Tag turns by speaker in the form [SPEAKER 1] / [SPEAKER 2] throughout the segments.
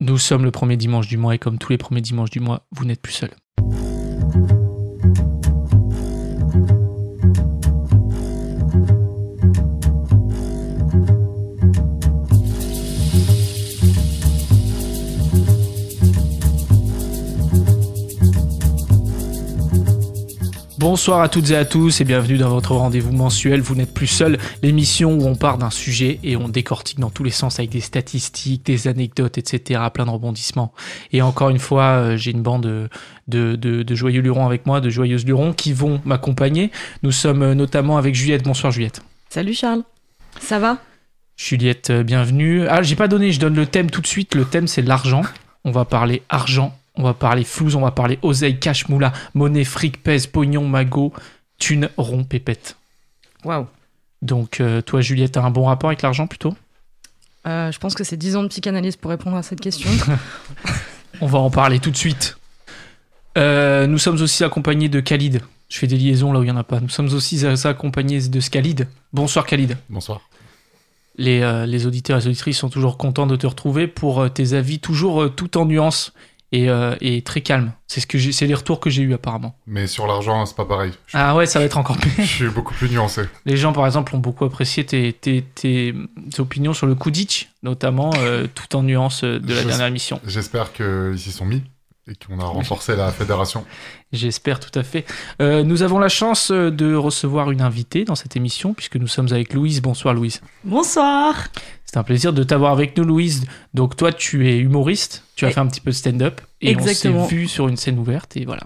[SPEAKER 1] Nous sommes le premier dimanche du mois et comme tous les premiers dimanches du mois, vous n'êtes plus seul. Bonsoir à toutes et à tous et bienvenue dans votre rendez-vous mensuel Vous n'êtes plus seul, l'émission où on part d'un sujet et on décortique dans tous les sens avec des statistiques, des anecdotes, etc. Plein de rebondissements. Et encore une fois, euh, j'ai une bande euh, de, de, de joyeux lurons avec moi, de joyeuses lurons qui vont m'accompagner. Nous sommes euh, notamment avec Juliette. Bonsoir Juliette.
[SPEAKER 2] Salut Charles, ça va
[SPEAKER 1] Juliette, euh, bienvenue. Ah, j'ai pas donné, je donne le thème tout de suite. Le thème, c'est l'argent. On va parler argent, on va parler flouze, on va parler oseille, cash, moula, monnaie, fric, pèse, pognon, magot, thune, rond, pépette.
[SPEAKER 2] Waouh
[SPEAKER 1] Donc, euh, toi, Juliette, t'as un bon rapport avec l'argent plutôt
[SPEAKER 2] Euh, Je pense que c'est 10 ans de psychanalyse pour répondre à cette question.
[SPEAKER 1] On va en parler tout de suite. Euh, nous sommes aussi accompagnés de Khalid. Je fais des liaisons là où il y en a pas. Nous sommes aussi accompagnés de ce Khalid. Bonsoir, Khalid.
[SPEAKER 3] Bonsoir.
[SPEAKER 1] les, euh, les auditeurs et les auditrices sont toujours contents de te retrouver pour euh, tes avis toujours euh, tout en nuance et, euh, et très calme. C'est ce que j'ai- c'est les retours que j'ai eu apparemment.
[SPEAKER 3] Mais sur l'argent, c'est pas pareil. Je,
[SPEAKER 1] Ah ouais, ça va être encore pire.
[SPEAKER 3] je suis beaucoup plus nuancé.
[SPEAKER 1] Les gens par exemple ont beaucoup apprécié tes, tes, tes opinions sur le Kudich, notamment euh, tout en nuance euh, de la
[SPEAKER 3] Je-
[SPEAKER 1] dernière émission.
[SPEAKER 3] J'espère qu'ils s'y sont mis et qu'on a renforcé la fédération.
[SPEAKER 1] J'espère tout à fait. Euh, nous avons la chance euh, de recevoir une invitée dans cette émission puisque nous sommes avec Louise. Bonsoir Louise.
[SPEAKER 4] Bonsoir.
[SPEAKER 1] C'est un plaisir de t'avoir avec nous, Louise. Donc, toi, tu es humoriste, tu as
[SPEAKER 4] Et-
[SPEAKER 1] fait un petit peu de stand-up, et on
[SPEAKER 4] Exactement.
[SPEAKER 1] s'est vu sur une scène ouverte, et voilà.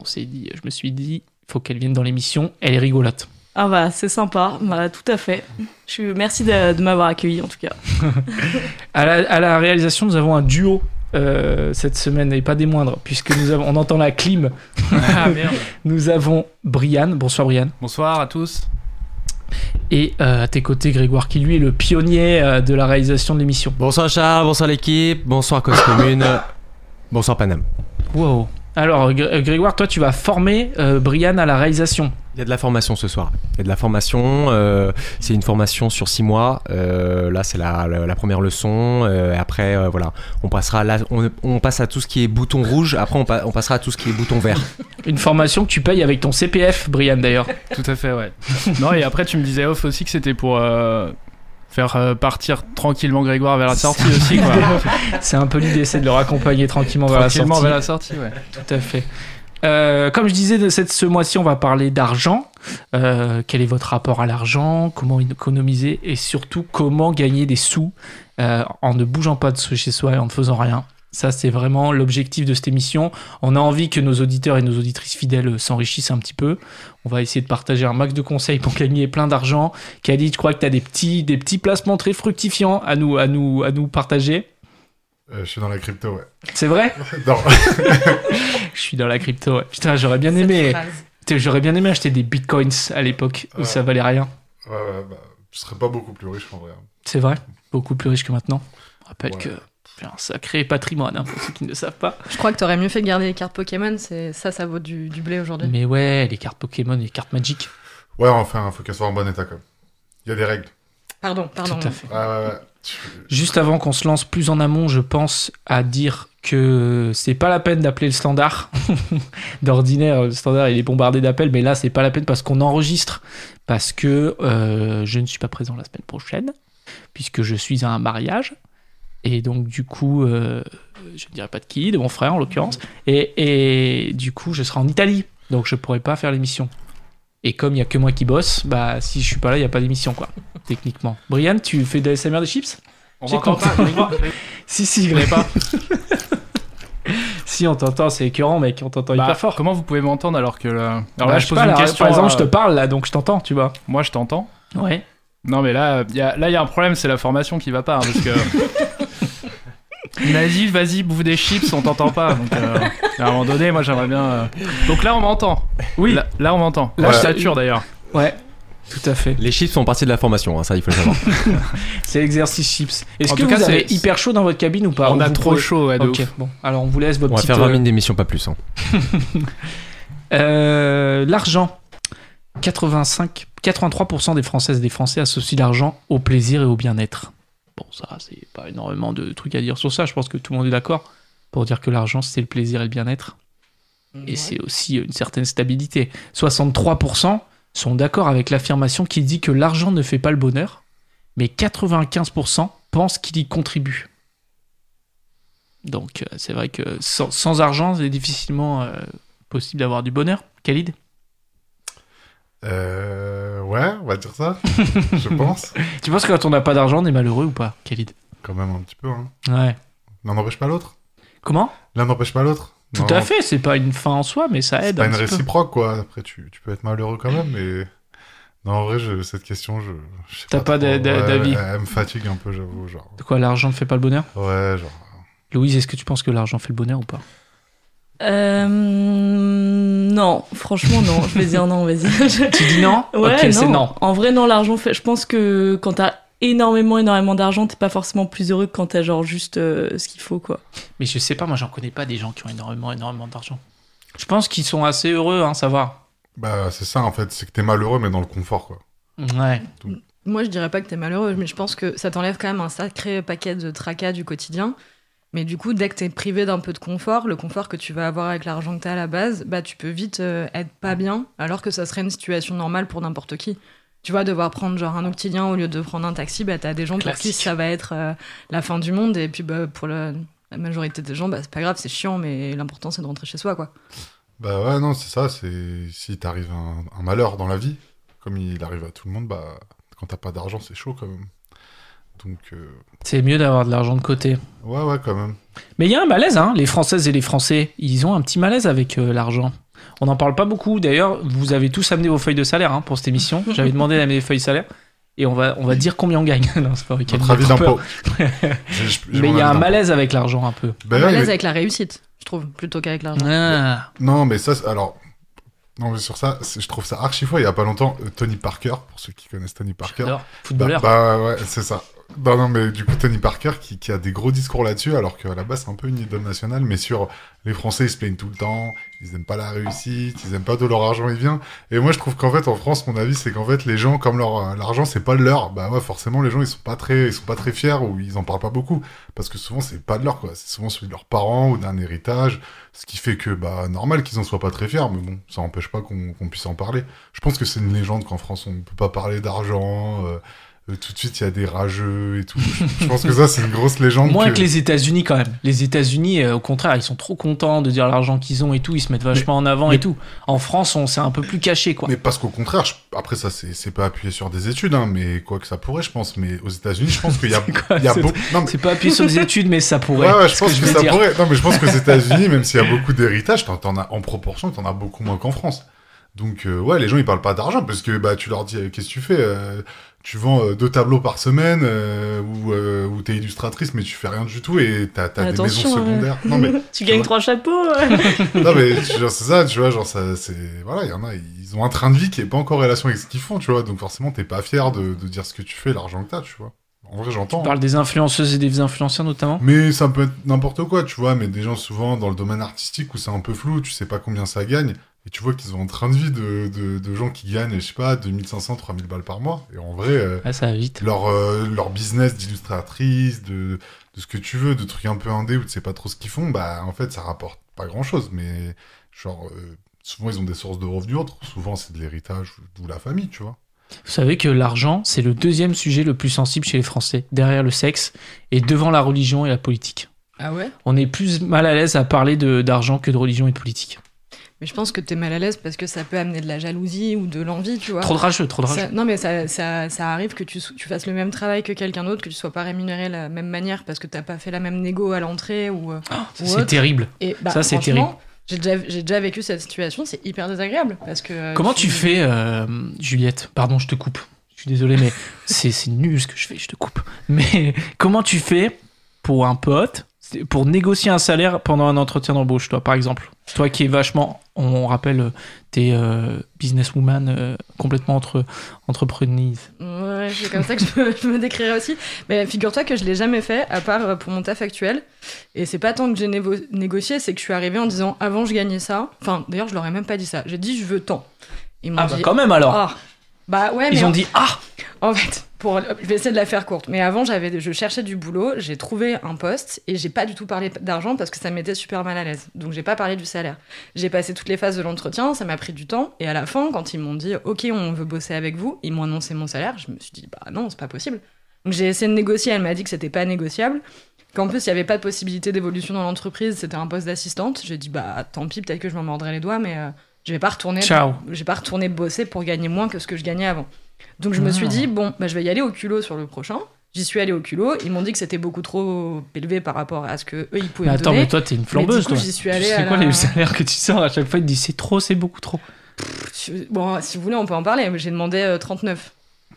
[SPEAKER 1] On s'est dit, je me suis dit, il faut qu'elle vienne dans l'émission, elle est rigolote.
[SPEAKER 4] Ah bah c'est sympa, bah, tout à fait. Je suis... Merci de, de m'avoir accueilli en tout cas.
[SPEAKER 1] À la, à la réalisation, nous avons un duo euh, cette semaine, et pas des moindres, puisque nous avons, on entend la clim.
[SPEAKER 5] Ah merde.
[SPEAKER 1] Nous avons Brian, bonsoir Brian,
[SPEAKER 5] Bonsoir à tous.
[SPEAKER 1] et euh, à tes côtés, Grégoire, qui lui est le pionnier euh, de la réalisation de l'émission.
[SPEAKER 6] Bonsoir Charles, bonsoir l'équipe, bonsoir Cause Commune, bonsoir Paname.
[SPEAKER 1] Wow. Alors, Gré- euh, Grégoire, toi, tu vas former euh, Brian à la réalisation.
[SPEAKER 6] Il y a de la formation ce soir. Il y a de la formation, euh, c'est une formation sur six mois. euh, là, c'est la, la- la première leçon. euh, et après, euh, voilà, on passera là, on, on passe à tout ce qui est bouton rouge. Après, on, pa- on passera à tout ce qui est bouton vert.
[SPEAKER 1] Une formation que tu payes avec ton CPF, Brian, d'ailleurs.
[SPEAKER 5] Tout à fait, ouais. non, et après, tu me disais off aussi que c'était pour euh, faire euh, partir tranquillement Grégoire vers la sortie aussi, quoi.
[SPEAKER 1] C'est un peu l'idée, c'est de le raccompagner tranquillement vers la
[SPEAKER 5] tranquillement
[SPEAKER 1] sortie.
[SPEAKER 5] vers la sortie, ouais.
[SPEAKER 1] Tout à fait. Euh, comme je disais, de cette, ce mois-ci, on va parler d'argent. Euh, quel est votre rapport à l'argent Comment économiser Et surtout, comment gagner des sous euh, en ne bougeant pas de sous chez soi et en ne faisant rien ça, c'est vraiment l'objectif de cette émission. On a envie que nos auditeurs et nos auditrices fidèles euh, s'enrichissent un petit peu. On va essayer de partager un max de conseils pour gagner plein d'argent. Khalid, je crois que tu as des petits, des petits placements très fructifiants à nous, à nous, à nous partager.
[SPEAKER 3] Euh, je suis dans la crypto, ouais.
[SPEAKER 1] C'est vrai
[SPEAKER 3] Non,
[SPEAKER 1] Je suis dans la crypto. ouais. Putain, j'aurais bien aimé. Putain, J'aurais bien aimé acheter des bitcoins à l'époque où
[SPEAKER 3] Ouais.
[SPEAKER 1] ça valait rien.
[SPEAKER 3] ouais, ouais, bah, je serais pas beaucoup plus riche en vrai. hein.
[SPEAKER 1] C'est vrai. Beaucoup plus riche que maintenant. Je rappelle
[SPEAKER 3] Ouais.
[SPEAKER 1] que j'ai un sacré patrimoine hein, pour ceux qui ne le savent pas.
[SPEAKER 2] Je crois que t'aurais mieux fait de garder les cartes Pokémon, c'est ça, ça vaut du, du blé aujourd'hui.
[SPEAKER 1] Mais ouais, les cartes Pokémon, les cartes Magic.
[SPEAKER 3] Ouais, enfin, faut qu'elle soit en bon état quand même. Il y a des règles.
[SPEAKER 2] Pardon, pardon.
[SPEAKER 1] Tout à fait.
[SPEAKER 3] Ouais, ouais, ouais.
[SPEAKER 1] Juste avant qu'on se lance plus en amont, je pense à dire que c'est pas la peine d'appeler le standard. D'ordinaire, le standard il est bombardé d'appels, mais là c'est pas la peine parce qu'on enregistre, parce que euh, je ne suis pas présent la semaine prochaine, puisque je suis à un mariage. Et donc du coup, euh, je ne dirai pas de qui, de mon frère en l'occurrence. Et, et du coup, je serai en Italie, donc je pourrai pas faire l'émission. Et comme il y a que moi qui bosse, bah si je suis pas là, il y a pas d'émission quoi, techniquement. Brian, tu fais de l'ASMR des chips
[SPEAKER 5] On
[SPEAKER 1] J'ai
[SPEAKER 5] m'entend
[SPEAKER 1] compris.
[SPEAKER 5] pas, Grégoire
[SPEAKER 1] si, si,
[SPEAKER 5] Vous voulez pas
[SPEAKER 1] Si, on t'entend, c'est écœurant, mec, on t'entend
[SPEAKER 5] Bah,
[SPEAKER 1] hyper fort.
[SPEAKER 5] Comment vous pouvez m'entendre alors que. le- Alors
[SPEAKER 1] Bah,
[SPEAKER 5] là, je
[SPEAKER 1] sais
[SPEAKER 5] pose
[SPEAKER 1] pas,
[SPEAKER 5] une
[SPEAKER 1] là,
[SPEAKER 5] question.
[SPEAKER 1] Par exemple,
[SPEAKER 5] euh,
[SPEAKER 1] je te parle, là, donc je t'entends, tu vois.
[SPEAKER 5] Moi, je t'entends.
[SPEAKER 1] Ouais.
[SPEAKER 5] Non, mais là, il y, a- là, y a un problème, c'est la formation qui va pas. hein, parce que. Vas-y, vas-y, bouffe des chips, on t'entend pas. Donc, euh, à un moment donné, moi, j'aimerais bien. euh, Donc là, on m'entend.
[SPEAKER 1] Oui.
[SPEAKER 5] Là, là, on m'entend. Là,
[SPEAKER 3] Ouais.
[SPEAKER 5] je sature d'ailleurs.
[SPEAKER 1] Ouais, tout à fait.
[SPEAKER 6] Les chiffres sont partie de la formation, hein, ça il faut le savoir.
[SPEAKER 1] C'est l'exercice chips. Est-ce
[SPEAKER 5] En
[SPEAKER 1] que
[SPEAKER 5] tout
[SPEAKER 1] vous
[SPEAKER 5] cas,
[SPEAKER 1] avez
[SPEAKER 5] c'est-
[SPEAKER 1] hyper chaud dans votre cabine ou pas
[SPEAKER 5] on
[SPEAKER 1] Ou
[SPEAKER 5] a
[SPEAKER 1] vous
[SPEAKER 5] trop
[SPEAKER 1] pouvez-
[SPEAKER 5] chaud, ouais, de
[SPEAKER 1] Ok,
[SPEAKER 5] ouf.
[SPEAKER 1] bon, alors on vous laisse votre
[SPEAKER 6] On va
[SPEAKER 1] petite...
[SPEAKER 6] faire 20
[SPEAKER 1] euh,
[SPEAKER 6] minutes d'émission, pas plus. hein.
[SPEAKER 1] Euh, l'argent. 85, 83% des Françaises et des Français associent l'argent au plaisir et au bien-être. Bon, ça, c'est pas énormément de trucs à dire sur ça. Je pense que tout le monde est d'accord pour dire que l'argent, c'est le plaisir et le bien-être. Et c'est aussi euh, une certaine stabilité. 63% sont d'accord avec l'affirmation qui dit que l'argent ne fait pas le bonheur, mais 95% pensent qu'il y contribue. Donc, euh, c'est vrai que sans, sans argent, c'est difficilement euh, possible d'avoir du bonheur. Khalid
[SPEAKER 3] Euh, ouais, on va dire ça, je pense.
[SPEAKER 1] Tu penses que quand on n'a pas d'argent, on est malheureux ou pas, Khalid
[SPEAKER 3] Quand même un petit peu. Hein.
[SPEAKER 1] Ouais.
[SPEAKER 3] L'un n'empêche pas l'autre.
[SPEAKER 1] Comment
[SPEAKER 3] L'un n'empêche pas l'autre.
[SPEAKER 1] Tout
[SPEAKER 3] Non,
[SPEAKER 1] à fait, c'est pas une fin en soi, mais ça
[SPEAKER 3] C'est
[SPEAKER 1] aide.
[SPEAKER 3] pas
[SPEAKER 1] un
[SPEAKER 3] une
[SPEAKER 1] petit peu.
[SPEAKER 3] réciproque, quoi. Après, tu, tu peux être malheureux quand même, mais... Non, en vrai, je- cette question, je... je sais
[SPEAKER 1] T'as pas d'a-
[SPEAKER 3] trop.
[SPEAKER 1] d'a-
[SPEAKER 3] Ouais,
[SPEAKER 1] d'avis.
[SPEAKER 3] Elle, elle me fatigue un peu, j'avoue, genre.
[SPEAKER 1] De quoi l'argent ne fait pas le bonheur
[SPEAKER 3] Ouais, genre...
[SPEAKER 1] Louise, est-ce que tu penses que l'argent fait le bonheur ou pas
[SPEAKER 4] Euh, non, franchement non. Je vais dire non, vas-y. Je-
[SPEAKER 1] Tu dis non
[SPEAKER 4] Ouais,
[SPEAKER 1] Ok, c'est non.
[SPEAKER 4] En vrai, non, l'argent fait. Je pense que quand t'as énormément, énormément d'argent, t'es pas forcément plus heureux que quand t'as genre juste euh, ce qu'il faut, quoi.
[SPEAKER 1] Mais je sais pas, moi j'en connais pas des gens qui ont énormément, énormément d'argent. Je pense qu'ils sont assez heureux, hein, ça va.
[SPEAKER 3] Bah, c'est ça, en fait. C'est que t'es malheureux, mais dans le confort, quoi.
[SPEAKER 1] Ouais.
[SPEAKER 2] Moi, je dirais pas que t'es malheureux, mais je pense que ça t'enlève quand même un sacré paquet de tracas du quotidien. Mais du coup, dès que t'es privé d'un peu de confort, le confort que tu vas avoir avec l'argent que t'as à la base, bah tu peux vite euh, être pas bien, alors que ça serait une situation normale pour n'importe qui. Tu vois, devoir prendre genre un octilien au lieu de prendre un taxi, bah t'as des gens pour
[SPEAKER 1] Classique.
[SPEAKER 2] qui ça va être euh, la fin du monde, et puis bah pour la, la majorité des gens, bah c'est pas grave, c'est chiant, mais l'important c'est de rentrer chez soi, quoi.
[SPEAKER 3] Bah ouais, non, c'est ça, c'est... Si t'arrive un, un malheur dans la vie, comme il arrive à tout le monde, bah... Quand t'as pas d'argent, c'est chaud, quand même. Donc, euh,
[SPEAKER 1] C'est mieux d'avoir de l'argent de côté.
[SPEAKER 3] ouais, ouais, quand même.
[SPEAKER 1] Mais il y a un malaise, hein. Les Françaises et les Français, ils ont un petit malaise avec euh, l'argent. On n'en parle pas beaucoup. D'ailleurs, vous avez tous amené vos feuilles de salaire hein, pour cette émission. J'avais demandé d'amener les feuilles de salaire. Et on va, on va dire combien on gagne. non, c'est pas vrai, Khalid,
[SPEAKER 3] Notre avis
[SPEAKER 1] j'ai peur.
[SPEAKER 3] d'impôt. J'ai- j'ai mon
[SPEAKER 1] Mais il
[SPEAKER 3] avis
[SPEAKER 1] y a un
[SPEAKER 3] d'impôt.
[SPEAKER 1] malaise avec l'argent un peu.
[SPEAKER 3] Bah ouais,
[SPEAKER 2] Malaise
[SPEAKER 3] mais-
[SPEAKER 2] avec la réussite, je trouve, plutôt qu'avec l'argent.
[SPEAKER 1] Ah.
[SPEAKER 3] Non, mais ça, c'est- alors. Non, mais sur ça, c'est- je trouve ça archi fou. Il y a pas longtemps, euh, Tony Parker, pour ceux qui connaissent Tony Parker.
[SPEAKER 1] Alors,
[SPEAKER 3] Bah,
[SPEAKER 1] footballeur.
[SPEAKER 3] bah ouais, c'est ça. Bah, Non, non, mais du coup, Tony Parker qui, qui a des gros discours là-dessus, alors qu'à la base, c'est un peu une idole nationale, mais sur les Français, ils se plaignent tout le temps, ils aiment pas la réussite, ils aiment pas d'où leur argent il vient. Et moi, je trouve qu'en fait, en France, mon avis, c'est qu'en fait, les gens, comme leur, euh, l'argent, c'est pas de leur, bah ouais, forcément, les gens, ils sont pas très, ils sont pas très fiers ou ils en parlent pas beaucoup. Parce que souvent, c'est pas de leur, quoi. C'est souvent celui de leurs parents ou d'un héritage. Ce qui fait que, bah, normal qu'ils en soient pas très fiers, mais bon, ça empêche pas qu'on, qu'on puisse en parler. Je pense que c'est une légende qu'en France, on ne peut pas parler d'argent, euh, euh, tout de suite, il y a des rageux et tout. Je je pense que ça, c'est une grosse légende.
[SPEAKER 1] Moins
[SPEAKER 3] que-
[SPEAKER 1] que les États-Unis quand même. Les États-Unis, euh, au contraire, ils sont trop contents de dire l'argent qu'ils ont et tout. Ils se mettent vachement en avant
[SPEAKER 3] mais-
[SPEAKER 1] et tout. En France, on c'est un peu plus caché quoi.
[SPEAKER 3] Mais parce qu'au contraire, je- après ça, c'est c'est pas appuyé sur des études, hein, mais quoi que ça pourrait, je pense. Mais aux États-Unis, je pense qu'il y a,
[SPEAKER 1] quoi,
[SPEAKER 3] il y a
[SPEAKER 1] c'est-
[SPEAKER 3] beaucoup. Non, mais...
[SPEAKER 1] C'est pas appuyé sur des études, mais ça pourrait.
[SPEAKER 3] Ouais, ouais,
[SPEAKER 1] c'est
[SPEAKER 3] je
[SPEAKER 1] ce
[SPEAKER 3] pense que,
[SPEAKER 1] veux
[SPEAKER 3] ça
[SPEAKER 1] dire.
[SPEAKER 3] pourrait. Non, mais je pense qu'aux États-Unis, même s'il y a beaucoup d'héritage, t'en- t'en as en proportion, t'en as beaucoup moins qu'en France. Donc euh, ouais, les gens ils parlent pas d'argent parce que bah tu leur dis euh, qu'est-ce que tu fais euh, Tu vends euh, deux tableaux par semaine euh, ou euh, ou t'es illustratrice mais tu fais rien du tout et t'as t'as des maisons
[SPEAKER 4] Attention, hein.
[SPEAKER 3] secondaires. Non mais
[SPEAKER 4] Tu gagnes
[SPEAKER 3] vois.
[SPEAKER 4] trois chapeaux. euh.
[SPEAKER 3] non mais tu- genre, c'est ça, tu vois, genre ça, c'est voilà, il y en a, ils ont un train de vie qui est pas encore en relation avec ce qu'ils font, tu vois, donc forcément t'es pas fier de, de dire ce que tu fais, l'argent que t'as, tu vois. En vrai, j'entends. hein.
[SPEAKER 1] On parle des influenceuses et des influenceurs notamment.
[SPEAKER 3] Mais ça peut être n'importe quoi, tu vois, mais des gens souvent dans le domaine artistique où c'est un peu flou, tu sais pas combien ça gagne, et tu vois qu'ils ont un train de vie de, de, de gens qui gagnent, je sais pas, 2500, 3000 balles par mois, et en vrai, euh,
[SPEAKER 1] Ah, ça va vite.
[SPEAKER 3] leur, euh, leur business d'illustratrice, de, de ce que tu veux, de trucs un peu indé où tu sais pas trop ce qu'ils font, bah en fait ça rapporte pas grand chose. Mais genre, euh, souvent ils ont des sources de revenus autres, souvent c'est de l'héritage ou- d'où la famille, tu vois.
[SPEAKER 1] Vous savez que l'argent, c'est le deuxième sujet le plus sensible chez les Français, derrière le sexe et devant la religion et la politique.
[SPEAKER 2] Ah ouais
[SPEAKER 1] On est plus mal à l'aise à parler de- d'argent que de religion et de politique.
[SPEAKER 2] Mais je pense que t'es mal à l'aise parce que ça peut amener de la jalousie ou de l'envie, tu vois.
[SPEAKER 1] Trop de rageux, trop de rageux.
[SPEAKER 2] Ça- non, mais ça, ça, ça arrive que tu, so- tu fasses le même travail que quelqu'un d'autre, que tu sois pas rémunéré de la même manière parce que t'as pas fait la même négo à l'entrée ou. euh,
[SPEAKER 1] Ah, ça,
[SPEAKER 2] ou
[SPEAKER 1] c'est
[SPEAKER 2] autre.
[SPEAKER 1] terrible.
[SPEAKER 2] Et bah,
[SPEAKER 1] Ça, c'est
[SPEAKER 2] franchement,
[SPEAKER 1] terrible.
[SPEAKER 2] J'ai déjà, j'ai déjà vécu cette situation, c'est hyper désagréable parce que. euh,
[SPEAKER 1] Comment tu fais, euh, Juliette Pardon, je te coupe. Je suis désolé, mais c'est c'est nul ce que je fais, je te coupe. Mais comment tu fais pour un pote, c'est- pour négocier un salaire pendant un entretien d'embauche, toi, par exemple Toi qui es vachement, on rappelle, euh, t'es euh, businesswoman euh, complètement entre, entreprenise.
[SPEAKER 2] Ouais, c'est comme ça que je me, je me décrirais aussi. Mais figure-toi que je l'ai jamais fait, à part euh, pour mon taf actuel. Et c'est pas tant que j'ai névo- négocié, c'est que je suis arrivée en disant avant je gagnais ça. Enfin, d'ailleurs, je leur ai même pas dit ça. J'ai dit je veux tant. Ils m'ont
[SPEAKER 1] Ah, bah
[SPEAKER 2] dit.
[SPEAKER 1] quand même alors
[SPEAKER 2] Ah. Bah ouais, mais
[SPEAKER 1] Ils ont
[SPEAKER 2] en-
[SPEAKER 1] dit Ah
[SPEAKER 2] En fait, pour, je vais essayer de la faire courte. Mais avant, j'avais, je cherchais du boulot, j'ai trouvé un poste et j'ai pas du tout parlé d'argent parce que ça m'était super mal à l'aise. Donc j'ai pas parlé du salaire. J'ai passé toutes les phases de l'entretien, ça m'a pris du temps et à la fin, quand ils m'ont dit OK, on veut bosser avec vous, ils m'ont annoncé mon salaire, je me suis dit bah non, c'est pas possible. Donc j'ai essayé de négocier, elle m'a dit que c'était pas négociable, qu'en plus il y avait pas de possibilité d'évolution dans l'entreprise, c'était un poste d'assistante. J'ai dit bah tant pis, peut-être que je m'en mordrai les doigts, mais euh, je vais pas retourner,
[SPEAKER 1] Ciao.
[SPEAKER 2] je vais pas retourner bosser pour gagner moins que ce que je gagnais avant. Donc je me
[SPEAKER 1] Ah.
[SPEAKER 2] suis dit, bon, bah, je vais y aller au culot sur le prochain. J'y suis allée au culot. Ils m'ont dit que c'était beaucoup trop élevé par rapport à ce que eux ils pouvaient
[SPEAKER 1] Mais
[SPEAKER 2] me
[SPEAKER 1] attends,
[SPEAKER 2] donner.
[SPEAKER 1] mais toi, t'es une flambeuse,
[SPEAKER 2] du coup,
[SPEAKER 1] toi.
[SPEAKER 2] j'y suis
[SPEAKER 1] Tu
[SPEAKER 2] allée
[SPEAKER 1] sais
[SPEAKER 2] à
[SPEAKER 1] quoi
[SPEAKER 2] la-
[SPEAKER 1] les salaires que tu sors à chaque fois, ils te disent c'est trop, c'est beaucoup trop.
[SPEAKER 2] Je- Bon, si vous voulez, on peut en parler. mais J'ai demandé euh, 39.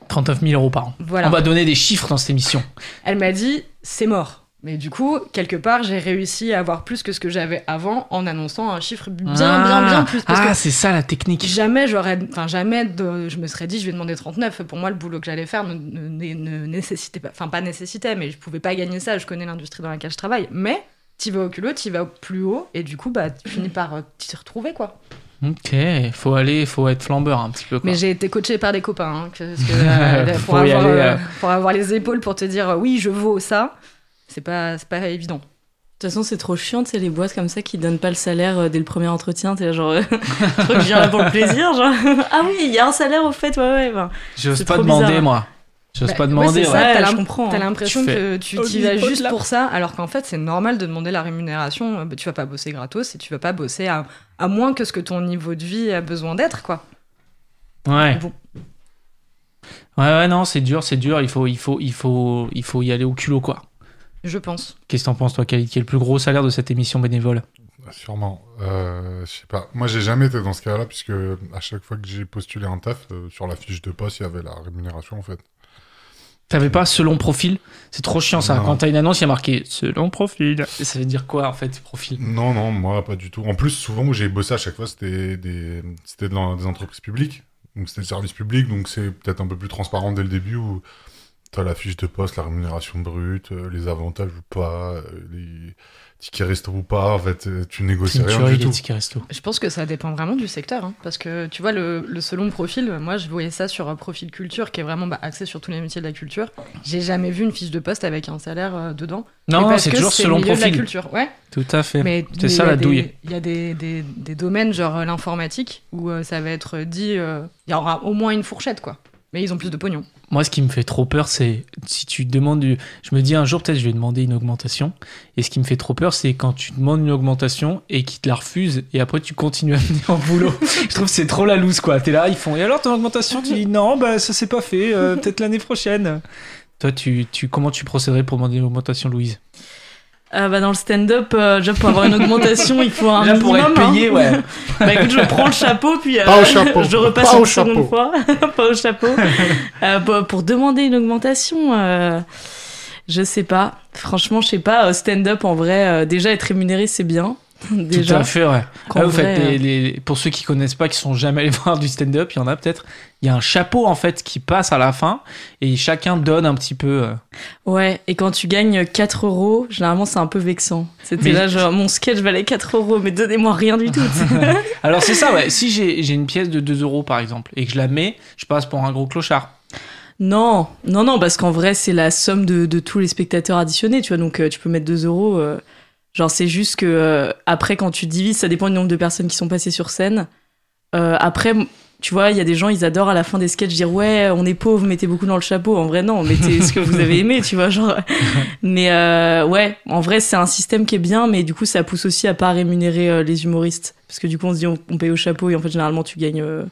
[SPEAKER 1] 39 000 euros par an.
[SPEAKER 2] Voilà.
[SPEAKER 1] On va donner des chiffres dans cette émission.
[SPEAKER 2] Elle m'a dit, c'est mort. Mais du coup, quelque part, j'ai réussi à avoir plus que ce que j'avais avant en annonçant un chiffre bien, bien, bien plus. Parce
[SPEAKER 1] ah,
[SPEAKER 2] que
[SPEAKER 1] c'est ça la technique.
[SPEAKER 2] jamais j'aurais, enfin jamais, de- je me serais dit, je vais demander 39. Pour moi, le boulot que j'allais faire ne, ne- ne nécessitait pas, enfin pas nécessitait, mais je pouvais pas gagner ça. Je connais l'industrie dans laquelle je travaille. Mais t'y vas au culot, t'y vas au plus haut, et du coup, bah, tu finis par euh, t'y retrouver quoi.
[SPEAKER 1] Ok, faut aller, faut être flambeur un petit peu. Quoi.
[SPEAKER 2] Mais j'ai été coachée par des copains, hein, que- parce que, euh, pour,
[SPEAKER 1] Faut y
[SPEAKER 2] avoir,
[SPEAKER 1] aller,
[SPEAKER 2] euh,
[SPEAKER 1] euh.
[SPEAKER 2] pour avoir les épaules pour te dire, euh, oui, je vaux ça. C'est pas, c'est pas évident.
[SPEAKER 4] toute façon, c'est trop chiant, tu sais, les boîtes comme ça qui donnent pas le salaire euh, dès le premier entretien. T'es là, genre, euh, je crois que je viens là pour le plaisir. Genre, ah oui, il y a un salaire au fait, ouais, ouais. ben.
[SPEAKER 1] J'ose
[SPEAKER 4] c'est
[SPEAKER 1] pas
[SPEAKER 4] trop
[SPEAKER 1] demander,
[SPEAKER 4] bizarre.
[SPEAKER 1] moi. J'ose
[SPEAKER 2] Bah,
[SPEAKER 1] pas
[SPEAKER 2] ouais,
[SPEAKER 1] demander.
[SPEAKER 2] c'est
[SPEAKER 1] ouais.
[SPEAKER 2] ça. t'as
[SPEAKER 4] je
[SPEAKER 2] l'im-
[SPEAKER 4] comprends.
[SPEAKER 2] T'as
[SPEAKER 4] hein.
[SPEAKER 2] l'impression
[SPEAKER 1] Tu fais
[SPEAKER 2] que tu
[SPEAKER 4] au
[SPEAKER 2] t'y vas
[SPEAKER 4] niveau de
[SPEAKER 2] juste
[SPEAKER 4] la-
[SPEAKER 2] pour ça, alors qu'en fait, c'est normal de demander la rémunération. Euh, bah, Tu vas pas bosser gratos et tu vas pas bosser à, à moins que ce que ton niveau de vie a besoin d'être, quoi.
[SPEAKER 1] Ouais.
[SPEAKER 2] Bon.
[SPEAKER 1] Ouais, ouais, non, c'est dur, c'est dur. Il faut, il faut, il faut, il faut y aller au culot, quoi.
[SPEAKER 2] Je pense.
[SPEAKER 1] Qu'est-ce que t'en penses, toi, Khalid Qui est le plus gros salaire de cette émission bénévole
[SPEAKER 3] Bah, Sûrement. Euh, je sais pas. Moi, j'ai jamais été dans ce cas-là, puisque à chaque fois que j'ai postulé un taf, euh, sur la fiche de poste, il y avait la rémunération, en fait.
[SPEAKER 1] T'avais pas selon profil C'est trop chiant, ça.
[SPEAKER 3] Non.
[SPEAKER 1] Quand t'as une annonce, il y a marqué selon profil. Et ça veut dire quoi, en fait, profil
[SPEAKER 3] Non, non, moi, pas du tout. En plus, souvent, où j'ai bossé à chaque fois, c'était des, c'était dans des entreprises publiques. Donc, c'était le service public, donc c'est peut-être un peu plus transparent dès le début où t'as la fiche de poste, la rémunération brute, euh, les avantages ou pas, euh, les tickets resto ou pas. En fait, euh, tu négocies rien
[SPEAKER 1] Triniturer
[SPEAKER 3] du
[SPEAKER 1] les
[SPEAKER 3] tout.
[SPEAKER 1] tickets resto.
[SPEAKER 2] Je pense que ça dépend vraiment du secteur. hein, parce que, tu vois, le, le selon profil, moi, je voyais ça sur un profil culture qui est vraiment bah, axé sur tous les métiers de la culture. J'ai jamais vu une fiche de poste avec un salaire euh, dedans. Mais
[SPEAKER 1] Non,
[SPEAKER 2] parce
[SPEAKER 1] c'est
[SPEAKER 2] que
[SPEAKER 1] toujours
[SPEAKER 2] le
[SPEAKER 1] selon
[SPEAKER 2] milieu de la
[SPEAKER 1] profil.
[SPEAKER 2] culture, ouais.
[SPEAKER 1] Tout à fait.
[SPEAKER 2] Mais-
[SPEAKER 1] C'est
[SPEAKER 2] mais
[SPEAKER 1] ça,
[SPEAKER 2] il y a
[SPEAKER 1] la
[SPEAKER 2] des-
[SPEAKER 1] douille.
[SPEAKER 2] Il y a des, des- des domaines, genre euh, l'informatique, où euh, ça va être dit. euh, Il y aura au moins une fourchette, quoi. Mais ils ont plus de pognon.
[SPEAKER 1] Moi, ce qui me fait trop peur, c'est si tu demandes. du- Je me dis un jour, peut-être, je vais demander une augmentation. Et ce qui me fait trop peur, c'est quand tu demandes une augmentation et qu'ils te la refusent et après tu continues à venir en boulot. je trouve que c'est trop la loose, quoi. T'es là, ils font. Et alors, ton augmentation Tu dis non, bah ça s'est pas fait. euh, peut-être l'année prochaine. Toi, tu, tu, comment tu procéderais pour demander une augmentation, Louise
[SPEAKER 4] Euh, bah, dans le stand-up, euh, déjà pour avoir une augmentation, il faut un minimum. hein.
[SPEAKER 1] ouais.
[SPEAKER 4] Bah écoute, je prends le chapeau, puis euh,
[SPEAKER 3] Pas au chapeau.
[SPEAKER 4] je repasse
[SPEAKER 3] Pas
[SPEAKER 4] une
[SPEAKER 3] au
[SPEAKER 4] seconde
[SPEAKER 3] chapeau.
[SPEAKER 4] fois. pas au chapeau. Euh, pour, pour demander une augmentation, euh, je sais pas. Franchement, je sais pas. euh, Stand-up, en vrai, euh, déjà être rémunéré, c'est bien.
[SPEAKER 1] Tout
[SPEAKER 4] déjà.
[SPEAKER 1] à fait, ouais.
[SPEAKER 4] Qu'en
[SPEAKER 1] Là, vous
[SPEAKER 4] vrai,
[SPEAKER 1] faites des-
[SPEAKER 4] euh,
[SPEAKER 1] les- pour ceux qui connaissent pas, qui sont jamais allés voir du stand-up, il y en a peut-être. Il y a un chapeau en fait qui passe à la fin et chacun donne un petit peu. euh,
[SPEAKER 4] Ouais, et quand tu gagnes 4 euros, généralement, c'est un peu vexant. C'était
[SPEAKER 1] Mais-
[SPEAKER 4] là, genre, mon sketch valait 4 euros, mais donnez-moi rien du tout. tu sais.
[SPEAKER 1] Alors c'est ça, ouais. Si j'ai j'ai une pièce de 2 euros par exemple et que je la mets, je passe pour un gros clochard.
[SPEAKER 4] non, non, non, parce qu'en vrai, c'est la somme de, de tous les spectateurs additionnés, tu vois. Donc, euh, tu peux mettre 2 euros. euh, Genre, c'est juste que euh, après, quand tu divises, ça dépend du nombre de personnes qui sont passées sur scène. Euh, après, m- tu vois, il y a des gens, ils adorent à la fin des sketchs dire Ouais, on est pauvre, mettez beaucoup dans le chapeau. En vrai, non, mettez ce que vous avez aimé, tu vois. Genre. Mais euh, ouais, en vrai, c'est un système qui est bien, mais du coup, ça pousse aussi à pas rémunérer euh, les humoristes. Parce que du coup, on se dit On, on paye au chapeau, et en fait, généralement, tu gagnes, euh,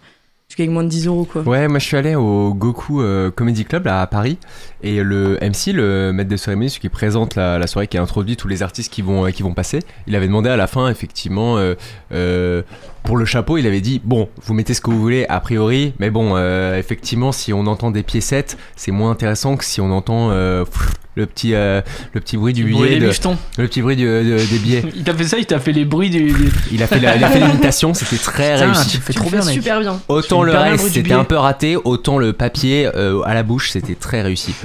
[SPEAKER 4] tu gagnes moins de 10 euros, quoi.
[SPEAKER 6] Ouais, moi je suis allé au Goku euh, Comedy Club là à Paris et le MC, le maître des cérémonies, celui qui présente la, la soirée, qui a introduit tous les artistes qui vont euh, qui vont passer, il avait demandé à la fin effectivement euh, euh, pour le chapeau, il avait dit bon, vous mettez ce que vous voulez a priori, mais bon, euh, effectivement si on entend des piécettes, c'est moins intéressant que si on entend euh, pff, le petit euh, le petit bruit du
[SPEAKER 1] Il bruit
[SPEAKER 6] billet,
[SPEAKER 1] des
[SPEAKER 6] de-
[SPEAKER 1] bifetons.
[SPEAKER 6] le petit bruit du- de- des billets.
[SPEAKER 1] Il t'a fait ça, il t'a fait les bruits du. du-
[SPEAKER 6] Il a fait la- il a fait l'imitation, c'était très
[SPEAKER 1] Putain,
[SPEAKER 6] réussi.
[SPEAKER 1] tu le fais
[SPEAKER 2] Tu
[SPEAKER 1] trop
[SPEAKER 2] le
[SPEAKER 1] bien,
[SPEAKER 2] fais
[SPEAKER 1] mec.
[SPEAKER 2] super bien.
[SPEAKER 1] Tu
[SPEAKER 6] Autant
[SPEAKER 1] me
[SPEAKER 6] le
[SPEAKER 1] permets le
[SPEAKER 6] reste
[SPEAKER 1] bruit du
[SPEAKER 6] c'était
[SPEAKER 1] billet.
[SPEAKER 6] un peu raté, autant le papier euh, à la bouche c'était très réussi.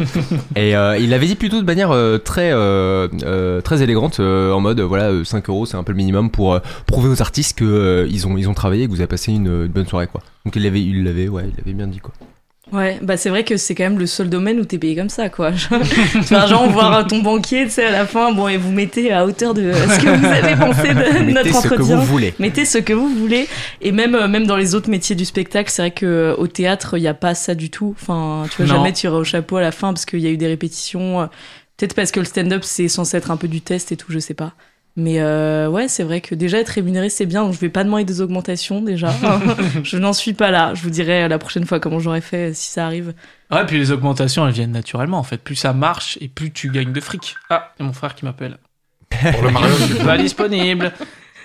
[SPEAKER 6] et euh, il l'avait dit plutôt de manière euh, très euh, euh, très élégante, euh, en mode euh, voilà euh, 5 euros c'est un peu le minimum pour euh, prouver aux artistes que euh, ils ont ils ont travaillé, et que vous avez passé une, euh, une bonne soirée quoi. Donc il l'avait il l'avait ouais il l'avait bien dit quoi.
[SPEAKER 4] Ouais, bah c'est vrai que c'est quand même le seul domaine où t'es payé comme ça, quoi. tu vois, genre, voir ton banquier, tu sais, à la fin, bon, et vous mettez à hauteur de ce que vous avez pensé de
[SPEAKER 6] Mettez
[SPEAKER 4] notre
[SPEAKER 6] ce que
[SPEAKER 4] entretien.
[SPEAKER 6] vous voulez.
[SPEAKER 4] Mettez ce que vous voulez. Et même, euh, même dans les autres métiers du spectacle, c'est vrai que euh, au théâtre, il n'y a pas ça du tout. Enfin, tu vois,
[SPEAKER 5] Non.
[SPEAKER 4] jamais tirer au chapeau à la fin parce qu'il y a eu des répétitions. euh, Peut-être parce que le stand-up, c'est censé être un peu du test et tout, je sais pas. Mais euh, ouais, c'est vrai que déjà être rémunéré, c'est bien. Donc je vais pas demander des augmentations déjà. je n'en suis pas là. Je vous dirai euh, la prochaine fois comment j'aurais fait euh, si ça arrive.
[SPEAKER 1] Ouais, puis les augmentations, elles viennent naturellement en fait. Plus ça marche et plus tu gagnes de fric. Ah, il y a mon frère qui m'appelle.
[SPEAKER 3] Pour le mariage,
[SPEAKER 1] Je
[SPEAKER 3] du
[SPEAKER 1] suis
[SPEAKER 3] coup.
[SPEAKER 4] Bah,
[SPEAKER 1] pas disponible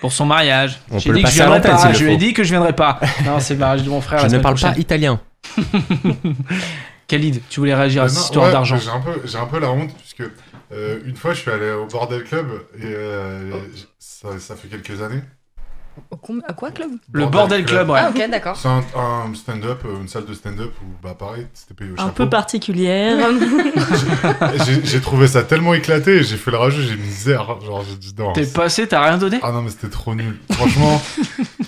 [SPEAKER 1] pour son mariage.
[SPEAKER 6] On
[SPEAKER 1] J'ai
[SPEAKER 6] peut le
[SPEAKER 1] dit que je
[SPEAKER 6] passer à
[SPEAKER 1] viendrais
[SPEAKER 6] l'antenne,
[SPEAKER 1] pas.
[SPEAKER 6] s'il le
[SPEAKER 1] Je lui ai
[SPEAKER 6] faut.
[SPEAKER 1] dit que je viendrais pas. Non, c'est le mariage de mon frère.
[SPEAKER 6] Je
[SPEAKER 1] la
[SPEAKER 6] ne
[SPEAKER 1] semaine
[SPEAKER 6] parle Ah, pas
[SPEAKER 1] prochaine.
[SPEAKER 6] italien.
[SPEAKER 1] Khalid, tu voulais réagir à
[SPEAKER 3] Ah,
[SPEAKER 1] cette
[SPEAKER 3] non,
[SPEAKER 1] histoire
[SPEAKER 3] ouais,
[SPEAKER 1] d'argent.
[SPEAKER 3] J'ai un, peu- j'ai un peu la honte, puisque euh, une fois, je suis allé au Bordel Club, et euh, j- ça, ça fait quelques années.
[SPEAKER 2] Au com- À quoi, club
[SPEAKER 1] Le Bordel Club, ouais.
[SPEAKER 2] Ah, ok, d'accord.
[SPEAKER 3] C'est un, un stand-up, euh, une salle de stand-up où, bah, pareil, c'était payé au
[SPEAKER 4] Un
[SPEAKER 3] chapeau.
[SPEAKER 4] peu particulière.
[SPEAKER 3] J'ai- J'ai trouvé ça tellement éclaté, j'ai fait le rageux, j'ai mis zère. Genre, j'ai dit non.
[SPEAKER 1] T'es passé, t'as rien donné
[SPEAKER 3] Ah non, mais c'était trop nul. Franchement,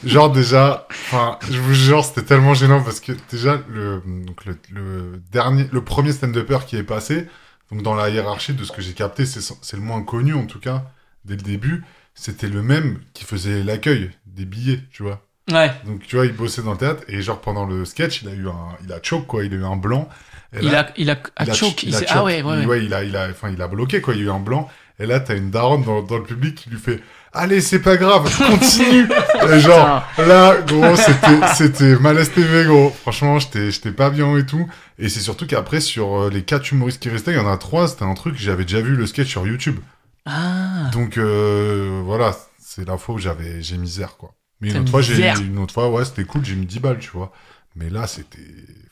[SPEAKER 3] genre déjà, enfin, je vous jure, c'était tellement gênant parce que déjà, le, donc le, le dernier, le premier stand-upper qui est passé, donc dans la hiérarchie de ce que j'ai capté, c'est c'est le moins connu en tout cas, dès le début, c'était le même qui faisait l'accueil des billets, tu vois.
[SPEAKER 6] Ah.
[SPEAKER 1] Ouais.
[SPEAKER 3] Donc tu vois, il bossait dans le théâtre et genre pendant le sketch, il a eu un, il a choke quoi, il a eu un blanc. Et
[SPEAKER 1] Il
[SPEAKER 3] là-
[SPEAKER 1] a, il a, a
[SPEAKER 3] il a
[SPEAKER 1] choke.
[SPEAKER 3] ch-
[SPEAKER 1] il
[SPEAKER 3] il a
[SPEAKER 1] s'est-
[SPEAKER 3] choke.
[SPEAKER 1] ah ouais, ouais. ouais.
[SPEAKER 3] Il- ouais, il a, il a, enfin, il a bloqué quoi. Il y a eu un blanc. Et là, t'as une daronne dans, dans le public qui lui fait Allez, c'est pas grave, continue. Et genre là, gros, c'était, c'était malaise TV, gros. Franchement, j'étais, j'étais pas bien et tout. Et c'est surtout qu'après, sur euh, les quatre humoristes qui restaient, il y en a trois. C'était un truc j'avais déjà vu le sketch sur YouTube.
[SPEAKER 1] Ah.
[SPEAKER 3] Donc euh, voilà, c'est l'info où j'avais, j'ai misère quoi. Mais une
[SPEAKER 1] T'as
[SPEAKER 3] autre fois, j'ai,
[SPEAKER 1] misère.
[SPEAKER 3] une autre fois, ouais, c'était cool, j'ai mis 10 balles, tu vois. Mais là, c'était,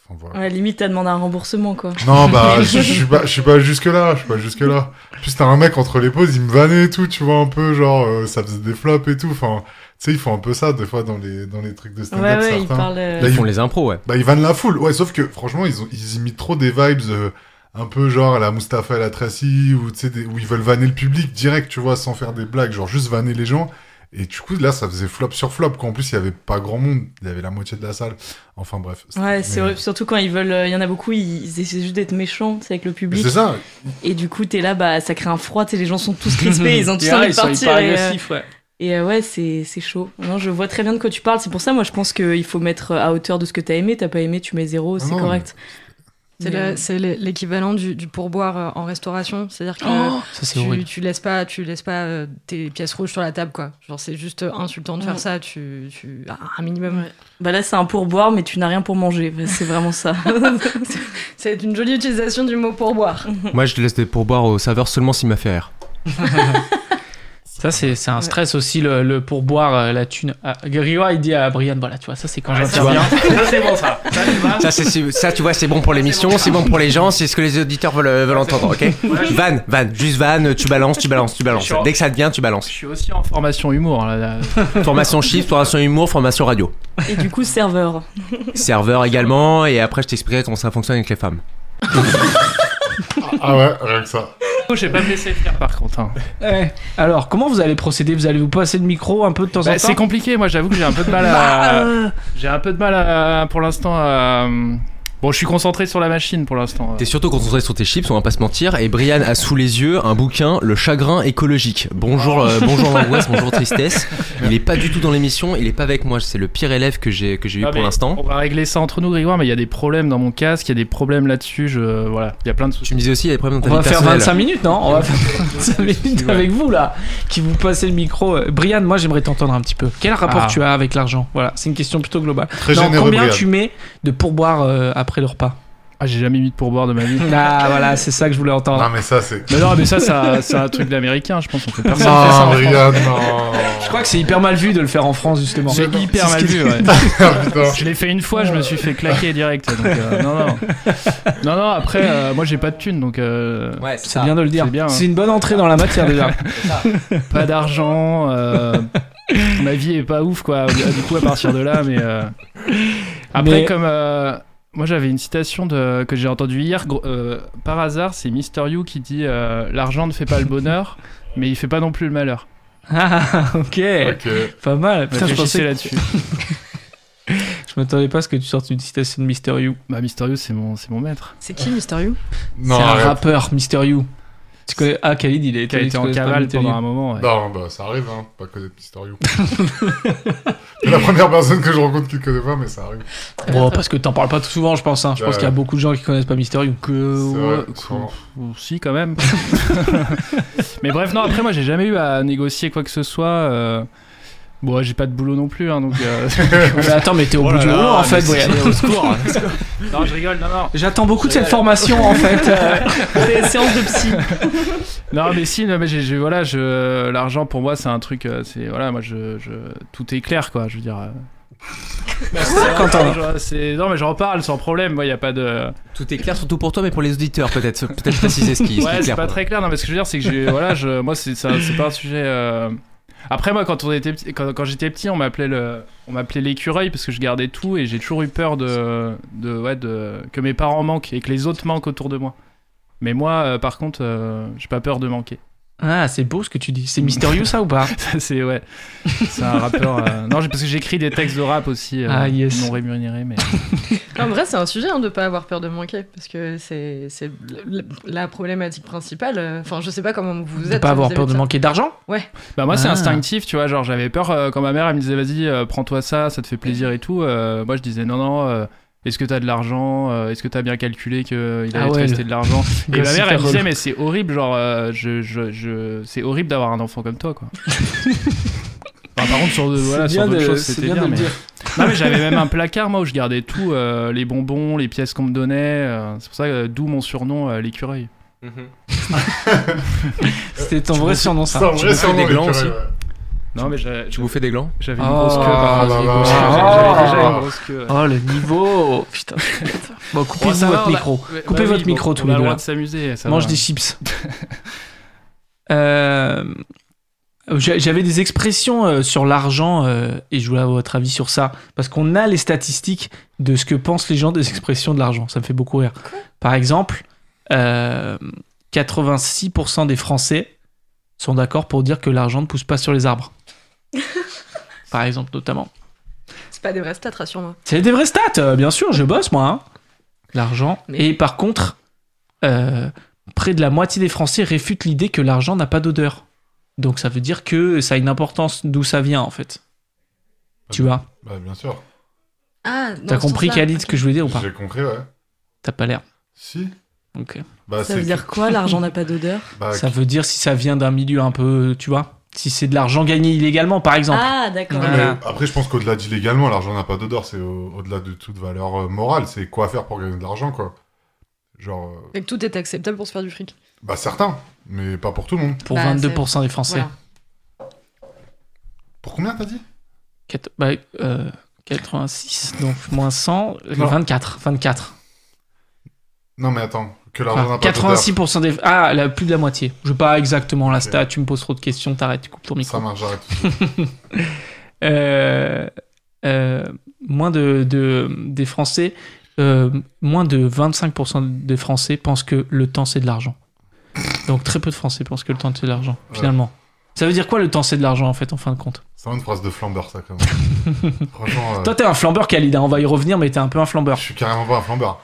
[SPEAKER 3] enfin voilà.
[SPEAKER 4] Ouais, limite, t'as demandé un remboursement, quoi.
[SPEAKER 3] Non, bah, je je suis pas, je suis pas jusque là, je suis pas jusque là. Plus t'as un mec entre les pauses, il me vannait et tout, tu vois, un peu, genre, euh, ça faisait des flops et tout, enfin, tu sais, ils font un peu ça, des fois, dans les, dans les trucs de
[SPEAKER 4] Ouais,
[SPEAKER 3] stand-up,
[SPEAKER 4] ouais, il
[SPEAKER 3] certains.
[SPEAKER 4] parle. euh,
[SPEAKER 3] Là,
[SPEAKER 6] Ils
[SPEAKER 3] il-
[SPEAKER 6] font les impros, ouais.
[SPEAKER 3] Bah, ils vannent la foule, ouais, sauf que, franchement, ils ont, ils imitent trop des vibes, euh, un peu genre à la Mustapha El Atrassi, ou, tu sais, des- où ils veulent vanner le public direct, tu vois, sans faire des blagues, genre, juste vanner les gens. Et du coup, là, ça faisait flop sur flop, qu'en plus, il y avait pas grand monde, il y avait la moitié de la salle. Enfin, bref. c'était-
[SPEAKER 4] Ouais, c'est
[SPEAKER 3] mais-
[SPEAKER 4] horrible. Surtout quand ils veulent. euh, Il y en a beaucoup, ils, ils essaient juste d'être méchants c'est avec le
[SPEAKER 3] Mais
[SPEAKER 4] public.
[SPEAKER 3] C'est ça,
[SPEAKER 4] Et du coup, t'es là, bah, ça crée un froid. t'sais, Les gens sont tous crispés, ils ont tous
[SPEAKER 1] Ouais,
[SPEAKER 4] envie
[SPEAKER 1] ils
[SPEAKER 4] de
[SPEAKER 1] sont
[SPEAKER 4] partir.
[SPEAKER 1] hyper
[SPEAKER 4] et, euh,
[SPEAKER 1] agressifs, ouais.
[SPEAKER 4] Et euh, ouais, c'est c'est chaud. Non, je vois très bien de quoi tu parles. C'est pour ça, moi, je pense qu'il faut mettre euh, à hauteur de ce que t'as aimé. T'as pas aimé, tu mets zéro, c'est
[SPEAKER 3] non,
[SPEAKER 4] correct.
[SPEAKER 2] C'est
[SPEAKER 4] Mais,
[SPEAKER 2] le- C'est l'é- l'équivalent du, du pourboire euh, en restauration. C'est-à-dire que
[SPEAKER 1] Oh, ça c'est
[SPEAKER 2] tu,
[SPEAKER 1] horrible.
[SPEAKER 2] tu laisses pas, tu laisses pas euh, tes pièces rouges sur la table, quoi. Genre, c'est juste insultant de
[SPEAKER 4] Mm.
[SPEAKER 2] faire ça. Tu, tu... ah, un
[SPEAKER 4] euh,
[SPEAKER 2] minimum.
[SPEAKER 4] ouais. Bah là, c'est un pourboire, mais tu n'as rien pour manger. Bah, C'est vraiment ça.
[SPEAKER 2] C'est une jolie utilisation du mot pourboire.
[SPEAKER 6] Moi, je laisse des pourboires au saveur seulement s'il m'a fait rire.
[SPEAKER 1] Ça c'est c'est un
[SPEAKER 4] Ouais.
[SPEAKER 1] stress aussi le, le pourboire euh, la thune. Ah, Grégoire, il dit à Brian voilà tu vois ça c'est quand
[SPEAKER 5] Ouais,
[SPEAKER 1] j'en
[SPEAKER 5] ça,
[SPEAKER 1] tiens.
[SPEAKER 5] c'est bien. Ah, Ça, c'est bon, ça. Ça, tu vois.
[SPEAKER 6] Ça, c'est- ça, tu vois, c'est bon pour l'émission, c'est bon pour les gens, c'est ce que les auditeurs veulent, veulent entendre, ok Van, van, juste van, euh, tu balances, tu balances, tu balances. Dès que ça devient, tu
[SPEAKER 5] Je
[SPEAKER 6] balances.
[SPEAKER 5] suis aussi en formation humour, hein, là. là.
[SPEAKER 6] Formation chiffre, formation humour, formation radio.
[SPEAKER 4] Et du coup, serveur.
[SPEAKER 6] Serveur également, et après, je t'expliquerai comment ça fonctionne avec les femmes.
[SPEAKER 3] ah ouais, rien que ça.
[SPEAKER 5] Oh, J'ai pas me laissé faire, par contre. hein.
[SPEAKER 1] Ouais. Alors comment vous allez procéder Vous allez vous passer le micro un peu de temps
[SPEAKER 5] Bah,
[SPEAKER 1] en
[SPEAKER 5] c'est
[SPEAKER 1] temps.
[SPEAKER 5] compliqué, moi, j'avoue que j'ai un peu de mal à... J'ai un peu de mal à, pour l'instant à... euh, Bon, je suis concentré sur la machine pour l'instant. euh.
[SPEAKER 6] T'es surtout concentré sur tes chips, on va pas se mentir, et Brian a sous les yeux un bouquin, Le chagrin écologique. Bonjour, euh, bonjour l'angoisse, bonjour tristesse. Il est pas du tout dans l'émission, il est pas avec moi, c'est le pire élève que j'ai que j'ai eu
[SPEAKER 5] Ah,
[SPEAKER 6] pour
[SPEAKER 5] mais
[SPEAKER 6] l'instant.
[SPEAKER 5] On va régler ça entre nous, Grégoire, mais il y a des problèmes dans mon casque, il y a des problèmes là-dessus, je... Voilà, il y a plein de
[SPEAKER 6] Tu
[SPEAKER 5] soucis.
[SPEAKER 6] me disais aussi, il y a des problèmes dans
[SPEAKER 1] On
[SPEAKER 6] ta
[SPEAKER 1] va
[SPEAKER 6] vie
[SPEAKER 1] faire
[SPEAKER 6] personnelle.
[SPEAKER 1] 25 minutes, non On va faire 25 minutes avec vous là, qui vous passez le micro. Euh, Brian, moi j'aimerais t'entendre un petit peu. Quel rapport
[SPEAKER 5] Ah.
[SPEAKER 1] tu as avec l'argent Voilà, c'est une question plutôt globale.
[SPEAKER 3] Très
[SPEAKER 1] Non,
[SPEAKER 3] généreux,
[SPEAKER 1] combien
[SPEAKER 3] Brian.
[SPEAKER 1] tu mets de pourboire euh, après le repas
[SPEAKER 5] Ah, j'ai jamais mis de pourboire de ma vie.
[SPEAKER 1] Ah voilà, c'est ça que je voulais entendre.
[SPEAKER 3] Non, mais ça, c'est.
[SPEAKER 5] mais non, mais ça, ça c'est un truc d'américain, je pense. On fait personne fait ça
[SPEAKER 3] Non, euh,
[SPEAKER 5] en France.
[SPEAKER 3] Brian, non.
[SPEAKER 1] Je crois que c'est hyper mal vu de le faire en France justement.
[SPEAKER 5] C'est hyper mal vu, ouais.
[SPEAKER 3] Ah, Putain.
[SPEAKER 5] Je l'ai fait une fois, je me suis fait claquer direct. donc, euh, non, non. non, non, après, euh, moi j'ai pas de thunes, donc euh,
[SPEAKER 6] Ouais,
[SPEAKER 1] C'est bien de le dire.
[SPEAKER 5] C'est bien, hein.
[SPEAKER 1] C'est une bonne entrée dans la matière déjà.
[SPEAKER 5] pas d'argent. euh, ma vie est pas ouf, quoi. Du coup, à partir de là, mais. euh, Après,
[SPEAKER 1] Mais-
[SPEAKER 5] comme. euh, Moi j'avais une citation de, que j'ai entendue hier, gro- euh, par hasard, c'est Mister You qui dit euh, L'argent ne fait pas le bonheur, mais il fait pas non plus le malheur.
[SPEAKER 1] Ah ok,
[SPEAKER 3] Ok.
[SPEAKER 1] pas mal. Putain, je
[SPEAKER 5] Réfléchissez
[SPEAKER 1] pensais,
[SPEAKER 5] là-dessus.
[SPEAKER 1] je Je m'attendais pas à ce que tu sortes une citation de Mister You.
[SPEAKER 5] Bah, Mysterious, c'est mon, c'est mon maître.
[SPEAKER 2] C'est qui Mister You
[SPEAKER 1] C'est
[SPEAKER 3] Non,
[SPEAKER 1] un
[SPEAKER 3] arrête.
[SPEAKER 1] rappeur, Mister You. Tu connais Ah, Khalid, il a
[SPEAKER 5] Qui a
[SPEAKER 1] été,
[SPEAKER 5] été
[SPEAKER 1] tu
[SPEAKER 5] en
[SPEAKER 1] connais pas
[SPEAKER 5] cavale
[SPEAKER 1] Mister
[SPEAKER 5] pendant
[SPEAKER 1] You.
[SPEAKER 5] un moment. ouais.
[SPEAKER 3] Non, bah ça arrive, hein, pas connaître Mister You. C'est la première personne que je rencontre qui le connaît pas, mais ça arrive.
[SPEAKER 1] Bon, parce que t'en parles pas tout souvent, je pense. hein. Je
[SPEAKER 3] Ouais.
[SPEAKER 1] pense qu'il y a beaucoup de gens qui connaissent pas Mister You.
[SPEAKER 5] Que,
[SPEAKER 3] C'est vrai,
[SPEAKER 5] ouais,
[SPEAKER 3] sûrement.
[SPEAKER 5] que- ou si quand même. Mais bref, non, après moi j'ai jamais eu à négocier quoi que ce soit. euh, Bon, ouais, j'ai pas de boulot non plus, hein, donc. euh,
[SPEAKER 1] Mais attends, mais t'es au
[SPEAKER 5] Oh
[SPEAKER 1] bout
[SPEAKER 5] là
[SPEAKER 1] du
[SPEAKER 5] là,
[SPEAKER 1] rouleau en
[SPEAKER 5] mais
[SPEAKER 1] fait,
[SPEAKER 5] c'est-
[SPEAKER 1] Brian.
[SPEAKER 5] au secours, au secours. Non, je rigole, non, non.
[SPEAKER 1] J'attends beaucoup de cette formation en fait. euh.
[SPEAKER 4] C'est séance de psy.
[SPEAKER 5] Non, mais si, non, mais j'ai, j'ai- voilà, je, l'argent pour moi c'est un truc, euh, c'est voilà, moi je, je- tout est clair quoi, je veux dire. euh.
[SPEAKER 6] Bah,
[SPEAKER 1] Quentin.
[SPEAKER 5] Je- c'est- non, mais j'en parle sans problème, moi y a pas de.
[SPEAKER 6] Tout est clair, surtout pour toi, mais pour les auditeurs, peut-être. Peut-être préciser ce qui, ce qui est
[SPEAKER 5] Ouais, c'est
[SPEAKER 6] clair.
[SPEAKER 5] pas
[SPEAKER 6] pour
[SPEAKER 5] très clair. Non, mais ce que je veux dire, c'est que j'ai, voilà, je, moi, c'est, ça- c'est pas un sujet. euh, Après, moi, quand on était, petit- quand, quand j'étais petit, on m'appelait le, on m'appelait l'écureuil parce que je gardais tout et j'ai toujours eu peur de, de, ouais, de, que mes parents manquent et que les autres manquent autour de moi. Mais moi, euh, par contre, euh, j'ai pas peur de manquer.
[SPEAKER 1] Ah, c'est beau ce que tu dis. C'est Mister You ça ou pas
[SPEAKER 5] Ça, c'est ouais, c'est un rappeur. euh, Non, j'ai- parce que j'écris des textes de rap aussi, euh,
[SPEAKER 1] Ah, yes.
[SPEAKER 5] non rémunérés, mais
[SPEAKER 2] En vrai, c'est un sujet hein, de pas avoir peur de manquer, parce que c'est c'est la- la problématique principale. euh, Enfin, je sais pas comment vous
[SPEAKER 1] De
[SPEAKER 2] êtes.
[SPEAKER 1] pas avoir
[SPEAKER 2] vis-à-vis
[SPEAKER 1] peur de
[SPEAKER 2] ça.
[SPEAKER 1] manquer d'argent
[SPEAKER 5] Bah moi c'est
[SPEAKER 1] Ah.
[SPEAKER 5] instinctif, tu vois, genre j'avais peur euh, quand ma mère elle me disait vas-y euh, prends-toi ça, ça te fait plaisir et tout. euh, moi je disais non non, euh, est-ce que t'as de l'argent, Euh, est-ce que t'as bien calculé qu'il allait
[SPEAKER 1] Ah
[SPEAKER 5] te
[SPEAKER 1] ouais,
[SPEAKER 5] rester
[SPEAKER 1] le-
[SPEAKER 5] de l'argent. Et ma
[SPEAKER 1] Gossip
[SPEAKER 5] mère elle me
[SPEAKER 1] Girl.
[SPEAKER 5] disait mais c'est horrible, genre euh, je, je, je... c'est horrible d'avoir un enfant comme toi quoi. Enfin, par contre sur de, voilà,
[SPEAKER 1] C'est
[SPEAKER 5] sur
[SPEAKER 1] bien
[SPEAKER 5] d'autres
[SPEAKER 1] de-
[SPEAKER 5] choses
[SPEAKER 1] c'est
[SPEAKER 5] c'était
[SPEAKER 1] bien
[SPEAKER 5] bien,
[SPEAKER 1] de le
[SPEAKER 5] mais...
[SPEAKER 1] dire.
[SPEAKER 5] non mais j'avais même un placard moi où je gardais tout, euh, les bonbons, les pièces qu'on me donnait. euh, c'est pour ça euh, d'où mon surnom euh, l'écureuil.
[SPEAKER 6] moi. Mhm.
[SPEAKER 1] C'était ton vrai surnom ça.
[SPEAKER 3] C'est un vrai
[SPEAKER 6] bouffais
[SPEAKER 3] surnom,
[SPEAKER 6] des glands
[SPEAKER 3] l'écureuil,
[SPEAKER 6] aussi
[SPEAKER 3] ouais.
[SPEAKER 5] Non mais j'a-
[SPEAKER 6] Tu bouffais des glands
[SPEAKER 5] j'avais une
[SPEAKER 1] Oh
[SPEAKER 5] grosse queue. par
[SPEAKER 1] là
[SPEAKER 5] contre,
[SPEAKER 3] là.
[SPEAKER 5] j'avais déjà
[SPEAKER 3] Oh.
[SPEAKER 5] une grosse queue. ouais.
[SPEAKER 1] Oh le niveau Putain. Bon, coupez
[SPEAKER 5] Bon, ça va,
[SPEAKER 1] votre
[SPEAKER 5] on a-
[SPEAKER 1] micro.
[SPEAKER 5] Ouais,
[SPEAKER 1] Coupez
[SPEAKER 5] bah
[SPEAKER 1] votre
[SPEAKER 5] bon,
[SPEAKER 1] micro, tous
[SPEAKER 5] on
[SPEAKER 1] les
[SPEAKER 5] a
[SPEAKER 1] deux,
[SPEAKER 5] le
[SPEAKER 1] là.
[SPEAKER 5] droit de s'amuser. ça
[SPEAKER 1] Mange
[SPEAKER 5] va.
[SPEAKER 1] des chips. Euh, j'a- J'avais des expressions euh, sur l'argent euh, et je voulais avoir votre avis sur ça parce qu'on a les statistiques de ce que pensent les gens des expressions de l'argent. Ça me fait beaucoup rire. Par exemple, euh, 86% des Français sont d'accord pour dire que l'argent ne pousse pas sur les arbres. Par exemple, notamment.
[SPEAKER 2] C'est pas des vrais stats, rassure-moi.
[SPEAKER 1] C'est des vrais stats, euh, bien sûr, je bosse moi. hein. L'argent.
[SPEAKER 2] Mais-
[SPEAKER 1] Et par contre, euh, près de la moitié des Français réfutent l'idée que l'argent n'a pas d'odeur. Donc ça veut dire que ça a une importance d'où ça vient en fait. Tu vois
[SPEAKER 3] Bah bien sûr,
[SPEAKER 2] Ah,
[SPEAKER 1] T'as compris, Khalid, ce que je voulais dire ou pas
[SPEAKER 3] j'ai compris, ouais.
[SPEAKER 1] T'as pas l'air.
[SPEAKER 3] Si.
[SPEAKER 1] Ok.
[SPEAKER 3] Bah
[SPEAKER 4] Ça veut
[SPEAKER 3] c'est...
[SPEAKER 4] dire quoi L'argent n'a pas d'odeur
[SPEAKER 3] bah,
[SPEAKER 1] Ça veut dire si ça vient d'un milieu un peu, tu vois Si c'est de l'argent gagné illégalement, par exemple.
[SPEAKER 4] Ah, d'accord.
[SPEAKER 3] Ouais, mais
[SPEAKER 1] Voilà.
[SPEAKER 3] Après, je pense qu'au-delà d'illégalement, l'argent n'a pas d'odeur. C'est au- delà de toute valeur euh, morale. C'est quoi faire pour gagner de l'argent, quoi. Genre, euh,
[SPEAKER 2] Et que tout est acceptable pour se faire du fric.
[SPEAKER 3] bah certains, mais pas pour tout le monde.
[SPEAKER 1] Pour
[SPEAKER 2] Bah,
[SPEAKER 1] 22% des Français.
[SPEAKER 2] Voilà.
[SPEAKER 3] Pour combien t'as dit
[SPEAKER 1] Quat- bah, euh, 86, donc moins 100, euh,
[SPEAKER 3] Non.
[SPEAKER 1] 24. 24.
[SPEAKER 3] Non, mais attends, que l'argent
[SPEAKER 1] Enfin,
[SPEAKER 3] n'a pas d'odeur.
[SPEAKER 1] 86% des. Ah, la, plus de la moitié. Je veux pas exactement la
[SPEAKER 3] Ok.
[SPEAKER 1] stat, tu me poses trop de questions, t'arrêtes, tu coupes ton micro.
[SPEAKER 3] Ça marche, j'arrête.
[SPEAKER 1] euh, euh, moins de, de- des Français, euh, moins de 25% des Français pensent que le temps c'est de l'argent. Donc très peu de Français pensent que le temps c'est de l'argent,
[SPEAKER 3] Ouais.
[SPEAKER 1] finalement. Ça veut dire quoi le temps c'est de l'argent en fait, en fin de compte
[SPEAKER 3] C'est vraiment une phrase de flambeur, ça, quand même. Franchement, euh,
[SPEAKER 1] Toi t'es un flambeur, Khalid, hein, on va y revenir, mais t'es un peu un
[SPEAKER 3] je
[SPEAKER 1] flambeur.
[SPEAKER 3] suis carrément pas un flambeur.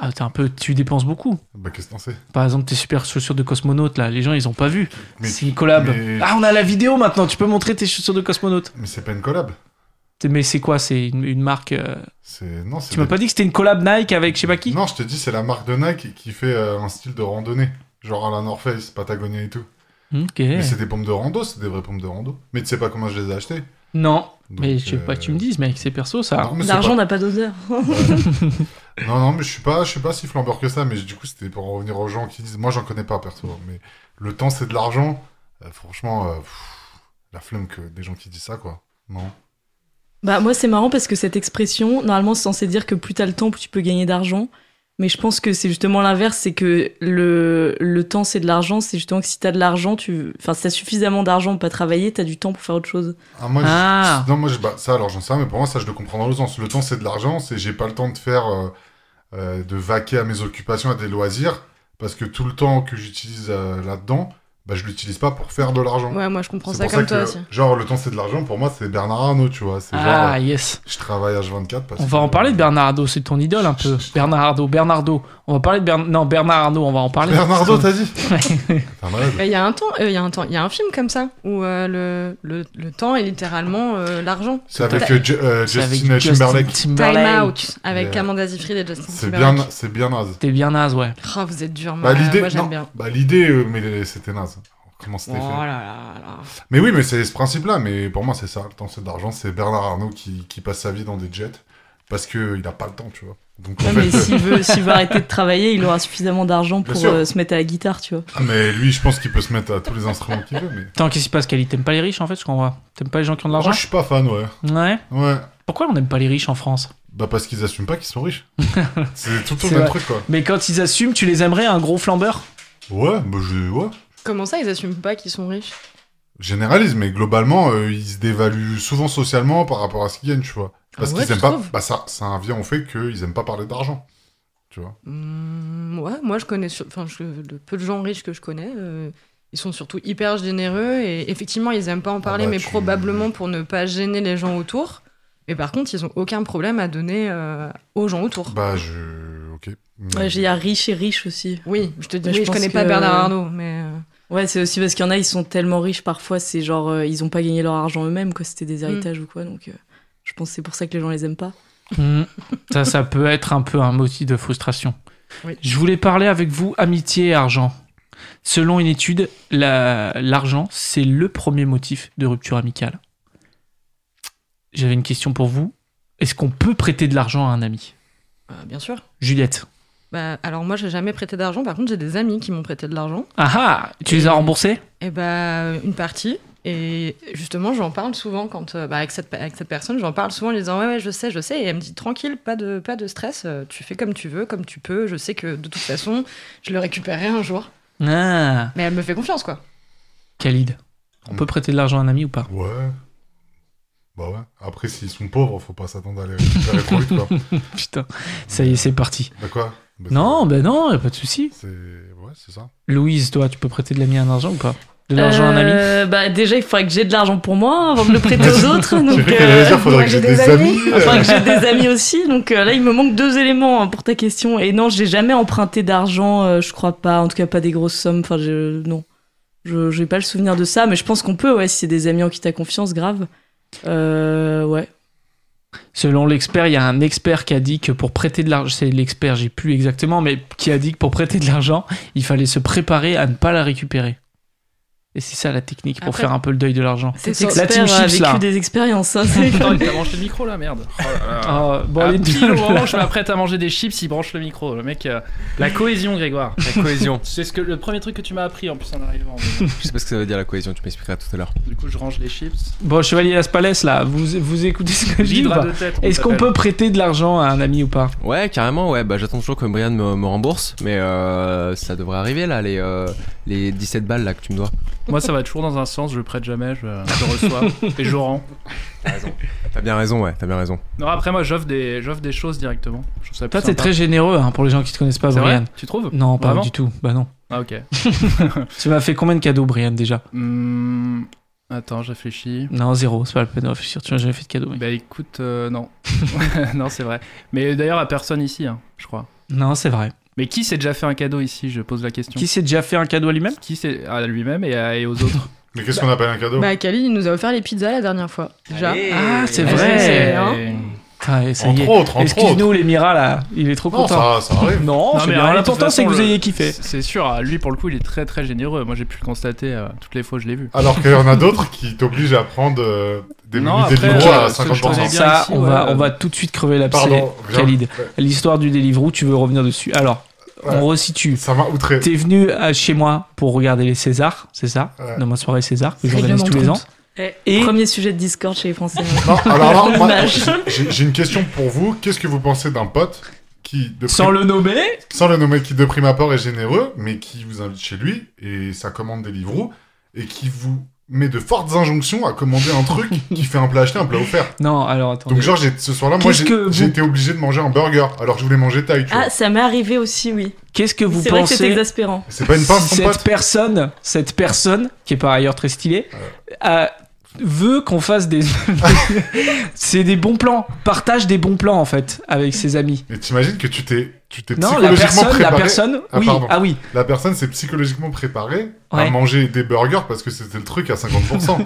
[SPEAKER 1] Ah, t'es un peu, tu dépenses beaucoup.
[SPEAKER 3] Bah, qu'est-ce que t'en sais
[SPEAKER 1] Par exemple, tes super chaussures de cosmonaute là, les gens ils ont pas vu.
[SPEAKER 3] Mais-
[SPEAKER 1] C'est une collab.
[SPEAKER 3] mais-
[SPEAKER 1] Ah, on a la vidéo maintenant, tu peux montrer tes chaussures de cosmonaute.
[SPEAKER 3] Mais c'est pas une collab.
[SPEAKER 1] Mais c'est quoi C'est une, une marque. euh,
[SPEAKER 3] C'est... Non, c'est
[SPEAKER 1] Tu m'as
[SPEAKER 3] des-
[SPEAKER 1] pas dit que c'était une collab Nike avec je sais pas qui
[SPEAKER 3] Non, je te dis, c'est la marque de Nike qui fait euh, un style de randonnée. Genre à la North Face, Patagonia et tout.
[SPEAKER 1] Hmm, Ok.
[SPEAKER 3] Mais c'est des pompes de rando, c'est des vraies pompes de rando. Mais tu sais pas comment je les ai achetées.
[SPEAKER 1] Non,
[SPEAKER 3] Donc,
[SPEAKER 1] mais je sais
[SPEAKER 3] euh,
[SPEAKER 1] pas que tu me dises, mais avec ces persos, ça.
[SPEAKER 3] non, mais c'est
[SPEAKER 4] L'argent n'a pas d'odeur.
[SPEAKER 3] pas- Non, non, mais je suis pas, je suis pas si flambeur que ça. Mais du coup, c'était pour en revenir aux gens qui disent, moi, j'en connais pas perso. hein, Mais le temps, c'est de l'argent. Euh, franchement, euh, pff, la flemme que des gens qui disent ça, quoi. Non.
[SPEAKER 4] Bah moi c'est marrant parce que cette expression, normalement c'est censé dire que plus t'as le temps, plus tu peux gagner d'argent. Mais je pense que c'est justement l'inverse, c'est que le, le temps c'est de l'argent, c'est justement que si t'as de l'argent, tu, enfin si t'as suffisamment d'argent pour pas travailler, t'as du temps pour faire autre chose.
[SPEAKER 3] Ah, moi, je-
[SPEAKER 1] Ah.
[SPEAKER 3] non, moi, je- bah, ça, alors j'en sais rien, mais pour moi, ça, je le comprends dans le sens. Le temps, c'est de l'argent, c'est j'ai pas le temps de faire, euh, euh, de vaquer à mes occupations, à des loisirs, parce que tout le temps que j'utilise euh, là-dedans, bah, je l'utilise pas pour faire de l'argent.
[SPEAKER 2] Ouais, moi je comprends
[SPEAKER 3] C'est
[SPEAKER 2] ça
[SPEAKER 3] pour
[SPEAKER 2] comme
[SPEAKER 3] ça
[SPEAKER 2] toi
[SPEAKER 3] que,
[SPEAKER 2] aussi.
[SPEAKER 3] genre, le temps c'est de l'argent, pour moi c'est Bernard Arnault, tu vois. C'est genre, euh,
[SPEAKER 1] Ah, yes.
[SPEAKER 3] je travaille H24 parce
[SPEAKER 1] On va
[SPEAKER 3] que-
[SPEAKER 1] en parler de Bernardo, c'est ton idole un peu. Bernardo, Bernardo. On va parler de Bern... Non, Bernard Arnault, on va en parler.
[SPEAKER 3] Bernardo, t'as dit T'es un malade.
[SPEAKER 2] Il y a un temps, euh, il y a un temps, il y a un film comme ça où euh, le, le, le temps est littéralement euh, l'argent.
[SPEAKER 3] C'est avec
[SPEAKER 2] T'as-
[SPEAKER 3] euh, Ju- euh,
[SPEAKER 1] C'est avec
[SPEAKER 3] Justin Timberlake.
[SPEAKER 2] Time Out avec
[SPEAKER 3] Mais, euh,
[SPEAKER 2] Amanda Seyfried et Justin
[SPEAKER 3] C'est
[SPEAKER 2] Timberlake.
[SPEAKER 3] bien, c'est bien naze.
[SPEAKER 1] T'es bien naze, ouais.
[SPEAKER 2] Oh, vous êtes dur. Moi,
[SPEAKER 3] Bah, l'idée,
[SPEAKER 2] moi, j'aime
[SPEAKER 3] non.
[SPEAKER 2] bien.
[SPEAKER 3] Bah, l'idée, euh, mais les- c'était naze. Comment
[SPEAKER 2] Oh
[SPEAKER 3] c'était fait
[SPEAKER 2] là là là.
[SPEAKER 3] Mais oui, mais c'est ce principe-là. Mais pour moi, c'est ça. Le temps, c'est de l'argent. C'est Bernard Arnault qui, qui passe sa vie dans des jets parce qu'il n'a pas le temps, tu vois. Donc, en
[SPEAKER 4] Ouais,
[SPEAKER 3] fait,
[SPEAKER 4] mais
[SPEAKER 3] euh,
[SPEAKER 4] s'il veut, s'il veut arrêter de travailler, il aura suffisamment d'argent
[SPEAKER 3] Bien
[SPEAKER 4] pour
[SPEAKER 3] sûr.
[SPEAKER 4] euh, se mettre à la guitare, tu vois.
[SPEAKER 3] ah, mais lui, je pense qu'il peut se mettre à tous les instruments qu'il veut. Mais
[SPEAKER 1] Tant qu'est-ce qui se passe, Cali T'aimes pas les riches en fait, je comprends. pas. T'aimes pas les gens qui ont de l'argent
[SPEAKER 3] moi, je suis pas fan, ouais.
[SPEAKER 1] Ouais.
[SPEAKER 3] Ouais.
[SPEAKER 1] Pourquoi on n'aime pas les riches en France
[SPEAKER 3] Bah, parce qu'ils assument pas qu'ils sont riches. c'est tout le temps
[SPEAKER 1] C'est
[SPEAKER 3] le même
[SPEAKER 1] vrai.
[SPEAKER 3] truc, quoi.
[SPEAKER 1] Mais quand ils assument, tu les aimerais un gros flambeur
[SPEAKER 3] Ouais, bah, je. Ouais.
[SPEAKER 2] Comment ça, ils assument pas qu'ils sont riches
[SPEAKER 3] Généralise, mais globalement, euh, ils se dévaluent souvent socialement par rapport à ce qu'ils gagnent, tu vois. Parce
[SPEAKER 2] Ah ouais,
[SPEAKER 3] qu'ils aiment
[SPEAKER 2] tu
[SPEAKER 3] pas.
[SPEAKER 2] trouves
[SPEAKER 3] Bah, ça, ça vient au fait qu'ils aiment pas parler d'argent. Tu vois.
[SPEAKER 2] Hmm, Ouais, moi je connais, sur- enfin je- le peu de gens riches que je connais, euh, ils sont surtout hyper généreux et effectivement ils aiment pas en parler,
[SPEAKER 3] bah,
[SPEAKER 2] mais
[SPEAKER 3] tu-
[SPEAKER 2] probablement pour ne pas gêner les gens autour. Mais par contre, ils ont aucun problème à donner euh, aux gens autour.
[SPEAKER 3] Bah, je. Ok. Mais-
[SPEAKER 4] Ouais, ah. j'ai- il y a riche et riche aussi.
[SPEAKER 2] Oui, je te dis,
[SPEAKER 4] Mais je
[SPEAKER 2] oui, je
[SPEAKER 4] pense
[SPEAKER 2] connais pas
[SPEAKER 4] que-
[SPEAKER 2] Bernard Arnault, mais euh,
[SPEAKER 4] Ouais, c'est aussi parce qu'il y en a, ils sont tellement riches parfois, c'est genre, euh, ils ont pas gagné leur argent eux-mêmes, quoi. C'était des héritages ou quoi, donc euh, je pense que c'est pour ça que les gens les aiment pas.
[SPEAKER 1] Hmm. Ça, ça peut être un peu un motif de frustration.
[SPEAKER 2] Oui.
[SPEAKER 1] Je voulais parler avec vous amitié et argent. Selon une étude, la- l'argent, c'est le premier motif de rupture amicale. J'avais une question pour vous. Est-ce qu'on peut prêter de l'argent à un ami
[SPEAKER 2] euh, bien sûr.
[SPEAKER 1] Juliette.
[SPEAKER 2] Bah, alors moi j'ai jamais prêté d'argent, par contre j'ai des amis qui m'ont prêté de l'argent.
[SPEAKER 1] Ah ah Tu les as remboursés
[SPEAKER 2] Et bah une partie. Et justement, j'en parle souvent quand euh, bah, avec, cette, avec cette personne, j'en parle souvent en lui disant ouais, ouais, je sais, je sais. Et elle me dit tranquille, pas de, pas de stress, euh, tu fais comme tu veux, comme tu peux. Je sais que de toute façon, je le récupérerai un jour.
[SPEAKER 1] Ah
[SPEAKER 2] Mais elle me fait confiance, quoi.
[SPEAKER 1] Khalid.
[SPEAKER 2] Mm.
[SPEAKER 1] On peut prêter de l'argent à un ami ou pas
[SPEAKER 3] Ouais. Bah ouais. Après, s'ils sont pauvres, faut pas s'attendre à les récupérer trop vite, quoi.
[SPEAKER 1] Putain, ça y est, c'est parti.
[SPEAKER 3] Bah quoi Bah,
[SPEAKER 1] Non, ben non, y a pas de souci.
[SPEAKER 3] C'est. c'est- Ouais, c'est ça.
[SPEAKER 1] Louise, toi, tu peux prêter de l'ami à un argent ou pas De l'argent à un ami
[SPEAKER 4] Euh, Bah déjà, il faudrait que j'ai de l'argent pour moi avant de le prêter aux autres.
[SPEAKER 3] J'ai
[SPEAKER 4] Donc,
[SPEAKER 3] cru
[SPEAKER 4] euh,
[SPEAKER 3] qu'elle allait dire, faudrait que j'ai des amis.
[SPEAKER 4] Il faudrait que j'ai des amis aussi. Donc euh, là, il me manque deux éléments hein, pour ta question. Et non, j'ai jamais emprunté d'argent, euh, je crois pas. En tout cas, pas des grosses sommes. Enfin, je... non. Je j'ai pas le souvenir de ça, mais je pense qu'on peut, ouais, si c'est des amis en qui t'as confiance, grave. Euh, ouais.
[SPEAKER 1] Selon l'expert, il y a un expert qui a dit que pour prêter de l'argent, c'est l'expert, j'ai plus exactement, mais qui a dit que pour prêter de l'argent, il fallait se préparer à ne pas la récupérer. Et c'est ça la technique pour
[SPEAKER 2] Après-
[SPEAKER 1] faire un peu le deuil de l'argent.
[SPEAKER 4] Cet
[SPEAKER 2] ça.
[SPEAKER 1] La
[SPEAKER 4] expert
[SPEAKER 1] team
[SPEAKER 4] a
[SPEAKER 1] chips,
[SPEAKER 4] vécu
[SPEAKER 1] là.
[SPEAKER 4] des expériences. hein, c'est-
[SPEAKER 5] Putain, il t'a branché le micro là, merde. Oh là là.
[SPEAKER 1] Ah, bon,
[SPEAKER 5] Ah,
[SPEAKER 1] les
[SPEAKER 5] pile
[SPEAKER 1] deux,
[SPEAKER 5] au moment
[SPEAKER 1] là.
[SPEAKER 5] où je m'apprête à manger des chips, il branche le micro. Le mec, euh, la cohésion, Grégoire.
[SPEAKER 6] La cohésion.
[SPEAKER 5] C'est ce que le premier truc que tu m'as appris en plus en arrivant.
[SPEAKER 6] je sais pas ce que ça veut dire la cohésion, tu m'expliqueras tout à l'heure.
[SPEAKER 5] Du coup, je range les chips.
[SPEAKER 1] Bon, Chevalier Aspalès, là, vous, vous écoutez ce que je dis ou
[SPEAKER 5] L'hydre à
[SPEAKER 1] pas
[SPEAKER 5] deux têtes. on
[SPEAKER 1] bah, Est-ce qu'on
[SPEAKER 5] s'appelle.
[SPEAKER 1] peut prêter de l'argent à un ami ou pas
[SPEAKER 6] Ouais, carrément, ouais, bah j'attends toujours que Brian me, me rembourse, mais euh, ça devrait arriver là, les, euh, les 17 balles là que tu me dois.
[SPEAKER 5] Moi, ça va toujours dans un sens. Je prête jamais, je, je reçois et je rends.
[SPEAKER 6] T'as bien raison, ouais, t'as bien raison.
[SPEAKER 5] Non, après, moi, j'offre des, j'offre des choses directement. Je trouve ça plus
[SPEAKER 1] Toi, t'es
[SPEAKER 5] sympa.
[SPEAKER 1] très généreux hein, pour les gens qui te connaissent pas,
[SPEAKER 5] C'est vrai
[SPEAKER 1] Brian.
[SPEAKER 5] Tu trouves
[SPEAKER 1] Non, pas
[SPEAKER 5] Vraiment
[SPEAKER 1] du tout. Bah non.
[SPEAKER 5] Ah, ok.
[SPEAKER 1] Tu m'as fait combien de cadeaux, Brian, déjà
[SPEAKER 5] Hum, attends, je réfléchis.
[SPEAKER 1] Non, zéro. C'est pas le peine de réfléchir. Tu m'as jamais fait de cadeaux. mec.
[SPEAKER 5] Bah écoute, euh, non. non, c'est vrai. Mais d'ailleurs, à personne ici, hein, je crois.
[SPEAKER 1] Non, c'est vrai.
[SPEAKER 5] Mais qui s'est déjà fait un cadeau ici Je pose la question.
[SPEAKER 1] Qui s'est déjà fait un cadeau à lui-même
[SPEAKER 5] Qui s'est. À lui-même et, à- et aux autres.
[SPEAKER 3] Mais qu'est-ce qu'on appelle un cadeau
[SPEAKER 2] Bah, Kali, il nous a offert les pizzas la dernière fois. Déjà.
[SPEAKER 1] Oh. Ah, c'est
[SPEAKER 2] Allez,
[SPEAKER 1] vrai. hein.
[SPEAKER 2] c'est- hein.
[SPEAKER 1] Putain, ça y
[SPEAKER 3] Entre
[SPEAKER 1] est.
[SPEAKER 3] autres, entre autres.
[SPEAKER 1] Excuse-nous, les Mira, là. Il est trop
[SPEAKER 3] Non,
[SPEAKER 1] content.
[SPEAKER 3] ça, ça arrive.
[SPEAKER 1] Non,
[SPEAKER 5] Non,
[SPEAKER 1] Oh, c'est
[SPEAKER 5] mais
[SPEAKER 1] bien.
[SPEAKER 5] Harley, de
[SPEAKER 1] L'important,
[SPEAKER 5] toute
[SPEAKER 1] c'est que
[SPEAKER 5] façon,
[SPEAKER 1] vous
[SPEAKER 5] le-
[SPEAKER 1] ayez kiffé.
[SPEAKER 5] C'est c'est sûr, hein, lui pour le coup, il est très très généreux. Moi j'ai pu le constater euh, toutes les fois que je l'ai vu.
[SPEAKER 3] Alors qu'il y en a d'autres qui t'obligent à prendre euh, des
[SPEAKER 5] Non,
[SPEAKER 3] menus
[SPEAKER 5] après,
[SPEAKER 3] Deliveroo à
[SPEAKER 5] euh, ce que je connais
[SPEAKER 3] 50%.
[SPEAKER 5] bien
[SPEAKER 1] Ça,
[SPEAKER 5] ici,
[SPEAKER 1] on,
[SPEAKER 5] ouais,
[SPEAKER 1] va,
[SPEAKER 5] euh,
[SPEAKER 1] on va tout de suite crever l'abcès.
[SPEAKER 3] Pardon. Jérôme.
[SPEAKER 1] Khalid.
[SPEAKER 3] Ouais,
[SPEAKER 1] L'histoire du Deliveroo, tu veux revenir dessus. Alors,
[SPEAKER 3] Ouais.
[SPEAKER 1] on resitue.
[SPEAKER 3] Ça m'a outré.
[SPEAKER 1] T'es venu à chez moi pour regarder les Césars, c'est ça
[SPEAKER 3] Ouais.
[SPEAKER 1] Dans ma soirée César, que j'organise
[SPEAKER 2] Règlement
[SPEAKER 1] tous les ans.
[SPEAKER 2] 30.
[SPEAKER 1] Et-
[SPEAKER 4] Premier sujet de Discord chez les Français.
[SPEAKER 3] Non, alors là, moi,
[SPEAKER 4] Dommage.
[SPEAKER 3] j'ai j'ai une question pour vous. Qu'est-ce que vous pensez d'un pote qui, de
[SPEAKER 1] Sans
[SPEAKER 3] prime-
[SPEAKER 1] le nommer,
[SPEAKER 3] sans le nommer, qui de prime abord est généreux, mais qui vous invite chez lui et ça commande des livres et qui vous mais de fortes injonctions à commander un truc qui fait un plat acheté, un plat offert.
[SPEAKER 1] Non, alors attendez.
[SPEAKER 3] Donc, genre, j'ai- ce soir-là, moi,
[SPEAKER 1] Qu'est-ce
[SPEAKER 3] j'ai
[SPEAKER 1] que
[SPEAKER 3] j'ai
[SPEAKER 1] vous-
[SPEAKER 3] été obligé de manger un burger alors que je voulais manger taille. tu vois.
[SPEAKER 4] Ah, ça m'est arrivé aussi, oui.
[SPEAKER 1] Qu'est-ce que vous
[SPEAKER 4] C'est vrai que c'est
[SPEAKER 1] pensez
[SPEAKER 4] exaspérant.
[SPEAKER 3] C'est pas une pince
[SPEAKER 1] si
[SPEAKER 3] sans
[SPEAKER 1] cette
[SPEAKER 3] pâte.
[SPEAKER 1] personne, cette personne, qui est par ailleurs très stylée, a- veut qu'on fasse des... c'est des bons plans. Partage des bons plans, en fait, avec ses amis.
[SPEAKER 3] Mais t'imagines que tu t'es tu t'es
[SPEAKER 1] Non, la
[SPEAKER 3] psychologiquement
[SPEAKER 1] personne, la
[SPEAKER 3] préparé.
[SPEAKER 1] personne...
[SPEAKER 3] Ah,
[SPEAKER 1] oui,
[SPEAKER 3] pardon.
[SPEAKER 1] ah oui.
[SPEAKER 3] La personne s'est psychologiquement préparée à
[SPEAKER 1] Ouais.
[SPEAKER 3] manger des burgers parce que c'était le truc à 50%.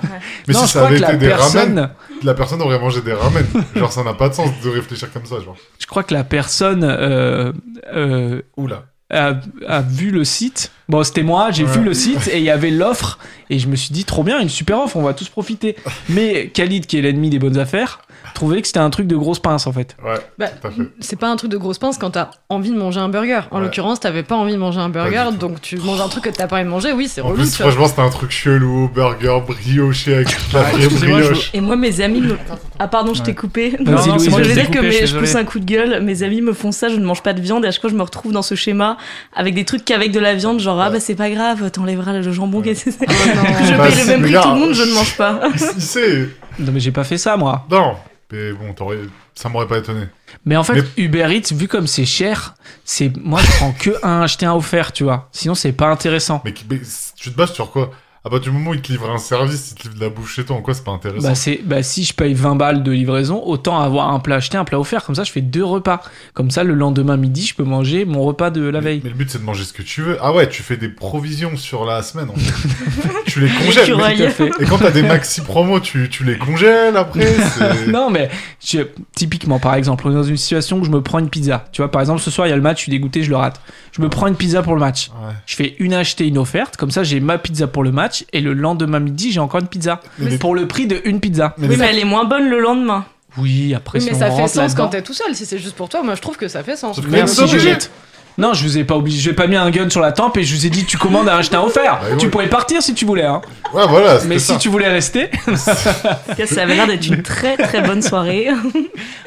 [SPEAKER 3] Mais
[SPEAKER 1] non,
[SPEAKER 3] si
[SPEAKER 1] je
[SPEAKER 3] ça
[SPEAKER 1] crois
[SPEAKER 3] avait
[SPEAKER 1] que la
[SPEAKER 3] été des ramen,
[SPEAKER 1] personne...
[SPEAKER 3] la personne aurait mangé des ramen. genre, ça n'a pas de sens de réfléchir comme ça, genre.
[SPEAKER 1] Je crois que la personne... euh, euh,
[SPEAKER 3] Oula.
[SPEAKER 1] a, a vu le site. Bon, c'était moi, j'ai
[SPEAKER 3] Ouais.
[SPEAKER 1] vu le site et il y avait l'offre et je me suis dit trop bien, une super offre, on va tous profiter. Mais Khalid, qui est l'ennemi des bonnes affaires, trouvait que c'était un truc de grosse pince en fait.
[SPEAKER 3] Ouais,
[SPEAKER 2] Bah,
[SPEAKER 3] tout à fait.
[SPEAKER 2] C'est pas un truc de grosse pince quand t'as envie de manger un burger. En
[SPEAKER 3] Ouais.
[SPEAKER 2] l'occurrence, t'avais pas envie de manger un burger,
[SPEAKER 3] du tout.
[SPEAKER 2] donc tu manges un truc que t'as pas envie de manger. Oui, c'est
[SPEAKER 1] Oh,
[SPEAKER 3] En
[SPEAKER 2] relou,
[SPEAKER 3] plus,
[SPEAKER 2] tu vois.
[SPEAKER 3] franchement, c'était un truc chelou, burger brioché avec de la
[SPEAKER 5] Ah,
[SPEAKER 3] vraie
[SPEAKER 5] excusez-moi, je-
[SPEAKER 3] brioche.
[SPEAKER 4] Et moi, mes amis me. Ah, pardon, je t'ai
[SPEAKER 5] Ouais.
[SPEAKER 4] coupé.
[SPEAKER 1] Non, non, c'est
[SPEAKER 4] je
[SPEAKER 1] moi qui
[SPEAKER 4] voulais
[SPEAKER 1] t'ai
[SPEAKER 4] dire que
[SPEAKER 5] coupé, je suis
[SPEAKER 4] mes- je pousse
[SPEAKER 5] désolé.
[SPEAKER 4] un coup de gueule. Mes amis me font ça, je ne mange pas de viande et à chaque fois, je me retrouve dans ce schéma avec des trucs qu'avec de la viande, genre, ah bah c'est pas grave, t'enlèveras le jambon,
[SPEAKER 3] Ouais.
[SPEAKER 4] qu'est-ce que c'est
[SPEAKER 2] Oh, non.
[SPEAKER 4] Je
[SPEAKER 3] Bah,
[SPEAKER 4] paye le
[SPEAKER 3] c'est-
[SPEAKER 4] même prix que tout
[SPEAKER 3] regarde.
[SPEAKER 4] le monde, je ne mange pas.
[SPEAKER 3] Il il sait.
[SPEAKER 1] Non, mais j'ai pas fait ça moi.
[SPEAKER 3] Non. Mais bon, t'aurais- ça m'aurait pas étonné.
[SPEAKER 1] Mais en fait, Uber Eats, vu comme c'est cher, c'est moi je prends que un acheté un offert, tu vois. Sinon, c'est pas intéressant.
[SPEAKER 3] Mais, qui- mais tu te bases sur quoi À partir du moment où ils te livrent un service, ils te livrent de la bouche chez toi, en quoi c'est pas intéressant
[SPEAKER 1] Bah, c'est, bah, si je paye 20 balles de livraison, autant avoir un plat acheté, un plat offert. Comme ça, je fais deux repas. Comme ça, le lendemain midi, je peux manger mon repas de la
[SPEAKER 3] Mais-
[SPEAKER 1] veille.
[SPEAKER 3] Mais, le but c'est de manger ce que tu veux. Ah ouais, tu fais des provisions sur la semaine. En fait. tu les congèles. mais-
[SPEAKER 4] L'écureuil.
[SPEAKER 1] Tout à fait.
[SPEAKER 3] Et quand t'as des maxi promos, tu, tu les congèles après. c'est-
[SPEAKER 1] non, mais je- typiquement, par exemple, on est dans une situation où je me prends une pizza. Tu vois, par exemple, ce soir, il y a le match, je suis dégoûté, je le rate. Je me prends une pizza pour le match.
[SPEAKER 3] Ouais.
[SPEAKER 1] Je fais une achetée, une offerte. Comme ça, j'ai ma pizza pour le match. Et le lendemain midi, j'ai encore une pizza.
[SPEAKER 3] Mais les-
[SPEAKER 1] Pour le prix de une pizza.
[SPEAKER 3] mais
[SPEAKER 4] oui,
[SPEAKER 3] les-
[SPEAKER 4] mais elle est moins bonne le lendemain.
[SPEAKER 1] Oui, après,
[SPEAKER 2] Oui,
[SPEAKER 1] si
[SPEAKER 2] mais
[SPEAKER 1] on
[SPEAKER 2] ça fait
[SPEAKER 1] rentre
[SPEAKER 2] sens
[SPEAKER 1] là-dedans-
[SPEAKER 2] quand t'es tout seul. Si c'est juste pour toi, moi je trouve que ça fait sens.
[SPEAKER 3] Sauf que
[SPEAKER 2] Mais-
[SPEAKER 3] même
[SPEAKER 1] Merci,
[SPEAKER 3] obligé.
[SPEAKER 1] Juliette. Non, je vous ai pas obligé. Je vais pas mis un gun sur la tempe et je vous ai dit, tu commandes un acheté, un offert.
[SPEAKER 3] Bah oui.
[SPEAKER 1] tu pourrais partir si tu voulais. hein.
[SPEAKER 3] Ouais, voilà. c'était
[SPEAKER 1] Mais
[SPEAKER 3] ça.
[SPEAKER 1] si tu voulais rester,
[SPEAKER 4] En tout cas, ça avait l'air d'être une très très bonne soirée.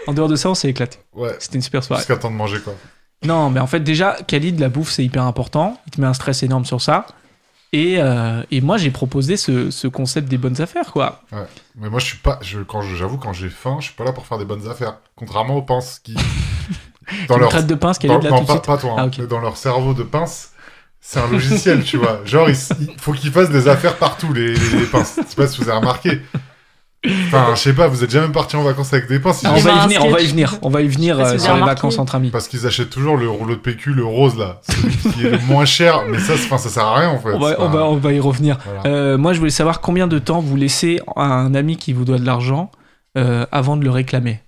[SPEAKER 1] en dehors de ça, on s'est éclaté.
[SPEAKER 3] Ouais.
[SPEAKER 1] C'était une super soirée.
[SPEAKER 3] Jusqu'à temps de manger quoi.
[SPEAKER 1] Non, mais en fait, déjà, Khalid, la bouffe, c'est hyper important. Il te met un stress énorme sur ça. Et, euh, et moi, j'ai proposé ce, ce concept des bonnes affaires, quoi.
[SPEAKER 3] Mais moi, je suis pas. Je, quand je- j'avoue, quand j'ai faim, je suis pas là pour faire des bonnes affaires. Contrairement aux pinces qui.
[SPEAKER 1] Tu
[SPEAKER 3] Dans
[SPEAKER 1] me
[SPEAKER 3] leur.
[SPEAKER 1] traites de pince,
[SPEAKER 3] dans-
[SPEAKER 1] Khalid, là,
[SPEAKER 3] non,
[SPEAKER 1] tout de
[SPEAKER 3] pas,
[SPEAKER 1] suite.
[SPEAKER 3] pas toi. hein.
[SPEAKER 1] Ah, ok.
[SPEAKER 3] Mais dans leur cerveau de pince, c'est un logiciel, tu vois. Genre, il, s- il faut qu'ils fassent des affaires partout, les, les- les pinces. Je sais pas si vous avez remarqué. Enfin, je sais pas, vous êtes jamais parti en vacances avec des pinces. ils
[SPEAKER 1] Ah, on
[SPEAKER 4] Il y
[SPEAKER 1] va
[SPEAKER 4] avait
[SPEAKER 1] y venir,
[SPEAKER 4] un
[SPEAKER 1] on va y
[SPEAKER 4] sketch.
[SPEAKER 1] venir. On va y venir
[SPEAKER 4] Je sais pas
[SPEAKER 1] euh,
[SPEAKER 4] si vous
[SPEAKER 1] sur
[SPEAKER 4] avez
[SPEAKER 1] les
[SPEAKER 4] remarqué.
[SPEAKER 1] vacances entre amis.
[SPEAKER 3] Parce qu'ils achètent toujours le rouleau de PQ, le rose là, celui qui est le moins cher, mais ça, c'est- enfin, ça sert à rien en fait.
[SPEAKER 1] On va,
[SPEAKER 3] C'est
[SPEAKER 1] on
[SPEAKER 3] pas-
[SPEAKER 1] va, on va y revenir.
[SPEAKER 3] voilà.
[SPEAKER 1] Euh, moi, je voulais savoir combien de temps vous laissez à un ami qui vous doit de l'argent euh, avant de le réclamer.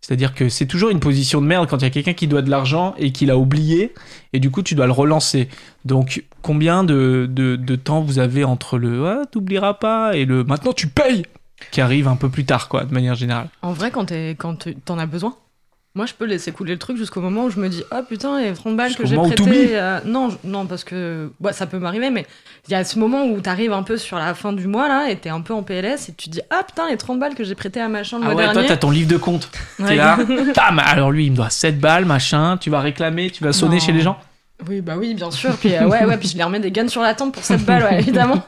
[SPEAKER 1] C'est-à-dire que c'est toujours une position de merde quand il y a quelqu'un qui doit de l'argent et qu'il a oublié, et du coup, tu dois le relancer. Donc, combien de, de, de temps vous avez entre le ah, t'oublieras pas et le maintenant tu payes qui arrive un peu plus tard, quoi, de manière générale.
[SPEAKER 2] En vrai, quand t'es- quand tu- t'en as besoin, moi je peux laisser couler le truc jusqu'au moment où je me dis ah putain les 30 balles
[SPEAKER 1] Jusqu'au
[SPEAKER 2] que j'ai
[SPEAKER 1] moment où t'oublies.
[SPEAKER 2] prêtées. euh, non, je- non parce que ouais, ça peut m'arriver, mais il y a ce moment où t'arrives un peu sur la fin du mois là et t'es un peu en PLS et tu dis ah putain les 30 balles que j'ai prêtées à machin le
[SPEAKER 1] Ah
[SPEAKER 2] mois
[SPEAKER 1] ouais, toi,
[SPEAKER 2] dernier.
[SPEAKER 1] t'as ton livre de compte. T'es
[SPEAKER 4] Ouais.
[SPEAKER 1] là. Bam Alors lui, il me doit 7 balles, machin. Tu vas réclamer, tu vas sonner
[SPEAKER 2] Non.
[SPEAKER 1] chez les gens.
[SPEAKER 2] oui bah oui bien sûr. Puis euh, ouais ouais puis je les remets des gains sur la tempe pour cette balle ouais, évidemment.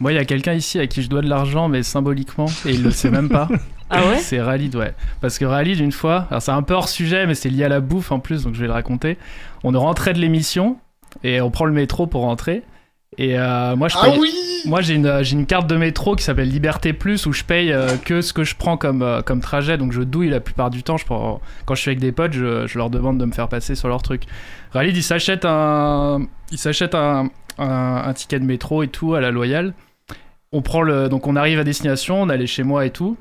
[SPEAKER 5] Moi, il y a quelqu'un ici à qui je dois de l'argent, mais symboliquement, et il le sait même pas.
[SPEAKER 4] Ah ouais
[SPEAKER 5] C'est Ralid, ouais. Parce que Ralid, une fois, alors c'est un peu hors sujet, mais c'est lié à la bouffe en plus, donc je vais le raconter. On est rentré de l'émission, et on prend le métro pour rentrer. Et euh, moi, je
[SPEAKER 3] Ah
[SPEAKER 5] paye-
[SPEAKER 3] oui
[SPEAKER 5] Moi, j'ai une, euh, j'ai une carte de métro qui s'appelle Liberté Plus où je paye euh, que ce que je prends comme, euh, comme trajet. Donc, je douille la plupart du temps. Je prends- quand je suis avec des potes, je, je leur demande de me faire passer sur leur truc. Ralid, il s'achète un, il s'achète un, un- un ticket de métro et tout à la loyale. On prend le, donc on arrive à destination, on allait chez moi et tout.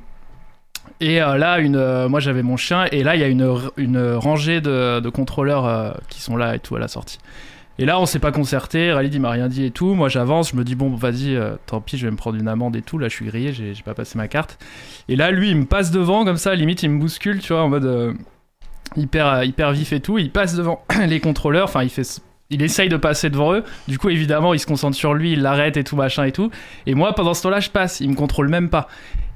[SPEAKER 5] Et euh, là, une, euh, moi j'avais mon chien, et là il y a une, r- une rangée de, de contrôleurs euh, qui sont là et tout à la sortie. Et là, on s'est pas concerté, Ralid il m'a rien dit et tout. Moi j'avance, je me dis, bon, vas-y, euh, tant pis, je vais me prendre une amende et tout. Là, je suis grillé, j'ai j'ai pas passé ma carte. Et là, lui, il me passe devant, comme ça, limite, il me bouscule, tu vois, en mode euh, hyper, euh, hyper vif et tout. Il passe devant les contrôleurs, enfin, il fait. Il essaye de passer devant eux, du coup évidemment il se concentre sur lui, il l'arrête et tout machin et tout. Et moi pendant ce temps-là je passe, il me contrôle même pas.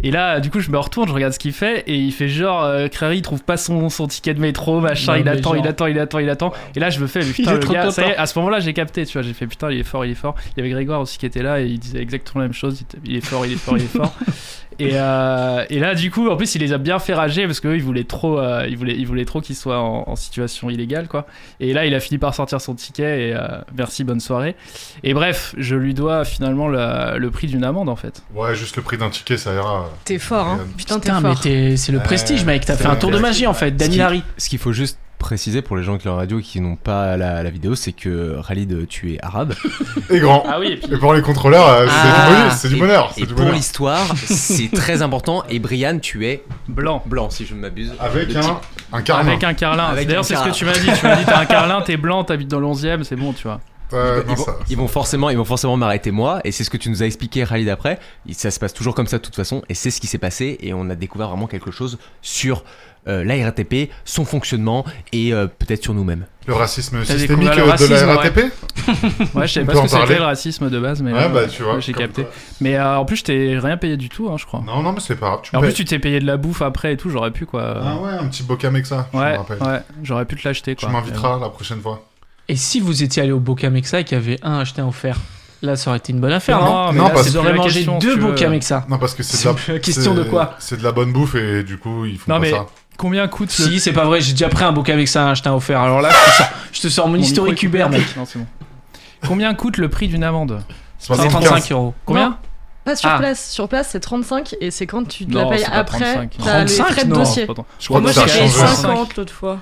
[SPEAKER 5] Et là, du coup, je me retourne, je regarde ce qu'il fait, et il fait genre, euh, Crary, il trouve pas son, son ticket de métro, machin,
[SPEAKER 1] Non,
[SPEAKER 5] il
[SPEAKER 1] mais
[SPEAKER 5] attend,
[SPEAKER 1] genre-
[SPEAKER 5] il attend, il attend, il attend. Et là, je me fais, mais
[SPEAKER 1] est
[SPEAKER 5] putain, le
[SPEAKER 1] trop
[SPEAKER 5] gars, ça y
[SPEAKER 1] content.
[SPEAKER 5] est, à ce moment-là, j'ai capté, tu vois, j'ai fait, putain, il est fort, il est fort. Il y avait Grégoire aussi qui était là, et il disait exactement la même chose, il était- il est fort, il est fort, il est fort. Et, euh, et là, du coup, en plus, il les a bien fait rager parce qu'eux, ils voulaient trop, euh, ils voulaient, ils voulaient trop qu'ils soient en, en situation illégale, quoi. Et là, il a fini par sortir son ticket et euh, merci, bonne soirée. Et bref, je lui dois finalement la- le prix d'une amende, en fait.
[SPEAKER 3] Ouais, juste le prix d'un ticket, ça ira.
[SPEAKER 2] T'es fort,
[SPEAKER 1] Ah,
[SPEAKER 2] hein.
[SPEAKER 3] Euh,
[SPEAKER 2] Putain, t'es
[SPEAKER 1] Putain, mais
[SPEAKER 2] fort.
[SPEAKER 1] t'es- c'est le
[SPEAKER 3] Ouais,
[SPEAKER 1] prestige, mec. T'as
[SPEAKER 3] c'est
[SPEAKER 1] fait un
[SPEAKER 3] vrai.
[SPEAKER 1] tour de magie en fait. Dani
[SPEAKER 6] qui-
[SPEAKER 1] Larry.
[SPEAKER 6] Ce qu'il faut juste préciser pour les gens qui ont la radio et qui n'ont pas la, la vidéo, c'est que Khalid, tu es arabe.
[SPEAKER 3] Et grand.
[SPEAKER 5] Ah oui, et puis.
[SPEAKER 3] Et pour les contrôleurs, euh, c'est
[SPEAKER 1] Ah.
[SPEAKER 3] du bonheur, c'est du
[SPEAKER 6] Et-
[SPEAKER 3] bonheur. c'est
[SPEAKER 6] Et
[SPEAKER 3] du
[SPEAKER 6] pour
[SPEAKER 3] bonheur.
[SPEAKER 6] l'histoire, c'est très important. Et Brian, tu es
[SPEAKER 5] Blanc.
[SPEAKER 6] blanc, si je ne m'abuse.
[SPEAKER 5] Ah,
[SPEAKER 3] Avec
[SPEAKER 6] Le
[SPEAKER 3] un,
[SPEAKER 6] type.
[SPEAKER 3] un carnet.
[SPEAKER 5] Avec un carlin.
[SPEAKER 6] Avec un
[SPEAKER 5] D'ailleurs, c'est ce que
[SPEAKER 6] carlin.
[SPEAKER 5] tu m'as dit. Tu m'as dit, t'as un carlin, t'es blanc, t'habites dans le 11ème, c'est bon, tu vois.
[SPEAKER 3] Euh,
[SPEAKER 6] ils,
[SPEAKER 3] non,
[SPEAKER 6] vont,
[SPEAKER 3] ça-
[SPEAKER 6] ils vont forcément, ils vont forcément m'arrêter moi. Et c'est ce que tu nous as expliqué, Khalid. Après, Il- ça se passe toujours comme ça de toute façon. Et c'est ce qui s'est passé. Et on a découvert vraiment quelque chose sur euh, la RATP, son fonctionnement et euh, peut-être sur nous-mêmes.
[SPEAKER 3] Le racisme
[SPEAKER 5] T'as
[SPEAKER 3] systémique
[SPEAKER 5] découvert le
[SPEAKER 3] euh, de
[SPEAKER 5] racisme,
[SPEAKER 3] la RATP
[SPEAKER 5] Ouais, je savais
[SPEAKER 3] On
[SPEAKER 5] pas
[SPEAKER 3] peut
[SPEAKER 5] ce
[SPEAKER 3] en
[SPEAKER 5] que c'était
[SPEAKER 3] parler.
[SPEAKER 5] le racisme de base, mais.
[SPEAKER 3] Ouais,
[SPEAKER 5] euh,
[SPEAKER 3] bah tu vois.
[SPEAKER 5] J'ai
[SPEAKER 3] comme
[SPEAKER 5] capté.
[SPEAKER 3] quoi.
[SPEAKER 5] Mais euh, en plus, je t'ai rien payé du tout, hein, je crois.
[SPEAKER 3] Non, non, mais c'est pas grave. Tu
[SPEAKER 5] Et en
[SPEAKER 3] payes.
[SPEAKER 5] plus, tu t'es payé de la bouffe après et tout, j'aurais pu quoi.
[SPEAKER 3] Ah ouais, un petit Bocamexa, je me
[SPEAKER 5] ouais,
[SPEAKER 3] rappelle.
[SPEAKER 5] ouais, j'aurais pu te l'acheter
[SPEAKER 3] Tu
[SPEAKER 5] quoi.
[SPEAKER 3] m'inviteras la prochaine fois.
[SPEAKER 1] Et si vous étiez allé au Bocamexa et qu'il y avait un acheté offert, là ça aurait été une bonne affaire,
[SPEAKER 5] Non,
[SPEAKER 1] non
[SPEAKER 5] mais
[SPEAKER 3] Non,
[SPEAKER 5] là,
[SPEAKER 3] parce
[SPEAKER 5] c'est
[SPEAKER 1] Vous
[SPEAKER 5] plus
[SPEAKER 1] aurez
[SPEAKER 5] la
[SPEAKER 1] mangé
[SPEAKER 5] question,
[SPEAKER 1] deux
[SPEAKER 5] tu veux.
[SPEAKER 1] Bocamexa.
[SPEAKER 3] Non, parce que c'est de
[SPEAKER 1] C'est
[SPEAKER 3] la...
[SPEAKER 1] une question
[SPEAKER 3] c'est-
[SPEAKER 1] de quoi
[SPEAKER 3] C'est de la bonne bouffe et du coup, ils font
[SPEAKER 5] Non,
[SPEAKER 3] pas
[SPEAKER 5] mais-
[SPEAKER 3] ça.
[SPEAKER 5] Euh, Combien coûte le
[SPEAKER 1] Si, c'est pas vrai, j'ai déjà pris un Bocamexa à un acheté offert. Alors là, je te sors, je te sors mon,
[SPEAKER 5] Mon micro
[SPEAKER 1] historique
[SPEAKER 5] est coupé,
[SPEAKER 1] Uber, mec.
[SPEAKER 5] Non, c'est bon. Combien coûte le prix d'une amende
[SPEAKER 1] 135 euros.
[SPEAKER 5] Combien
[SPEAKER 2] Pas sur
[SPEAKER 1] Ah.
[SPEAKER 2] place. Sur place, c'est 35 et c'est quand tu te la
[SPEAKER 5] Non,
[SPEAKER 2] payes
[SPEAKER 5] c'est pas
[SPEAKER 2] après.
[SPEAKER 5] 35.
[SPEAKER 2] T'as les
[SPEAKER 1] 35,
[SPEAKER 2] frais de
[SPEAKER 1] non.
[SPEAKER 5] c'est
[SPEAKER 2] dossier.
[SPEAKER 5] pas tant.
[SPEAKER 3] Je crois
[SPEAKER 4] Moi,
[SPEAKER 3] que
[SPEAKER 4] j'ai
[SPEAKER 3] ça a
[SPEAKER 4] payé
[SPEAKER 3] changé.
[SPEAKER 4] 50 l'autre fois.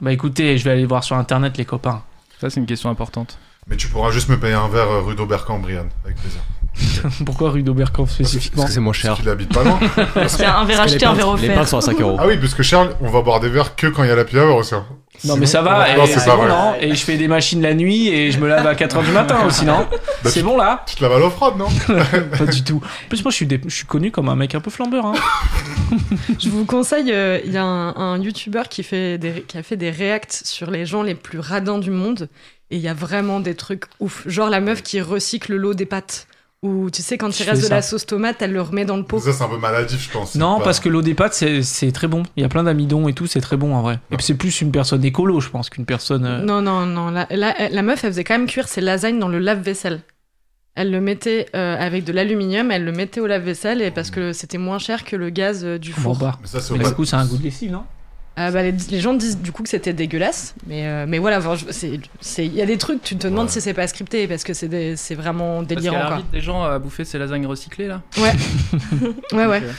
[SPEAKER 1] Bah écoutez, je vais aller voir sur internet, les copains.
[SPEAKER 5] Ça, c'est une question importante.
[SPEAKER 3] Mais tu pourras juste me payer un verre euh, rue d'Aubercan, Brian, avec plaisir.
[SPEAKER 1] Pourquoi Rudo Berkamp
[SPEAKER 6] Parce
[SPEAKER 1] spécifiquement
[SPEAKER 6] que c'est moins
[SPEAKER 3] Parce
[SPEAKER 6] cher.
[SPEAKER 3] qu'il habite pas loin.
[SPEAKER 4] Parce qu'il y a un verre
[SPEAKER 1] Parce que
[SPEAKER 4] acheté,
[SPEAKER 1] les
[SPEAKER 4] un verre
[SPEAKER 6] Les pains
[SPEAKER 4] offert.
[SPEAKER 6] sont à 5 euros.
[SPEAKER 3] Ah oui, parce que Charles, on va boire des verres que quand il y a la pieuvre aussi. hein.
[SPEAKER 1] Non, mais
[SPEAKER 3] Sinon-
[SPEAKER 1] ça va.
[SPEAKER 3] Non,
[SPEAKER 1] et,
[SPEAKER 3] c'est pas vrai.
[SPEAKER 1] non, et je fais des machines la nuit et je me lave à 4h du matin aussi, non
[SPEAKER 3] Bah,
[SPEAKER 1] C'est
[SPEAKER 3] tu-
[SPEAKER 1] bon là
[SPEAKER 3] Tu te laves à l'eau froide, non
[SPEAKER 1] Pas du tout. En plus, moi, je suis, des- je suis connu comme un mec un peu flambeur. Hein.
[SPEAKER 2] Je vous conseille, euh, il y a un, un youtubeur qui, fait des- qui a fait des reacts sur les gens les plus radins du monde. Et il y a vraiment des trucs ouf. Genre la meuf qui recycle l'eau des pâtes. Ou tu sais, quand
[SPEAKER 1] Je
[SPEAKER 2] il reste
[SPEAKER 1] fais
[SPEAKER 2] de la
[SPEAKER 1] ça.
[SPEAKER 2] sauce tomate, elle le remet dans le pot.
[SPEAKER 3] Ça, c'est un peu maladif, je pense.
[SPEAKER 1] Non,
[SPEAKER 3] Bah,
[SPEAKER 1] parce que l'eau des pâtes, c'est- c'est très bon. Il y a plein d'amidon et tout, c'est très bon en vrai. Et puis, c'est plus une personne écolo, je pense, qu'une personne. euh,
[SPEAKER 2] Non, non, non. La, la- la meuf, elle faisait quand même cuire ses lasagnes dans le lave-vaisselle. Elle le mettait euh, avec de l'aluminium, elle le mettait au lave-vaisselle et parce que c'était moins cher que le gaz euh, du
[SPEAKER 1] on m'en
[SPEAKER 2] four.
[SPEAKER 1] bat.
[SPEAKER 3] Mais ça, c'est au
[SPEAKER 1] Mais du
[SPEAKER 3] pas-
[SPEAKER 1] coup, c'est un goût de lessive, non
[SPEAKER 2] Ah bah, les, les gens disent du coup que c'était dégueulasse, mais, euh, mais voilà, enfin, je- c'est- c'est- il y a des trucs, tu te demandes
[SPEAKER 3] Ouais.
[SPEAKER 2] si c'est pas scripté parce que c'est des- c'est vraiment
[SPEAKER 5] Parce qu'elle
[SPEAKER 2] délirant. quoi.
[SPEAKER 5] invite des gens à bouffer ses lasagnes recyclées là.
[SPEAKER 2] Ouais, ouais.
[SPEAKER 5] Ok.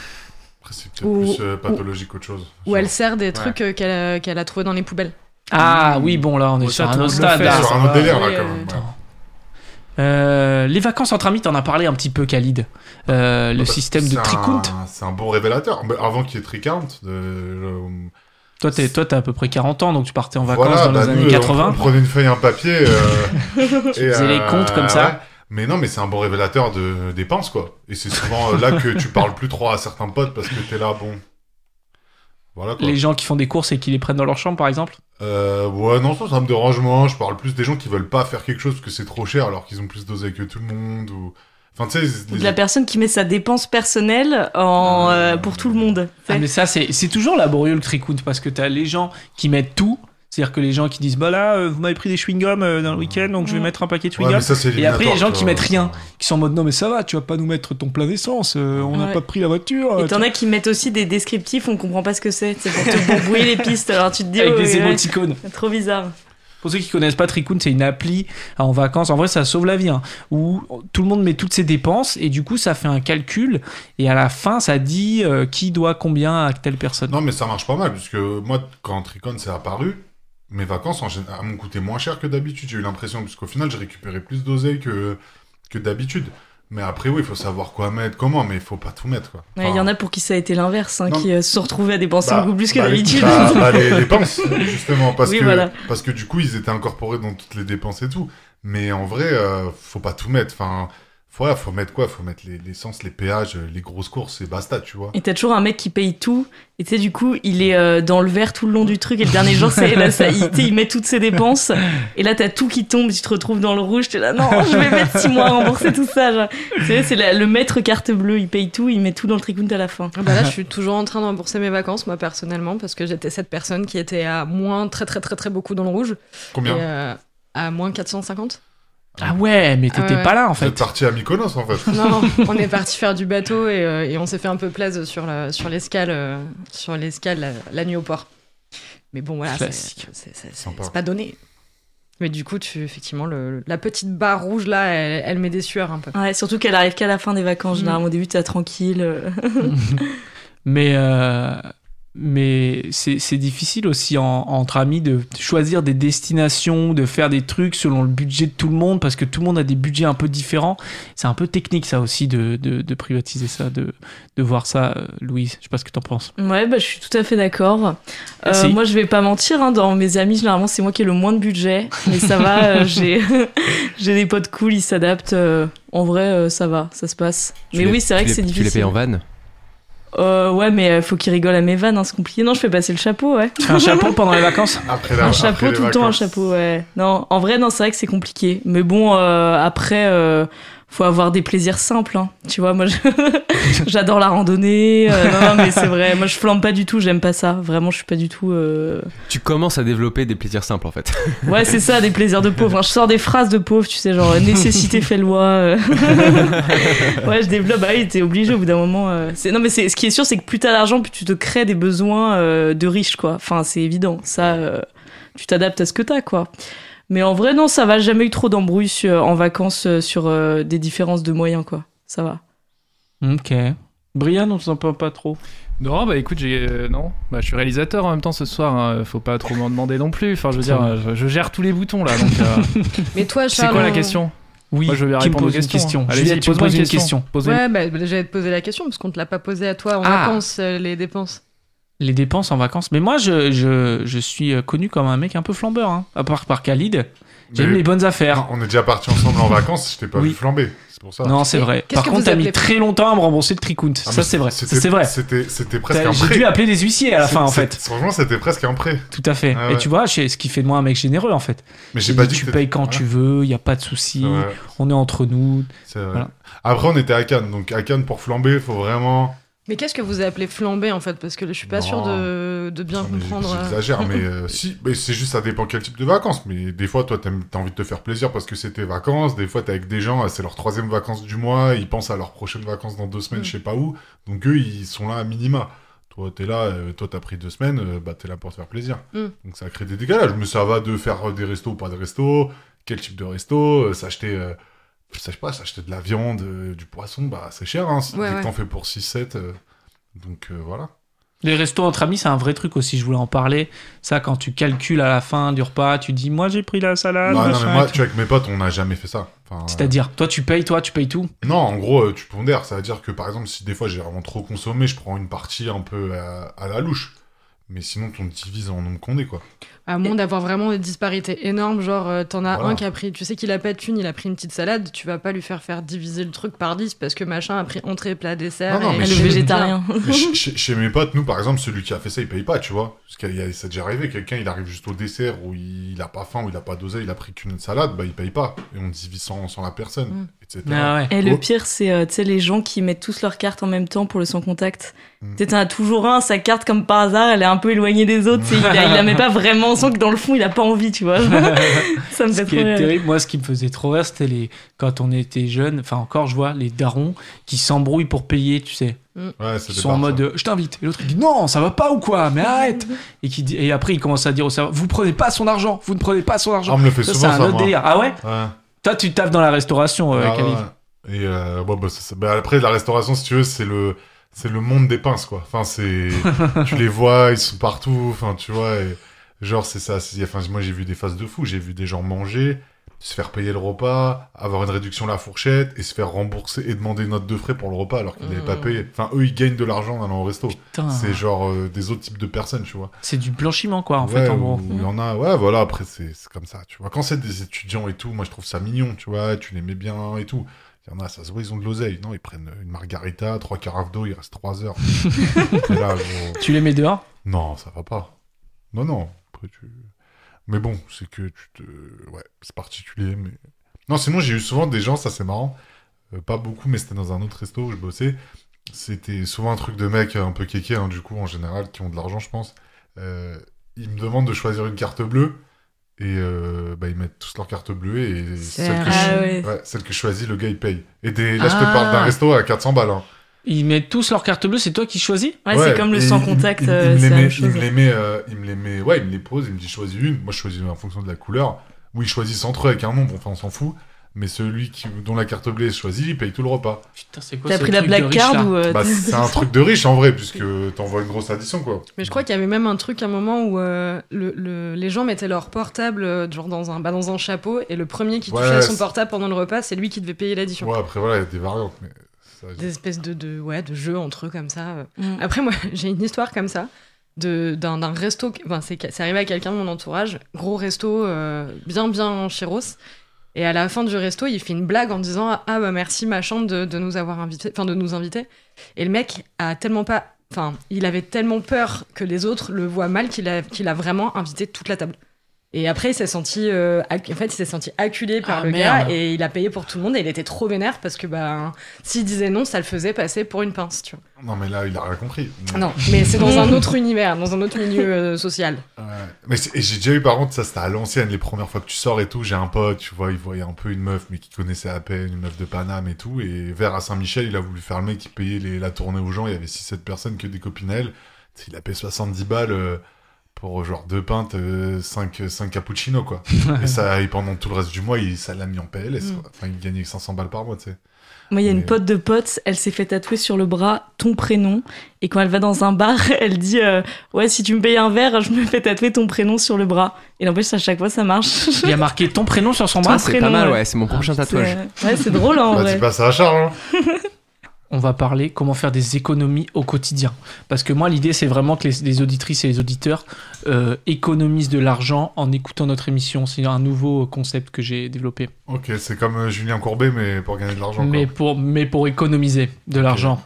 [SPEAKER 3] Après, c'est
[SPEAKER 2] Ou-
[SPEAKER 3] peut-être plus euh, pathologique qu'autre chose.
[SPEAKER 2] Ou elle sert des trucs euh, qu'elle a- qu'elle a trouvé dans les poubelles.
[SPEAKER 1] Ah oui, bon, là, on est
[SPEAKER 5] Bon,
[SPEAKER 1] sur
[SPEAKER 5] ça, tout
[SPEAKER 1] un
[SPEAKER 5] le
[SPEAKER 1] autre
[SPEAKER 5] monde le
[SPEAKER 1] stade.
[SPEAKER 5] fait,
[SPEAKER 3] C'est
[SPEAKER 1] là.
[SPEAKER 5] ça.
[SPEAKER 3] sur un
[SPEAKER 5] va.
[SPEAKER 3] autre délire,
[SPEAKER 2] Oui,
[SPEAKER 3] là, quand
[SPEAKER 2] euh,
[SPEAKER 3] même. ouais.
[SPEAKER 1] Attends. Euh, les vacances entre amis, t'en as parlé un petit peu, Khalid. Euh, le
[SPEAKER 3] Bah,
[SPEAKER 1] système de
[SPEAKER 3] c'est un-
[SPEAKER 1] tricount.
[SPEAKER 3] C'est un bon révélateur. Mais avant qu'il y ait tricount, euh,
[SPEAKER 1] Toi, t'es, toi, t'as à peu près 40 ans, donc tu partais en vacances
[SPEAKER 3] Voilà,
[SPEAKER 1] dans
[SPEAKER 3] bah,
[SPEAKER 1] les années
[SPEAKER 3] nous, on-
[SPEAKER 1] 80.
[SPEAKER 3] On prenait une feuille, un papier. euh, et, euh,
[SPEAKER 1] faisais les comptes comme ça.
[SPEAKER 3] ouais. Mais non, mais c'est un bon révélateur de dépenses, quoi. Et c'est souvent euh, là que tu parles plus trop à certains potes parce que t'es là, bon. Voilà, quoi.
[SPEAKER 1] Les gens qui font des courses et qui les prennent dans leur chambre, par exemple.
[SPEAKER 3] Euh, ouais, non, ça, ça me dérange moins. Je parle plus des gens qui veulent pas faire quelque chose parce que c'est trop cher alors qu'ils ont plus dosé que tout le monde. Ou... Enfin, tu sais,
[SPEAKER 4] Ou
[SPEAKER 3] les-
[SPEAKER 4] De la personne qui met sa dépense personnelle en,
[SPEAKER 3] Euh,
[SPEAKER 4] euh, pour tout le monde.
[SPEAKER 1] Ah, mais ça, c'est, c'est toujours laborieux le tricount parce que t'as les gens qui mettent tout. C'est-à-dire que les gens qui disent Bah là, euh, vous m'avez pris des chewing-gums euh, dans le week-end, donc je vais
[SPEAKER 4] Ouais.
[SPEAKER 1] mettre un paquet de
[SPEAKER 3] Ouais,
[SPEAKER 1] chewing-gums.
[SPEAKER 3] mais ça, c'est
[SPEAKER 1] Et après, il y a
[SPEAKER 3] éliminatoire,
[SPEAKER 1] des gens qui
[SPEAKER 3] tu vois.
[SPEAKER 1] mettent rien. qui sont en mode Non, mais ça va, tu vas pas nous mettre ton plein d'essence, euh, on n'a
[SPEAKER 4] Ouais.
[SPEAKER 1] pas pris la voiture.
[SPEAKER 3] Oh,
[SPEAKER 4] Et
[SPEAKER 1] euh,
[SPEAKER 4] t'en as qui mettent aussi des descriptifs, on comprend pas ce que c'est. C'est pour te brouiller les pistes. Alors tu te dis,
[SPEAKER 1] Avec
[SPEAKER 4] oh,
[SPEAKER 1] des
[SPEAKER 4] ouais, ouais,
[SPEAKER 1] émoticônes.
[SPEAKER 4] trop bizarre.
[SPEAKER 1] Pour ceux qui connaissent pas Tricoon, c'est une appli euh, en vacances. En vrai, ça sauve la vie. hein, où tout le monde met toutes ses dépenses et du coup, ça fait un calcul. Et à la fin, ça dit euh, qui doit combien à telle personne.
[SPEAKER 3] Non, mais ça marche pas mal, puisque moi, quand Tricon s'est apparu, mes vacances en général m'ont coûté moins cher que d'habitude, j'ai eu l'impression, puisqu'au final, j'ai récupéré plus d'oseille que, que d'habitude. Mais après, oui, il faut savoir quoi mettre, comment, mais il faut pas tout mettre, quoi.
[SPEAKER 4] Ouais, Il y en a pour qui ça a été l'inverse, hein,
[SPEAKER 3] Non.
[SPEAKER 4] qui euh, se sont retrouvés à dépenser beaucoup plus que d'habitude.
[SPEAKER 3] Bah, bah, les dépenses, justement, parce,
[SPEAKER 4] Oui,
[SPEAKER 3] que,
[SPEAKER 4] voilà.
[SPEAKER 3] parce que du coup, ils étaient incorporés dans toutes les dépenses et tout. Mais en vrai, euh, faut pas tout mettre, enfin... Voilà, faut mettre quoi Faut mettre les- l'essence, les péages, les grosses courses et basta, tu vois.
[SPEAKER 4] Et t'as toujours un mec qui paye tout. Et tu sais, du coup, il est euh, dans le vert tout le long du truc. Et le dernier jour, c'est là, ça, il, tu sais, il met toutes ses dépenses. Et là, t'as tout qui tombe. Tu te retrouves dans le rouge. T'es là, non, je vais mettre 6 mois à rembourser tout ça. genre. Tu sais, c'est la- le maître carte bleue. Il paye tout. Il met tout dans le tricount à la fin.
[SPEAKER 2] Ah bah là, je suis toujours en train de rembourser mes vacances, moi personnellement, parce que j'étais cette personne qui était à moins très très très très beaucoup dans le rouge.
[SPEAKER 3] Combien
[SPEAKER 2] Et, euh, à moins 450
[SPEAKER 1] Ah ouais, mais t'étais
[SPEAKER 2] Ah ouais.
[SPEAKER 1] pas là en
[SPEAKER 3] Vous êtes
[SPEAKER 1] fait.
[SPEAKER 3] parti à Mykonos, en fait.
[SPEAKER 2] Non, on est parti faire du bateau et, euh, et on s'est fait un peu plaisir sur la- sur l'escale euh, sur l'escale la, la nuit au port. Mais bon, voilà, c'est-
[SPEAKER 1] Classique.
[SPEAKER 2] c'est- c'est c'est-
[SPEAKER 3] Sympa.
[SPEAKER 2] c'est pas donné. Mais du coup, tu, effectivement, le- la petite barre rouge là, elle, elle met des sueurs un peu.
[SPEAKER 4] Ouais, surtout qu'elle arrive qu'à la fin des vacances. Généralement, au début, t'es tranquille. euh.
[SPEAKER 1] mais euh, mais c'est c'est difficile aussi en- entre amis de choisir des destinations, de faire des trucs selon le budget de tout le monde, parce que tout le monde a des budgets un peu différents. C'est un peu technique ça aussi de, de, de privatiser ça, de, de voir ça, euh, Louise. Je sais pas ce que t'en penses.
[SPEAKER 4] Ouais, bah, je suis tout à fait d'accord.
[SPEAKER 6] Ah,
[SPEAKER 4] Euh,
[SPEAKER 1] Merci.
[SPEAKER 4] moi, je vais pas mentir, hein, dans mes amis, généralement, c'est moi qui ai le moins de budget. Mais ça va, euh, j'ai j'ai des potes cool, ils s'adaptent. euh, en vrai, euh, ça va, ça se passe.
[SPEAKER 6] Tu
[SPEAKER 4] mais
[SPEAKER 6] les-
[SPEAKER 4] oui, c'est vrai que
[SPEAKER 6] tu les-
[SPEAKER 4] c'est
[SPEAKER 6] Tu les payes
[SPEAKER 4] difficile.
[SPEAKER 6] en vanne
[SPEAKER 4] Euh, ouais, mais euh, faut qu'ils rigolent à mes vannes, hein, c'est compliqué. Non, je fais passer le chapeau, ouais.
[SPEAKER 1] Tu fais un chapeau pendant les vacances
[SPEAKER 3] Après la
[SPEAKER 4] Un
[SPEAKER 3] après
[SPEAKER 4] chapeau,
[SPEAKER 3] les
[SPEAKER 4] tout le temps un
[SPEAKER 3] vacances.
[SPEAKER 4] chapeau, ouais. Non, en vrai, non, c'est vrai que c'est compliqué. Mais bon, euh, après, euh, faut avoir des plaisirs simples, hein. Tu vois, moi, je- j'adore la randonnée. euh, non, non, mais c'est vrai, moi, je flambe pas du tout, j'aime pas ça. Vraiment, je suis pas du tout... euh,
[SPEAKER 6] Tu commences à développer des plaisirs simples en fait.
[SPEAKER 4] Ouais, c'est ça, des plaisirs de pauvre. hein. Je sors des phrases de pauvre, tu sais, genre euh, nécessité fait loi. euh. ouais, je développe. Bah oui, t'es obligé au bout d'un moment. euh. C'est- Non, mais c'est- ce qui est sûr, c'est que plus t'as d'argent, plus tu te crées des besoins euh, de riche, quoi. Enfin, c'est évident. Ça, euh, tu t'adaptes à ce que t'as, quoi. Mais en vrai, non, ça va. J'ai Jamais eu trop d'embrouilles sur- en vacances euh, sur euh, des différences de moyens, quoi. Ça va.
[SPEAKER 1] Ok. Brian, on s'en parle pas trop.
[SPEAKER 5] Non, bah écoute, j'ai euh, non, bah je suis réalisateur en même temps ce soir. hein, Faut pas trop m'en demander non plus. Enfin, je veux dire, euh, je, je gère tous les boutons là. Donc, euh,
[SPEAKER 2] Mais toi, Charles,
[SPEAKER 5] c'est quoi la
[SPEAKER 2] on-
[SPEAKER 5] question
[SPEAKER 1] Oui,
[SPEAKER 5] Moi, je vais
[SPEAKER 1] qui me
[SPEAKER 5] répondre aux
[SPEAKER 1] pose une
[SPEAKER 5] questions.
[SPEAKER 1] question.
[SPEAKER 5] Allez-y,
[SPEAKER 1] hein. Juliette, tu me
[SPEAKER 5] pose-moi
[SPEAKER 1] poses
[SPEAKER 5] une
[SPEAKER 1] une
[SPEAKER 5] question.
[SPEAKER 1] question.
[SPEAKER 5] Posez-
[SPEAKER 2] Ouais, bah, j'allais te poser la question parce qu'on te l'a pas posée à toi en
[SPEAKER 1] Ah.
[SPEAKER 2] vacances, euh, les dépenses.
[SPEAKER 1] Les dépenses en vacances. Mais moi, je, je, je suis euh, connu comme un mec un peu flambeur, hein. à part par Khalid. J'aime
[SPEAKER 3] Mais-
[SPEAKER 1] les bonnes affaires.
[SPEAKER 3] Non, On est déjà parti ensemble en vacances, je t'ai pas
[SPEAKER 1] Oui.
[SPEAKER 3] vu flamber. C'est pour ça.
[SPEAKER 1] Non, c'est
[SPEAKER 2] Mais
[SPEAKER 1] vrai.
[SPEAKER 2] qu'est-ce
[SPEAKER 1] Par
[SPEAKER 2] que
[SPEAKER 1] contre,
[SPEAKER 2] vous
[SPEAKER 1] t'as
[SPEAKER 2] appelez-
[SPEAKER 1] mis très longtemps à me rembourser le tricount. Ça,
[SPEAKER 3] Ah, mais
[SPEAKER 1] c'est vrai. Ça,
[SPEAKER 3] c'était-
[SPEAKER 1] C'est vrai.
[SPEAKER 3] C'était c'était presque
[SPEAKER 1] T'as-
[SPEAKER 3] un
[SPEAKER 1] J'ai
[SPEAKER 3] prêt.
[SPEAKER 1] dû appeler des huissiers à la
[SPEAKER 3] C'est-
[SPEAKER 1] fin, en
[SPEAKER 3] c'est-
[SPEAKER 1] fait.
[SPEAKER 3] c'est- Franchement, c'était presque un prêt.
[SPEAKER 1] Tout à fait.
[SPEAKER 3] Ah ouais.
[SPEAKER 1] Et tu vois, c'est ce qui fait de moi un mec généreux, en fait.
[SPEAKER 3] Mais j'ai
[SPEAKER 1] Il
[SPEAKER 3] pas
[SPEAKER 1] dit,
[SPEAKER 3] dit
[SPEAKER 1] tu
[SPEAKER 3] que
[SPEAKER 1] payes quand tu veux, il y a pas de souci.
[SPEAKER 3] t'étais- Ouais,
[SPEAKER 1] On est entre nous.
[SPEAKER 3] c'est vrai.
[SPEAKER 1] Voilà.
[SPEAKER 3] Après, on était à Cannes, donc à Cannes pour flamber, faut vraiment.
[SPEAKER 2] Mais qu'est-ce que vous appelez flamber en fait Parce que je suis pas
[SPEAKER 3] Non.
[SPEAKER 2] sûre de, de bien
[SPEAKER 3] Non, Ah, mais
[SPEAKER 2] comprendre. euh.
[SPEAKER 3] J'exagère, mais euh, si, mais c'est juste ça dépend quel type de vacances. Mais des fois, toi, t'aimes- t'as envie de te faire plaisir parce que c'est tes vacances. Des fois, t'es avec des gens, euh, c'est leur troisième vacances du mois, ils pensent à leurs prochaines vacances dans deux semaines,
[SPEAKER 2] Mm.
[SPEAKER 3] je sais pas où. Donc eux, ils sont là à minima. Toi, t'es là, euh, toi, t'as pris deux semaines, euh, bah, t'es là pour te faire plaisir.
[SPEAKER 2] Mm.
[SPEAKER 3] Donc ça crée des décalages. Mais ça va de faire euh, des restos ou pas de restos, quel type de resto, euh, s'acheter. euh, je sais pas, s'acheter de la viande, euh, du poisson, bah c'est cher, hein.
[SPEAKER 2] Ouais,
[SPEAKER 3] Dès que
[SPEAKER 2] ouais.
[SPEAKER 3] t'en fais pour 6-7. euh, donc euh, voilà.
[SPEAKER 1] Les restos entre amis, c'est un vrai truc aussi. Je voulais en parler. Ça, quand tu calcules à la fin du repas, tu dis, moi, j'ai pris la salade.
[SPEAKER 3] Bah, non,
[SPEAKER 1] machin
[SPEAKER 3] mais
[SPEAKER 1] et
[SPEAKER 3] moi,
[SPEAKER 1] tout.
[SPEAKER 3] tu vois, avec mes potes, on n'a jamais fait ça. Enfin,
[SPEAKER 1] C'est-à-dire, toi, tu payes, toi, tu payes tout.
[SPEAKER 3] euh, non, en gros, euh, tu pondères. Ça veut dire que, par exemple, si des fois j'ai vraiment trop consommé, je prends une partie un peu à, à la louche. Mais sinon, on divise en nombre qu'on est, quoi.
[SPEAKER 2] À moins d'avoir vraiment des disparités énormes, genre euh, t'en as
[SPEAKER 3] Voilà.
[SPEAKER 2] un qui a pris, tu sais qu'il a pas de thune, il a pris une petite salade, tu vas pas lui faire faire diviser le truc par 10 parce que machin a pris entrée, plat, dessert.
[SPEAKER 3] Non, non,
[SPEAKER 2] et
[SPEAKER 3] mais
[SPEAKER 4] Ah, le
[SPEAKER 3] chez-
[SPEAKER 4] végétarien.
[SPEAKER 3] Mais chez, chez- chez mes potes, nous, par exemple, celui qui a fait ça, il paye pas, tu vois. Parce qu'il y a, ça déjà arrivé, quelqu'un, il arrive juste au dessert où il, il a pas faim, où il a pas d'oseille, il a pris qu'une salade, bah, il paye pas. Et on divise sans, sans la personne,
[SPEAKER 2] Mm.
[SPEAKER 3] etc.
[SPEAKER 1] Ah ouais.
[SPEAKER 4] Et le
[SPEAKER 3] Oh.
[SPEAKER 4] pire, c'est euh, tu sais, les gens qui mettent tous leurs cartes en même temps pour le sans contact.
[SPEAKER 3] Mm.
[SPEAKER 4] Tu sais, t'en as toujours un, sa carte, comme par hasard, elle est un peu éloignée des autres. tu sais, Il, la- il la met pas vraiment, on sent que dans le fond, il a pas envie, tu vois. ça
[SPEAKER 1] Ce
[SPEAKER 4] me fait
[SPEAKER 1] qui
[SPEAKER 4] trop
[SPEAKER 1] est
[SPEAKER 4] rire.
[SPEAKER 1] terrible, moi, ce qui me faisait trop rire, c'était les... quand on était jeunes, enfin encore, je vois, les darons qui s'embrouillent pour payer, tu sais.
[SPEAKER 3] Ouais,
[SPEAKER 1] Qui
[SPEAKER 3] c'était
[SPEAKER 1] sont en
[SPEAKER 3] pas ça.
[SPEAKER 1] mode, euh, je t'invite. Et l'autre, il dit, non, ça va pas ou quoi Mais arrête et, qui dit... et après, il commence à dire au serveur, vous prenez pas son argent, vous ne prenez pas son
[SPEAKER 3] Ah, on
[SPEAKER 1] argent.
[SPEAKER 3] me le fait
[SPEAKER 1] Ça, c'est
[SPEAKER 3] souvent,
[SPEAKER 1] un
[SPEAKER 3] ça,
[SPEAKER 1] autre
[SPEAKER 3] moi.
[SPEAKER 1] délire. Ah ouais
[SPEAKER 3] Ouais.
[SPEAKER 1] Toi, tu tapes dans la restauration, euh,
[SPEAKER 3] Ah,
[SPEAKER 1] Khalid.
[SPEAKER 3] ouais. Et euh, ouais, bah, ça, ça- bah, après, la restauration, si tu veux, c'est le, c'est le monde des pinces, quoi. Enfin, c'est, tu les vois, ils sont partout. Enfin, tu vois, et genre, c'est ça. c'est- Enfin, moi, j'ai vu des phases de fou. J'ai vu des gens manger, se faire payer le repas, avoir une réduction de la fourchette et se faire rembourser et demander une note de frais pour le repas alors qu'ils n'avaient pas
[SPEAKER 2] Mm.
[SPEAKER 3] payé. Enfin, eux, ils gagnent de l'argent en allant au resto.
[SPEAKER 1] Putain,
[SPEAKER 3] C'est genre euh, des autres types de personnes, tu vois.
[SPEAKER 1] c'est du blanchiment, quoi, en
[SPEAKER 3] Ouais,
[SPEAKER 1] fait, en gros.
[SPEAKER 3] ou Il y en a, ouais, voilà, après, c'est c'est comme ça, tu vois. Quand c'est des étudiants et tout, moi, je trouve ça mignon, tu vois, tu les mets bien et tout. Il Il y en a, ça se voit, ils ont de l'oseille. Non, ils prennent une margarita, trois carafes d'eau, il reste trois heures. Et là, gros,
[SPEAKER 1] Tu les mets dehors
[SPEAKER 3] non, ça va pas. Non, non. Après, tu... Mais bon, c'est que tu te. Ouais, c'est particulier. Mais... Non, sinon, j'ai eu souvent des gens, ça c'est marrant. Euh, pas beaucoup, mais c'était dans un autre resto où je bossais. C'était souvent un truc de mec un peu kéké, hein, du coup, en général, qui ont de l'argent, je pense. Euh, ils me demandent de choisir une carte bleue. Et euh, bah, ils mettent tous leur carte bleue et
[SPEAKER 2] C'est
[SPEAKER 3] celle que,
[SPEAKER 2] vrai.
[SPEAKER 3] je...
[SPEAKER 4] Ah ouais.
[SPEAKER 3] ouais, celle que je choisis, le gars il paye. Et des... là, je te
[SPEAKER 2] Ah.
[SPEAKER 3] parle d'un resto à 400 balles. hein.
[SPEAKER 1] Ils mettent tous leur carte bleue, c'est toi qui choisis
[SPEAKER 4] Ouais,
[SPEAKER 3] Ouais,
[SPEAKER 4] c'est comme le
[SPEAKER 3] et
[SPEAKER 4] sans
[SPEAKER 3] il-
[SPEAKER 4] contact,
[SPEAKER 3] il- il
[SPEAKER 4] euh,
[SPEAKER 3] me les
[SPEAKER 4] c'est la
[SPEAKER 3] met-
[SPEAKER 4] même chose.
[SPEAKER 3] Il me les met, euh, il me les met- ouais, il me les pose, il me dit choisis une. Moi, je choisis en fonction de la couleur. Ou ils choisissent entre eux avec un nombre, enfin, on s'en fout. Mais celui qui, dont la carte bleue est choisie, il paye tout le repas.
[SPEAKER 1] Putain, c'est quoi
[SPEAKER 4] T'as pris la black card ou euh,
[SPEAKER 3] Bah, c'est un truc de riche en vrai, puisque t'envoies une grosse addition, quoi.
[SPEAKER 2] Mais je crois qu'il y avait même un truc à un moment où euh, le, le- les gens mettaient leur portable euh, genre dans un, bah, dans un chapeau et le premier qui
[SPEAKER 3] Ouais,
[SPEAKER 2] touchait à son
[SPEAKER 3] c'est-
[SPEAKER 2] portable pendant le repas, c'est lui qui devait payer l'addition.
[SPEAKER 3] Ouais, après, voilà, il y a des variantes. Mais ça,
[SPEAKER 2] Des espèces de, de, ouais, de jeux entre eux comme ça. euh.
[SPEAKER 4] Mm.
[SPEAKER 2] Après, moi, j'ai une histoire comme ça de- d'un d'un resto. que- Enfin, c'est c'est arrivé à quelqu'un de mon entourage. Gros resto, euh, bien, bien chéros. Et à la fin du resto, il fait une blague en disant Ah, bah merci, machin, de, de nous avoir invité, enfin, de nous inviter. Et le mec a tellement pas. Enfin, il avait tellement peur que les autres le voient mal qu'il a, qu'il a vraiment invité toute la table. Et après, il s'est senti, euh, acc- en fait, il s'est senti acculé par
[SPEAKER 1] Ah,
[SPEAKER 2] le
[SPEAKER 1] merde.
[SPEAKER 2] gars et il a payé pour tout le monde et il était trop vénère parce que, bah, s'il disait non, ça le faisait passer pour une pince, tu vois.
[SPEAKER 3] Non, mais là, il a rien compris.
[SPEAKER 2] Non, mais c'est dans un autre univers, dans un autre milieu euh, social.
[SPEAKER 3] Ouais. Mais c'est- et j'ai déjà eu par contre ça c'était à l'ancienne les premières fois que tu sors et tout j'ai un pote tu vois il voyait un peu une meuf mais qui connaissait à peine une meuf de Paname et tout et vers à Saint-Michel il a voulu faire le mec qui payait les- la tournée aux gens il y avait 6-7 personnes que des copines à elle Tu sais, il a payé 70 balles euh, pour euh, genre deux pintes 5, 5 cappuccinos quoi et ça et pendant tout le reste du mois il, ça l'a mis en PLS
[SPEAKER 4] Mm.
[SPEAKER 3] quoi. enfin il gagnait 500 balles par mois tu sais
[SPEAKER 4] Moi, il y a une
[SPEAKER 3] Mais-
[SPEAKER 4] pote de pote, elle s'est fait tatouer sur le bras ton prénom. Et quand elle va dans un bar, elle dit euh, Ouais, si tu me payes un verre, je me fais tatouer ton prénom sur le bras. Et n'empêche, à chaque fois, ça marche.
[SPEAKER 1] Il y a marqué ton prénom sur son
[SPEAKER 4] Ton
[SPEAKER 1] bras.
[SPEAKER 6] c'est pas
[SPEAKER 4] prénom,
[SPEAKER 6] mal,
[SPEAKER 4] ouais.
[SPEAKER 6] ouais, c'est mon prochain
[SPEAKER 4] C'est-
[SPEAKER 6] tatouage.
[SPEAKER 4] Ouais, c'est drôle hein, en
[SPEAKER 3] bah
[SPEAKER 4] vrai.
[SPEAKER 3] dis pas ça à Charles hein.
[SPEAKER 1] on va parler comment faire des économies au quotidien. Parce que moi, l'idée, c'est vraiment que les, les auditrices et les auditeurs euh, économisent de l'argent en écoutant notre émission. C'est un nouveau concept que j'ai développé.
[SPEAKER 3] ok c'est comme euh, Julien Courbet mais pour gagner de l'argent
[SPEAKER 1] mais,
[SPEAKER 3] quoi.
[SPEAKER 1] pour, mais pour économiser de l'argent.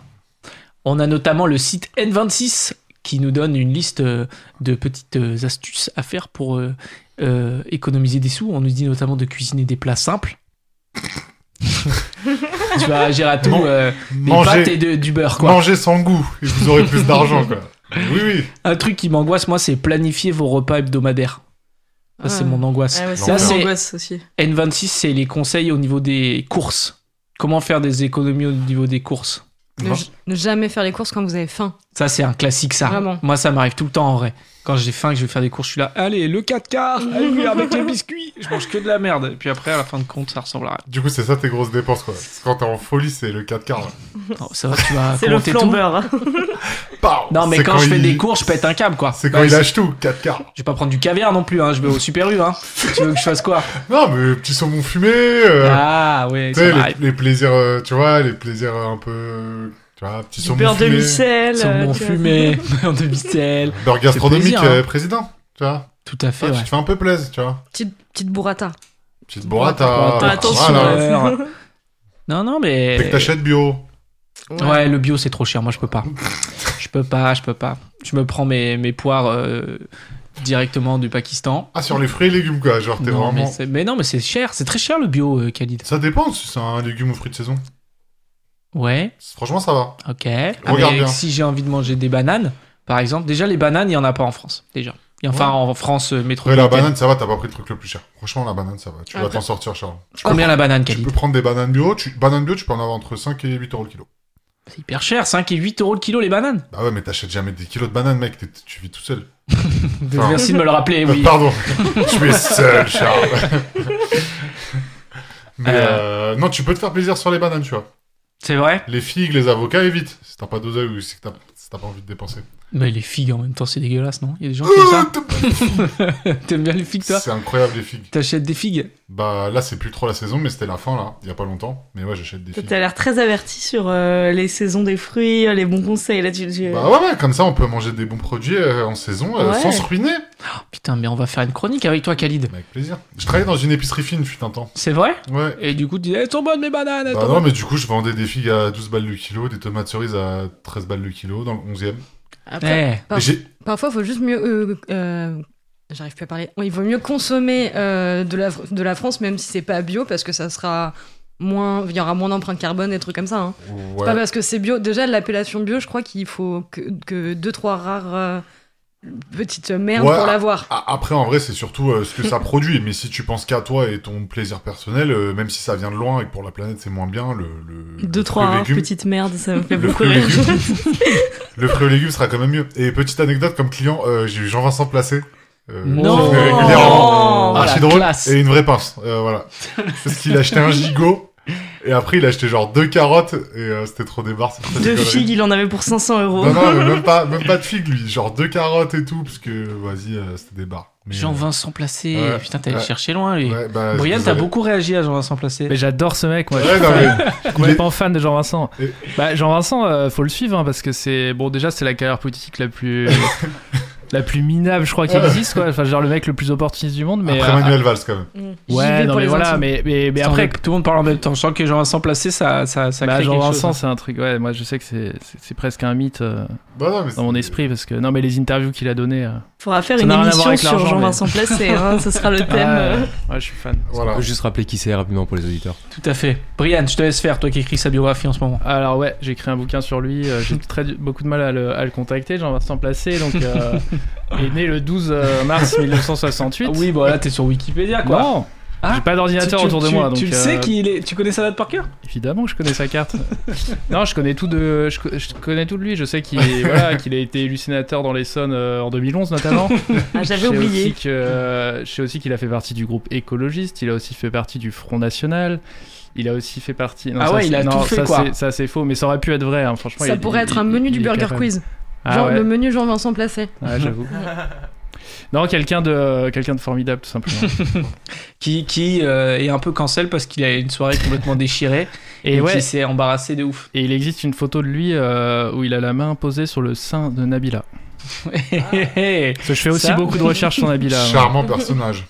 [SPEAKER 1] On a notamment le site N26 qui nous donne une liste euh, de petites euh, astuces à faire pour euh, euh, économiser des sous. On nous dit notamment de cuisiner des plats simples. tu vas agir à tout,
[SPEAKER 3] Non.
[SPEAKER 1] euh, des pâtes et
[SPEAKER 3] manger,
[SPEAKER 1] de- du beurre, quoi.
[SPEAKER 3] manger sans goût et vous aurez plus d'argent quoi oui oui
[SPEAKER 1] Un truc qui m'angoisse, moi, c'est planifier vos repas hebdomadaires. Ça, c'est
[SPEAKER 4] Ouais.
[SPEAKER 1] mon angoisse.
[SPEAKER 4] Ah ouais,
[SPEAKER 3] Ça,
[SPEAKER 4] c'est
[SPEAKER 1] c'est-
[SPEAKER 4] mon angoisse aussi.
[SPEAKER 1] N26, c'est les conseils au niveau des courses. Comment faire des économies au niveau des courses
[SPEAKER 2] Ne,
[SPEAKER 3] Non.
[SPEAKER 2] j- ne jamais faire les courses quand vous avez faim.
[SPEAKER 1] Ça, c'est un classique, ça.
[SPEAKER 2] Vraiment.
[SPEAKER 1] Moi, ça m'arrive tout le temps, en vrai. Quand j'ai faim, que je vais faire des courses, je suis là, allez, le 4 quarts, allez, avec les biscuits. Je mange que de la merde. Et puis après, à la fin de compte, ça ressemble à rien.
[SPEAKER 3] Du coup, c'est ça tes grosses dépenses, quoi. Quand t'es en folie, c'est le 4 quarts.
[SPEAKER 1] Non, ça va, tu vas
[SPEAKER 4] C'est le
[SPEAKER 1] compter tout.
[SPEAKER 4] flambeur. hein.
[SPEAKER 3] Pow
[SPEAKER 1] Non, mais
[SPEAKER 3] C'est
[SPEAKER 1] quand, je fais
[SPEAKER 3] il-
[SPEAKER 1] des courses, je pète un câble, quoi.
[SPEAKER 3] C'est quand
[SPEAKER 1] Bah,
[SPEAKER 3] il
[SPEAKER 1] c'est-
[SPEAKER 3] lâche tout, 4 quarts.
[SPEAKER 1] Je vais pas prendre du caviar non plus, hein. Je vais au Super U, hein. tu veux que je fasse quoi
[SPEAKER 3] Non, mais petit saumon fumé, euh,
[SPEAKER 1] Ah, ouais, ça
[SPEAKER 3] tu sais, les,
[SPEAKER 1] m'arrive.
[SPEAKER 3] les plaisirs, euh, tu vois, les plaisirs euh, un peu. euh, Tu vois, petit
[SPEAKER 4] Du
[SPEAKER 3] saumon
[SPEAKER 4] beurre
[SPEAKER 3] fumé.
[SPEAKER 4] demi-sel. euh,
[SPEAKER 1] Saumon
[SPEAKER 4] tu vois.
[SPEAKER 1] fumé, en demi-sel.
[SPEAKER 3] Beurre gastronomique,
[SPEAKER 1] plaisir, hein.
[SPEAKER 3] euh, président. Tu vois,
[SPEAKER 1] Tout à
[SPEAKER 3] Ah,
[SPEAKER 1] fait, ouais.
[SPEAKER 3] tu te fais un peu plaisir, tu vois.
[SPEAKER 2] Petite, petite burrata.
[SPEAKER 3] Petite burrata.
[SPEAKER 5] Ah,
[SPEAKER 1] Burrata,
[SPEAKER 4] attention, hein.
[SPEAKER 3] Voilà.
[SPEAKER 4] ouais.
[SPEAKER 1] Alors, Non, non, mais.
[SPEAKER 3] Fait que t'achètes bio.
[SPEAKER 1] Ouais, le bio, c'est trop cher. Moi, je peux pas. Je peux pas, je peux pas. Je me prends mes, mes poires euh, directement du Pakistan.
[SPEAKER 3] Ah, sur les fruits et légumes, quoi. Genre, t'es
[SPEAKER 1] Non, mais,
[SPEAKER 3] vraiment.
[SPEAKER 1] c'est- mais non, mais c'est cher. C'est très cher le bio, euh, Khalid.
[SPEAKER 3] Ça dépend si c'est un légume ou fruit de saison.
[SPEAKER 1] Ouais,
[SPEAKER 3] Franchement, ça va.
[SPEAKER 1] ok.
[SPEAKER 3] Regarde
[SPEAKER 1] mais
[SPEAKER 3] bien.
[SPEAKER 1] si j'ai envie de manger des bananes, par exemple, déjà, les bananes, il y en a pas en France. Déjà. Et Enfin, en France euh,
[SPEAKER 3] Après, la
[SPEAKER 1] métropolitaine.
[SPEAKER 3] banane, ça va, t'as pas pris le truc le plus cher. Franchement, la banane, ça va. Tu vas
[SPEAKER 2] Après-
[SPEAKER 3] t'en sortir, Charles.
[SPEAKER 1] Combien la banane,
[SPEAKER 3] Tu
[SPEAKER 1] Khalid
[SPEAKER 3] peux prendre des bananes bio. Tu... Bananes bio, tu peux en avoir entre 5 et 8 euros le kilo.
[SPEAKER 1] C'est hyper cher. 5 et 8 euros le kilo, les bananes.
[SPEAKER 3] Bah ouais, mais t'achètes jamais des kilos de bananes, mec. T'es- Tu vis tout seul. Enfin.
[SPEAKER 1] Merci de me le rappeler, Eh oui.
[SPEAKER 3] Pardon. tu es seul, Charles. mais euh, non, tu peux te faire plaisir sur les bananes, tu vois.
[SPEAKER 1] C'est vrai.
[SPEAKER 3] Les figues, les avocats, évite. Si t'as pas d'oseille ou si t'as si t'as pas envie de dépenser.
[SPEAKER 1] Mais les figues, en même temps, c'est dégueulasse, non Il y a des
[SPEAKER 3] Euh,
[SPEAKER 1] gens qui aiment ça. T'aimes bien les figues, toi
[SPEAKER 3] C'est incroyable, les figues.
[SPEAKER 1] T'achètes des figues
[SPEAKER 3] Bah là, c'est plus trop la saison, mais c'était la fin, là. Il y a pas longtemps. Mais ouais, j'achète des
[SPEAKER 4] Toi,
[SPEAKER 3] figues.
[SPEAKER 4] T'as l'air très averti sur euh, les saisons des fruits, euh, les bons conseils. Là, tu, tu-
[SPEAKER 3] Bah ouais, ouais, comme ça, on peut manger des bons produits euh, en saison euh,
[SPEAKER 4] Ouais.
[SPEAKER 3] sans se ruiner.
[SPEAKER 1] Oh, putain, mais on va faire une chronique avec toi, Khalid.
[SPEAKER 3] Avec plaisir. Je travaillais dans une épicerie fine, fut un temps.
[SPEAKER 1] C'est vrai
[SPEAKER 3] Ouais.
[SPEAKER 1] Et du coup, tu dis, elles sont bonnes mes bananes. eh, elles
[SPEAKER 3] Bah
[SPEAKER 1] sont
[SPEAKER 3] non,
[SPEAKER 1] bonnes.
[SPEAKER 3] mais du coup, je vendais des figues à 12 balles le kilo, des tomates cerises à 13 balles le kilo, dans le 11e.
[SPEAKER 1] Eh.
[SPEAKER 2] Après, Par-
[SPEAKER 3] J'ai-
[SPEAKER 2] Parfois, il faut juste mieux. euh, euh, J'arrive plus à parler. Il vaut mieux consommer euh, de, la, de la France, même si c'est pas bio, parce que ça sera moins. Il y aura moins d'empreintes carbone et trucs comme ça. hein.
[SPEAKER 3] Ouais.
[SPEAKER 2] Pas parce que c'est bio. Déjà, l'appellation bio, je crois qu'il faut que, que deux, trois rares euh, petites merdes
[SPEAKER 3] Ouais.
[SPEAKER 2] pour l'avoir.
[SPEAKER 3] A- Ah, Après, en vrai, c'est surtout euh, ce que ça produit. Mais si tu penses qu'à toi et ton plaisir personnel, euh, même si ça vient de loin et que pour la planète c'est moins bien, le, le, le
[SPEAKER 4] euh, Deux, trois
[SPEAKER 3] fruit
[SPEAKER 4] rares
[SPEAKER 3] légume-
[SPEAKER 4] petites merdes, ça me fait
[SPEAKER 3] le
[SPEAKER 4] beaucoup
[SPEAKER 3] fruit,
[SPEAKER 4] rire.
[SPEAKER 3] légume, le fruit et légumes sera quand même mieux. Et petite anecdote, comme client, euh, j'ai eu Jean-Vincent Placé. euh,
[SPEAKER 1] Non.
[SPEAKER 3] qui fait régulièrement.
[SPEAKER 1] Oh, la
[SPEAKER 3] Archi drôle.
[SPEAKER 1] classe.
[SPEAKER 3] Et une vraie pince. euh, voilà. Parce qu'il achetait un gigot. Et après, il achetait genre deux carottes. Et euh, c'était trop des barres. c'est très
[SPEAKER 4] Deux
[SPEAKER 3] dégueulasse.
[SPEAKER 4] figues, il en avait pour 500 euros.
[SPEAKER 5] Bah,
[SPEAKER 3] Non, non, mais même pas, même pas de figues, lui. Genre deux carottes et tout. Parce que, vas-y, euh, c'était des barres. Mais, euh,
[SPEAKER 1] Jean-Vincent Placé.
[SPEAKER 3] Ouais,
[SPEAKER 1] Putain, t'as
[SPEAKER 3] ouais.
[SPEAKER 1] cherché loin, lui.
[SPEAKER 3] ouais, bah, je
[SPEAKER 1] Brian,
[SPEAKER 3] suis
[SPEAKER 1] t'as
[SPEAKER 3] désolé.
[SPEAKER 1] beaucoup réagi à Jean-Vincent Placé.
[SPEAKER 5] Mais j'adore ce mec, moi. je
[SPEAKER 3] Ouais,
[SPEAKER 5] suis
[SPEAKER 3] non, mais il est-
[SPEAKER 5] complètement fan de Jean-Vincent.
[SPEAKER 3] Et-
[SPEAKER 5] Bah, Jean-Vincent, euh, faut le suivre hein, parce que c'est bon déjà c'est la carrière politique la plus la plus minable je crois qui
[SPEAKER 3] Ouais.
[SPEAKER 5] existe quoi. Enfin genre le mec le plus opportuniste du monde mais
[SPEAKER 3] Après
[SPEAKER 5] euh, ah,
[SPEAKER 3] Manuel Valls, quand même.
[SPEAKER 2] J'y
[SPEAKER 5] ouais
[SPEAKER 2] vais
[SPEAKER 5] non
[SPEAKER 2] pour
[SPEAKER 5] mais
[SPEAKER 2] les
[SPEAKER 5] voilà
[SPEAKER 2] intimes.
[SPEAKER 5] mais mais, mais
[SPEAKER 1] Putain,
[SPEAKER 5] après
[SPEAKER 1] tout le monde parle en même temps. Je sens que Jean-Vincent Placé, ça, ça, ça
[SPEAKER 5] bah,
[SPEAKER 1] crée quelque
[SPEAKER 5] Jean-Vincent
[SPEAKER 1] chose.
[SPEAKER 5] c'est un truc ouais moi je sais que c'est c'est c'est presque un mythe euh,
[SPEAKER 3] Bah, non, mais
[SPEAKER 5] dans mon
[SPEAKER 3] c'est-
[SPEAKER 5] esprit parce que non mais les interviews qu'il a données euh,
[SPEAKER 4] Faudra faire
[SPEAKER 5] Ça
[SPEAKER 4] une
[SPEAKER 5] n'a rien à
[SPEAKER 4] émission
[SPEAKER 5] voir avec
[SPEAKER 4] sur
[SPEAKER 5] l'argent, Ah,
[SPEAKER 4] Jean-Vincent Placé, hein, ce sera le thème. euh.
[SPEAKER 5] ouais, ouais, je suis fan.
[SPEAKER 3] Voilà.
[SPEAKER 6] On peut juste rappeler qui c'est rapidement pour les auditeurs.
[SPEAKER 1] Tout à fait. Brian, je te laisse faire, toi qui écris sa biographie en ce moment.
[SPEAKER 5] Alors ouais, j'ai écrit un bouquin sur lui, euh, j'ai très du- beaucoup de mal à le, à le contacter, Jean-Vincent Placé, donc euh, il est né le 12 euh, mars 1968.
[SPEAKER 1] Ah Oui, bon, là, t'es sur Wikipédia, quoi.
[SPEAKER 5] Non,
[SPEAKER 1] Ah,
[SPEAKER 5] j'ai pas d'ordinateur
[SPEAKER 1] Tu- tu-
[SPEAKER 5] autour de
[SPEAKER 1] tu-
[SPEAKER 5] moi. Donc,
[SPEAKER 1] Tu le
[SPEAKER 5] euh,
[SPEAKER 1] sais qu'il est. Tu connais sa date par cœur
[SPEAKER 5] Évidemment que je connais sa carte. non, je connais tout de, je, co- je connais tout de lui. Je sais qu'il est- voilà, qu'il a été hallucinateur dans l'Essonne euh, en 2011 notamment.
[SPEAKER 4] Ah,
[SPEAKER 5] Je
[SPEAKER 4] J'avais
[SPEAKER 5] sais aussi
[SPEAKER 4] oublié.
[SPEAKER 5] que, euh, je sais aussi qu'il a fait partie du groupe écologiste. Il a aussi fait partie du Front National. Il a aussi fait partie. non,
[SPEAKER 1] Ah
[SPEAKER 5] ça,
[SPEAKER 1] ouais, il
[SPEAKER 5] c'est-
[SPEAKER 1] a
[SPEAKER 5] non,
[SPEAKER 1] tout fait,
[SPEAKER 5] ça,
[SPEAKER 1] quoi.
[SPEAKER 5] c'est- Ça c'est faux, mais ça aurait pu être vrai. hein, Franchement,
[SPEAKER 2] Ça
[SPEAKER 5] il-
[SPEAKER 2] pourrait
[SPEAKER 5] il-
[SPEAKER 2] être un
[SPEAKER 5] il-
[SPEAKER 2] menu du
[SPEAKER 5] il est
[SPEAKER 2] Burger
[SPEAKER 5] capable.
[SPEAKER 2] Quiz.
[SPEAKER 5] Ah
[SPEAKER 2] Genre
[SPEAKER 5] ouais.
[SPEAKER 2] le menu Jean-Vincent Placé.
[SPEAKER 5] Ouais, j'avoue. non, quelqu'un de, quelqu'un de formidable tout simplement.
[SPEAKER 1] Qui, qui euh, est un peu cancel parce qu'il a une soirée complètement déchirée et,
[SPEAKER 5] Et ouais.
[SPEAKER 1] qui s'est embarrassé de ouf.
[SPEAKER 5] Et il existe une photo de lui euh, où il a la main posée sur le sein de Nabila. Ah. Parce que je fais aussi
[SPEAKER 1] Ça
[SPEAKER 5] beaucoup de recherches sur Nabila. hein.
[SPEAKER 3] Charmant personnage.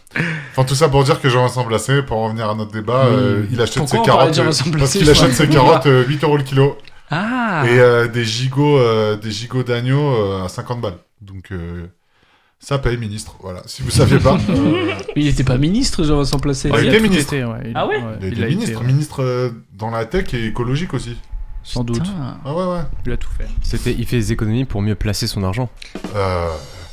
[SPEAKER 3] Enfin, tout ça pour dire que Jean-Vincent Blacé, pour en revenir à notre débat,
[SPEAKER 1] Oui.
[SPEAKER 3] euh, il achète
[SPEAKER 1] Pourquoi
[SPEAKER 3] ses
[SPEAKER 1] on parlait de
[SPEAKER 3] carottes.
[SPEAKER 1] Jean-Vincent
[SPEAKER 3] euh, Parce
[SPEAKER 1] Blacé,
[SPEAKER 3] qu'il
[SPEAKER 1] je
[SPEAKER 3] achète
[SPEAKER 1] crois.
[SPEAKER 3] ses carottes euh, 8 euros le kilo.
[SPEAKER 1] Ah
[SPEAKER 3] Et euh, des gigots euh, des gigots d'agneau euh, à 50 balles. Donc, euh, ça paye, ministre. Voilà. Si vous saviez pas. euh,
[SPEAKER 1] Mais Il était pas ministre, Jean-Vincent Placé.
[SPEAKER 3] Ouais,
[SPEAKER 5] Bah, Il
[SPEAKER 3] il
[SPEAKER 5] a
[SPEAKER 3] était
[SPEAKER 5] tout
[SPEAKER 3] ministre.
[SPEAKER 5] été, ouais. Il-
[SPEAKER 1] Ah ouais
[SPEAKER 3] il
[SPEAKER 5] il a
[SPEAKER 3] était
[SPEAKER 5] été,
[SPEAKER 3] ministre.
[SPEAKER 5] ouais.
[SPEAKER 3] Ministre euh, dans la tech et écologique aussi.
[SPEAKER 5] Sans doute.
[SPEAKER 1] Putain.
[SPEAKER 3] Ah ouais, ouais.
[SPEAKER 5] Il a tout fait.
[SPEAKER 6] C'était, il fait des économies pour mieux placer son argent.
[SPEAKER 3] Euh,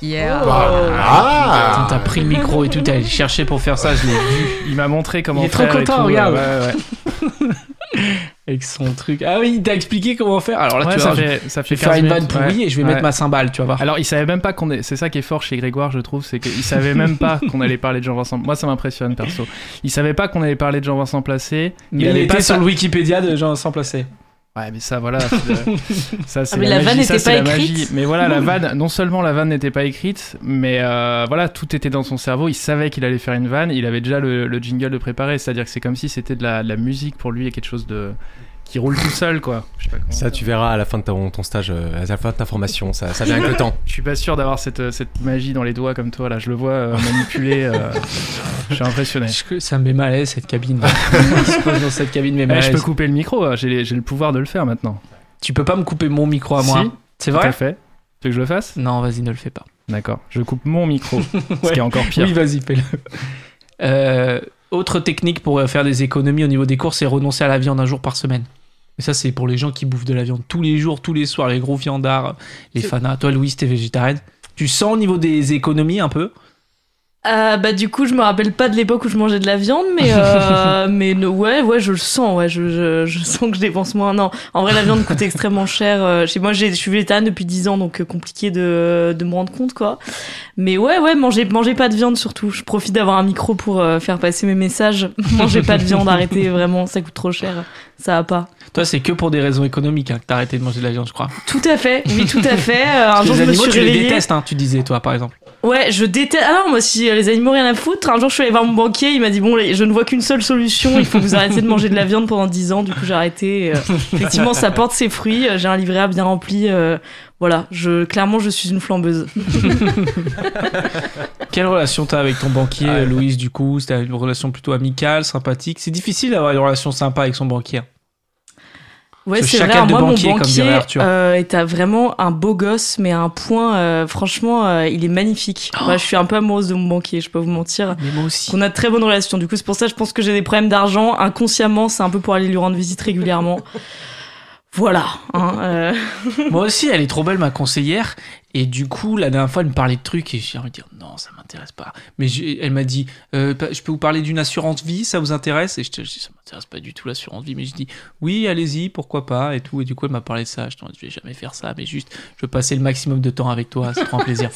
[SPEAKER 2] Yeah.
[SPEAKER 5] Oh.
[SPEAKER 3] bah,
[SPEAKER 1] Putain,
[SPEAKER 3] ah
[SPEAKER 1] T'as pris le micro et tout, t'as cherché pour faire ça, je l'ai vu
[SPEAKER 5] Il m'a montré comment
[SPEAKER 1] Il est trop
[SPEAKER 5] faire. et
[SPEAKER 1] content,
[SPEAKER 5] tout,
[SPEAKER 1] regarde.
[SPEAKER 5] ouais, ouais, ouais.
[SPEAKER 1] avec son truc. Ah oui, il t'a expliqué comment faire. Alors là,
[SPEAKER 5] Ouais,
[SPEAKER 1] tu
[SPEAKER 5] ça,
[SPEAKER 1] vois, je-
[SPEAKER 5] fait, ça
[SPEAKER 1] je vais
[SPEAKER 5] fait 15
[SPEAKER 1] faire une vanne
[SPEAKER 5] minutes,
[SPEAKER 1] pourrie
[SPEAKER 5] ouais,
[SPEAKER 1] et je vais
[SPEAKER 5] ouais.
[SPEAKER 1] mettre ma cymbale, tu vas voir.
[SPEAKER 5] Alors, il savait même pas qu'on est. C'est ça qui est fort chez Grégoire, je trouve, c'est qu'il savait même pas qu'on allait parler de Jean-Vincent. Moi, ça m'impressionne perso. Il savait pas qu'on allait parler de Jean-Vincent Placé.
[SPEAKER 1] Mais il,
[SPEAKER 5] avait
[SPEAKER 1] était
[SPEAKER 5] pas
[SPEAKER 1] sur
[SPEAKER 5] ça-
[SPEAKER 1] le Wikipédia de Jean-Vincent Placé.
[SPEAKER 5] Ouais, mais ça, voilà. c'est le- ça, c'est
[SPEAKER 4] Ah, mais la
[SPEAKER 5] magie,
[SPEAKER 4] vanne
[SPEAKER 5] ça,
[SPEAKER 4] n'était
[SPEAKER 5] c'est
[SPEAKER 4] pas
[SPEAKER 5] la
[SPEAKER 4] écrite.
[SPEAKER 5] magie. Mais voilà, la vanne, non seulement la vanne n'était pas écrite, mais euh, voilà, tout était dans son cerveau. Il savait qu'il allait faire une vanne. Il avait déjà le, le jingle de préparé. C'est-à-dire que c'est comme si c'était de la, de la musique pour lui et quelque chose de qui roule tout seul, quoi. Je sais pas comment
[SPEAKER 6] Ça,
[SPEAKER 5] dire.
[SPEAKER 6] tu verras à la fin de ton, ton stage, euh, à la fin de ta formation. Ça, ça vient avec le temps.
[SPEAKER 5] Je suis pas sûr d'avoir cette, euh, cette magie dans les doigts comme toi, là. Je le vois euh, manipuler. euh, je suis impressionné.
[SPEAKER 1] Je- Ça me met mal à l'aise, cette cabine. Ce qui se passe dans cette cabine mais
[SPEAKER 5] Eh, je peux couper le micro, euh, j'ai les- j'ai le pouvoir de le faire maintenant.
[SPEAKER 1] Tu peux pas me couper mon micro à moi.
[SPEAKER 5] Si,
[SPEAKER 1] C'est
[SPEAKER 5] Tout à
[SPEAKER 1] vrai
[SPEAKER 5] fait. Tu veux que je le fasse
[SPEAKER 1] Non, vas-y, ne le fais pas.
[SPEAKER 5] D'accord. Je coupe mon micro, ce qui est encore pire.
[SPEAKER 1] Oui, vas-y, fais-le. Euh, autre technique pour euh, faire des économies au niveau des courses, c'est renoncer à la viande un jour par semaine. Mais ça, c'est pour les gens qui bouffent de la viande tous les jours, tous les soirs, les gros viandards, les
[SPEAKER 4] C'est-
[SPEAKER 1] fanas. Toi, Louise, t'es végétarienne. Tu sens au niveau des économies un peu
[SPEAKER 4] Ah, bah du coup, je me rappelle pas de l'époque où je mangeais de la viande, mais euh, mais no- ouais, ouais, je le sens, ouais, je, je, je sens que je dépense moins. Non, en vrai, la viande coûte extrêmement cher. euh, chez moi, j'ai- je suis végétarienne depuis 10 ans, donc euh, compliqué de, de me rendre compte, quoi. Mais ouais, ouais, mangez, mangez pas de viande surtout. Je profite d'avoir un micro pour euh, faire passer mes messages. mangez pas de viande, arrêtez vraiment, ça coûte trop cher. Ça va pas.
[SPEAKER 1] Toi, c'est que pour des raisons économiques hein, que t'as arrêté de manger de la viande, je crois.
[SPEAKER 4] Tout à fait, oui, tout à fait. Euh, Un
[SPEAKER 1] Parce que
[SPEAKER 4] jour,
[SPEAKER 1] les
[SPEAKER 4] je me
[SPEAKER 1] animaux,
[SPEAKER 4] suis
[SPEAKER 1] tu les
[SPEAKER 4] réveillée.
[SPEAKER 1] détestes, hein, tu disais, toi, par exemple.
[SPEAKER 4] Ouais, je déteste. Alors moi, si les animaux rien à foutre, un jour je suis allée voir mon banquier, il m'a dit bon, les- je ne vois qu'une seule solution, il faut que vous arrêtiez de manger de la viande pendant 10 ans. Du coup, j'ai arrêté. et, euh, effectivement, ça porte ses fruits. euh, J'ai un livret A bien rempli. euh, Voilà, je, clairement, je suis une flambeuse.
[SPEAKER 1] Quelle relation t'as avec ton banquier,
[SPEAKER 5] Ah,
[SPEAKER 1] Louise, du coup T'as une relation plutôt amicale, sympathique C'est difficile d'avoir une relation sympa avec son banquier.
[SPEAKER 4] Ouais,
[SPEAKER 1] Ce
[SPEAKER 4] c'est
[SPEAKER 1] chacal
[SPEAKER 4] vrai. hein,
[SPEAKER 1] de
[SPEAKER 4] Moi,
[SPEAKER 1] banquier,
[SPEAKER 4] mon
[SPEAKER 1] comme
[SPEAKER 4] banquier
[SPEAKER 1] dirait Arthur.
[SPEAKER 4] euh, est à vraiment un beau gosse, mais à un point, euh, franchement, euh, il est magnifique.
[SPEAKER 1] Oh.
[SPEAKER 4] Moi, je suis un peu amoureuse de mon banquier, je peux vous mentir.
[SPEAKER 1] Mais moi aussi.
[SPEAKER 4] On a de très bonnes relations. Du coup, c'est pour ça, je pense que j'ai des problèmes d'argent. Inconsciemment, c'est un peu pour aller lui rendre visite régulièrement. Voilà. hein, euh.
[SPEAKER 1] moi aussi, elle est trop belle, ma conseillère. Et du coup, la dernière fois, elle me parlait de trucs et j'ai envie de dire non, ça m'intéresse pas. Mais j'ai- elle m'a dit euh, pa- je peux vous parler d'une assurance vie, ça vous intéresse Et je te je dis ça m'intéresse pas du tout l'assurance vie. Mais je dis oui, allez-y, pourquoi pas Et tout. Et du coup, elle m'a parlé de ça. Je t'en je vais jamais faire ça, mais juste, je veux passer le maximum de temps avec toi, ça te rend plaisir.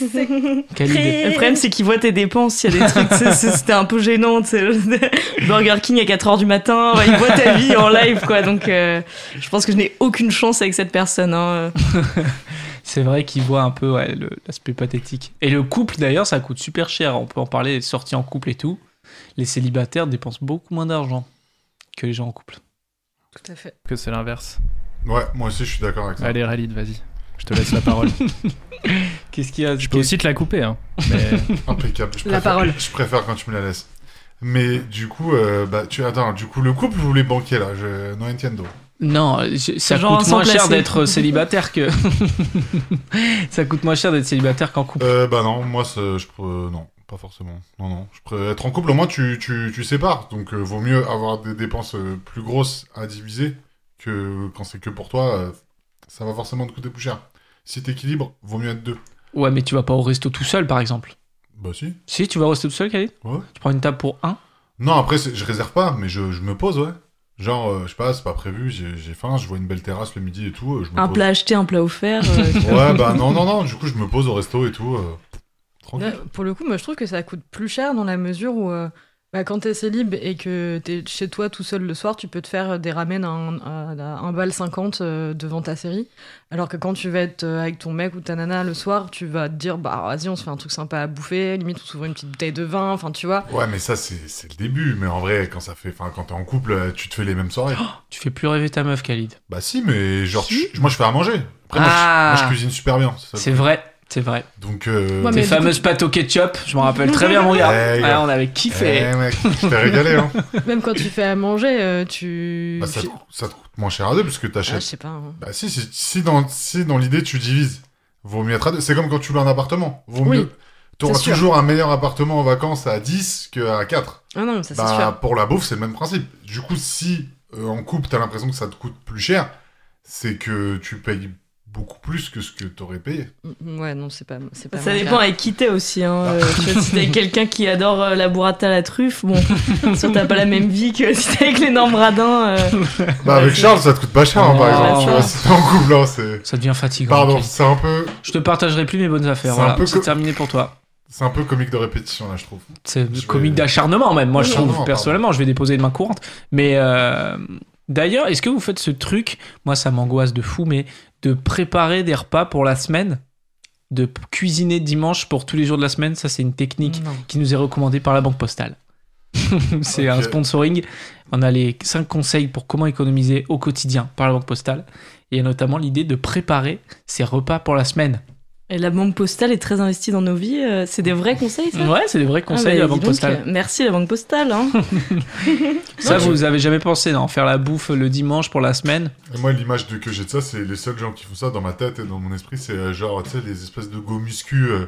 [SPEAKER 1] Quelle idée.
[SPEAKER 4] Le problème, c'est qu'il voit tes dépenses. Il y a des trucs, c'est- c'est- c'était un peu gênant. tu sais. Burger King à 4h du matin, ouais, il voit ta vie en live, quoi. Donc, euh, je pense que je n'ai aucune chance avec cette personne. hein.
[SPEAKER 1] C'est vrai qu'il voit un peu ouais, le- l'aspect pathétique. Et le couple, d'ailleurs, ça coûte super cher. On peut en parler, sorties en couple et tout. Les célibataires dépensent beaucoup moins d'argent que les gens en couple.
[SPEAKER 2] Tout à fait.
[SPEAKER 5] que c'est l'inverse.
[SPEAKER 3] Ouais, moi aussi, je suis d'accord avec ça.
[SPEAKER 5] Allez, Ralid, vas-y. Je te laisse la parole.
[SPEAKER 1] Qu'est-ce qu'il y a
[SPEAKER 5] Je peux aussi te la couper, hein. Mais
[SPEAKER 3] Impeccable. Je
[SPEAKER 2] La
[SPEAKER 3] préfère,
[SPEAKER 2] parole.
[SPEAKER 3] Je préfère quand tu me la laisses. Mais du coup, euh, bah, tu attends, du coup, le couple ou les banquiers là je... Non, Nintendo.
[SPEAKER 1] Non, je- ça
[SPEAKER 4] Genre
[SPEAKER 1] coûte
[SPEAKER 4] sans
[SPEAKER 1] moins cher
[SPEAKER 4] placer.
[SPEAKER 1] d'être célibataire que. ça coûte moins cher d'être célibataire qu'en couple.
[SPEAKER 3] Euh, bah non, moi, c'est- je. pr- non, pas forcément. Non, non. Je pr- être en couple, au moins, tu, tu, tu sépares. Donc, euh, vaut mieux avoir des dépenses euh, plus grosses à diviser que quand c'est que pour toi. euh, ça va forcément te coûter plus cher. Si t'équilibres, vaut mieux être deux.
[SPEAKER 1] Ouais, mais tu vas pas au resto tout seul, par exemple.
[SPEAKER 3] Bah si.
[SPEAKER 1] Si, tu vas au resto tout seul, Khalid
[SPEAKER 3] Ouais.
[SPEAKER 1] Tu prends une table pour un
[SPEAKER 3] Non, après, c'est- je réserve pas, mais je, je me pose, ouais. Genre, euh, je sais pas, c'est pas prévu, j'ai j'ai faim, je vois une belle terrasse le midi et tout, euh, je me
[SPEAKER 4] Un
[SPEAKER 3] pose.
[SPEAKER 4] plat acheté, un plat offert. euh,
[SPEAKER 3] Ouais, bah non, non, non, du coup, je me pose au resto et tout. euh, tranquille.
[SPEAKER 2] Là, pour le coup, moi, je trouve que ça coûte plus cher dans la mesure où, euh, bah, quand t'es célib et que t'es chez toi tout seul le soir, tu peux te faire des ramen à un, à- à un bal 50 euh, devant ta série. Alors que quand tu vas être euh, avec ton mec ou ta nana le soir, tu vas te dire, bah, vas-y, on se fait un truc sympa à bouffer, limite, on s'ouvre une petite bouteille de vin, enfin, tu vois.
[SPEAKER 3] Ouais, mais ça, c'est c'est le début, mais en vrai, quand ça fait, enfin, quand t'es en couple, euh, tu te fais les mêmes soirées.
[SPEAKER 1] Tu fais plus rêver ta meuf, Khalid.
[SPEAKER 3] Bah si, mais genre,
[SPEAKER 1] Si.
[SPEAKER 3] je- moi, je fais à manger. Après, moi, je-
[SPEAKER 1] Ah.
[SPEAKER 3] moi, je, cuisine super bien, c'est ça.
[SPEAKER 1] C'est vrai, c'est vrai.
[SPEAKER 3] Donc, euh...
[SPEAKER 4] Ah,
[SPEAKER 2] Ouais,
[SPEAKER 1] Tes
[SPEAKER 2] mais du
[SPEAKER 1] fameuses pâtes au ketchup, je m'en rappelle très bien, mon gars.
[SPEAKER 3] Ouais,
[SPEAKER 1] Ah,
[SPEAKER 3] gars.
[SPEAKER 1] on avait kiffé.
[SPEAKER 3] eh, mec, je t'ai régalé, hein.
[SPEAKER 2] Même quand tu fais à manger, euh, tu.
[SPEAKER 3] Bah, ça, te-
[SPEAKER 2] tu-
[SPEAKER 3] ça te coûte moins cher à deux, puisque
[SPEAKER 2] Ah, je
[SPEAKER 3] t'achètes.
[SPEAKER 2] sais pas. hein.
[SPEAKER 3] Bah si, si, si dans, si dans l'idée, tu divises, vaut mieux être à deux. C'est comme quand tu loues un appartement. Vaut
[SPEAKER 2] Oui,
[SPEAKER 3] mieux. T'auras
[SPEAKER 2] c'est sûr.
[SPEAKER 3] toujours un meilleur appartement en vacances à 10 qu'à 4.
[SPEAKER 2] Ah non, ça c'est
[SPEAKER 3] Bah,
[SPEAKER 2] sûr.
[SPEAKER 3] pour la bouffe, c'est le même principe. Du coup, si euh, en couple, t'as l'impression que ça te coûte plus cher, c'est que tu payes beaucoup plus que ce que t'aurais payé.
[SPEAKER 2] Mm, Ouais, non, c'est pas. c'est pas
[SPEAKER 4] Ça
[SPEAKER 2] mon
[SPEAKER 4] dépend
[SPEAKER 2] cas.
[SPEAKER 4] avec qui t'es aussi. Hein. Euh, tu vois, si t'es avec quelqu'un qui adore euh, la burrata à la truffe, bon,
[SPEAKER 1] eh.
[SPEAKER 4] soit t'as pas la même vie que si t'es avec l'énorme radin. euh.
[SPEAKER 3] Bah,
[SPEAKER 4] Ouais,
[SPEAKER 3] avec
[SPEAKER 4] c'est-
[SPEAKER 3] Charles, ça te coûte pas cher, hein, par
[SPEAKER 1] Oh.
[SPEAKER 3] exemple. Tu vois, si t'es en couple, hein, c'est.
[SPEAKER 1] Ça devient fatigant.
[SPEAKER 3] Pardon,
[SPEAKER 1] ok.
[SPEAKER 3] c'est un peu,
[SPEAKER 1] Je te partagerai plus mes bonnes affaires.
[SPEAKER 3] C'est un
[SPEAKER 1] Voilà,
[SPEAKER 3] peu
[SPEAKER 1] c'est
[SPEAKER 3] co-
[SPEAKER 1] terminé pour toi.
[SPEAKER 3] c'est un peu comique de répétition, là, je trouve.
[SPEAKER 1] C'est
[SPEAKER 3] Je vais-
[SPEAKER 1] comique d'acharnement même. Moi, je
[SPEAKER 3] D'acharnement,
[SPEAKER 1] trouve
[SPEAKER 3] pardon.
[SPEAKER 1] personnellement, je vais déposer une main courante. Mais euh, d'ailleurs, est-ce que vous faites ce truc Moi, ça m'angoisse de fou, mais de préparer des repas pour la semaine, de p- cuisiner dimanche pour tous les jours de la semaine. Ça, c'est une technique
[SPEAKER 2] Non.
[SPEAKER 1] qui nous est recommandée par la banque postale. c'est
[SPEAKER 3] Ok.
[SPEAKER 1] un sponsoring. On a les 5 conseils pour comment économiser au quotidien par la banque postale. Et il y a notamment l'idée de préparer ses repas pour la semaine.
[SPEAKER 4] Et la banque postale est très investie dans nos vies. euh, C'est des vrais conseils, ça
[SPEAKER 1] Ouais, c'est des vrais
[SPEAKER 4] Ah,
[SPEAKER 1] conseils
[SPEAKER 4] bah,
[SPEAKER 1] de la
[SPEAKER 4] dis
[SPEAKER 1] banque
[SPEAKER 4] donc,
[SPEAKER 1] postale.
[SPEAKER 4] euh, Merci la banque postale. Hein.
[SPEAKER 1] Ça, vous avez jamais pensé, non Faire la bouffe le dimanche pour la semaine
[SPEAKER 3] Et moi, l'image de que j'ai de ça, c'est les seuls gens qui font ça dans ma tête et dans mon esprit, c'est euh, genre, tu sais, les espèces de go muscu. euh,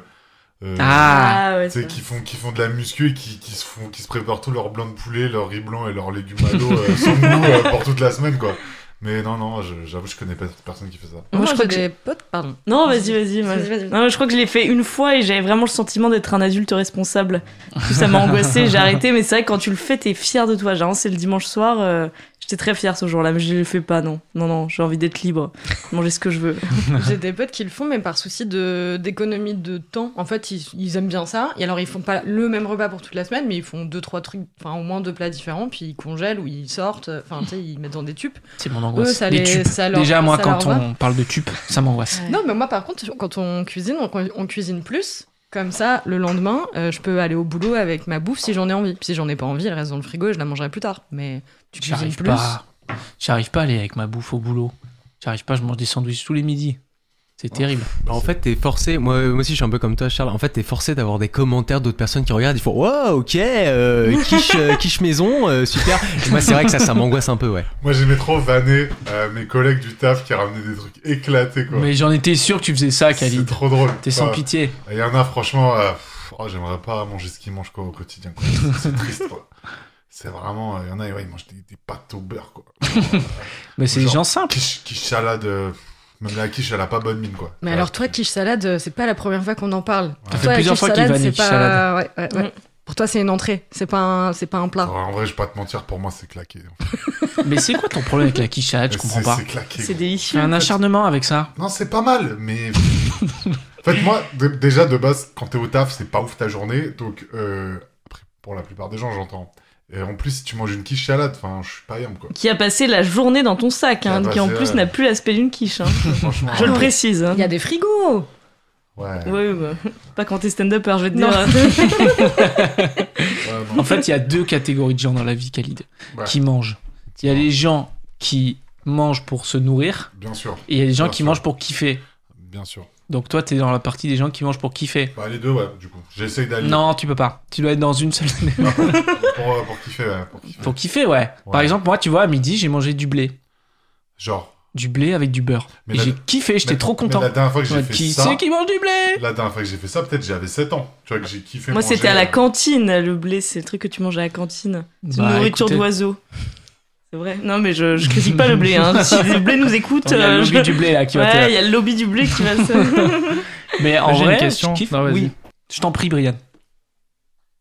[SPEAKER 3] euh,
[SPEAKER 1] Ah,
[SPEAKER 2] Ah.
[SPEAKER 4] Ah, ouais.
[SPEAKER 3] Tu sais,
[SPEAKER 4] ça.
[SPEAKER 3] qui font, qui font de la muscu et qui, qui se font, qui se préparent tout leur blanc de poulet, leur riz blanc et leurs légumes à l'eau euh, sans goût euh, pour toute la semaine, quoi. Mais non, non, je- j'avoue, je connais pas cette personne qui fait ça.
[SPEAKER 4] Moi, je crois
[SPEAKER 2] j'ai
[SPEAKER 4] que
[SPEAKER 2] des potes, pardon.
[SPEAKER 4] Non, vas-y, vas-y. moi.
[SPEAKER 2] Vas-y, vas-y.
[SPEAKER 4] Non, mais je crois que je l'ai fait une fois et j'avais vraiment le sentiment d'être un adulte responsable. Du coup, ça m'a angoissé, j'ai arrêté. Mais c'est vrai que quand tu le fais, t'es fier de toi. Genre, c'est le dimanche soir. euh, J'étais très fière ce jour-là, mais je le fais pas, non. Non, non, j'ai envie d'être libre, manger ce que je veux.
[SPEAKER 2] J'ai des potes qui le font, mais par souci de- d'économie de, temps. En fait, ils, ils aiment bien ça. Et alors, ils font pas le même repas pour toute la semaine, mais ils font deux, trois trucs, enfin, au moins deux plats différents, puis ils congèlent ou ils sortent. Enfin, tu sais, ils mettent dans des tubes.
[SPEAKER 1] C'est mon
[SPEAKER 2] Eux,
[SPEAKER 1] angoisse.
[SPEAKER 2] ça
[SPEAKER 1] les
[SPEAKER 2] les.
[SPEAKER 1] tubes.
[SPEAKER 2] ça leur-
[SPEAKER 1] Déjà, moi,
[SPEAKER 2] ça
[SPEAKER 1] quand
[SPEAKER 2] leur va.
[SPEAKER 1] on parle de tubes, ça m'angoisse.
[SPEAKER 2] Non, mais moi, par contre, quand on cuisine, on, on cuisine plus. Comme ça, le lendemain, euh, je peux aller au boulot avec ma bouffe si j'en ai envie. Puis si j'en ai pas envie, elle reste dans le frigo et je la mangerai plus tard. Mais tu cuisines
[SPEAKER 1] J'arrive
[SPEAKER 2] plus.
[SPEAKER 1] pas. J'arrive pas à aller avec ma bouffe au boulot. J'arrive pas, je mange des sandwichs tous les midis. C'est terrible.
[SPEAKER 6] Bah, En fait, t'es forcé. Moi, moi aussi, je suis un peu comme toi, Charles. En fait, t'es forcé d'avoir des commentaires d'autres personnes qui regardent. Ils font Wow, ok, euh, quiche, euh, quiche maison, euh, super. Et moi, c'est vrai que ça, ça m'angoisse un peu, ouais.
[SPEAKER 3] Moi, j'aimais trop vanner euh, mes collègues du taf qui ramenaient des trucs éclatés, quoi.
[SPEAKER 1] Mais j'en étais sûr que tu faisais ça,
[SPEAKER 3] c'est
[SPEAKER 1] Khalid.
[SPEAKER 3] trop drôle.
[SPEAKER 1] T'es sans
[SPEAKER 3] Enfin,
[SPEAKER 1] pitié.
[SPEAKER 3] Il y en a, franchement, euh, pff, oh, j'aimerais pas manger ce qu'ils mangent quoi, au quotidien. quoi. C'est- C'est triste, quoi. C'est vraiment. euh, Il y en a, ouais, ils mangent des, des pâtes au beurre, quoi.
[SPEAKER 1] Mais c'est des
[SPEAKER 3] genre-
[SPEAKER 1] gens simples.
[SPEAKER 3] Quiche, quiche salade. euh, Même la quiche, elle a pas bonne mine, quoi.
[SPEAKER 2] Mais
[SPEAKER 3] Ouais.
[SPEAKER 2] alors, toi, quiche salade, euh, c'est pas la première fois qu'on en parle.
[SPEAKER 1] Ça
[SPEAKER 2] Pour
[SPEAKER 1] fait
[SPEAKER 2] toi, la
[SPEAKER 1] plusieurs
[SPEAKER 2] quiche
[SPEAKER 1] fois qu'il
[SPEAKER 2] salade,
[SPEAKER 1] vanne les
[SPEAKER 2] c'est
[SPEAKER 1] quiches
[SPEAKER 2] pas. ouais, ouais, ouais. Pour toi, c'est une entrée. C'est pas un, c'est pas un plat.
[SPEAKER 3] En vrai, je vais pas te mentir, pour moi, c'est claqué.
[SPEAKER 1] Mais c'est quoi ton problème avec la quiche salade Je
[SPEAKER 3] C'est-
[SPEAKER 1] Ah, comprends pas.
[SPEAKER 3] C'est claqué.
[SPEAKER 4] C'est
[SPEAKER 3] gros.
[SPEAKER 1] Tu as
[SPEAKER 4] délicieux.
[SPEAKER 1] un acharnement avec ça.
[SPEAKER 3] Non, c'est pas mal, mais. en fait, moi, de- déjà, de base, quand t'es au taf, c'est pas ouf ta journée. Donc, euh, après, pour la plupart des gens, j'entends. Et en plus, si tu manges une quiche salade, enfin, je suis pas yam, quoi.
[SPEAKER 4] Qui a passé la journée dans ton sac, hein,
[SPEAKER 3] Ah bah,
[SPEAKER 4] qui en
[SPEAKER 3] c'est
[SPEAKER 4] plus
[SPEAKER 3] vrai.
[SPEAKER 4] n'a plus l'aspect d'une quiche. hein.
[SPEAKER 3] Franchement.
[SPEAKER 1] Ah
[SPEAKER 4] Je le
[SPEAKER 3] euh,
[SPEAKER 4] précise. hein.
[SPEAKER 2] Il y a des frigos
[SPEAKER 3] Ouais.
[SPEAKER 4] Ouais, ouais, bah, pas quand t'es stand-upper, je vais te
[SPEAKER 2] Non.
[SPEAKER 4] dire. hein.
[SPEAKER 3] ouais, non.
[SPEAKER 1] En fait, il y a deux catégories de gens dans la vie, Khalid,
[SPEAKER 3] Ouais.
[SPEAKER 1] qui mangent. Il y a les gens qui mangent pour se nourrir
[SPEAKER 3] Bien sûr,
[SPEAKER 1] et il y a les gens
[SPEAKER 3] Bien
[SPEAKER 1] qui
[SPEAKER 3] sûr.
[SPEAKER 1] mangent pour kiffer.
[SPEAKER 3] bien sûr.
[SPEAKER 1] Donc toi, t'es dans la partie des gens qui mangent pour kiffer.
[SPEAKER 3] Bah, les deux, ouais, du coup. J'essaye d'aller.
[SPEAKER 1] Non, tu peux pas. Tu dois être dans une seule.
[SPEAKER 3] Non, pour, pour, euh, pour kiffer, ouais, pour kiffer.
[SPEAKER 1] pour kiffer, ouais. Par
[SPEAKER 3] Ouais.
[SPEAKER 1] exemple, moi, tu vois, à midi, j'ai mangé du blé.
[SPEAKER 3] Genre.
[SPEAKER 1] Du blé avec du beurre.
[SPEAKER 3] Mais
[SPEAKER 1] et
[SPEAKER 3] la-
[SPEAKER 1] j'ai kiffé, j'étais
[SPEAKER 3] mais-
[SPEAKER 1] trop content.
[SPEAKER 3] mais La dernière fois que j'ai
[SPEAKER 1] Ouais,
[SPEAKER 3] fait
[SPEAKER 1] qui
[SPEAKER 3] ça.
[SPEAKER 1] c'est qui mange du blé
[SPEAKER 3] La dernière fois que j'ai fait ça, peut-être j'avais 7 ans. Tu vois, que j'ai kiffé.
[SPEAKER 4] Moi,
[SPEAKER 3] manger,
[SPEAKER 4] c'était à la
[SPEAKER 3] euh,
[SPEAKER 4] cantine, le blé, c'est le truc que tu manges à la cantine. C'est une
[SPEAKER 1] Bah,
[SPEAKER 4] nourriture
[SPEAKER 1] écoutez,
[SPEAKER 4] d'oiseau. C'est vrai. Non, mais je, je critique pas le blé. Hein. Si le blé nous écoute,
[SPEAKER 1] Il y a le
[SPEAKER 4] euh,
[SPEAKER 1] lobby
[SPEAKER 4] je-
[SPEAKER 1] du blé là qui va te-
[SPEAKER 4] ouais, il y a le lobby du blé qui va se.
[SPEAKER 1] Mais en
[SPEAKER 5] J'ai une
[SPEAKER 1] vrai,
[SPEAKER 5] question.
[SPEAKER 1] je kiffe.
[SPEAKER 5] Non, vas-y.
[SPEAKER 1] oui. Je t'en prie, Brian.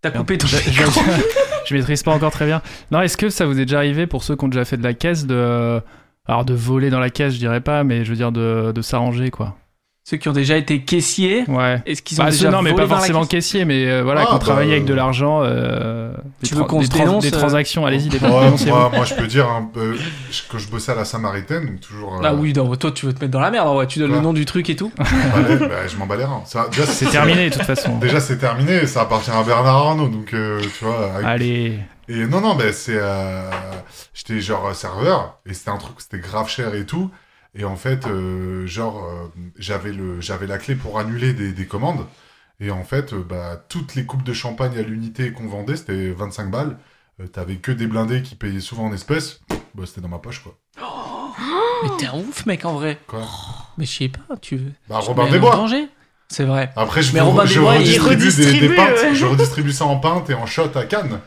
[SPEAKER 1] T'as coupé ton
[SPEAKER 5] Je, je-
[SPEAKER 1] micro.
[SPEAKER 5] je maîtrise pas encore très bien. Non, est-ce que ça vous est déjà arrivé pour ceux qui ont déjà fait de la caisse de. Alors, de voler dans la caisse, je dirais pas, mais je veux dire de, de s'arranger, quoi.
[SPEAKER 1] Ceux qui ont déjà été caissiers,
[SPEAKER 5] Ouais.
[SPEAKER 1] est-ce qu'ils ont
[SPEAKER 5] Bah,
[SPEAKER 1] déjà
[SPEAKER 5] ceux- non, mais
[SPEAKER 1] volé
[SPEAKER 5] pas
[SPEAKER 1] dans la
[SPEAKER 5] forcément
[SPEAKER 1] caisse
[SPEAKER 5] caissier, mais euh, voilà,
[SPEAKER 3] Ah,
[SPEAKER 5] quand on
[SPEAKER 3] bah,
[SPEAKER 5] travaille avec de
[SPEAKER 3] euh,
[SPEAKER 5] l'argent, euh, des,
[SPEAKER 1] Tu veux
[SPEAKER 5] tra-
[SPEAKER 1] qu'on
[SPEAKER 5] des
[SPEAKER 1] se
[SPEAKER 5] trans-
[SPEAKER 1] dénonce,
[SPEAKER 5] des
[SPEAKER 1] euh
[SPEAKER 5] transactions, allez-y, des
[SPEAKER 3] Ouais,
[SPEAKER 5] dénoncez-vous.
[SPEAKER 3] moi, moi, je peux dire un peu je- que je bossais à la Samaritaine, donc toujours. euh,
[SPEAKER 1] Ah oui, non, toi tu veux te mettre dans la merde, ouais. tu donnes le
[SPEAKER 3] Ouais.
[SPEAKER 1] nom du truc et tout.
[SPEAKER 3] balai- bah, je m'en balais rien. Ça, déjà,
[SPEAKER 5] C'est terminé, de toute façon.
[SPEAKER 3] Déjà, c'est terminé, ça appartient à Bernard Arnault, donc euh, tu vois. avec-
[SPEAKER 5] Allez.
[SPEAKER 3] Et non, non, mais c'est. euh, J'étais genre serveur, et c'était un truc, c'était grave cher et tout. Et en fait, euh, genre, euh, j'avais le, j'avais la clé pour annuler des, des commandes. Et en fait, euh, bah, toutes les coupes de champagne à l'unité qu'on vendait, c'était 25 balles. Euh, T'avais que des blindés qui payaient souvent en espèces. Bah, c'était dans ma poche, quoi.
[SPEAKER 1] Mais t'es un ouf, mec, en vrai.
[SPEAKER 3] Quoi
[SPEAKER 1] Mais je sais pas, tu veux.
[SPEAKER 3] Bah,
[SPEAKER 1] tu
[SPEAKER 3] Robin
[SPEAKER 1] mets
[SPEAKER 3] des
[SPEAKER 1] en
[SPEAKER 3] Bois.
[SPEAKER 1] danger. C'est vrai.
[SPEAKER 3] Après, je,
[SPEAKER 1] Mais
[SPEAKER 3] vous-
[SPEAKER 1] Robin des
[SPEAKER 3] je
[SPEAKER 1] Bois, il
[SPEAKER 3] redistribue des- des,
[SPEAKER 4] redistribue,
[SPEAKER 3] pintes.
[SPEAKER 4] ouais.
[SPEAKER 3] Je redistribue ça en pintes et en shot à Cannes.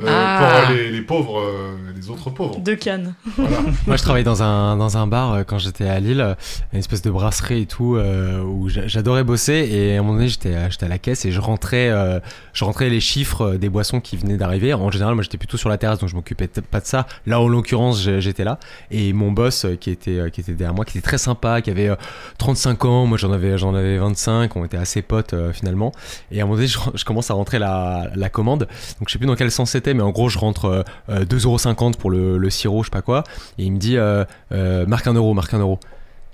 [SPEAKER 3] euh,
[SPEAKER 1] Ah.
[SPEAKER 3] Pour les, les pauvres, euh, les autres pauvres.
[SPEAKER 4] Deux cannes.
[SPEAKER 3] Voilà.
[SPEAKER 6] Moi, je travaillais dans un, dans un bar euh, quand j'étais à Lille, euh, une espèce de brasserie et tout, euh, où j'a- j'adorais bosser. Et à un moment donné, j'étais à- j'étais à la caisse et je rentrais, euh, je rentrais les chiffres euh, des boissons qui venaient d'arriver. En général, moi, j'étais plutôt sur la terrasse, donc je m'occupais t- pas de ça. Là, en l'occurrence, j'ai- j'étais là. Et mon boss, euh, qui était, euh, qui était derrière moi, qui était très sympa, qui avait euh, 35 ans, moi j'en avais, j'en avais 25, on était assez potes euh, finalement. Et à un moment donné, je, je commence à rentrer la, la commande. Donc je sais plus dans quel sens c'était, mais en gros, je rentre euh, euh, 2,50€ pour le, le sirop, je sais pas quoi. Et il me dit, euh, euh, marque un euro, marque un euro.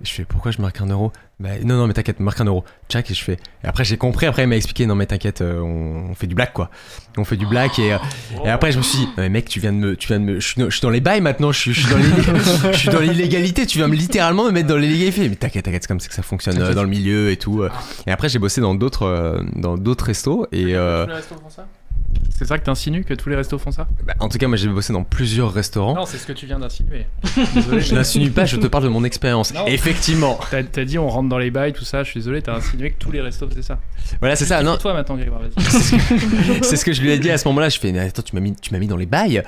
[SPEAKER 6] Et Je fais, pourquoi je marque un euro bah, Non, non, mais t'inquiète, marque un euro. Jack, et je fais. Et après, j'ai compris, après, il m'a expliqué, non, mais t'inquiète, euh, on, on fait du black, quoi. On fait du black, et, euh, et après, je me suis dit, non, mais mec, tu viens de me. Tu viens de me je, suis, dans- je suis dans les bails maintenant, je suis, je suis dans les- je suis dans l'illégalité, tu viens me littéralement me mettre dans l'illégalité. Mais t'inquiète, t'inquiète, c'est comme ça que ça fonctionne euh, dans le milieu et tout. euh. Et après, j'ai bossé dans d'autres euh, dans d'autres restos, et. euh,
[SPEAKER 5] C'est ça que t'insinues que tous les restos font ça
[SPEAKER 6] bah, en tout cas, moi, j'ai bossé dans plusieurs restaurants.
[SPEAKER 5] Non, c'est ce que tu viens d'insinuer.
[SPEAKER 6] Je n'insinue pas, je te parle de mon expérience.
[SPEAKER 5] Non.
[SPEAKER 6] Effectivement.
[SPEAKER 5] T'as t'as dit on rentre dans les bails, tout ça, je suis désolé, t'as insinué que tous les restos faisaient ça.
[SPEAKER 6] Voilà, c'est ça. Non,
[SPEAKER 5] Toi maintenant, Grégoire, vas-y.
[SPEAKER 6] C'est ce que je lui ai dit à ce moment-là. Je fais, mais attends, tu m'as mis, tu m'as mis dans les bails.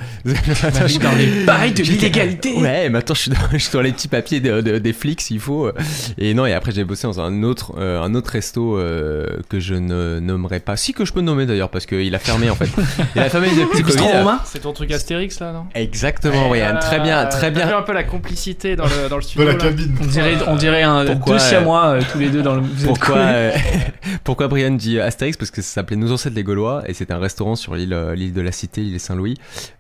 [SPEAKER 1] T'as mis dans les bails de
[SPEAKER 6] J'étais-
[SPEAKER 1] l'illégalité.
[SPEAKER 6] Ouais, maintenant je suis, dans, je suis dans les petits papiers de- de- des flics s'il faut. Et non, et après j'ai bossé dans un autre, euh, un autre resto euh, que je ne nommerai pas. Si que je peux nommer d'ailleurs parce qu'il a fermé en fait. Il a fermé depuis le
[SPEAKER 1] Bistrot
[SPEAKER 6] Covid.
[SPEAKER 1] romain
[SPEAKER 5] C'est ton truc Astérix là, non
[SPEAKER 6] Exactement, oui,
[SPEAKER 5] Euh,
[SPEAKER 6] très bien, très
[SPEAKER 5] T'as vu
[SPEAKER 6] bien.
[SPEAKER 5] un peu la complicité dans le, dans le
[SPEAKER 3] De
[SPEAKER 5] studio
[SPEAKER 3] la
[SPEAKER 5] là
[SPEAKER 3] cabine.
[SPEAKER 1] on dirait, on dirait un,
[SPEAKER 6] Pourquoi,
[SPEAKER 1] deux
[SPEAKER 6] euh,
[SPEAKER 1] siamois euh, tous les deux dans le. vous êtes
[SPEAKER 6] Pourquoi,
[SPEAKER 1] connus.
[SPEAKER 6] euh, pourquoi Brian dit euh, Astérix Parce que ça s'appelait Nos ancêtres les Gaulois et c'était un restaurant sur l'île euh, l'île de la Cité, l'île Saint-Louis.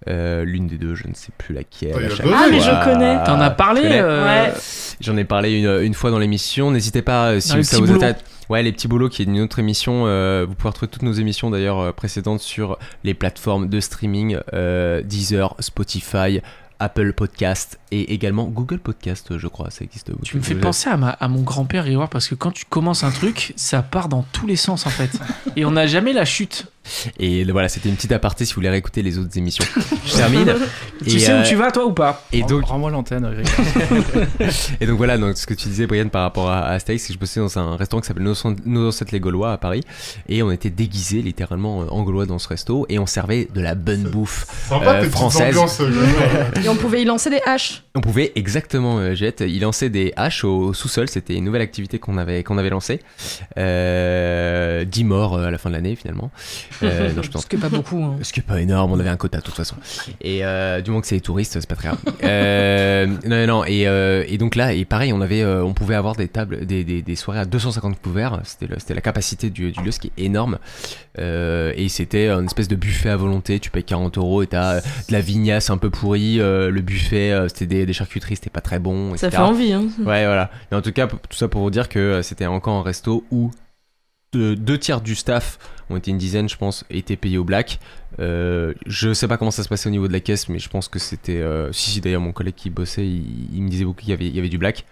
[SPEAKER 6] Euh, L'une des deux, je ne sais plus laquelle.
[SPEAKER 3] Ah, il y
[SPEAKER 6] à
[SPEAKER 3] a
[SPEAKER 6] chaque
[SPEAKER 3] deux. Ah, mais
[SPEAKER 4] je
[SPEAKER 6] fois.
[SPEAKER 4] connais.
[SPEAKER 1] T'en as
[SPEAKER 6] Je
[SPEAKER 1] parlé
[SPEAKER 6] connais.
[SPEAKER 1] euh,
[SPEAKER 4] Ouais.
[SPEAKER 6] J'en ai parlé une, une fois dans l'émission. N'hésitez pas, euh, si
[SPEAKER 1] Dans les
[SPEAKER 6] ça
[SPEAKER 1] petits
[SPEAKER 6] vous
[SPEAKER 1] boulots.
[SPEAKER 6] intéresse- Ouais, les petits boulots, qui est une autre émission. euh, vous pouvez retrouver toutes nos émissions d'ailleurs euh, précédentes sur les plateformes de streaming euh, Deezer, Spotify, Apple Podcast et également Google Podcast, je crois. Ça existe.
[SPEAKER 1] Tu me fais penser à, ma- à mon grand-père, Grégoire, parce que quand tu commences un truc, ça part dans tous les sens en fait. Et on n'a jamais la chute.
[SPEAKER 6] Et le- voilà, c'était une petite aparté si vous voulez réécouter les autres émissions. je termine.
[SPEAKER 1] Tu
[SPEAKER 6] Et,
[SPEAKER 1] sais
[SPEAKER 6] euh,
[SPEAKER 1] où tu vas, toi, ou pas
[SPEAKER 6] Et donc,
[SPEAKER 5] Rends-moi l'antenne, Grégory.
[SPEAKER 6] et donc voilà, donc, ce que tu disais, Brian, par rapport à, à Astérix, c'est que je bossais dans un restaurant qui s'appelle Nos Cent- Nos Ancêtres les Gaulois à Paris. Et on était déguisés littéralement euh, en Gaulois dans ce resto. Et on servait de la bonne bouffe.
[SPEAKER 3] Sympa
[SPEAKER 6] Euh,
[SPEAKER 3] tes petites
[SPEAKER 6] française.
[SPEAKER 3] ambiances, euh,
[SPEAKER 2] Et on pouvait y lancer des haches.
[SPEAKER 6] On pouvait exactement, euh, Jet, il lançait des haches au, au sous-sol, c'était une nouvelle activité qu'on avait, qu'on avait lancée. Euh, 10 morts euh, à la fin de l'année finalement. Euh, non, je pense.
[SPEAKER 1] Parce que pas beaucoup. hein.
[SPEAKER 6] Ce qui est pas énorme, on avait un quota de toute façon. Et euh, du moment que c'est les touristes, c'est pas très grave. Euh, non, non, et, euh, et donc là, et pareil, on avait, euh, on pouvait avoir des tables, des, des, des soirées à 250 couverts. C'était le- c'était la capacité du, du lieu, ce qui est énorme. Euh, et c'était une espèce de buffet à volonté. Tu payes 40 euros et t'as euh, de la vignasse un peu pourrie. euh, le buffet, euh, c'était des, des charcuteries, c'était pas très bon.
[SPEAKER 4] Ça
[SPEAKER 6] etc.
[SPEAKER 4] fait envie, hein.
[SPEAKER 6] Ouais, voilà. Mais en tout cas, p- tout ça pour vous dire que euh, c'était encore un resto où de- deux tiers du staff, on était une dizaine, je pense, étaient payés au black. Euh, je sais pas comment ça se passait au niveau de la caisse, mais je pense que c'était. euh, Si, si, d'ailleurs, mon collègue qui bossait, il, il me disait beaucoup qu'il y avait, il y avait du black.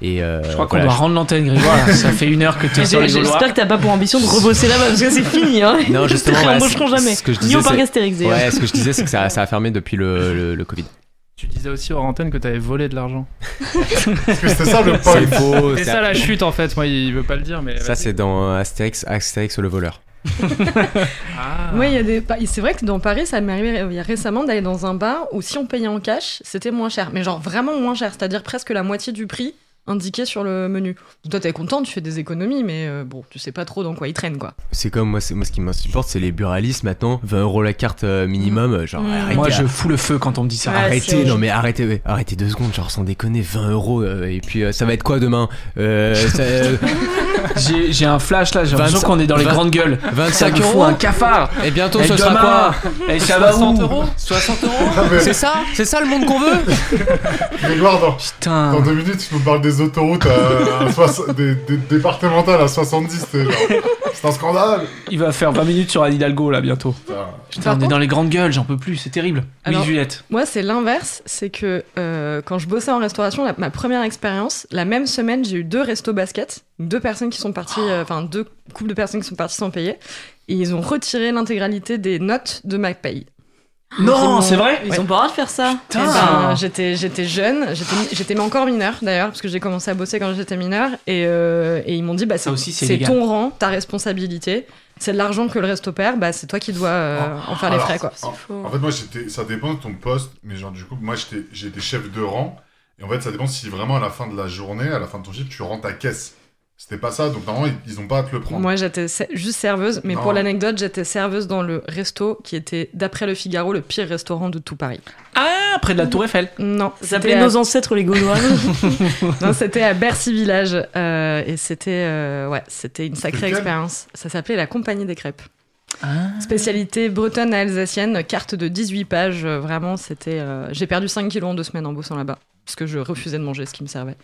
[SPEAKER 6] Et, euh,
[SPEAKER 1] Je crois qu'on
[SPEAKER 6] voilà,
[SPEAKER 1] doit rendre l'antenne, Grégoire. là. ça fait une heure que tu es sur les Gaulois.
[SPEAKER 4] J'espère que t'as pas pour ambition de rebosser là-bas parce que c'est fini, hein.
[SPEAKER 6] Non, justement,
[SPEAKER 4] Ils te
[SPEAKER 6] voilà,
[SPEAKER 4] réembaucheront
[SPEAKER 6] c'est-
[SPEAKER 4] jamais.
[SPEAKER 6] ce que je
[SPEAKER 4] Ni
[SPEAKER 6] disais,
[SPEAKER 4] au parc hein.
[SPEAKER 6] c'est-
[SPEAKER 4] Astérix, d'ailleurs.
[SPEAKER 6] Ouais, ce que je disais, c'est que ça, ça a fermé depuis le, le, le Covid.
[SPEAKER 5] Tu disais aussi hors antenne que t'avais volé de l'argent.
[SPEAKER 3] Parce que c'était ça le
[SPEAKER 6] C'est
[SPEAKER 3] point.
[SPEAKER 6] faux.
[SPEAKER 5] C'est
[SPEAKER 6] c'est-
[SPEAKER 5] ça la chute en fait, moi il veut pas le dire, mais.
[SPEAKER 6] Ça, c'est dans Astérix, Astérix le voleur.
[SPEAKER 5] Ah.
[SPEAKER 2] Oui, il y a des. pa- C'est vrai que dans Paris, ça m'est arrivé il y a récemment d'aller dans un bar où si on payait en cash, c'était moins cher. Mais genre vraiment moins cher, c'est-à-dire presque la moitié du prix indiqué sur le menu. Toi, t'es content, tu fais des économies, mais euh, bon, tu sais pas trop dans quoi ils traînent, quoi.
[SPEAKER 6] C'est comme moi, c'est- moi ce qui m'insupporte, c'est les buralistes maintenant. 20 euros la carte euh, minimum. euh, Genre,
[SPEAKER 4] Mm.
[SPEAKER 6] arrêtez,
[SPEAKER 1] Moi, je fous le feu quand on me dit ça.
[SPEAKER 4] Ouais, c'est
[SPEAKER 6] Arrêtez,
[SPEAKER 4] horrible.
[SPEAKER 6] non mais arrêtez, ouais. arrêtez deux secondes, genre sans déconner, 20 euros, euh, et puis euh, ça va être quoi demain Euh, ça- euh,
[SPEAKER 1] J'ai j'ai un flash là, j'ai l'impression
[SPEAKER 6] 25
[SPEAKER 1] qu'on est dans les
[SPEAKER 6] vingt-
[SPEAKER 1] grandes gueules. Ça
[SPEAKER 6] 25
[SPEAKER 1] me fout
[SPEAKER 6] euros
[SPEAKER 1] un cafard
[SPEAKER 6] Et bientôt
[SPEAKER 1] Et
[SPEAKER 6] ce sera
[SPEAKER 1] demain,
[SPEAKER 6] quoi
[SPEAKER 1] Et ça va où
[SPEAKER 6] euros 60
[SPEAKER 3] Ah,
[SPEAKER 6] euros C'est ça C'est ça le monde qu'on veut
[SPEAKER 3] Grégoire, dans,
[SPEAKER 1] Putain.
[SPEAKER 3] dans deux minutes, tu nous parles des autoroutes à, à soix- des, des départementales à 70. t'es genre, C'est un scandale.
[SPEAKER 1] Il va faire 20 minutes sur Anne Hidalgo là bientôt.
[SPEAKER 3] Putain.
[SPEAKER 1] Putain,
[SPEAKER 2] Par
[SPEAKER 1] on est
[SPEAKER 2] contre-
[SPEAKER 1] dans les grandes gueules, j'en peux plus, c'est terrible.
[SPEAKER 2] Alors-
[SPEAKER 1] Oui, Juliette.
[SPEAKER 2] Moi, c'est l'inverse. C'est que euh, quand je bossais en restauration, la- ma première expérience, la même semaine, j'ai eu deux restos basket, deux personnes qui sont parties, euh, enfin deux couples de personnes qui sont parties sans payer, et ils ont retiré l'intégralité des notes de ma paye. Ah,
[SPEAKER 1] Non, c'est vrai
[SPEAKER 4] Ils ont pas le droit de faire ça.
[SPEAKER 1] Putain.
[SPEAKER 2] Eh ben, j'étais, j'étais jeune, j'étais, mi- j'étais même encore mineure d'ailleurs, parce que j'ai commencé à bosser quand j'étais mineure, et, euh, et ils m'ont dit bah, c'est,
[SPEAKER 1] Ça aussi, c'est
[SPEAKER 2] c'est
[SPEAKER 1] légal.
[SPEAKER 2] ton rang, ta responsabilité, c'est de l'argent que le resto perd, bah, c'est toi qui dois euh,
[SPEAKER 1] Oh.
[SPEAKER 2] en faire les
[SPEAKER 3] Alors,
[SPEAKER 2] frais. Quoi.
[SPEAKER 3] En, en fait, moi, j'étais, ça dépend de ton poste, mais genre, du coup, moi, j'étais, j'étais chef de rang. Et en fait, ça dépend si vraiment à la fin de la journée, à la fin de ton chiffre, tu rends ta caisse. C'était pas ça, donc normalement, ils, ils ont pas à te le prendre.
[SPEAKER 2] Moi, j'étais se- juste serveuse, mais
[SPEAKER 3] Non.
[SPEAKER 2] pour l'anecdote, j'étais serveuse dans le resto qui était, d'après le Figaro, le pire restaurant de tout Paris.
[SPEAKER 1] Ah, près de la Tour Eiffel.
[SPEAKER 2] Non,
[SPEAKER 4] Ça
[SPEAKER 2] c'était
[SPEAKER 1] euh,
[SPEAKER 4] s'appelait
[SPEAKER 2] à,
[SPEAKER 4] Nos ancêtres les Gaulois.
[SPEAKER 2] non, c'était à Bercy Village, euh, et c'était euh, ouais, c'était une sacrée
[SPEAKER 3] Lequel
[SPEAKER 2] expérience. Ça s'appelait la Compagnie des crêpes. Spécialité bretonne et alsacienne, carte de 18 pages, euh, vraiment, c'était... euh, J'ai perdu 5 kilos en deux semaines en bossant là-bas, parce que je refusais de manger ce qui me servait.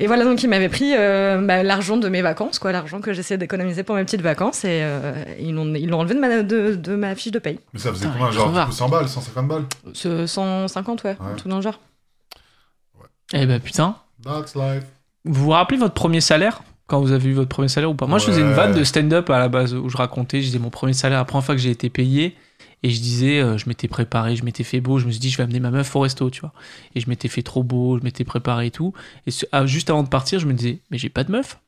[SPEAKER 2] Et voilà, donc il m'avait pris euh, bah, l'argent de mes vacances, quoi, l'argent que j'essayais d'économiser pour mes petites vacances, et euh, ils l'ont ils l'ont enlevé de ma, de, de ma fiche de paye.
[SPEAKER 3] Mais ça faisait
[SPEAKER 1] Putain,
[SPEAKER 3] combien Genre, du
[SPEAKER 1] crevard.
[SPEAKER 3] coup, 100 balles, 150 balles
[SPEAKER 2] Ce 150, ouais,
[SPEAKER 3] Ouais.
[SPEAKER 2] tout dans le genre.
[SPEAKER 1] Eh ben putain.
[SPEAKER 3] That's life.
[SPEAKER 1] Vous vous rappelez votre premier salaire quand vous avez eu votre premier salaire ou pas Moi, je faisais une
[SPEAKER 3] Ouais.
[SPEAKER 1] vanne de stand-up à la base où je racontais, je disais mon premier salaire, la première fois que j'ai été payé, et je disais, euh, je m'étais préparé, je m'étais fait beau, je me suis dit, je vais amener ma meuf au resto, tu vois. Et je m'étais fait trop beau, je m'étais préparé et tout. Et ce- ah, juste avant de partir, je me disais, mais j'ai pas de meuf.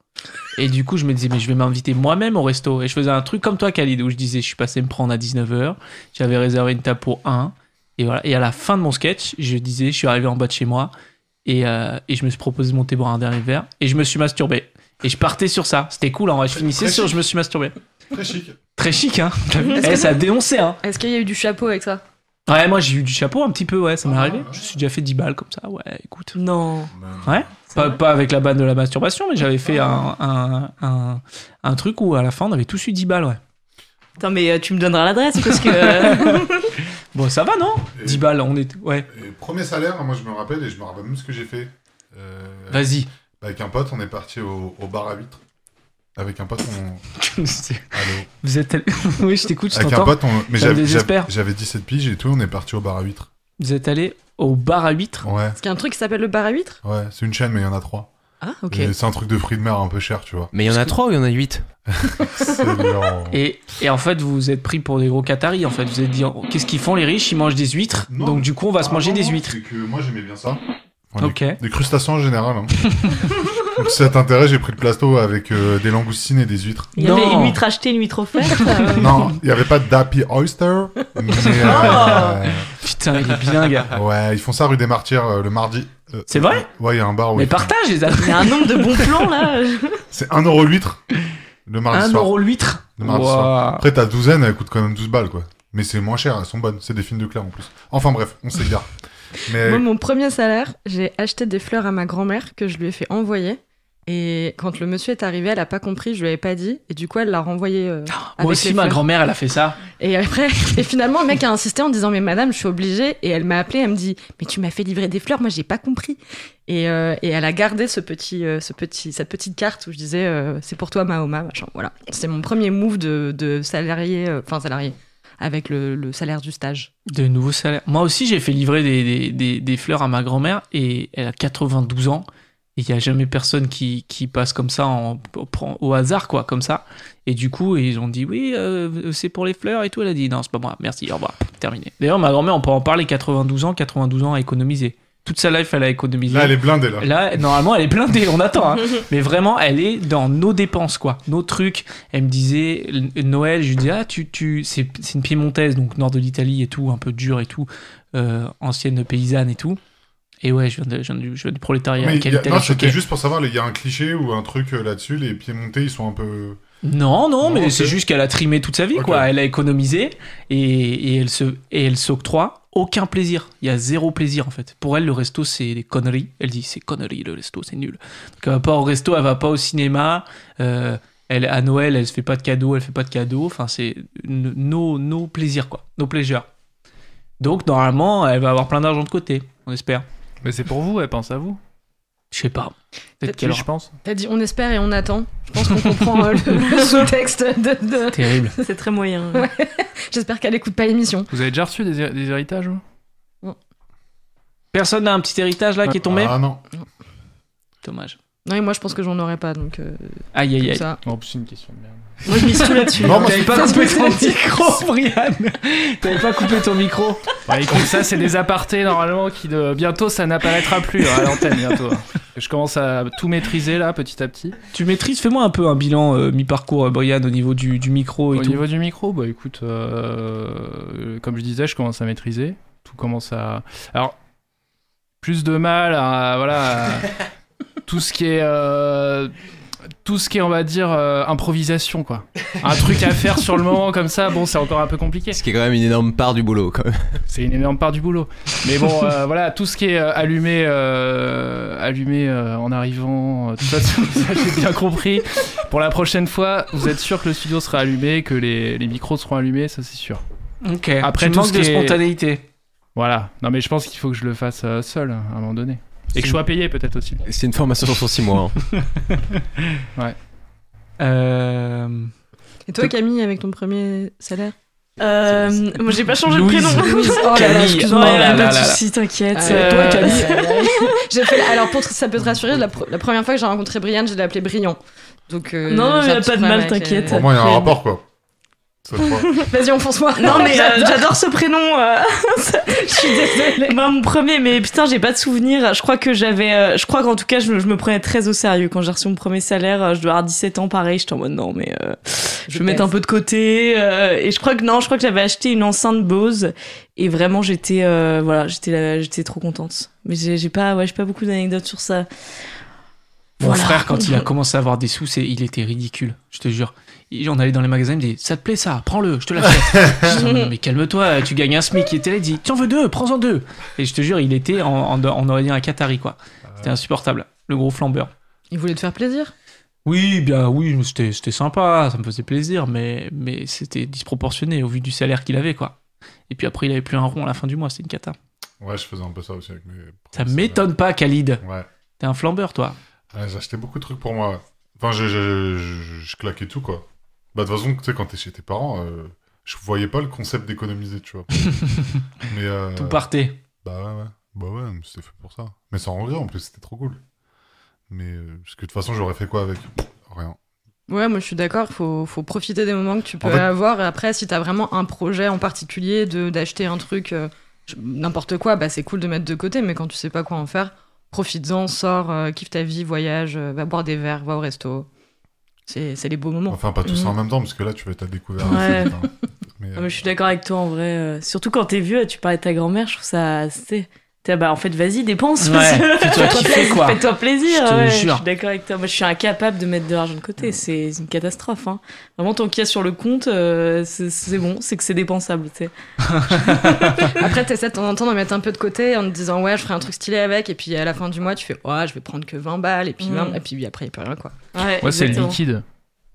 [SPEAKER 1] Et du coup, je me disais, mais je vais m'inviter moi-même au resto. Et je faisais un truc comme toi, Khalid, où je disais, je suis passé me prendre à 19h, j'avais réservé une table pour un. Et voilà. Et à la fin de mon sketch, je disais, je suis arrivé en bas de chez moi et, euh, et je me suis proposé de monter boire un dernier verre et je me suis masturbé. Et je partais sur ça. C'était cool, hein. ouais, je finissais
[SPEAKER 3] Très
[SPEAKER 1] sur
[SPEAKER 3] chic.
[SPEAKER 1] je me suis masturbé.
[SPEAKER 3] Très chic.
[SPEAKER 1] Très chic, hein. T'as vu
[SPEAKER 2] Est-ce
[SPEAKER 1] Eh,
[SPEAKER 2] que-
[SPEAKER 1] ça a dénoncé, hein.
[SPEAKER 2] Est-ce qu'il y a eu du chapeau avec ça
[SPEAKER 1] Ouais, moi j'ai eu du chapeau un petit peu, ouais, ça m'est
[SPEAKER 3] Ah,
[SPEAKER 1] arrivé.
[SPEAKER 3] ouais.
[SPEAKER 1] Je me suis déjà fait 10 balles comme ça, ouais, écoute.
[SPEAKER 4] non.
[SPEAKER 1] Ouais. Pas, pas avec la banne de la masturbation, mais j'avais fait un, un, un, un truc où à la fin on avait tous eu 10 balles, ouais.
[SPEAKER 4] Attends, mais euh, tu me donneras l'adresse parce que. euh,
[SPEAKER 1] Bon, ça va, non
[SPEAKER 3] Euh,
[SPEAKER 1] 10 balles, on est. Ouais,
[SPEAKER 3] Et premier salaire, moi, je me rappelle, et je me rappelle même ce que j'ai fait. Euh,
[SPEAKER 1] vas-y.
[SPEAKER 3] avec un pote, on est parti au, au bar à huîtres. Avec un pote, on... Allô
[SPEAKER 1] Vous êtes. oui, je t'écoute, je
[SPEAKER 3] Avec un
[SPEAKER 1] t'entends.
[SPEAKER 3] pote, on- mais
[SPEAKER 1] Ça me
[SPEAKER 3] j'avais- j'avais
[SPEAKER 1] désespère.
[SPEAKER 3] j'avais 17 piges et tout, on est parti au bar à huîtres.
[SPEAKER 1] Vous êtes allé au bar à huîtres
[SPEAKER 3] Ouais,
[SPEAKER 2] Parce qu'il y a un truc qui s'appelle le bar à huîtres
[SPEAKER 3] ouais, c'est une chaîne, mais il y en a trois.
[SPEAKER 2] Ah, ok.
[SPEAKER 3] Et C'est un truc de fruits de mer un peu cher, tu vois.
[SPEAKER 6] Mais il y en a trois ou il y en a huit
[SPEAKER 3] C'est lent.
[SPEAKER 1] et, et en fait, vous vous êtes pris pour des gros Qataris. En fait, vous vous êtes dit, oh, qu'est-ce qu'ils font les riches Ils mangent des huîtres.
[SPEAKER 3] Non.
[SPEAKER 1] donc du coup, on va se
[SPEAKER 3] Ah,
[SPEAKER 1] manger
[SPEAKER 3] non,
[SPEAKER 1] des
[SPEAKER 3] non,
[SPEAKER 1] huîtres.
[SPEAKER 3] c'est que moi j'aimais bien ça.
[SPEAKER 1] Ok.
[SPEAKER 3] Des, des crustacés en général. hein. Donc, si ça t'intéresse, j'ai pris le plateau avec euh, des langoustines et des huîtres.
[SPEAKER 4] Il y avait
[SPEAKER 1] Non.
[SPEAKER 4] une huître achetée, une huître offerte. euh,
[SPEAKER 3] Non, il n'y avait pas d'Happy Oyster, mais
[SPEAKER 1] Ah.
[SPEAKER 3] euh,
[SPEAKER 1] Putain, il est bien,
[SPEAKER 3] Ah
[SPEAKER 1] gars.
[SPEAKER 3] ouais, ils font ça rue des Martyrs euh, le mardi. Euh,
[SPEAKER 1] C'est vrai
[SPEAKER 3] Ouais, il y a un bar où
[SPEAKER 1] Mais
[SPEAKER 3] ils font-
[SPEAKER 1] partage les amis.
[SPEAKER 4] Il y a un nombre de bons plans là.
[SPEAKER 3] c'est 1 euro l'huître le mardi
[SPEAKER 1] Un
[SPEAKER 3] soir.
[SPEAKER 1] euro l'huître.
[SPEAKER 3] Le mardi
[SPEAKER 1] Wow.
[SPEAKER 3] Après ta douzaine, elle coûte quand même 12 balles quoi. Mais c'est moins cher, elles sont bonnes, c'est des films de Claire en plus. Enfin bref, on s'égare.
[SPEAKER 1] Euh,
[SPEAKER 3] Mais
[SPEAKER 2] Moi, mon premier salaire, j'ai acheté des fleurs à ma grand-mère que je lui ai fait envoyer. Et quand le monsieur est arrivé, elle a pas compris, je lui avais pas dit. Et du coup, elle l'a renvoyé. euh, avec
[SPEAKER 1] Moi aussi,
[SPEAKER 2] les
[SPEAKER 1] ma
[SPEAKER 2] fleurs.
[SPEAKER 1] grand-mère, elle a fait ça.
[SPEAKER 2] Et après, et finalement, le mec a insisté en disant Mais madame, je suis obligée. Et elle m'a appelé, elle me dit Mais tu m'as fait livrer des fleurs, moi j'ai pas compris. Et, euh, et elle a gardé ce petit, euh, ce petit, cette petite carte où je disais euh, C'est pour toi, Mahoma, machin. Voilà. C'est mon premier move de, de salarié, euh, enfin salarié, avec le, le salaire du stage.
[SPEAKER 1] De nouveaux salaires. Moi aussi, j'ai fait livrer des, des, des- des fleurs à ma grand-mère et elle a 92 ans. Et il n'y a jamais personne qui, qui passe comme ça en, au, au hasard, quoi, comme ça. Et du coup, ils ont dit oui, euh, c'est pour les fleurs et tout. Elle a dit non, c'est pas moi, merci, au revoir, terminé. D'ailleurs, ma grand-mère, on peut en parler, 92 ans, 92 ans à économiser. Toute sa life, elle a économisé.
[SPEAKER 3] là, elle est blindée là.
[SPEAKER 1] Là, normalement, elle est blindée, on attend. hein. Mais vraiment, elle est dans nos dépenses, quoi. Nos trucs. Elle me disait, l- Noël, je lui disais, ah, tu, tu... c'est c'est une piémontaise, donc nord de l'Italie et tout, un peu dur et tout, euh, ancienne paysanne et tout. Et ouais, je viens, de, je viens du, je viens du prolétariat.
[SPEAKER 3] Mais il
[SPEAKER 1] Quelle
[SPEAKER 3] y a-
[SPEAKER 1] Italie
[SPEAKER 3] non,
[SPEAKER 1] choquée.
[SPEAKER 3] c'était juste pour savoir, il y a un cliché ou un truc euh, là-dessus, les pieds montés, ils sont un peu.
[SPEAKER 1] Non, non,
[SPEAKER 3] Non,
[SPEAKER 1] mais
[SPEAKER 3] ok.
[SPEAKER 1] c'est juste qu'elle a trimé toute sa vie,
[SPEAKER 3] Ok.
[SPEAKER 1] quoi. Elle a économisé et, et elle se et elle s'octroie aucun plaisir. Il y a zéro plaisir en fait. Pour elle, le resto c'est des conneries. Elle dit c'est conneries le resto, c'est nul. Donc elle va pas au resto, elle va pas au cinéma. Euh, elle à Noël, elle se fait pas de cadeaux, elle fait pas de cadeaux. Enfin c'est n- nos nos plaisirs quoi, nos plaisirs. Donc normalement, elle va avoir plein d'argent de côté, on espère.
[SPEAKER 5] Mais c'est pour vous, elle pense à vous.
[SPEAKER 1] Je sais pas. Peut-être
[SPEAKER 2] Peut-être
[SPEAKER 1] qu'elle
[SPEAKER 5] je pense.
[SPEAKER 2] T'as dit On espère et on attend. Je pense qu'on comprend euh, le, le sous-texte de. de-
[SPEAKER 1] terrible.
[SPEAKER 4] C'est très moyen.
[SPEAKER 2] J'espère qu'elle écoute pas l'émission.
[SPEAKER 5] Vous avez déjà reçu des, hé- des héritages vous
[SPEAKER 1] Personne n'a un petit héritage là qui est tombé.
[SPEAKER 3] Ah non.
[SPEAKER 1] Dommage.
[SPEAKER 2] Non, et moi je pense que j'en aurais pas, donc euh,
[SPEAKER 1] Aïe
[SPEAKER 2] comme
[SPEAKER 1] aïe aïe.
[SPEAKER 2] ça.
[SPEAKER 5] Non, c'est une question de merde.
[SPEAKER 4] Moi, je mise tout là-dessus.
[SPEAKER 3] Non, moi,
[SPEAKER 1] T'avais pas coupé ton micro, Brian T'avais pas coupé ton micro
[SPEAKER 5] Bah, écoute, ça, c'est des apartés normalement qui de... bientôt ça n'apparaîtra plus hein, à l'antenne bientôt. Je commence à tout maîtriser là petit à petit.
[SPEAKER 1] Tu maîtrises, fais-moi un peu un bilan euh, mi-parcours, euh, Brian, au niveau du, du micro et
[SPEAKER 5] Au
[SPEAKER 1] tout.
[SPEAKER 5] niveau du micro, bah écoute, euh, comme je disais, je commence à maîtriser. Tout commence à. Alors, plus de mal à. Voilà. à- tout ce qui est. euh, tout ce qui est, on va dire, euh, improvisation, quoi. Un truc à faire sur le moment comme ça, bon, c'est encore un peu compliqué.
[SPEAKER 6] Ce qui est quand même une énorme part du boulot. Quand même.
[SPEAKER 5] C'est une énorme part du boulot. Mais bon, euh, voilà, tout ce qui est euh, allumé, euh, allumé euh, en arrivant, euh, tout ça, tout ça, j'ai bien compris. Pour la prochaine fois, vous êtes sûr que le studio sera allumé, que les, les micros seront allumés, ça c'est sûr.
[SPEAKER 1] Ok.
[SPEAKER 5] Après,
[SPEAKER 1] tu
[SPEAKER 5] tout
[SPEAKER 1] manques
[SPEAKER 5] ce
[SPEAKER 1] de
[SPEAKER 5] qui est-
[SPEAKER 1] spontanéité.
[SPEAKER 5] Voilà. Non, mais je pense qu'il faut que je le fasse euh, seul à un moment donné. Et que je sois payé peut-être aussi.
[SPEAKER 6] C'est une formation sur 6 mois. hein.
[SPEAKER 1] Euh...
[SPEAKER 2] Et toi, Camille, avec ton premier salaire
[SPEAKER 4] Euh, moi, j'ai pas changé
[SPEAKER 1] Louise,
[SPEAKER 4] de prénom.
[SPEAKER 1] Louise,
[SPEAKER 2] Oh là là,
[SPEAKER 1] Camille,
[SPEAKER 2] excuse-moi.
[SPEAKER 1] oh
[SPEAKER 4] Ouais,
[SPEAKER 1] là là
[SPEAKER 4] pas de
[SPEAKER 1] là là.
[SPEAKER 4] soucis, t'inquiète.
[SPEAKER 2] Ah, et
[SPEAKER 1] toi,
[SPEAKER 4] Euh,
[SPEAKER 1] Camille
[SPEAKER 2] J'ai fait. Alors pour ça peut te rassurer, la, pr- la première fois que j'ai rencontré Brian, je l'ai appelé Brillant. Donc euh,
[SPEAKER 4] Non, non,
[SPEAKER 2] j'ai
[SPEAKER 4] y a
[SPEAKER 2] un petit
[SPEAKER 4] pas de
[SPEAKER 2] problème
[SPEAKER 4] mal,
[SPEAKER 2] avec les-
[SPEAKER 4] t'inquiète.
[SPEAKER 3] Pour moi, il y a un
[SPEAKER 4] Mais-
[SPEAKER 3] rapport quoi. Cette fois.
[SPEAKER 2] Vas-y, enfonce-moi.
[SPEAKER 4] Non mais euh,
[SPEAKER 2] J'adore.
[SPEAKER 4] j'adore ce prénom. euh, je suis désolée. Moi mon premier, mais putain j'ai pas de souvenir. Je crois que j'avais, euh, je crois qu'en tout cas je me, je me prenais très au sérieux quand j'ai reçu mon premier salaire. euh, Je dois avoir 17 ans, pareil. J'étais en mode non mais euh, je vais mettre un peu de côté. euh, et je crois que non, je crois que j'avais acheté une enceinte Bose et vraiment j'étais, euh, voilà, j'étais, là- j'étais trop contente. Mais j'ai j'ai pas, ouais, j'ai pas beaucoup d'anecdotes sur ça.
[SPEAKER 1] Mon
[SPEAKER 4] Voilà.
[SPEAKER 1] frère, quand il a commencé à avoir des sous, c'est- il était ridicule, je te jure. Il- on allait dans les magasins, il me disait Ça te plaît ça Prends-le, je te l'achète. Je disais, Non, mais calme-toi, tu gagnes un SMIC. Il était là, il dit Tiens, veux deux, prends-en deux. Et je te jure, il était, en, en, on aurait dit un Qatari, quoi. C'était insupportable, le gros flambeur.
[SPEAKER 2] Il voulait te faire plaisir.
[SPEAKER 1] Oui, bien oui, mais c'était c'était sympa, ça me faisait plaisir, mais, mais c'était disproportionné au vu du salaire qu'il avait, quoi. Et puis après, il avait plus un rond à la fin du mois, c'était une cata.
[SPEAKER 3] Ouais, je faisais un peu ça aussi avec mes.
[SPEAKER 1] Ça m'étonne pas, Khalid.
[SPEAKER 3] Ouais.
[SPEAKER 1] T'es un flambeur, toi.
[SPEAKER 3] Ouais, J'achetais Ah, beaucoup de trucs pour moi. ouais. Enfin, je, je, je- je claquais tout quoi. Bah, de toute façon, tu sais, quand t'es chez tes parents, euh, je voyais pas le concept d'économiser, tu vois. Mais. euh,
[SPEAKER 1] Tout partait.
[SPEAKER 3] Bah ouais, ouais. Bah ouais, mais c'était fait pour ça. Mais sans regret, en plus, c'était trop cool. Mais euh, parce que de toute façon, j'aurais fait quoi avec Rien.
[SPEAKER 2] Ouais, moi je suis d'accord, faut, faut profiter des moments que tu peux
[SPEAKER 3] En fait-
[SPEAKER 2] avoir. Et après, si t'as vraiment un projet en particulier de d'acheter un truc, euh, je- n'importe quoi, bah c'est cool de mettre de côté, mais quand tu sais pas quoi en faire, profites-en, sors, euh, kiffe ta vie, voyage, euh, va boire des verres, va au resto. C'est c'est les beaux moments.
[SPEAKER 3] Enfin, pas tous
[SPEAKER 2] Mhm.
[SPEAKER 3] en même temps, parce que là, tu vas être à découvert.
[SPEAKER 4] Ouais.
[SPEAKER 3] assez vite, hein. Mais,
[SPEAKER 4] Ouais, Ah, mais je suis d'accord avec toi en vrai. euh, Surtout quand t'es vieux, tu parlais de ta grand-mère, je trouve ça. C'est. t'es- Bah, en fait, vas-y, dépense. parce que-
[SPEAKER 1] Ouais, fais-toi kiffer quoi.
[SPEAKER 4] Fais-toi plaisir.
[SPEAKER 1] Je te
[SPEAKER 4] ouais,
[SPEAKER 1] jure.
[SPEAKER 4] Je suis d'accord avec toi. Moi, je suis incapable de mettre de l'argent de côté. C'est une catastrophe. Hein. Vraiment, tant qu'il y a sur le compte, euh, c'est c'est bon. C'est que c'est dépensable. tu sais.
[SPEAKER 2] Après, t'essaies de temps en temps d'en mettre un peu de côté en te disant ouais, je ferai un truc stylé avec, et puis à la fin du mois, tu fais ouais, je vais prendre que 20 balles, et puis
[SPEAKER 4] Mm.
[SPEAKER 2] 20, et puis après, il peut rien quoi.
[SPEAKER 4] Ouais,
[SPEAKER 5] Moi, c'est le
[SPEAKER 4] exactement.
[SPEAKER 5] liquide.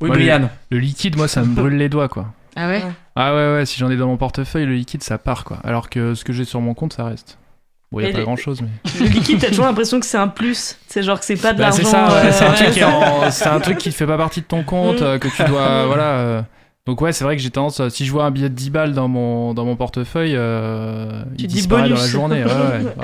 [SPEAKER 1] Oui,
[SPEAKER 5] Moi,
[SPEAKER 1] Brian.
[SPEAKER 5] Le liquide, moi, ça me brûle les doigts, quoi.
[SPEAKER 2] Ah ouais,
[SPEAKER 4] Ouais.
[SPEAKER 5] Ah ouais, ouais, si j'en ai dans mon portefeuille, le liquide, ça part, quoi. Alors que ce que j'ai sur mon compte, ça reste. Bon, il
[SPEAKER 4] Mais
[SPEAKER 5] a pas
[SPEAKER 4] les-
[SPEAKER 5] grand-chose, mais...
[SPEAKER 4] Le liquide, t'as toujours l'impression que c'est un plus. C'est genre que c'est pas de
[SPEAKER 5] Bah,
[SPEAKER 4] l'argent.
[SPEAKER 5] c'est ça, ouais,
[SPEAKER 4] euh,
[SPEAKER 5] c'est un, truc
[SPEAKER 4] ouais,
[SPEAKER 5] qui est en- c'est un truc qui ne fait pas partie de ton compte,
[SPEAKER 4] Mm.
[SPEAKER 5] euh, que tu dois. voilà. euh, Donc, ouais, c'est vrai que j'ai tendance. euh, Si je vois un billet de 10 balles dans mon, dans mon portefeuille, euh,
[SPEAKER 4] Tu
[SPEAKER 5] il
[SPEAKER 4] dis
[SPEAKER 5] disparaît dans la
[SPEAKER 4] bonus.
[SPEAKER 5] journée. Ouais, ouais,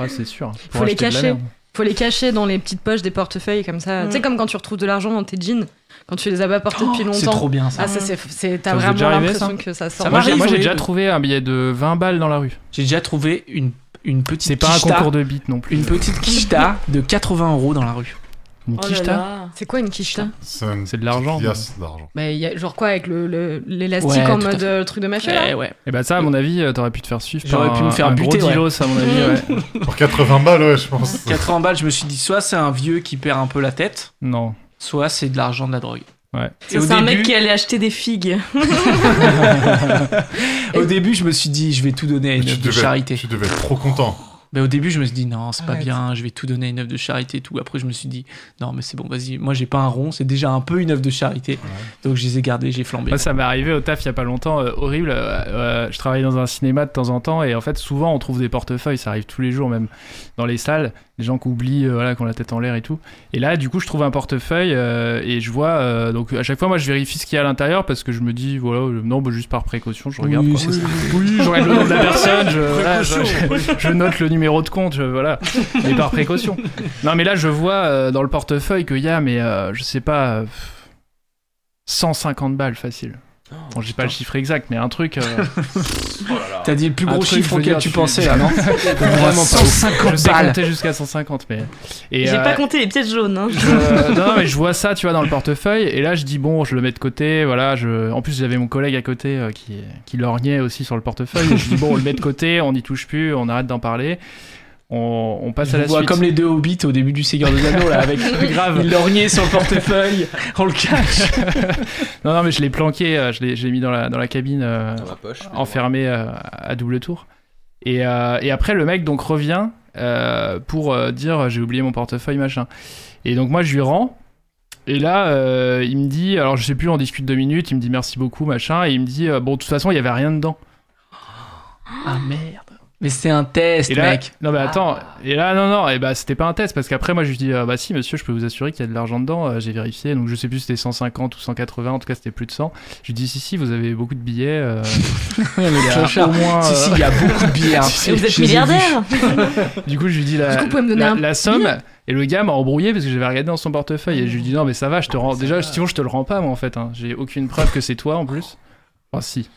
[SPEAKER 5] ouais, c'est sûr. Pour
[SPEAKER 2] Faut les
[SPEAKER 5] acheter de la
[SPEAKER 2] cacher.
[SPEAKER 5] merde.
[SPEAKER 2] Faut les cacher dans les petites poches des portefeuilles comme ça.
[SPEAKER 4] Mm.
[SPEAKER 2] Tu sais, comme quand tu retrouves de l'argent dans tes jeans, quand tu les as pas
[SPEAKER 3] Oh,
[SPEAKER 2] portés depuis
[SPEAKER 1] Oh, C'est
[SPEAKER 2] longtemps.
[SPEAKER 1] trop bien ça.
[SPEAKER 2] Ah, ça, c'est, c'est,
[SPEAKER 5] Ça
[SPEAKER 2] t'as
[SPEAKER 5] vous est
[SPEAKER 2] vraiment
[SPEAKER 5] déjà arrivé,
[SPEAKER 2] l'impression
[SPEAKER 5] ça
[SPEAKER 2] que ça
[SPEAKER 1] Ça
[SPEAKER 2] sort.
[SPEAKER 5] Moi,
[SPEAKER 1] m'arrive,
[SPEAKER 5] j'ai moi, j'ai
[SPEAKER 1] oui.
[SPEAKER 5] déjà trouvé un billet de 20 balles dans la rue.
[SPEAKER 1] J'ai déjà trouvé une, une petite
[SPEAKER 5] C'est pas un
[SPEAKER 1] quicheta,
[SPEAKER 5] concours de bits non plus.
[SPEAKER 1] une petite quicheta de 80 euros dans la rue.
[SPEAKER 5] Une
[SPEAKER 4] Oh là
[SPEAKER 5] quicheta
[SPEAKER 4] là.
[SPEAKER 2] C'est quoi une quicheta
[SPEAKER 3] euh, C'est un-
[SPEAKER 5] C'est de l'argent,
[SPEAKER 3] Yes, de l'argent.
[SPEAKER 2] Bah, il y a, genre quoi, avec le, le- l'élastique
[SPEAKER 1] Ouais,
[SPEAKER 2] en
[SPEAKER 1] tout à
[SPEAKER 2] mode
[SPEAKER 1] fait.
[SPEAKER 2] euh, truc de mafia là
[SPEAKER 1] Eh ouais.
[SPEAKER 5] Et bah, ça, à mon avis, euh, t'aurais pu te faire suivre. par
[SPEAKER 1] J'aurais pu
[SPEAKER 5] un-
[SPEAKER 1] me faire
[SPEAKER 5] un gros
[SPEAKER 1] buter, ouais.
[SPEAKER 5] dealos, à mon avis, ouais.
[SPEAKER 3] Pour 80 balles, ouais, je pense.
[SPEAKER 1] 80 balles, je me suis dit, soit c'est un vieux qui perd un peu la tête,
[SPEAKER 5] Non.
[SPEAKER 1] soit c'est de l'argent de la drogue.
[SPEAKER 5] Ouais.
[SPEAKER 1] Et
[SPEAKER 4] Ça,
[SPEAKER 1] au
[SPEAKER 4] C'est un mec
[SPEAKER 1] début-
[SPEAKER 4] qui allait acheter des figues.
[SPEAKER 1] Au début, je me suis dit, je vais tout donner à
[SPEAKER 3] Mais
[SPEAKER 1] une
[SPEAKER 3] tu,
[SPEAKER 1] œuvre de
[SPEAKER 3] devais,
[SPEAKER 1] charité.
[SPEAKER 3] tu devais être trop content.
[SPEAKER 1] Mais Bah, au début, je me suis dit, non, c'est pas
[SPEAKER 2] Arrête.
[SPEAKER 1] bien, je vais tout donner à une œuvre de charité et tout. Après, je me suis dit, non, mais c'est bon, vas-y, moi j'ai pas un rond, c'est déjà un peu une œuvre de charité. Donc je les ai gardés, j'ai flambé.
[SPEAKER 5] Moi, ça m'est arrivé au taf il y a pas longtemps, euh, horrible. euh, euh, je travaillais dans un cinéma de temps en temps et en fait, souvent, on trouve des portefeuilles, ça arrive tous les jours même dans les salles, des gens qui oublient, euh, voilà, qui ont la tête en l'air et tout. Et là, du coup, je trouve un portefeuille euh, et je vois, euh, donc à chaque fois, moi, je vérifie ce qu'il y a à l'intérieur parce que je me dis, voilà, euh, non, bah, juste par précaution, je regarde.
[SPEAKER 1] Oui,
[SPEAKER 5] quoi.
[SPEAKER 1] c'est ça.
[SPEAKER 5] Oui, je regarde le nom de la personne, je, voilà, je-
[SPEAKER 1] Précaution.
[SPEAKER 5] je note le numéro de compte, je- voilà, mais par précaution. Non, mais là, je vois euh, dans le portefeuille qu'il y a, mais euh, je sais pas, euh, 150 balles facile. Bon, j'ai pas le chiffre exact, mais un truc. euh,
[SPEAKER 1] T'as dit le plus
[SPEAKER 5] un
[SPEAKER 1] gros
[SPEAKER 5] truc, je
[SPEAKER 1] chiffre
[SPEAKER 5] veux
[SPEAKER 1] auquel
[SPEAKER 5] dire,
[SPEAKER 1] tu
[SPEAKER 5] je-
[SPEAKER 1] pensais là, non Vraiment
[SPEAKER 5] pas ouf. Je
[SPEAKER 1] 150
[SPEAKER 5] sais
[SPEAKER 1] balles.
[SPEAKER 5] compter jusqu'à 150, mais. Et,
[SPEAKER 4] J'ai
[SPEAKER 5] euh,
[SPEAKER 4] pas compté les pièces jaunes. Hein.
[SPEAKER 5] je- non, non, mais je vois ça, tu vois, dans le portefeuille, et là je dis bon, je le mets de côté, voilà. Je... En plus, j'avais mon collègue à côté euh, qui, qui lorgnait aussi sur le portefeuille. et je dis bon, on le met de côté, on n'y touche plus, on arrête d'en parler, on, on passe
[SPEAKER 1] Je
[SPEAKER 5] à la
[SPEAKER 1] vois
[SPEAKER 5] suite.
[SPEAKER 1] comme les deux hobbits au début du Seigneur des Anneaux là, avec grave. Il lorgnait sur le portefeuille, on le cache.
[SPEAKER 5] Non, non, mais je l'ai planqué, euh, je l'ai je l'ai mis dans la, dans la cabine, euh,
[SPEAKER 6] Dans la poche.
[SPEAKER 5] enfermé euh, à double tour. Et, euh, et après, le mec donc revient euh, pour euh, dire j'ai oublié mon portefeuille, machin. Et donc, moi, je lui rends. Et là, euh, il me dit, alors je sais plus, on discute deux minutes, il me dit merci beaucoup, machin. Et il me dit, euh, bon, de toute façon, il y avait rien dedans.
[SPEAKER 1] Ah merde. Mais c'est un test,
[SPEAKER 5] Et là,
[SPEAKER 1] mec.
[SPEAKER 5] non, mais attends, et là, non, non, et bah c'était pas un test parce qu'après, moi, je lui dis, euh, bah si, monsieur, je peux vous assurer qu'il y a de l'argent dedans, euh, j'ai vérifié, donc je sais plus si c'était 150 ou 180, en tout cas, c'était plus de 100. Je lui dis, si, si, vous avez beaucoup de billets, euh, il y a
[SPEAKER 1] clochard.
[SPEAKER 5] au moins.
[SPEAKER 1] Si,
[SPEAKER 5] euh,
[SPEAKER 1] si, il y a beaucoup de bières.
[SPEAKER 5] Si,
[SPEAKER 4] Et vous êtes milliardaire
[SPEAKER 5] Du coup, je lui dis la,
[SPEAKER 2] Du coup, vous pouvez me donner
[SPEAKER 5] la,
[SPEAKER 2] un
[SPEAKER 5] la somme. Et le gars m'a embrouillé parce que j'avais regardé dans son portefeuille. Et je lui dis non, mais ça va,
[SPEAKER 1] Ah,
[SPEAKER 5] je te rends. Déjà, sinon, je te le rends pas, moi, en fait. hein. J'ai aucune preuve que c'est toi, en plus. Enfin, si.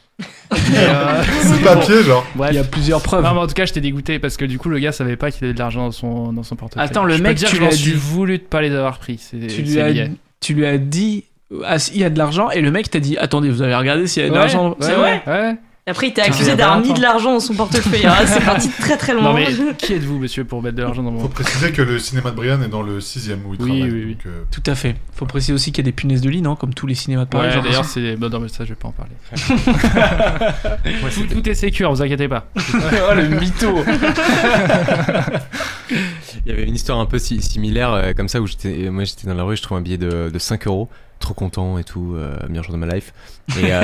[SPEAKER 5] Mais, euh,
[SPEAKER 3] C'est papier, genre.
[SPEAKER 5] bref.
[SPEAKER 1] Il y a plusieurs preuves.
[SPEAKER 5] Non, mais en tout cas, j'étais dégoûté parce que du coup, le gars savait pas qu'il avait de l'argent dans son, dans son portefeuille.
[SPEAKER 1] Attends, le
[SPEAKER 5] Je
[SPEAKER 1] mec,
[SPEAKER 5] peux te dire,
[SPEAKER 1] tu
[SPEAKER 5] que
[SPEAKER 1] lui as
[SPEAKER 5] j'en suis
[SPEAKER 1] dit-
[SPEAKER 5] voulu de pas les avoir pris. C'est
[SPEAKER 1] tu, lui
[SPEAKER 5] c'est
[SPEAKER 1] as,
[SPEAKER 5] lié.
[SPEAKER 1] tu lui as dit, ah, il y a de l'argent, et le mec t'a dit, attendez, vous avez regardé s'il y a de
[SPEAKER 5] Ouais,
[SPEAKER 1] l'argent.
[SPEAKER 5] ouais,
[SPEAKER 1] C'est vrai
[SPEAKER 5] ouais, ouais.
[SPEAKER 4] Après, il t'a
[SPEAKER 5] Putain,
[SPEAKER 4] accusé
[SPEAKER 5] il y a
[SPEAKER 4] d'avoir
[SPEAKER 5] pas
[SPEAKER 4] mis de
[SPEAKER 5] longtemps.
[SPEAKER 4] l'argent dans son portefeuille. hein. C'est parti de très très loin.
[SPEAKER 5] Non, mais qui êtes-vous, monsieur, pour mettre de l'argent dans
[SPEAKER 3] Faut
[SPEAKER 5] mon.
[SPEAKER 3] préciser que le cinéma de Brian est dans le 6ème où il
[SPEAKER 5] Oui,
[SPEAKER 3] travaille.
[SPEAKER 5] oui, oui.
[SPEAKER 3] donc, euh,
[SPEAKER 1] Tout à fait. Faut préciser aussi qu'il y a des punaises de lit, non Comme tous les cinémas de Paris.
[SPEAKER 5] Ouais,
[SPEAKER 1] genre.
[SPEAKER 5] d'ailleurs, c'est. Bah, non, mais ça, je vais pas en parler. tout, tout est sécure, vous inquiétez pas.
[SPEAKER 1] oh, le mytho
[SPEAKER 6] Il y avait une histoire un peu si- similaire, euh, comme ça, où j'étais, moi j'étais dans la rue, je trouve un billet de, de 5 euros, trop content et tout, euh, meilleur jour de ma life. Et euh,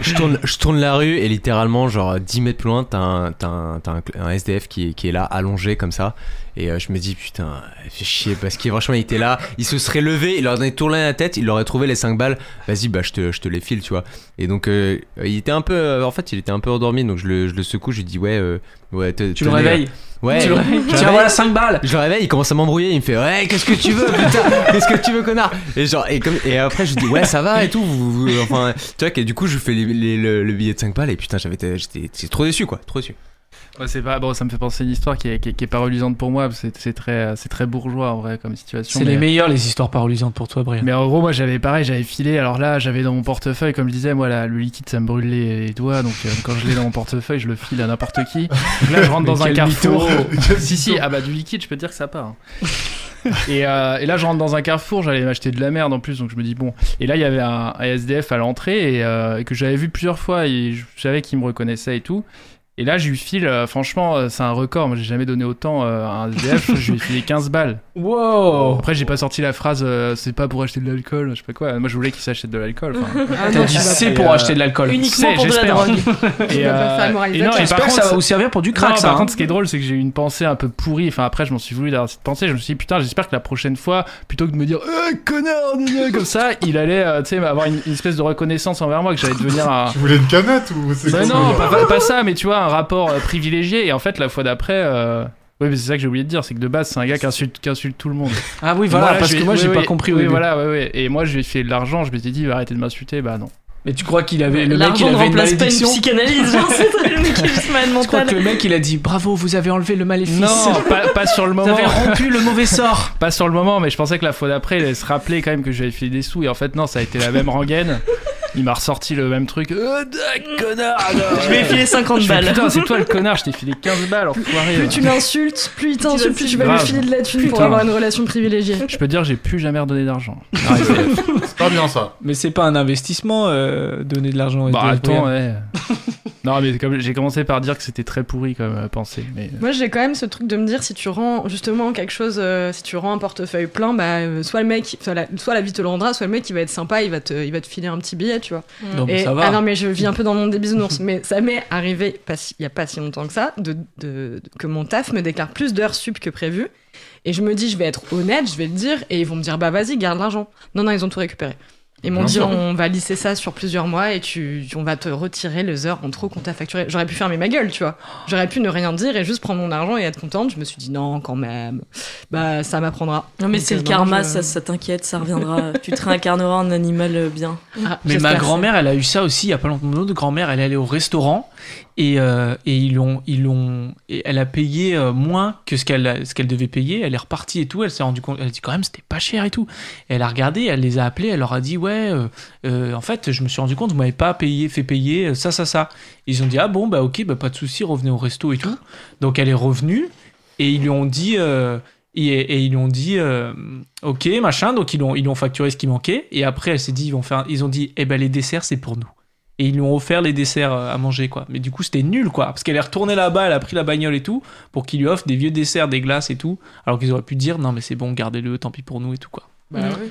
[SPEAKER 6] je, tourne, je tourne la rue et littéralement, genre 10 mètres plus loin, t'as un, t'as un, t'as un, un SDF qui, est- qui est là, allongé comme ça. Et euh, je me dis, putain, il fait chier, parce qu'il franchement, il était là, il se serait levé, il aurait donné tourné la tête, il aurait trouvé les 5 balles, vas-y, bah je te, je te les file, tu vois. Et donc, euh, il était un peu, en fait, il était un peu endormi, donc je le, je le secoue, je lui dis, ouais, euh, ouais, te-
[SPEAKER 1] Tu le
[SPEAKER 6] tenez, euh,
[SPEAKER 1] réveilles.
[SPEAKER 6] Ouais.
[SPEAKER 1] Tu le réveilles,
[SPEAKER 6] Je
[SPEAKER 1] tu
[SPEAKER 6] réveille-
[SPEAKER 1] vas voilà 5 balles.
[SPEAKER 6] Je le réveille, il commence à m'embrouiller, il me fait ouais qu'est-ce que tu veux putain qu'est-ce que tu veux connard et genre et, comme- et après je lui dis ouais ça va et tout vous, vous- enfin tu vois que du coup je lui fais les- les- le, le billet de 5 balles et putain j'avais été- j'étais j'étais trop déçu quoi trop déçu
[SPEAKER 5] Ouais, c'est pas bon, ça me fait penser à une histoire qui est, qui est- qui est pas reluisante pour moi, parce que c'est c'est très, euh, c'est très bourgeois en vrai comme situation.
[SPEAKER 1] C'est
[SPEAKER 5] mais-
[SPEAKER 1] les meilleures les histoires parolissantes pour toi, Brian.
[SPEAKER 5] Mais en gros, moi j'avais pareil, j'avais filé. Alors là, j'avais dans mon portefeuille, comme je disais, moi là, le liquide ça me brûle les les doigts. Donc euh, quand je l'ai dans mon portefeuille, je le file à n'importe qui. Donc là, je rentre dans
[SPEAKER 1] Mais
[SPEAKER 5] un
[SPEAKER 1] quel
[SPEAKER 5] carrefour.
[SPEAKER 3] Quel
[SPEAKER 5] si, si, ah bah du liquide, je peux te dire que ça part. hein. et, euh, et là, je rentre dans un carrefour, j'allais m'acheter de la merde en plus, donc je me dis bon. Et là, il y avait un, un SDF à l'entrée et euh, que j'avais vu plusieurs fois et je savais qu'il me reconnaissait et tout. Et là, je lui file, euh, franchement, euh, c'est un record. Moi, j'ai jamais donné autant euh, à un SDF. je lui ai filé 15 balles.
[SPEAKER 4] Oh.
[SPEAKER 1] Wow
[SPEAKER 5] Après, j'ai pas sorti la phrase euh, c'est pas pour acheter de l'alcool, je sais pas quoi. Moi, je voulais qu'il s'achète de l'alcool. enfin.
[SPEAKER 2] Ah
[SPEAKER 1] T'as
[SPEAKER 2] non,
[SPEAKER 1] dit
[SPEAKER 2] tu vas
[SPEAKER 1] c'est
[SPEAKER 5] pas-
[SPEAKER 1] pour
[SPEAKER 5] Et, euh,
[SPEAKER 1] acheter de l'alcool.
[SPEAKER 5] Une-
[SPEAKER 4] Uniquement
[SPEAKER 5] C'est,
[SPEAKER 4] pour de la
[SPEAKER 5] j'espère. euh,
[SPEAKER 4] drogue.
[SPEAKER 2] Tu vas pas faire le moralisateur.
[SPEAKER 5] et par
[SPEAKER 1] J'espère que ça
[SPEAKER 5] contre,
[SPEAKER 1] va vous servir pour du
[SPEAKER 5] non,
[SPEAKER 1] crack, ça.
[SPEAKER 5] par
[SPEAKER 1] hein.
[SPEAKER 5] contre, ce qui est drôle, c'est que j'ai eu une pensée un peu pourrie. Enfin, après, je m'en suis voulu d'avoir cette pensée. Je me suis dit, putain, j'espère que la prochaine fois, plutôt que de me dire, euh, connard, gna gna comme ça, il allait, euh, tu sais, avoir une, une espèce de reconnaissance envers moi, que j'allais devenir un.
[SPEAKER 3] Tu voulais une canette ou c'est
[SPEAKER 5] Bah
[SPEAKER 3] quoi
[SPEAKER 5] non,
[SPEAKER 3] ça
[SPEAKER 5] pas, pas- pas ça, mais tu vois, un rapport euh, privilégié. Et en fait, la fois d'après. euh, Oui, mais c'est ça que j'ai oublié de dire, c'est que de base, c'est un gars qui insulte, qui insulte tout le monde.
[SPEAKER 1] Ah oui, voilà,
[SPEAKER 5] là,
[SPEAKER 1] parce
[SPEAKER 5] je lui
[SPEAKER 1] que
[SPEAKER 5] ai-
[SPEAKER 1] moi
[SPEAKER 5] oui,
[SPEAKER 1] j'ai
[SPEAKER 5] oui,
[SPEAKER 1] pas compris au
[SPEAKER 5] oui,
[SPEAKER 1] début.
[SPEAKER 5] voilà, oui, oui. Et moi, je lui ai fait de l'argent, je m'étais dit, il va arrêter de m'insulter, bah non.
[SPEAKER 1] Mais tu crois qu'il avait le mec il
[SPEAKER 4] L'argent ne
[SPEAKER 1] avait une
[SPEAKER 4] remplace pas une
[SPEAKER 1] malédiction
[SPEAKER 4] psychanalyse, genre c'est très- le mec qui est juste malade
[SPEAKER 1] Tu crois
[SPEAKER 4] mental.
[SPEAKER 1] que le mec il a dit bravo, vous avez enlevé le maléfice.
[SPEAKER 5] Non, pas, pas sur le
[SPEAKER 1] vous
[SPEAKER 5] moment.
[SPEAKER 1] avez rompu le mauvais sort.
[SPEAKER 5] Pas sur le moment, mais je pensais que la fois d'après, il allait se rappeler quand même que j'avais filé des sous. Et en fait, non, ça a été la même rengaine. Il m'a ressorti le même truc. Euh, da- connard alors.
[SPEAKER 4] Je vais filer 50
[SPEAKER 5] Je fais,
[SPEAKER 4] balles.
[SPEAKER 5] Putain, c'est toi le connard, je t'ai filé 15 balles, enfoiré.
[SPEAKER 2] Plus tu m'insultes, plus il t'insulte, plus tu vas lui
[SPEAKER 5] Grave.
[SPEAKER 2] filer de la thune pour
[SPEAKER 5] Putain.
[SPEAKER 2] avoir une relation privilégiée.
[SPEAKER 5] Je peux dire, j'ai plus jamais redonné d'argent.
[SPEAKER 3] C'est pas bien ça.
[SPEAKER 1] Mais c'est pas un investissement euh, donner de l'argent. aux
[SPEAKER 5] bah
[SPEAKER 1] SDF,
[SPEAKER 5] attends,
[SPEAKER 1] Brian.
[SPEAKER 5] ouais. Non, mais comme j'ai commencé par dire que c'était très pourri comme euh, pensée. Mais...
[SPEAKER 2] Moi, j'ai quand même ce truc de me dire si tu rends justement quelque chose, euh, si tu rends un portefeuille plein, bah, euh, soit le mec, soit la, soit la vie te le rendra, soit le mec il va être sympa, il va te, il va te filer un petit billet, tu vois.
[SPEAKER 1] euh, Non mais
[SPEAKER 3] bah,
[SPEAKER 2] Et-
[SPEAKER 1] ça
[SPEAKER 2] Ah
[SPEAKER 1] va.
[SPEAKER 2] non, mais je vis un peu dans le monde des bisounours. mais ça m'est arrivé pas si- il n'y a pas si longtemps que ça de, de- que mon taf me déclare plus d'heures sup que prévu. Et je me dis, je vais être honnête, je vais le dire, et ils vont me dire, bah vas-y, garde l'argent. Non, non, ils ont tout récupéré. Ils m'ont
[SPEAKER 3] Bien
[SPEAKER 2] dit,
[SPEAKER 3] sûr.
[SPEAKER 2] on va lisser ça sur plusieurs mois et tu, on va te retirer les heures en trop qu'on t'a facturé. J'aurais pu fermer ma gueule, tu vois. J'aurais pu ne rien dire et juste prendre mon argent et être contente. Je me suis dit, non, quand même. Bah, ça m'apprendra.
[SPEAKER 4] Non mais
[SPEAKER 2] Donc,
[SPEAKER 4] c'est
[SPEAKER 2] euh,
[SPEAKER 4] le karma,
[SPEAKER 2] je-
[SPEAKER 4] ça, ça t'inquiète, ça reviendra. tu te réincarneras en animal euh, bien.
[SPEAKER 2] Ah,
[SPEAKER 1] Mais
[SPEAKER 2] j'espère
[SPEAKER 1] ma
[SPEAKER 2] que-
[SPEAKER 1] grand-mère, elle a eu ça aussi il y a pas longtemps. Mon autre grand-mère, elle est allée au restaurant et, euh, et ils l'ont, ils l'ont, et elle a payé euh, moins que ce qu'elle, a- ce qu'elle devait payer. Elle est repartie et tout. Elle s'est rendue compte. Elle a dit quand même c'était pas cher et tout. Et elle a regardé, elle les a appelés, elle leur a dit ouais, euh, euh, en fait je me suis rendu compte vous m'avez pas payé, fait payer euh, ça, ça, ça. Ils ont dit ah bon bah ok bah pas de souci, revenez au resto et tout. Donc elle est revenue et ils lui ont dit. euh, et, et ils lui ont dit euh, ok machin donc ils lui ont ils lui ont facturé ce qui manquait et après elle s'est dit ils vont faire ils ont dit eh ben les desserts c'est pour nous et ils lui ont offert les desserts euh, à manger quoi mais du coup c'était nul quoi parce qu'elle est retournée là-bas elle a pris la bagnole et tout pour qu'ils lui offrent des vieux desserts des glaces et tout alors qu'ils auraient pu dire non mais c'est bon gardez-le tant pis pour nous et tout quoi
[SPEAKER 2] Bah oui.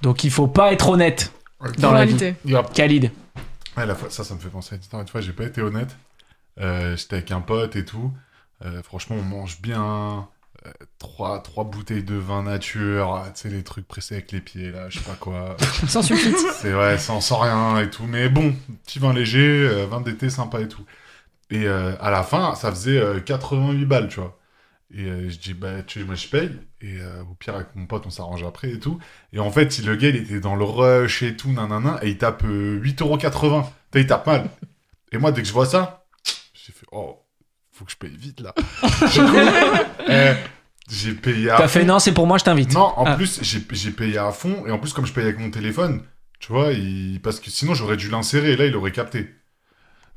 [SPEAKER 1] donc il faut pas être honnête
[SPEAKER 3] Ok.
[SPEAKER 1] dans la vie
[SPEAKER 2] Moralité.
[SPEAKER 3] Il y a
[SPEAKER 1] Khalid
[SPEAKER 3] Ouais, la fois- ça, ça me fait penser à une histoire. Une fois, j'ai pas été honnête. Euh, J'étais avec un pote et tout. Euh, franchement, on mange bien. Euh, trois, trois bouteilles de vin nature. Ah, Tu sais, les trucs pressés avec les pieds, là, je sais pas quoi.
[SPEAKER 2] Sans sulfite.
[SPEAKER 3] C'est vrai, sans, sans rien et tout. Mais bon, petit vin léger, euh, vin d'été sympa et tout. Et euh, à la fin, ça faisait euh, 88 balles, tu vois. Et euh, je dis, bah, tu sais, moi je paye. Et euh, au pire, avec mon pote, on s'arrange après et tout. Et en fait, il- le gars, il était dans le rush et tout, nanana. Et il tape euh, 8,80€. Tu sais, il tape mal. Et moi, dès que je vois ça, j'ai fait, oh, faut que je paye vite là. Du coup, euh, j'ai payé à
[SPEAKER 1] t'as fait non c'est pour moi je t'invite
[SPEAKER 3] non, en
[SPEAKER 1] Ah.
[SPEAKER 3] plus, j'ai j'ai payé à fond, et en plus, comme je paye avec mon téléphone, tu vois, il... parce que sinon j'aurais dû l'insérer, et là, il aurait capté.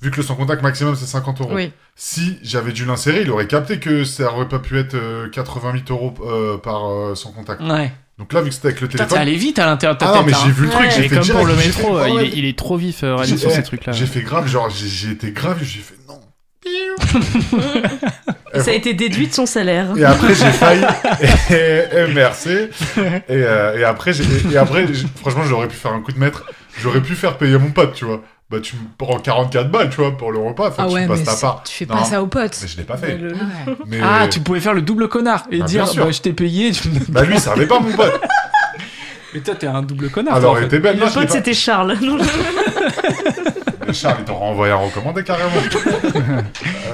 [SPEAKER 3] Vu que le sans contact maximum, c'est 50 euros.
[SPEAKER 2] Oui.
[SPEAKER 3] Si j'avais dû l'insérer, il aurait capté que ça aurait pas pu être euh, 88 euros euh, par euh, sans contact.
[SPEAKER 1] ouais
[SPEAKER 3] Donc là, vu que c'était avec le
[SPEAKER 1] Putain, t'es
[SPEAKER 3] téléphone.
[SPEAKER 1] allé vite à l'intérieur de ta
[SPEAKER 3] Ah non, mais
[SPEAKER 1] tête
[SPEAKER 3] j'ai
[SPEAKER 1] là, hein.
[SPEAKER 3] vu le truc,
[SPEAKER 4] Ouais.
[SPEAKER 3] j'ai
[SPEAKER 5] Mais
[SPEAKER 3] fait
[SPEAKER 5] comme
[SPEAKER 3] direct,
[SPEAKER 5] pour le
[SPEAKER 3] j'ai fait,
[SPEAKER 5] métro,
[SPEAKER 3] oh,
[SPEAKER 5] euh, il,
[SPEAKER 3] ouais.
[SPEAKER 5] est, il est trop vif, euh, Rani,
[SPEAKER 3] J'ai-
[SPEAKER 5] sur
[SPEAKER 3] eh,
[SPEAKER 5] ces trucs-là.
[SPEAKER 3] J'ai fait grave, genre, j'ai- j'ai été grave, j'ai fait non.
[SPEAKER 4] Et ça a été déduit de son salaire.
[SPEAKER 3] Et après, j'ai failli. et, et merci. Et, euh, et après, j'ai- et après j'ai- franchement, j'aurais pu faire un coup de maître. J'aurais pu faire payer mon pote, tu vois. Bah, tu me prends 44 balles, tu vois, pour le repas. Faut
[SPEAKER 2] Ah
[SPEAKER 3] que
[SPEAKER 2] ouais,
[SPEAKER 3] tu
[SPEAKER 2] mais
[SPEAKER 3] passes ta
[SPEAKER 2] c'est-
[SPEAKER 3] part.
[SPEAKER 2] tu fais
[SPEAKER 3] Non.
[SPEAKER 2] pas ça aux potes.
[SPEAKER 3] Mais je l'ai pas fait. Mais,
[SPEAKER 1] ah tu pouvais faire le double connard et
[SPEAKER 3] Bah,
[SPEAKER 1] dire
[SPEAKER 3] bien sûr.
[SPEAKER 1] bah, je t'ai payé tu me-
[SPEAKER 3] Bah, lui, ça servait pas, mon pote.
[SPEAKER 1] mais toi t'es un double connard toi, en
[SPEAKER 3] Alors,
[SPEAKER 1] fait.
[SPEAKER 3] était belle.
[SPEAKER 4] Le
[SPEAKER 3] Non, je l'ai
[SPEAKER 4] pote
[SPEAKER 3] pas...
[SPEAKER 4] c'était Charles. Non, je-
[SPEAKER 3] Mais Charles, il t'aura envoyé un recommandé carrément.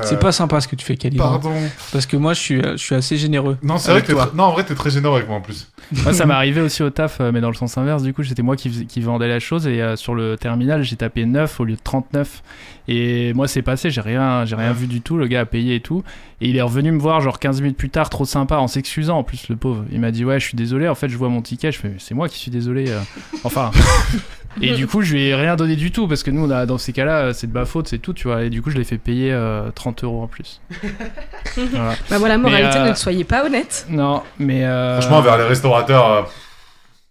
[SPEAKER 1] C'est
[SPEAKER 3] Euh,
[SPEAKER 1] pas sympa ce que tu fais, Calibre.
[SPEAKER 3] Pardon.
[SPEAKER 1] Parce que moi, je suis, je suis assez généreux.
[SPEAKER 3] Non, c'est vrai
[SPEAKER 1] Avec
[SPEAKER 3] que t'es
[SPEAKER 1] toi.
[SPEAKER 3] tr- non, en vrai, t'es très généreux avec moi en plus.
[SPEAKER 5] Moi, ça m'est arrivé aussi au taf, euh, mais dans le sens inverse. Du coup, c'était moi qui, fais- qui vendais la chose et euh, sur le terminal, j'ai tapé 9 au lieu de 39. Et moi, c'est passé, j'ai rien, j'ai rien vu du tout. Le gars a payé et tout. Et il est revenu me voir, genre 15 minutes plus tard, trop sympa, en s'excusant en plus, le pauvre. Il m'a dit Ouais, je suis désolé, en fait, je vois mon ticket. Je fais C'est moi qui suis désolé. euh. Enfin. et du coup, je lui ai rien donné du tout parce que nous, on a, dans ces cas-là, euh, c'est de ma faute, c'est tout, tu vois. Et du coup, je l'ai fait payer euh, 30 euros en plus. voilà.
[SPEAKER 2] Bah voilà,
[SPEAKER 5] Mais,
[SPEAKER 2] moralité,
[SPEAKER 5] euh,
[SPEAKER 2] ne soyez pas honnête.
[SPEAKER 5] Non, mais. euh,
[SPEAKER 3] Franchement, vers les restaurateurs, euh,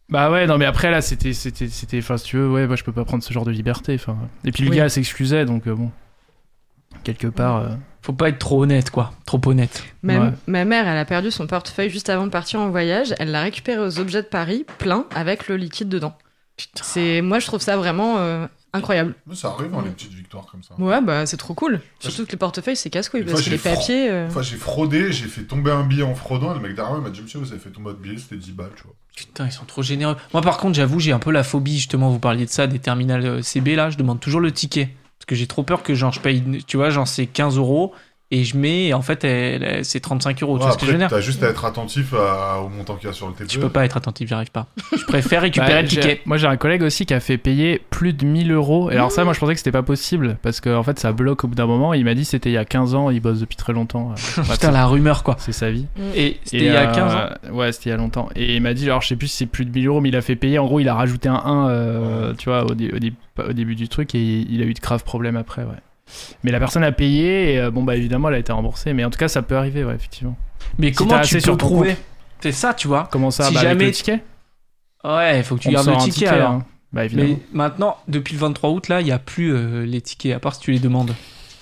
[SPEAKER 5] bah ouais, non, mais après là, c'était, c'était, c'était, enfin, si tu veux, ouais, moi je peux pas prendre ce genre de liberté, enfin. Et puis le
[SPEAKER 1] Oui.
[SPEAKER 5] gars s'excusait, donc euh, bon, quelque part. euh,
[SPEAKER 1] Faut pas être trop honnête, quoi. Trop honnête.
[SPEAKER 2] Ma,
[SPEAKER 5] Ouais.
[SPEAKER 2] ma mère, elle a perdu son portefeuille juste avant de partir en voyage. Elle l'a récupéré aux objets de Paris, plein, avec le liquide dedans. C'est, moi, je trouve ça vraiment euh, incroyable.
[SPEAKER 3] mais ça arrive, hein, les petites victoires comme ça.
[SPEAKER 2] Ouais, bah c'est trop cool. Surtout que les portefeuilles, c'est casse-couille
[SPEAKER 3] Une
[SPEAKER 2] parce
[SPEAKER 3] fois,
[SPEAKER 2] que
[SPEAKER 3] j'ai
[SPEAKER 2] les papiers. euh,
[SPEAKER 3] Une fois, j'ai fraudé, j'ai fait tomber un billet en fraudant, et le mec derrière moi m'a dit, monsieur, vous avez fait tomber votre billet, c'était 10 balles, tu vois.
[SPEAKER 1] Putain, ils sont trop généreux. Moi, par contre, j'avoue, j'ai un peu la phobie, justement. Vous parliez de ça, des terminales euh, CB, là. Je demande toujours le ticket. Parce que j'ai trop peur que, genre, je paye, tu vois, genre, c'est 15 euros. Et je mets, et en fait, elle- elle- c'est 35 euros. Oh, tu
[SPEAKER 3] Ouais,
[SPEAKER 1] vois ce que je
[SPEAKER 3] après,
[SPEAKER 1] veux dire
[SPEAKER 3] t'as juste à être attentif à- au montant qu'il y a sur le TPE.
[SPEAKER 1] Je peux pas être attentif, j'y arrive pas. Je préfère récupérer
[SPEAKER 5] bah,
[SPEAKER 1] le
[SPEAKER 5] j'ai-
[SPEAKER 1] ticket.
[SPEAKER 5] Moi j'ai un collègue aussi qui a fait payer plus de 1000 euros. Et alors ça, moi
[SPEAKER 1] Mmh.
[SPEAKER 5] je pensais que c'était pas possible parce que en fait ça bloque au bout d'un moment. Il m'a dit c'était il y a 15 ans, il bosse depuis très longtemps. euh, bref,
[SPEAKER 1] Putain, la rumeur, quoi.
[SPEAKER 5] c'est- Mm. c'est sa vie.
[SPEAKER 1] Et c'était il y a 15 ans.
[SPEAKER 5] ans euh, Ouais, c'était il y a longtemps. Et il m'a dit, alors je sais plus si c'est plus de 1000 euros, mais il a fait payer. En gros, il a rajouté un 1, euh, tu vois, au, dé- au dé- au début du truc, et il a eu de graves problèmes après, ouais. Mais la personne a payé, et euh, bon, bah évidemment, elle a été remboursée. Mais en tout cas, ça peut arriver, ouais, effectivement.
[SPEAKER 1] Mais
[SPEAKER 5] Si
[SPEAKER 1] comment
[SPEAKER 5] t'as
[SPEAKER 1] tu
[SPEAKER 5] assez
[SPEAKER 1] peux
[SPEAKER 5] sur ton
[SPEAKER 1] prouver C'est ça, tu vois.
[SPEAKER 5] Comment ça
[SPEAKER 1] Si
[SPEAKER 5] bah,
[SPEAKER 1] jamais
[SPEAKER 5] avec le ticket
[SPEAKER 1] Ouais, il faut que tu
[SPEAKER 5] On
[SPEAKER 1] gardes
[SPEAKER 5] sort
[SPEAKER 1] le
[SPEAKER 5] un
[SPEAKER 1] ticket, alors.
[SPEAKER 5] hein. Bah évidemment.
[SPEAKER 1] Mais maintenant, depuis le 23 août, là, il n'y a plus euh, les tickets, à part si tu les demandes.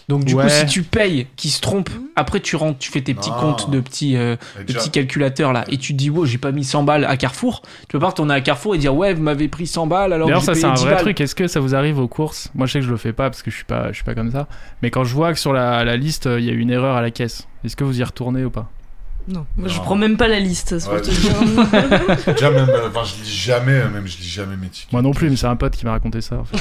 [SPEAKER 1] Donc, du coup,
[SPEAKER 5] Ouais.
[SPEAKER 1] si tu payes, qui se trompe, après tu rentres, tu fais tes petits
[SPEAKER 3] Non.
[SPEAKER 1] comptes de petits, euh,
[SPEAKER 3] Et
[SPEAKER 1] de
[SPEAKER 3] déjà-
[SPEAKER 1] petits calculateurs là, et tu te dis, wow, j'ai pas mis 100 balles à Carrefour. Tu peux pas retourner à Carrefour et dire, ouais, vous m'avez pris 100 balles alors que
[SPEAKER 5] D'ailleurs,
[SPEAKER 1] j'ai
[SPEAKER 5] ça,
[SPEAKER 1] payé
[SPEAKER 5] c'est un
[SPEAKER 1] 10
[SPEAKER 5] vrai
[SPEAKER 1] balles.
[SPEAKER 5] truc. Est-ce que ça vous arrive aux courses Moi, je sais que je le fais pas parce que je suis pas, je suis pas comme ça. Mais quand je vois que sur la, la liste, euh, il y a une erreur à la caisse, est-ce que vous y retournez ou pas
[SPEAKER 2] euh, Non.
[SPEAKER 4] Moi, je
[SPEAKER 3] Non.
[SPEAKER 4] prends même pas la liste, c'est
[SPEAKER 3] Ouais.
[SPEAKER 4] pour te dire.
[SPEAKER 3] Déjà, même, euh, enfin, je lis jamais, euh, même, je lis jamais mes tickets.
[SPEAKER 5] Moi non plus, mais c'est un pote qui m'a raconté ça. en fait.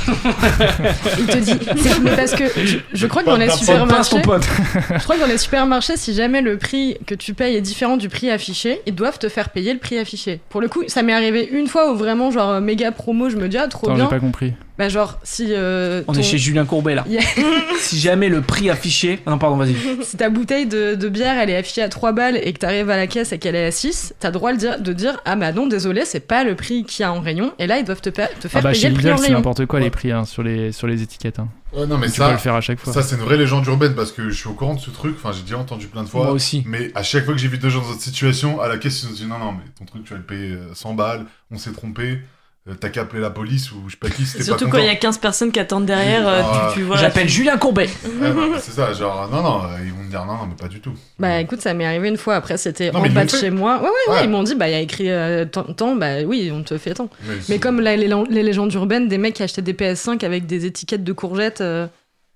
[SPEAKER 2] Il te dit, c'est mais parce que je, je crois que dans les
[SPEAKER 3] Pas- pas-
[SPEAKER 1] C'est pas son
[SPEAKER 2] supermarchés,
[SPEAKER 1] pote.
[SPEAKER 2] je crois que dans les supermarchés, si jamais le prix que tu payes est différent du prix affiché, ils doivent te faire payer le prix affiché. Pour le coup, ça m'est arrivé une fois où vraiment genre euh, méga promo, je me dis ah trop
[SPEAKER 5] Attends, j'ai
[SPEAKER 2] bien.
[SPEAKER 5] pas compris.
[SPEAKER 2] Bah genre si euh,
[SPEAKER 1] On
[SPEAKER 2] ton-
[SPEAKER 1] est chez Julien Courbet là.
[SPEAKER 2] Yeah.
[SPEAKER 1] si jamais le prix affiché. Ah Non, pardon, vas-y.
[SPEAKER 2] si ta bouteille de, de bière elle est affichée à 3 balles et que t'arrives à la caisse et qu'elle est à 6, t'as droit de dire, de dire ah bah non désolé c'est pas le prix qu'il y a en rayon et là ils doivent te, pa- te faire
[SPEAKER 5] Ah bah
[SPEAKER 2] payer
[SPEAKER 5] chez
[SPEAKER 2] le prix en
[SPEAKER 5] Lidl c'est
[SPEAKER 2] rayon.
[SPEAKER 5] n'importe quoi
[SPEAKER 3] Ouais.
[SPEAKER 5] les prix hein, sur les sur les étiquettes. hein.
[SPEAKER 3] Ouais, non, mais
[SPEAKER 5] tu peux
[SPEAKER 3] ça,
[SPEAKER 5] le faire à chaque fois.
[SPEAKER 3] ça, c'est une vraie légende urbaine parce que je suis au courant de ce truc. Enfin, j'ai déjà entendu plein de fois.
[SPEAKER 1] Moi aussi.
[SPEAKER 3] Mais à chaque fois que j'ai vu deux gens dans cette situation, à la caisse, ils ont dit non, non, mais ton truc, tu vas le payer euh, 100 balles, on s'est trompé, euh, t'as qu'à appeler la police ou je sais pas qui, c'était pas
[SPEAKER 4] Surtout
[SPEAKER 3] content.
[SPEAKER 4] quand il y a 15 personnes qui attendent derrière, euh,
[SPEAKER 3] Ah.
[SPEAKER 4] tu, tu vois.
[SPEAKER 1] J'appelle Julien Courbet.
[SPEAKER 3] Ouais, ouais, ouais, c'est ça, genre, non, non, euh, ils vont me dire non, non, mais pas du tout.
[SPEAKER 2] Bah écoute, ça m'est arrivé une fois. Après, c'était
[SPEAKER 3] Non,
[SPEAKER 2] en
[SPEAKER 3] mais ils
[SPEAKER 2] bas
[SPEAKER 3] l'ont
[SPEAKER 2] de
[SPEAKER 3] fait.
[SPEAKER 2] chez moi. Ouais, ouais, ouais.
[SPEAKER 3] Ouais.
[SPEAKER 2] Ils m'ont dit, bah il y a écrit euh, tant, tant, bah oui, on te fait tant.
[SPEAKER 3] Mais,
[SPEAKER 2] Mais comme la- les, les légendes urbaines, des mecs qui achetaient des PS5 avec des étiquettes de courgettes. euh,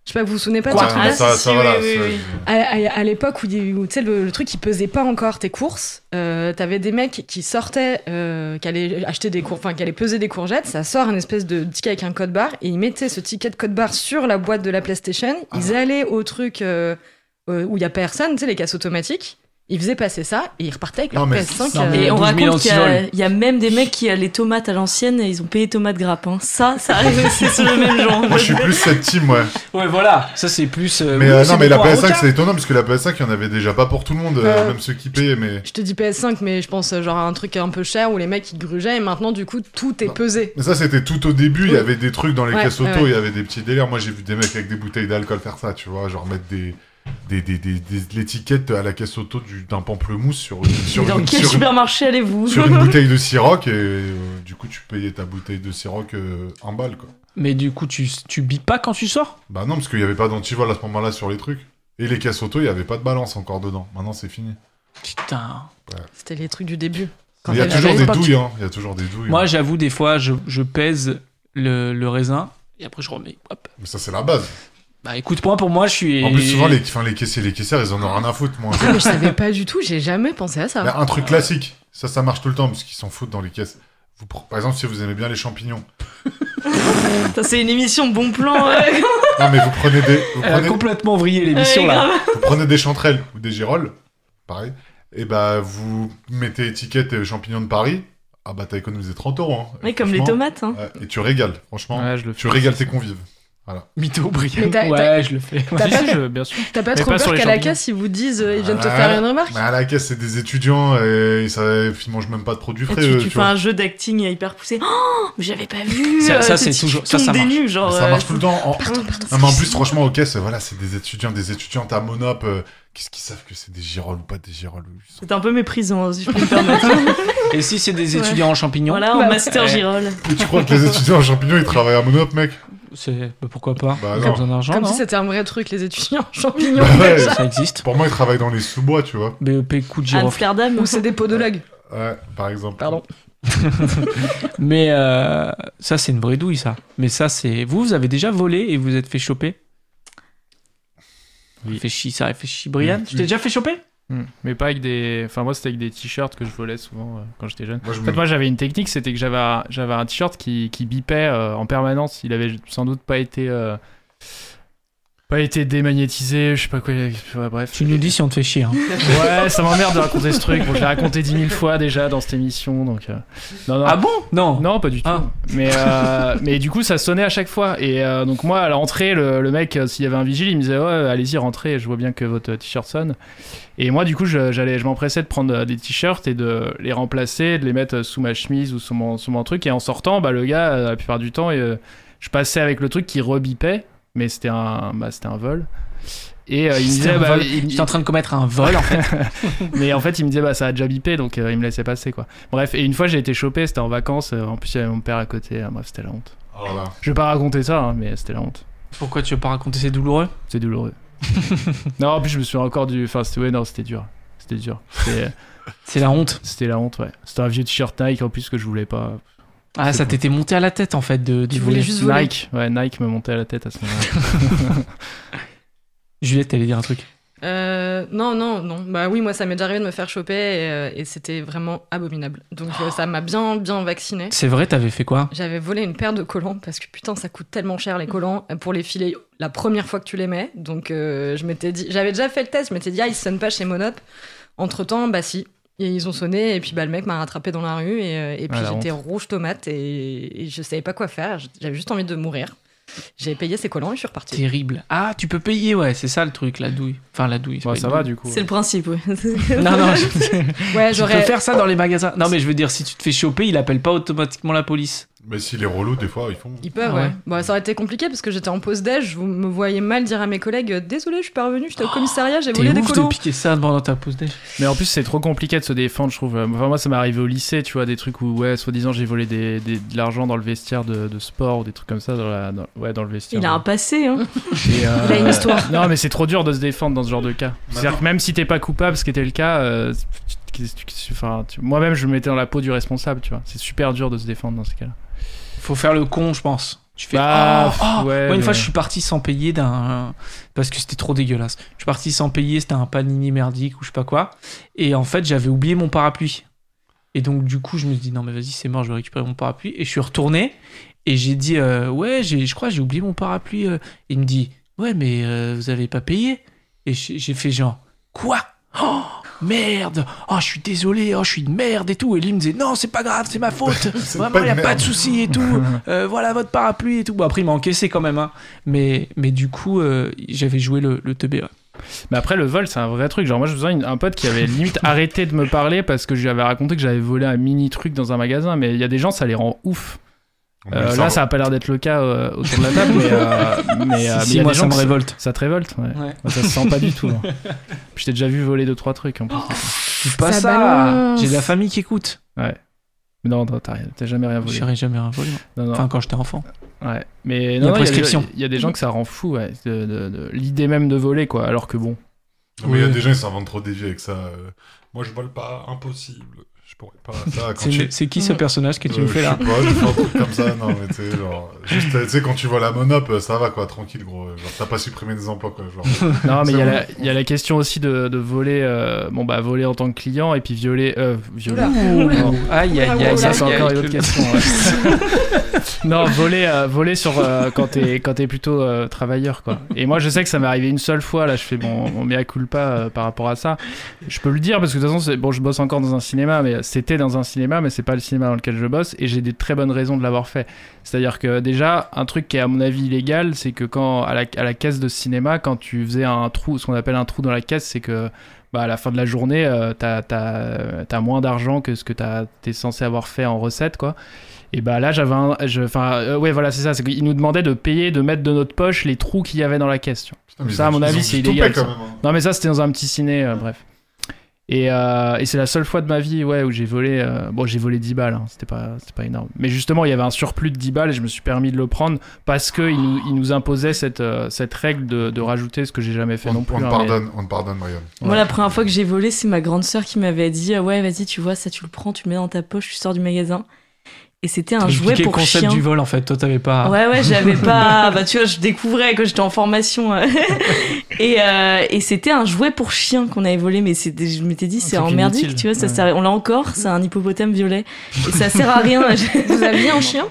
[SPEAKER 2] je sais pas, vous vous souvenez pas de
[SPEAKER 3] Ouais,
[SPEAKER 2] ce
[SPEAKER 4] Quoi
[SPEAKER 2] truc-là
[SPEAKER 3] Ah, ça, ça,
[SPEAKER 4] si, si,
[SPEAKER 3] voilà,
[SPEAKER 4] oui, oui,
[SPEAKER 3] ça,
[SPEAKER 4] oui.
[SPEAKER 3] je-
[SPEAKER 2] à, à- à l'époque où, il- où, tu sais, le, le truc il pesait pas encore tes courses, euh, t'avais des mecs qui sortaient, euh, qui allaient acheter des cour- enfin qui allaient peser des courgettes, ça sort un espèce de ticket avec un code barre et ils mettaient ce ticket de code barre sur la boîte de la PlayStation.
[SPEAKER 3] Ah.
[SPEAKER 2] Ils allaient au truc euh, euh, où il y a personne, tu sais, les casses automatiques. Ils faisaient passer ça et ils repartaient avec
[SPEAKER 3] Non,
[SPEAKER 2] leur
[SPEAKER 3] mais-
[SPEAKER 2] PS5.
[SPEAKER 1] non,
[SPEAKER 2] euh,
[SPEAKER 1] mais-
[SPEAKER 4] Et on
[SPEAKER 1] 12 000
[SPEAKER 4] raconte qu'il y a-
[SPEAKER 1] antivols.
[SPEAKER 4] il y, a même des mecs qui a les tomates à l'ancienne et ils ont payé tomates grappes. hein. Ça, ça arrive, c'est sur le même genre.
[SPEAKER 3] Moi, je suis plus cette team, ouais.
[SPEAKER 1] Ouais, voilà. Ça, c'est plus. euh,
[SPEAKER 3] Mais
[SPEAKER 1] oui,
[SPEAKER 3] euh,
[SPEAKER 1] c'est
[SPEAKER 3] non, mais
[SPEAKER 1] bon
[SPEAKER 3] la
[SPEAKER 1] pour un
[SPEAKER 3] PS5,
[SPEAKER 1] requin.
[SPEAKER 3] c'est étonnant parce que la PS5, il y en avait déjà pas pour tout le monde, euh,
[SPEAKER 2] Euh,
[SPEAKER 3] même ceux qui payaient, mais.
[SPEAKER 2] Je te dis PS5, mais je pense euh, genre à un truc un peu cher où les mecs ils grugeaient et maintenant du coup tout est
[SPEAKER 3] Non.
[SPEAKER 2] pesé.
[SPEAKER 3] Mais ça, c'était tout au début, il y avait des trucs dans les
[SPEAKER 2] Ouais,
[SPEAKER 3] caisses
[SPEAKER 2] ouais,
[SPEAKER 3] auto,
[SPEAKER 2] ouais.
[SPEAKER 3] il y avait des petits délires. Moi, j'ai vu des mecs avec des bouteilles d'alcool faire ça, tu vois, genre mettre des. Des, des, des, des- de l'étiquette à la caisse auto du- d'un pamplemousse sur, une- sur,
[SPEAKER 4] Dans
[SPEAKER 3] une,
[SPEAKER 4] quel
[SPEAKER 3] sur, une,
[SPEAKER 4] supermarché allez-vous
[SPEAKER 3] sur une bouteille de Ciroc et euh, du coup tu payais ta bouteille de Ciroc euh, en balle quoi.
[SPEAKER 1] Mais du coup, tu, tu bipes pas quand tu sors
[SPEAKER 3] Bah non parce qu'il n'y avait pas d'antivol à ce moment-là sur les trucs. Et les caisses auto, il n'y avait pas de balance encore dedans. Maintenant c'est fini.
[SPEAKER 1] Putain.
[SPEAKER 2] C'était les trucs du début. Quand
[SPEAKER 3] Il y a
[SPEAKER 2] elle
[SPEAKER 3] toujours
[SPEAKER 2] avait
[SPEAKER 3] des
[SPEAKER 2] pas-
[SPEAKER 3] douilles, hein. Il y a toujours des douilles.
[SPEAKER 1] Moi,
[SPEAKER 3] hein.
[SPEAKER 1] j'avoue, des fois, je, je pèse le, le raisin et après je remets. Hop.
[SPEAKER 3] Mais ça c'est la base.
[SPEAKER 1] Bah écoute, moi, pour moi, je suis.
[SPEAKER 3] En plus souvent les, enfin, les caissiers, les caissières, ils en ont rien à foutre moi.
[SPEAKER 2] Ah, mais je savais pas du tout, j'ai jamais pensé à ça.
[SPEAKER 3] Mais un truc classique, ça ça marche tout le temps parce qu'ils s'en foutent dans les caisses. Vous pre- Par exemple si vous aimez bien les champignons,
[SPEAKER 4] Putain, C'est une émission bon plan. ouais.
[SPEAKER 3] Non, mais vous prenez des, vous
[SPEAKER 1] Elle a
[SPEAKER 3] prenez,
[SPEAKER 1] complètement vrillé l'émission
[SPEAKER 4] Ouais,
[SPEAKER 1] là.
[SPEAKER 4] grave.
[SPEAKER 3] vous prenez des chanterelles ou des girolles, pareil, et bah vous mettez étiquette euh, champignons de Paris, ah bah t'as économisé 30 euros. Hein.
[SPEAKER 4] Ouais, comme les
[SPEAKER 3] Franchement,
[SPEAKER 4] tomates. Hein.
[SPEAKER 3] ouais, et tu régales, franchement.
[SPEAKER 5] Ouais, je le fais.
[SPEAKER 3] Tu régales tes convives.
[SPEAKER 1] Mytho, Brian.
[SPEAKER 2] Mais t'as-
[SPEAKER 1] Ouais,
[SPEAKER 2] t'as-
[SPEAKER 1] je le fais.
[SPEAKER 2] T'as
[SPEAKER 5] Si,
[SPEAKER 2] pas-
[SPEAKER 5] Bah, si, je- bien sûr.
[SPEAKER 2] T'as pas
[SPEAKER 5] Mais
[SPEAKER 2] trop
[SPEAKER 5] pas sur
[SPEAKER 2] peur
[SPEAKER 5] les
[SPEAKER 2] qu'à la
[SPEAKER 5] champignons. Bah,
[SPEAKER 2] caisse, ils vous disent, euh, ils viennent te
[SPEAKER 3] Ah,
[SPEAKER 2] faire une remarque
[SPEAKER 3] Mais à la caisse, c'est des étudiants et ça, ils mangent même pas de produits
[SPEAKER 4] Et
[SPEAKER 3] frais.
[SPEAKER 4] tu,
[SPEAKER 3] eux,
[SPEAKER 4] tu
[SPEAKER 3] euh, tu
[SPEAKER 4] fais un jeu d'acting hyper poussé. Oh, mais j'avais pas vu.
[SPEAKER 1] Ça-
[SPEAKER 4] euh,
[SPEAKER 1] ça,
[SPEAKER 4] tu-
[SPEAKER 1] c'est
[SPEAKER 4] tu
[SPEAKER 1] toujours- ça, ça
[SPEAKER 4] tombes des
[SPEAKER 1] marche.
[SPEAKER 4] nues, genre.
[SPEAKER 3] Ça marche
[SPEAKER 4] euh,
[SPEAKER 3] tout le temps. En-
[SPEAKER 4] Pardon,
[SPEAKER 3] Non, mais en plus, franchement, aux caisses, voilà, c'est des étudiants, des étudiantes à Monop. euh, Qu'est-ce qu'ils savent que c'est des girolles ou pas des girolles ils sont-
[SPEAKER 4] C'est un peu méprisant, hein, si je peux me permettre.
[SPEAKER 1] Et si c'est des étudiants en champignons
[SPEAKER 4] voilà, en
[SPEAKER 2] Bah,
[SPEAKER 4] master
[SPEAKER 1] ouais.
[SPEAKER 4] Girol.
[SPEAKER 3] Et tu crois que les étudiants en champignons, ils travaillent à Monop, mec
[SPEAKER 1] C'est bah, pourquoi pas
[SPEAKER 3] Bah,
[SPEAKER 1] Ils
[SPEAKER 3] non.
[SPEAKER 1] ont besoin d'argent,
[SPEAKER 2] Comme
[SPEAKER 1] non
[SPEAKER 2] si c'était un vrai truc, les étudiants champignons.
[SPEAKER 3] Bah ouais,
[SPEAKER 1] Ça existe.
[SPEAKER 3] Pour moi, ils travaillent dans les sous-bois, tu vois.
[SPEAKER 1] BEP coup de girofle.
[SPEAKER 4] Amsterdam.
[SPEAKER 2] Ou c'est des podologues.
[SPEAKER 3] Ouais, par exemple.
[SPEAKER 1] Pardon. Mais euh, ça, c'est une vraie douille, ça. Mais ça, c'est. Vous, vous avez déjà volé et vous vous êtes fait choper
[SPEAKER 5] Oui.
[SPEAKER 1] Fait chier, ça fait chier, Brian.
[SPEAKER 3] Oui,
[SPEAKER 1] Tu t'es
[SPEAKER 3] oui.
[SPEAKER 1] déjà fait choper
[SPEAKER 5] Hmm. Mais pas avec des. Enfin, moi, c'était avec des t-shirts que je volais souvent euh, quand j'étais jeune.
[SPEAKER 3] Moi, je
[SPEAKER 5] En fait,
[SPEAKER 3] me...
[SPEAKER 5] moi, j'avais une technique, c'était que j'avais un, j'avais un t-shirt qui, qui bipait euh, en permanence. Il avait sans doute pas été. euh, pas été démagnétisé, je sais pas quoi. ouais, bref.
[SPEAKER 1] Tu nous dis si on te fait chier. hein.
[SPEAKER 5] Ouais, ça m'emmerde de raconter ce truc. Bon, je l'ai raconté dix mille fois déjà dans cette émission, donc. euh, Non, non.
[SPEAKER 1] Ah bon Non.
[SPEAKER 5] Non, pas du tout.
[SPEAKER 1] Ah.
[SPEAKER 5] Mais, euh, mais du coup, ça sonnait à chaque fois. Et euh, donc, moi, à la rentrée, le, le mec, euh, s'il y avait un vigile, il me disait Ouais, allez-y, rentrez, je vois bien que votre euh, t-shirt sonne. Et moi, du coup, je, j'allais, je m'empressais de prendre euh, des t-shirts et de les remplacer, de les mettre euh, sous ma chemise ou sous mon, sous mon truc. Et en sortant, bah, le gars, euh, la plupart du temps, euh, je passais avec le truc qui rebipait, mais c'était un, bah, c'était un vol. Et euh, il
[SPEAKER 1] C'était
[SPEAKER 5] me disait
[SPEAKER 1] un
[SPEAKER 5] bah,
[SPEAKER 1] vol.
[SPEAKER 5] il-
[SPEAKER 1] J'étais en train de commettre un vol, en fait.
[SPEAKER 5] mais en fait, il me disait, bah, ça a déjà bipé, donc euh, il me laissait passer, quoi. Bref, et une fois, j'ai été chopé, c'était en vacances, euh, en plus, il y avait mon père à côté, euh, bref, c'était la honte.
[SPEAKER 3] Oh là là.
[SPEAKER 5] Je vais pas raconter ça, hein, mais c'était la honte.
[SPEAKER 1] Pourquoi tu veux pas raconter C'est douloureux
[SPEAKER 5] C'était douloureux. non, en plus, je me suis encore du. Enfin, c'était, ouais, non, c'était dur. C'était dur. C'était, euh,
[SPEAKER 1] C'est la honte.
[SPEAKER 5] c'était la honte, ouais. C'était un vieux t-shirt Nike, en plus, que je voulais pas.
[SPEAKER 1] Ah,
[SPEAKER 5] C'est
[SPEAKER 1] ça
[SPEAKER 5] bon.
[SPEAKER 1] t'était monté à la tête, en fait, de, du
[SPEAKER 2] Tu voulais
[SPEAKER 1] voler.
[SPEAKER 2] juste voler.
[SPEAKER 5] Nike, ouais, Nike me montait à la tête à ce moment-là.
[SPEAKER 1] Juliette, t'allais dire un truc.
[SPEAKER 2] Euh, non, non, non. Bah oui, moi, ça m'est déjà arrivé de me faire choper et, euh, et c'était vraiment abominable. Donc
[SPEAKER 5] Oh.
[SPEAKER 2] euh, ça m'a bien, bien vacciné.
[SPEAKER 1] C'est vrai, t'avais fait quoi
[SPEAKER 2] J'avais volé une paire de collants parce que putain, ça coûte tellement cher les collants euh, pour les filer la première fois que tu les mets. Donc euh, je m'étais dit, j'avais déjà fait le test, je m'étais dit ah ils sonnent pas chez Monop. Entre temps, bah si. Et ils ont sonné et puis bah le mec m'a rattrapé dans la rue et, euh, et puis
[SPEAKER 5] Ah, la
[SPEAKER 2] j'étais rouge tomate et, et je savais pas quoi faire. J'avais juste envie de mourir. J'ai payé ces collants et je suis repartie.
[SPEAKER 1] Terrible. Ah, tu peux payer, ouais, c'est ça le truc, la douille. Enfin, la douille. c'est
[SPEAKER 5] Bon,
[SPEAKER 1] pas
[SPEAKER 5] ça
[SPEAKER 1] une
[SPEAKER 5] va,
[SPEAKER 1] douille.
[SPEAKER 5] du coup.
[SPEAKER 4] C'est le principe, ouais.
[SPEAKER 1] Non, non, je...
[SPEAKER 2] Ouais,
[SPEAKER 1] tu peux
[SPEAKER 2] j'aurais.
[SPEAKER 1] faire ça dans les magasins. Non, mais je veux dire, si tu te fais choper, il appelle pas automatiquement la police.
[SPEAKER 3] Mais si les relous, des fois, ils font.
[SPEAKER 2] Ils peuvent,
[SPEAKER 1] Ah ouais.
[SPEAKER 2] ouais. Bon, ça aurait été compliqué parce que j'étais en pause déj, je me voyais mal dire à mes collègues euh, désolé, je suis pas revenu, j'étais au commissariat, j'ai
[SPEAKER 1] Oh, T'es
[SPEAKER 2] volé des
[SPEAKER 1] ouf de
[SPEAKER 2] collants.
[SPEAKER 1] piquer ça pendant ta pause déj.
[SPEAKER 5] Mais en plus, c'est trop compliqué de se défendre, je trouve. Enfin, moi, ça m'est arrivé au lycée, tu vois, des trucs où, ouais, soi-disant, j'ai volé des, des- de l'argent dans le vestiaire de, de sport ou des trucs comme ça, dans la, dans- ouais, dans le vestiaire.
[SPEAKER 4] Il a un passé, hein.
[SPEAKER 5] Et, euh,
[SPEAKER 2] Il a une histoire.
[SPEAKER 5] Non, mais c'est trop dur de se défendre dans ce genre de
[SPEAKER 1] Bah
[SPEAKER 5] cas. C'est-à-dire que même si t'es pas coupable, ce qui était le cas, euh, tu- tu- tu- enfin, tu- moi-même, je me mettais dans la peau du responsable, tu vois. C'est super dur de se défendre dans ces cas-là.
[SPEAKER 1] Faut faire le con, je pense. Tu fais.
[SPEAKER 5] Bah,
[SPEAKER 1] Ah, ah.
[SPEAKER 5] ouais,
[SPEAKER 1] Moi, une
[SPEAKER 5] mais-
[SPEAKER 1] fois, je suis parti sans payer d'un. Parce que c'était trop dégueulasse. Je suis parti sans payer, c'était un panini merdique ou je sais pas quoi. Et en fait, j'avais oublié mon parapluie. Et donc, du coup, je me suis dit, non, mais vas-y, c'est mort, je vais récupérer mon parapluie. Et je suis retourné. Et j'ai dit, euh, ouais, j'ai- je crois, que j'ai oublié mon parapluie. euh. Il me dit, ouais, mais euh, vous avez pas payé. Et j'ai j'ai fait genre, quoi Oh, merde Oh, je suis désolé, oh, je suis une merde et tout. Et lui il me disait, non, c'est pas grave, c'est ma faute.
[SPEAKER 3] C'est
[SPEAKER 1] Vraiment,
[SPEAKER 3] pas
[SPEAKER 1] il n'y a
[SPEAKER 3] une
[SPEAKER 1] pas
[SPEAKER 3] merde.
[SPEAKER 1] de souci et tout. Euh, voilà votre parapluie et tout. Bon, après, il m'a encaissé quand même. Hein. Mais, mais du coup, euh, j'avais joué le, le teubé, ouais.
[SPEAKER 5] Mais après, le vol, c'est un vrai truc. Genre, moi, je me souviens une- un pote qui avait limite arrêté de me parler parce que je lui avais raconté que j'avais volé un mini truc dans un magasin. Mais il y a des gens, ça les rend ouf.
[SPEAKER 3] On
[SPEAKER 5] Euh,
[SPEAKER 3] le
[SPEAKER 5] là,
[SPEAKER 3] sent.
[SPEAKER 5] ça a pas l'air d'être le cas euh, autour de la table, mais, euh, mais, euh, mais il y
[SPEAKER 1] si,
[SPEAKER 5] a
[SPEAKER 1] moi,
[SPEAKER 5] des
[SPEAKER 1] ça
[SPEAKER 5] gens
[SPEAKER 1] me
[SPEAKER 5] qui-
[SPEAKER 1] révolte.
[SPEAKER 5] Ça te révolte ouais.
[SPEAKER 1] Ouais.
[SPEAKER 5] Bah, Ça se sent pas du tout. hein. Puis je t'ai déjà vu voler deux trois trucs en plus.
[SPEAKER 1] Oh. Dis pas
[SPEAKER 2] Ça
[SPEAKER 1] ça.
[SPEAKER 2] balance.
[SPEAKER 1] J'ai de la famille qui écoute.
[SPEAKER 5] Mais Non, non, t'as rien- t'as jamais rien
[SPEAKER 1] Je
[SPEAKER 5] volé.
[SPEAKER 1] serais jamais un volé. moi.
[SPEAKER 5] Non, non.
[SPEAKER 1] Enfin, quand j'étais enfant.
[SPEAKER 5] Ouais. Mais
[SPEAKER 1] y a
[SPEAKER 5] non, non, il y, a des-
[SPEAKER 1] prescription.
[SPEAKER 5] il y a des gens que ça rend fou, ouais, de- de- de- l'idée même de voler, quoi. Alors que bon.
[SPEAKER 3] Non, mais il y a
[SPEAKER 1] Oui.
[SPEAKER 3] des gens, ils s'inventent trop des vies avec ça. euh, Moi, je vole pas, impossible.
[SPEAKER 5] Je
[SPEAKER 3] pourrais pas. Ça, quand
[SPEAKER 1] C'est
[SPEAKER 3] tu...
[SPEAKER 1] une- c'est qui ce personnage que tu
[SPEAKER 3] Euh,
[SPEAKER 1] me fais là
[SPEAKER 3] Je sais pas, je fais un truc comme ça, non, mais tu sais, genre, juste, tu sais, quand tu vois la monop, euh, ça va, quoi, tranquille, gros. euh, Genre, t'as pas supprimé des emplois, quoi. Genre,
[SPEAKER 5] Non, mais
[SPEAKER 3] C'est
[SPEAKER 5] il y, a
[SPEAKER 3] bon.
[SPEAKER 5] la- il y a la question aussi de, de voler, euh, bon bah voler en tant que client et puis violer, euh, violer. Non.
[SPEAKER 1] Aïe, aïe, aïe,
[SPEAKER 4] Ah,
[SPEAKER 5] Ouais, ça
[SPEAKER 1] aïe,
[SPEAKER 5] c'est
[SPEAKER 1] aïe,
[SPEAKER 5] encore
[SPEAKER 1] aïe.
[SPEAKER 5] une autre question. ouais. non, voler, euh, voler sur euh, quand t'es quand t'es plutôt euh, travailleur quoi. Et moi je sais que ça m'est arrivé une seule fois là, je fais mon, mon mea culpa euh, par rapport à ça. Je peux le dire parce que de toute façon c'est- bon je bosse encore dans un cinéma, mais c'était dans un cinéma, mais c'est pas le cinéma dans lequel je bosse et j'ai des très bonnes raisons de l'avoir fait. C'est-à-dire que déjà un truc qui est à mon avis illégal, c'est que quand à la, à la caisse de cinéma quand tu faisais un trou, ce qu'on appelle un trou dans la caisse, c'est que bah, à la fin de la journée, euh, t'as, t'as, euh, t'as moins d'argent que ce que t'as, t'es censé avoir fait en recette, quoi. Et bah là, j'avais un. je- Enfin, euh, ouais, voilà, c'est ça. C'est qu'ils nous demandaient de payer, de mettre de notre poche les trous qu'il y avait dans la caisse, tu vois.
[SPEAKER 3] putain, Ah, mais
[SPEAKER 5] Ça,
[SPEAKER 3] ils
[SPEAKER 5] à
[SPEAKER 3] ont-
[SPEAKER 5] mon
[SPEAKER 3] ils
[SPEAKER 5] avis,
[SPEAKER 3] ont
[SPEAKER 5] c'est
[SPEAKER 3] dû tout
[SPEAKER 5] illégal,
[SPEAKER 3] payer,
[SPEAKER 5] ça.
[SPEAKER 3] Quand même, hein.
[SPEAKER 5] Non, mais ça, c'était dans un petit ciné, euh, bref. Et, euh, et c'est la seule fois de ma vie ouais, où j'ai volé. euh, bon, j'ai volé 10 balles, hein, c'était, pas, c'était pas énorme. Mais justement, il y avait un surplus de 10 balles et je me suis permis de le prendre parce qu'ils nous, il nous imposaient cette, euh, cette règle de, de rajouter ce que j'ai jamais fait
[SPEAKER 3] On,
[SPEAKER 5] non plus.
[SPEAKER 3] on
[SPEAKER 5] hein,
[SPEAKER 3] te
[SPEAKER 5] mais-
[SPEAKER 3] pardonne, on te pardonne, Brian.
[SPEAKER 4] Moi, la première fois que j'ai volé, c'est ma grande sœur qui m'avait dit ah Ouais, vas-y, tu vois, ça, tu le prends, tu le mets dans ta poche, tu sors du magasin. Et c'était un
[SPEAKER 1] T'as
[SPEAKER 4] jouet
[SPEAKER 1] expliqué
[SPEAKER 4] pour
[SPEAKER 1] le concept
[SPEAKER 4] chien.
[SPEAKER 1] du vol en fait, toi t'avais pas.
[SPEAKER 4] Ouais, ouais, j'avais pas. Bah, tu vois, je découvrais que j'étais en formation. euh. et euh, et c'était un jouet pour chien qu'on avait volé, mais c'était, je m'étais dit, c'est
[SPEAKER 5] truc
[SPEAKER 4] emmerdique,
[SPEAKER 5] inutile,
[SPEAKER 4] tu vois, ça
[SPEAKER 5] ouais.
[SPEAKER 4] sert- on l'a encore, c'est un hippopotame violet. Et ça sert à rien.
[SPEAKER 2] Vous aviez un chien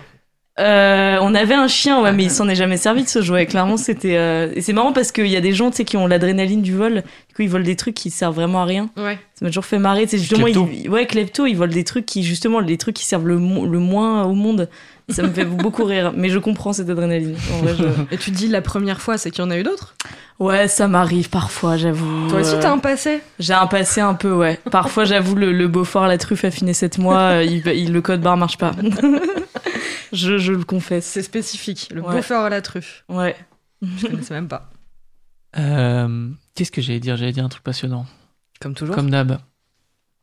[SPEAKER 4] Euh, on avait un chien, ouais, mais
[SPEAKER 5] Ah.
[SPEAKER 4] il s'en est jamais servi de ce jouet. Clairement, c'était. euh, Et c'est marrant parce qu'il y a des gens, tu sais, qui ont l'adrénaline du vol. Du coup, ils volent des trucs qui servent vraiment à rien.
[SPEAKER 2] Ouais.
[SPEAKER 4] Ça m'a toujours fait marrer. C'est justement,
[SPEAKER 1] Klepto.
[SPEAKER 4] ils- ouais, Klepto, ils volent des trucs qui, justement, les trucs qui servent le, mo- le moins au monde. Ça me fait beaucoup rire, mais je comprends cette adrénaline. En vrai, je-
[SPEAKER 2] Et tu dis la première fois, c'est qu'il y en a eu d'autres
[SPEAKER 4] Ouais, ça m'arrive parfois, j'avoue.
[SPEAKER 2] Toi aussi,
[SPEAKER 4] Euh,
[SPEAKER 2] t'as un passé
[SPEAKER 4] J'ai un passé un peu, ouais. Parfois, j'avoue, le, le Beaufort, la truffe affinée 7 mois, euh, il, il- le code barre marche pas. je, je le confesse.
[SPEAKER 2] C'est spécifique. Le
[SPEAKER 4] Ouais.
[SPEAKER 2] beaufort à la truffe.
[SPEAKER 4] Ouais.
[SPEAKER 2] Je connaissais même pas.
[SPEAKER 1] Euh, Qu'est-ce que j'allais dire J'allais dire un truc passionnant.
[SPEAKER 2] Comme toujours.
[SPEAKER 1] Comme d'hab. Je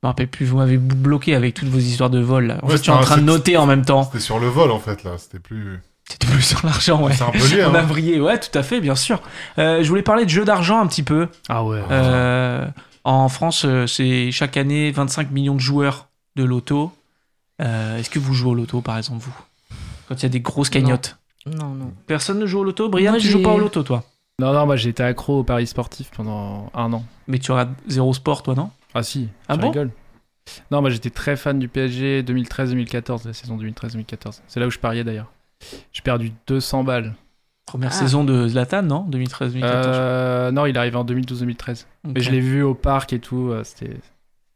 [SPEAKER 1] me rappelle plus, vous m'avez bloqué avec toutes vos histoires de vol. là. En
[SPEAKER 3] Ouais,
[SPEAKER 1] fait, je suis en
[SPEAKER 3] c'est-
[SPEAKER 1] train de noter en même temps.
[SPEAKER 3] C'était sur le vol, en fait, là. C'était plus.
[SPEAKER 1] C'était plus sur l'argent, ouais.
[SPEAKER 3] C'est un peu lié,
[SPEAKER 1] On a
[SPEAKER 3] hein.
[SPEAKER 1] brillé, ouais, tout à fait, bien sûr. Euh, je voulais parler de jeux d'argent un petit peu.
[SPEAKER 5] Ah ouais.
[SPEAKER 1] Euh, en France, euh, c'est chaque année 25 millions de joueurs de loto. Euh, Est-ce que vous jouez au loto, par exemple, vous Quand il y a des grosses cagnottes
[SPEAKER 2] Non, non.
[SPEAKER 1] Personne ne joue au loto Brian,
[SPEAKER 4] Moi,
[SPEAKER 1] tu joues
[SPEAKER 4] j'ai-
[SPEAKER 1] pas au loto, toi
[SPEAKER 5] Non, non, moi j'étais accro au paris sportif pendant un an.
[SPEAKER 1] Mais tu regardes zéro sport, toi, non
[SPEAKER 5] Ah si,
[SPEAKER 1] Ah
[SPEAKER 5] tu
[SPEAKER 1] bon
[SPEAKER 5] rigoles. Non, moi j'étais très fan du PSG 2013-2014, la saison 2013-2014. C'est là où je pariais d'ailleurs. J'ai perdu 200 balles.
[SPEAKER 1] Première
[SPEAKER 4] Ah.
[SPEAKER 1] saison de Zlatan, non 2013-2014.
[SPEAKER 5] Euh, non, il est arrivé en 2012-2013. Mais je l'ai vu au parc et tout. euh, C'était.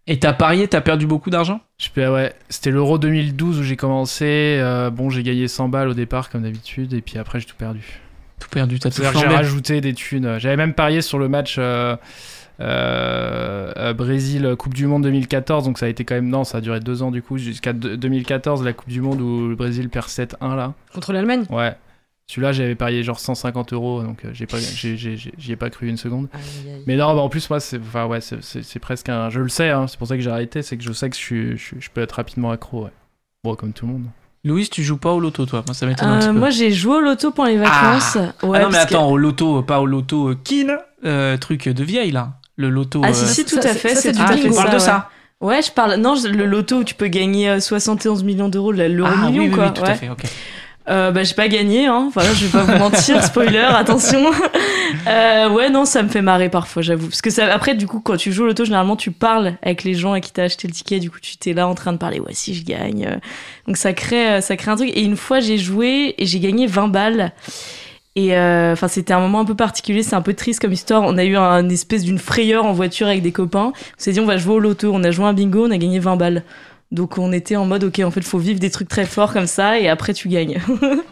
[SPEAKER 1] Et t'as parié, t'as perdu beaucoup d'argent
[SPEAKER 5] Je peux- ouais, c'était l'Euro 2012 où j'ai commencé. euh, bon, j'ai gagné 100 balles au départ comme d'habitude et puis après j'ai tout perdu.
[SPEAKER 1] Tout perdu, t'as tout
[SPEAKER 5] C'est-à-dire que j'ai
[SPEAKER 1] flambé.
[SPEAKER 5] rajouté des thunes. J'avais même parié sur le match euh, euh, euh, Brésil Coupe du Monde 2014, donc ça a été quand même non, ça a duré deux ans du coup jusqu'à de- 2014 la Coupe du Monde où le Brésil perd 7-1 là.
[SPEAKER 2] Contre l'Allemagne
[SPEAKER 5] Ouais. Celui-là j'avais parié genre 150 euros, donc euh, j'ai pas, j'ai- j'ai- j'ai- j'y ai pas cru une seconde. Mais non, bah, en plus moi c'est, enfin ouais, c'est, c'est- c'est presque un, je le sais, hein, c'est pour ça que j'ai arrêté, c'est que je sais que je, suis- je, suis- je peux être rapidement accro. Ouais. Bon, comme tout le monde.
[SPEAKER 1] Louise, tu joues pas au loto, toi Moi, ça m'étonne un
[SPEAKER 4] Euh,
[SPEAKER 1] petit peu.
[SPEAKER 4] moi, j'ai joué au loto pendant les vacances. ouais,
[SPEAKER 1] ah non, mais
[SPEAKER 4] parce que-
[SPEAKER 1] attends, au loto, pas au loto euh, kin, euh, truc de vieille, là. Le loto.
[SPEAKER 4] Ah
[SPEAKER 1] euh,
[SPEAKER 4] si, si, tout
[SPEAKER 2] Ça,
[SPEAKER 4] à
[SPEAKER 2] c'est-
[SPEAKER 4] fait.
[SPEAKER 2] ça,
[SPEAKER 4] c'est
[SPEAKER 2] c'est
[SPEAKER 4] tout
[SPEAKER 2] du
[SPEAKER 4] à
[SPEAKER 1] Ah,
[SPEAKER 4] fait
[SPEAKER 1] on
[SPEAKER 2] bingo.
[SPEAKER 1] parle
[SPEAKER 4] ça,
[SPEAKER 1] de
[SPEAKER 4] ouais.
[SPEAKER 1] ça.
[SPEAKER 4] Ouais, je parle. Non, je- le loto où tu peux gagner euh, 71 millions d'euros, le- l'euro
[SPEAKER 1] Ah, oui,
[SPEAKER 4] million,
[SPEAKER 1] oui,
[SPEAKER 4] quoi.
[SPEAKER 1] oui, tout
[SPEAKER 4] ouais.
[SPEAKER 1] à fait, ok.
[SPEAKER 4] Euh, bah, j'ai pas gagné, hein. Voilà, je vais pas vous mentir, spoiler, attention. Euh, ouais, non, ça me fait marrer parfois, j'avoue. Parce que ça, après, du coup, quand tu joues au loto, généralement, tu parles avec les gens à qui t'as acheté le ticket, du coup, tu t'es là en train de parler, ouais, si je gagne. euh. Donc, ça crée, euh, ça crée un truc. Et une fois, j'ai joué et j'ai gagné 20 balles. Et euh, enfin, c'était un moment un peu particulier, c'est un peu triste comme histoire. On a eu un une espèce d'une frayeur en voiture avec des copains. On s'est dit, on va jouer au loto. On a joué un bingo, on a gagné 20 balles. Donc on était en mode, ok, en fait, faut vivre des trucs très forts comme ça et après tu gagnes.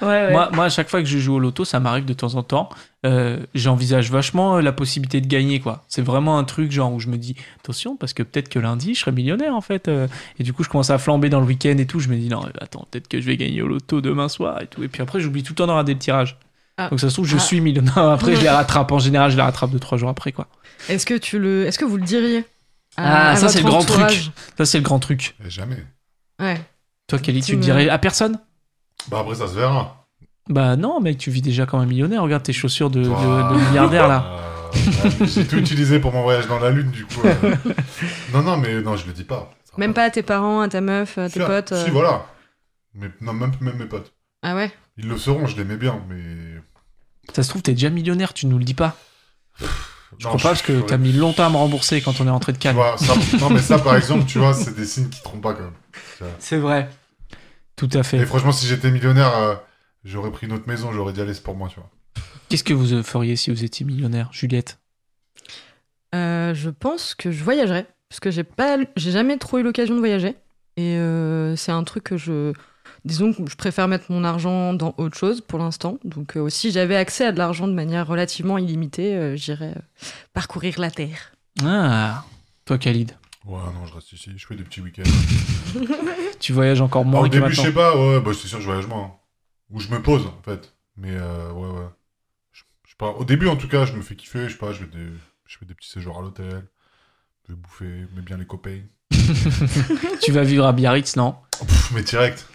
[SPEAKER 4] Ouais, ouais.
[SPEAKER 1] Moi, moi, à chaque fois que je joue au loto, ça m'arrive de temps en temps. euh, J'envisage vachement euh, la possibilité de gagner, quoi. C'est vraiment un truc, genre, où je me dis, attention, parce que peut-être que lundi, je serai millionnaire, en fait. euh. et du coup, je commence à flamber dans le week-end et tout. Je me dis, non, euh, attends, peut-être que je vais gagner au loto demain soir et tout. Et puis après, j'oublie tout le temps de regarder le tirage.
[SPEAKER 2] Ah.
[SPEAKER 1] Donc ça se trouve, je
[SPEAKER 2] Ah.
[SPEAKER 1] suis millionnaire. Après, je les rattrape. En général, je les rattrape deux, trois jours après, quoi.
[SPEAKER 2] Est-ce que tu le, est-ce que vous le diriez
[SPEAKER 1] Ah, ça,
[SPEAKER 2] votre
[SPEAKER 1] c'est le grand
[SPEAKER 2] entourage
[SPEAKER 1] Ça, c'est le grand truc.
[SPEAKER 3] Et Jamais.
[SPEAKER 2] Ouais.
[SPEAKER 1] Toi, Kelly,
[SPEAKER 2] Tu
[SPEAKER 1] tu
[SPEAKER 2] me-
[SPEAKER 1] dirais à personne
[SPEAKER 3] Bah, après, ça se verra.
[SPEAKER 1] Bah non, mec, tu vis déjà comme un millionnaire. Regarde tes chaussures de, de-
[SPEAKER 3] Toi,
[SPEAKER 1] de milliardaire là.
[SPEAKER 3] euh, ouais, J'ai tout utilisé pour mon voyage dans la Lune, du coup. euh. Non, non, euh. mais non, je le dis pas. Ça
[SPEAKER 2] Même pas à tes parents, à ta meuf, à tes
[SPEAKER 3] Si,
[SPEAKER 2] potes.
[SPEAKER 3] Si,
[SPEAKER 2] euh,
[SPEAKER 3] voilà. Mais, non, même, même mes potes.
[SPEAKER 2] Ah ouais
[SPEAKER 3] Ils le seront, je l'aimais bien, mais.
[SPEAKER 1] Ça se trouve, t'es déjà millionnaire, tu nous le dis pas. Je
[SPEAKER 3] Non,
[SPEAKER 1] crois pas parce que
[SPEAKER 3] j'aurais-
[SPEAKER 1] t'as mis longtemps à me rembourser quand on est rentré de
[SPEAKER 3] Tu
[SPEAKER 1] Cannes.
[SPEAKER 3] vois, ça- non, mais ça, par exemple, tu vois, c'est des signes qui trompent pas, quand même.
[SPEAKER 1] C'est vrai. Tout à
[SPEAKER 3] Et
[SPEAKER 1] fait.
[SPEAKER 3] franchement, si j'étais millionnaire, euh, j'aurais pris une autre maison, j'aurais dit, allez, c'est pour moi, tu vois.
[SPEAKER 1] Qu'est-ce que vous euh, feriez si vous étiez millionnaire, Juliette
[SPEAKER 2] Euh, Je pense que je voyagerais. Parce que j'ai pas, j'ai jamais trop eu l'occasion de voyager. Et euh, c'est un truc que je. Disons que je préfère mettre mon argent dans autre chose pour l'instant. Donc, euh, si j'avais accès à de l'argent de manière relativement illimitée, euh, j'irais euh, parcourir la Terre.
[SPEAKER 1] Ah, toi, Khalid.
[SPEAKER 3] Ouais, non, je reste ici, je fais des petits week-ends.
[SPEAKER 1] Tu voyages encore
[SPEAKER 3] Alors,
[SPEAKER 1] moins
[SPEAKER 3] au
[SPEAKER 1] que
[SPEAKER 3] début,
[SPEAKER 1] maintenant.
[SPEAKER 3] je sais pas, ouais, bah, c'est sûr, je voyage moins. hein. Ou je me pose, en fait. Mais, euh, ouais, ouais. Je, je sais pas. Au début, en tout cas, je me fais kiffer, je sais pas, je fais des, je fais des petits séjours à l'hôtel. Je vais bouffer, mais bien les copains. Oh,
[SPEAKER 1] Tu vas vivre à Biarritz, non
[SPEAKER 3] Pff, mais direct.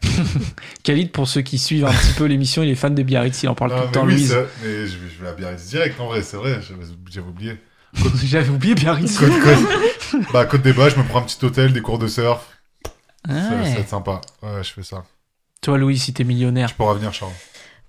[SPEAKER 1] Khalid, pour ceux qui suivent un petit peu l'émission, il est fan de Biarritz, il en parle
[SPEAKER 3] Non,
[SPEAKER 1] tout le
[SPEAKER 3] Ah, mais
[SPEAKER 1] temps.
[SPEAKER 3] oui,
[SPEAKER 1] Louise.
[SPEAKER 3] ça- mais je, vais- je vais à Biarritz direct, en vrai, c'est vrai, j'avais j'avais oublié.
[SPEAKER 1] J'avais oublié Biarritz.
[SPEAKER 3] Côte, côte. bah, côte des bas, je me prends un petit hôtel, des cours de surf. Ça
[SPEAKER 1] Ouais.
[SPEAKER 3] ça va être sympa. Ouais, je fais ça.
[SPEAKER 1] Toi, Louis, si t'es millionnaire.
[SPEAKER 3] Tu pourras venir, Charles.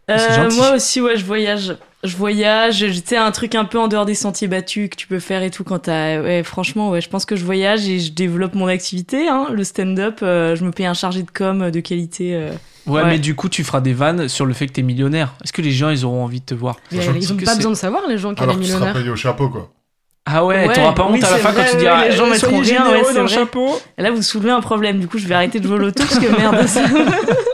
[SPEAKER 1] C'est
[SPEAKER 4] Euh,
[SPEAKER 1] gentil.
[SPEAKER 4] moi aussi, ouais, je voyage. Je voyage, j'étais un truc un peu en dehors des sentiers battus que tu peux faire et tout quand t'as. Ouais, franchement, ouais, je pense que je voyage et je développe mon activité, hein, le stand-up. euh, je me paye un chargé de com euh, de qualité. euh.
[SPEAKER 1] Ouais,
[SPEAKER 4] Ouais.
[SPEAKER 1] mais du coup, tu feras des vannes sur le fait que t'es millionnaire. Est-ce que les gens, ils auront envie de te voir
[SPEAKER 2] Mais
[SPEAKER 1] Sachant
[SPEAKER 2] ils ont
[SPEAKER 1] que
[SPEAKER 2] pas
[SPEAKER 1] c'est-
[SPEAKER 2] besoin de savoir, les gens, qu'elle est
[SPEAKER 3] Alors que tu seras
[SPEAKER 2] millionnaire.
[SPEAKER 3] payé au chapeau, quoi.
[SPEAKER 1] Ah ouais,
[SPEAKER 4] Ouais,
[SPEAKER 1] t'auras pas honte
[SPEAKER 4] oui,
[SPEAKER 1] à la
[SPEAKER 4] c'est
[SPEAKER 1] fin quand
[SPEAKER 4] vrai,
[SPEAKER 1] tu
[SPEAKER 4] oui,
[SPEAKER 1] diras
[SPEAKER 4] les gens
[SPEAKER 1] eh,
[SPEAKER 4] mettront
[SPEAKER 1] soyez
[SPEAKER 4] rien, ouais,
[SPEAKER 1] généreux
[SPEAKER 4] c'est
[SPEAKER 1] dans le
[SPEAKER 4] vrai.
[SPEAKER 1] chapeau.
[SPEAKER 4] Là, vous soulevez un problème. Du coup, je vais arrêter de jouer au loto parce que merde. ça-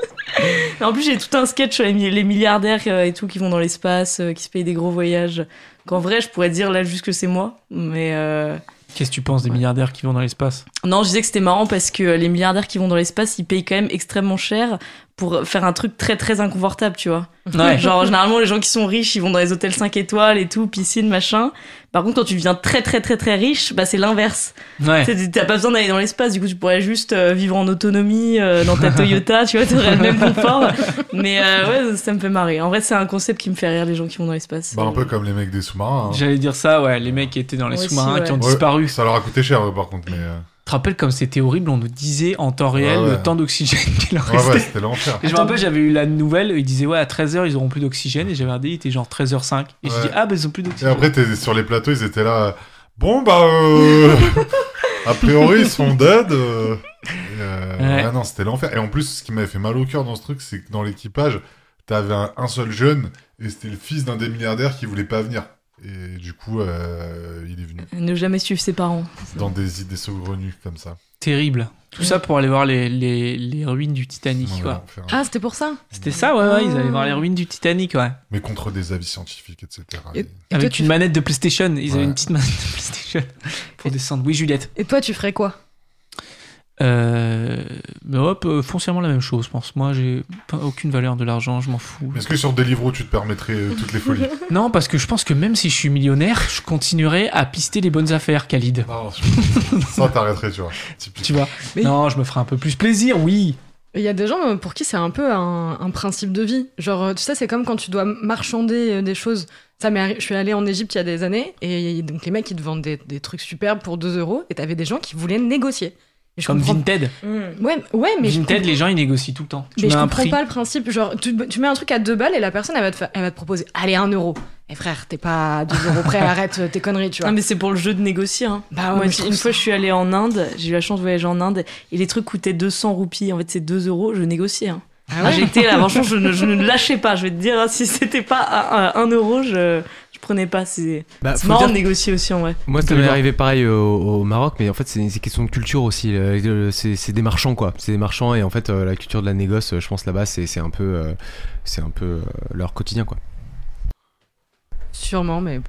[SPEAKER 4] Mais en plus, j'ai tout un sketch sur les, mi- les milliardaires euh, et tout qui vont dans l'espace, euh, qui se payent des gros voyages. Qu'en vrai, je pourrais dire là juste que c'est moi, mais. euh,
[SPEAKER 1] Qu'est-ce que tu penses des milliardaires qui vont dans l'espace
[SPEAKER 4] Non, je disais que c'était marrant parce que euh, les milliardaires qui vont dans l'espace, ils payent quand même extrêmement cher pour euh, faire un truc très très inconfortable, tu vois.
[SPEAKER 1] Ouais.
[SPEAKER 4] Genre généralement les gens qui sont riches, ils vont dans les hôtels 5 étoiles et tout, piscine, machin. Par contre, quand tu deviens très très très très riche, bah c'est l'inverse.
[SPEAKER 1] Ouais.
[SPEAKER 4] T'as t'as pas besoin d'aller dans l'espace, du coup tu pourrais juste euh, vivre en autonomie euh, dans ta Toyota, tu vois, t'aurais le même confort. Mais euh, ouais, ça me fait marrer. En vrai, c'est un concept qui me fait rire les gens qui vont dans l'espace.
[SPEAKER 3] Bah, un peu comme les mecs des sous-marins. hein.
[SPEAKER 1] J'allais dire ça, ouais, les mecs qui étaient dans les
[SPEAKER 4] Moi aussi,
[SPEAKER 1] sous-marins qui ont
[SPEAKER 4] ouais.
[SPEAKER 3] Ouais,
[SPEAKER 1] disparu.
[SPEAKER 3] Ça leur a coûté cher, eux, par contre. Mais... euh,
[SPEAKER 1] Tu te rappelles comme c'était horrible, on nous disait en temps réel
[SPEAKER 3] Ouais, ouais.
[SPEAKER 1] le temps d'oxygène qu'il leur
[SPEAKER 3] Ouais,
[SPEAKER 1] restait.
[SPEAKER 3] ouais, c'était l'enfer.
[SPEAKER 1] Et je me rappelle, j'avais eu la nouvelle, ils disaient ouais, à 13h, ils auront plus d'oxygène, et j'avais regardé, il était genre 13h05. Et j'ai
[SPEAKER 3] Ouais.
[SPEAKER 1] dit, ah, bah ils ont plus
[SPEAKER 3] Et
[SPEAKER 1] d'oxygène.
[SPEAKER 3] après, t'es sur les plateaux, ils étaient là. euh, Bon, bah. euh, a priori, ils sont dead. euh, et, euh,
[SPEAKER 1] Ouais.
[SPEAKER 3] ouais, non, c'était l'enfer. Et en plus, ce qui m'avait fait mal au cœur dans ce truc, c'est que dans l'équipage, t'avais un, un seul jeune, et c'était le fils d'un des milliardaires qui voulait pas venir. Et du coup, euh, il est venu
[SPEAKER 4] Ne jamais suivre ses parents.
[SPEAKER 3] dans des idées saugrenues comme ça.
[SPEAKER 1] Terrible. Tout ça pour aller voir les, les, les ruines du Titanic,
[SPEAKER 3] Non, mais
[SPEAKER 1] quoi.
[SPEAKER 3] l'enfer.
[SPEAKER 2] Ah, c'était pour ça
[SPEAKER 1] C'était ça, ouais, ouais, ils allaient voir les ruines du Titanic, ouais.
[SPEAKER 3] Mais contre des avis scientifiques, etc.
[SPEAKER 2] Et- Et toi,
[SPEAKER 1] Avec
[SPEAKER 2] tu-
[SPEAKER 1] une manette de PlayStation, ils avaient
[SPEAKER 3] Ouais.
[SPEAKER 1] une petite manette de PlayStation pour descendre. Oui, Juliette.
[SPEAKER 2] Et toi, tu ferais quoi
[SPEAKER 1] Euh, mais hop, euh, foncièrement la même chose, je pense. Moi, j'ai pas- aucune valeur de l'argent, je m'en fous.
[SPEAKER 3] Mais Est-ce que sur Deliveroo, tu te permettrais euh, toutes les folies
[SPEAKER 1] Non, parce que je pense que même si je suis millionnaire, je continuerai à pister les bonnes affaires, Khalid.
[SPEAKER 3] Non, je- ça t'arrêterais, tu vois. Typique.
[SPEAKER 1] Tu vois
[SPEAKER 2] Mais-
[SPEAKER 1] Non, je me ferai un peu plus plaisir, oui.
[SPEAKER 2] Il y a des gens euh, pour qui c'est un peu un, un principe de vie. Genre, euh, tu sais, c'est comme quand tu dois marchander euh, des choses. Ça m'est arri- je suis allée en Égypte il y a des années, et donc les mecs, ils te vendent des, des trucs superbes pour 2 euros, et t'avais des gens qui voulaient négocier. Et je
[SPEAKER 1] Comme
[SPEAKER 2] comprends...
[SPEAKER 1] Vinted.
[SPEAKER 2] Ouais, ouais, mais je
[SPEAKER 1] Vinted,
[SPEAKER 2] comprends-
[SPEAKER 1] les gens, ils négocient tout le temps. Tu
[SPEAKER 2] mais je
[SPEAKER 1] mets un
[SPEAKER 2] comprends
[SPEAKER 1] prix.
[SPEAKER 2] pas le principe. Genre, tu, tu mets un truc à 2 balles, et la personne, elle va te, faire- elle va te proposer, allez, 1 euro. Et frère, t'es pas à 2 euros près, arrête euh, tes conneries, tu vois.
[SPEAKER 1] Ah,
[SPEAKER 4] Non, mais c'est pour le jeu de négocier. Hein.
[SPEAKER 2] Bah ouais,
[SPEAKER 4] Moi,
[SPEAKER 2] mais
[SPEAKER 4] une
[SPEAKER 2] je
[SPEAKER 4] fois,
[SPEAKER 2] trouve ça-
[SPEAKER 4] je suis allée en Inde, j'ai eu la chance de voyager en Inde, et les trucs coûtaient 200 roupies. En fait, c'est 2 euros, je négociais. Hein.
[SPEAKER 2] Ah
[SPEAKER 4] Ah,
[SPEAKER 2] ouais
[SPEAKER 4] J'étais là, franchement, je ne, je ne lâchais pas. Je vais te dire, hein, si c'était pas à 1 euro, je, je prenais pas. C'est
[SPEAKER 6] Bah,
[SPEAKER 4] c'est
[SPEAKER 6] faut
[SPEAKER 4] marrant
[SPEAKER 6] dire-
[SPEAKER 4] de négocier aussi, en vrai.
[SPEAKER 6] Moi, ça
[SPEAKER 1] T'es
[SPEAKER 6] m'est
[SPEAKER 1] genre-
[SPEAKER 6] arrivé pareil au, au Maroc, mais en fait, c'est c'est question de culture aussi. euh, de- C'est c'est des marchands, quoi. C'est des marchands, et en fait, euh, la culture de la négoce, euh, je pense là-bas, c'est c'est un peu, euh, c'est un peu euh, leur quotidien, quoi.
[SPEAKER 2] Sûrement, mais.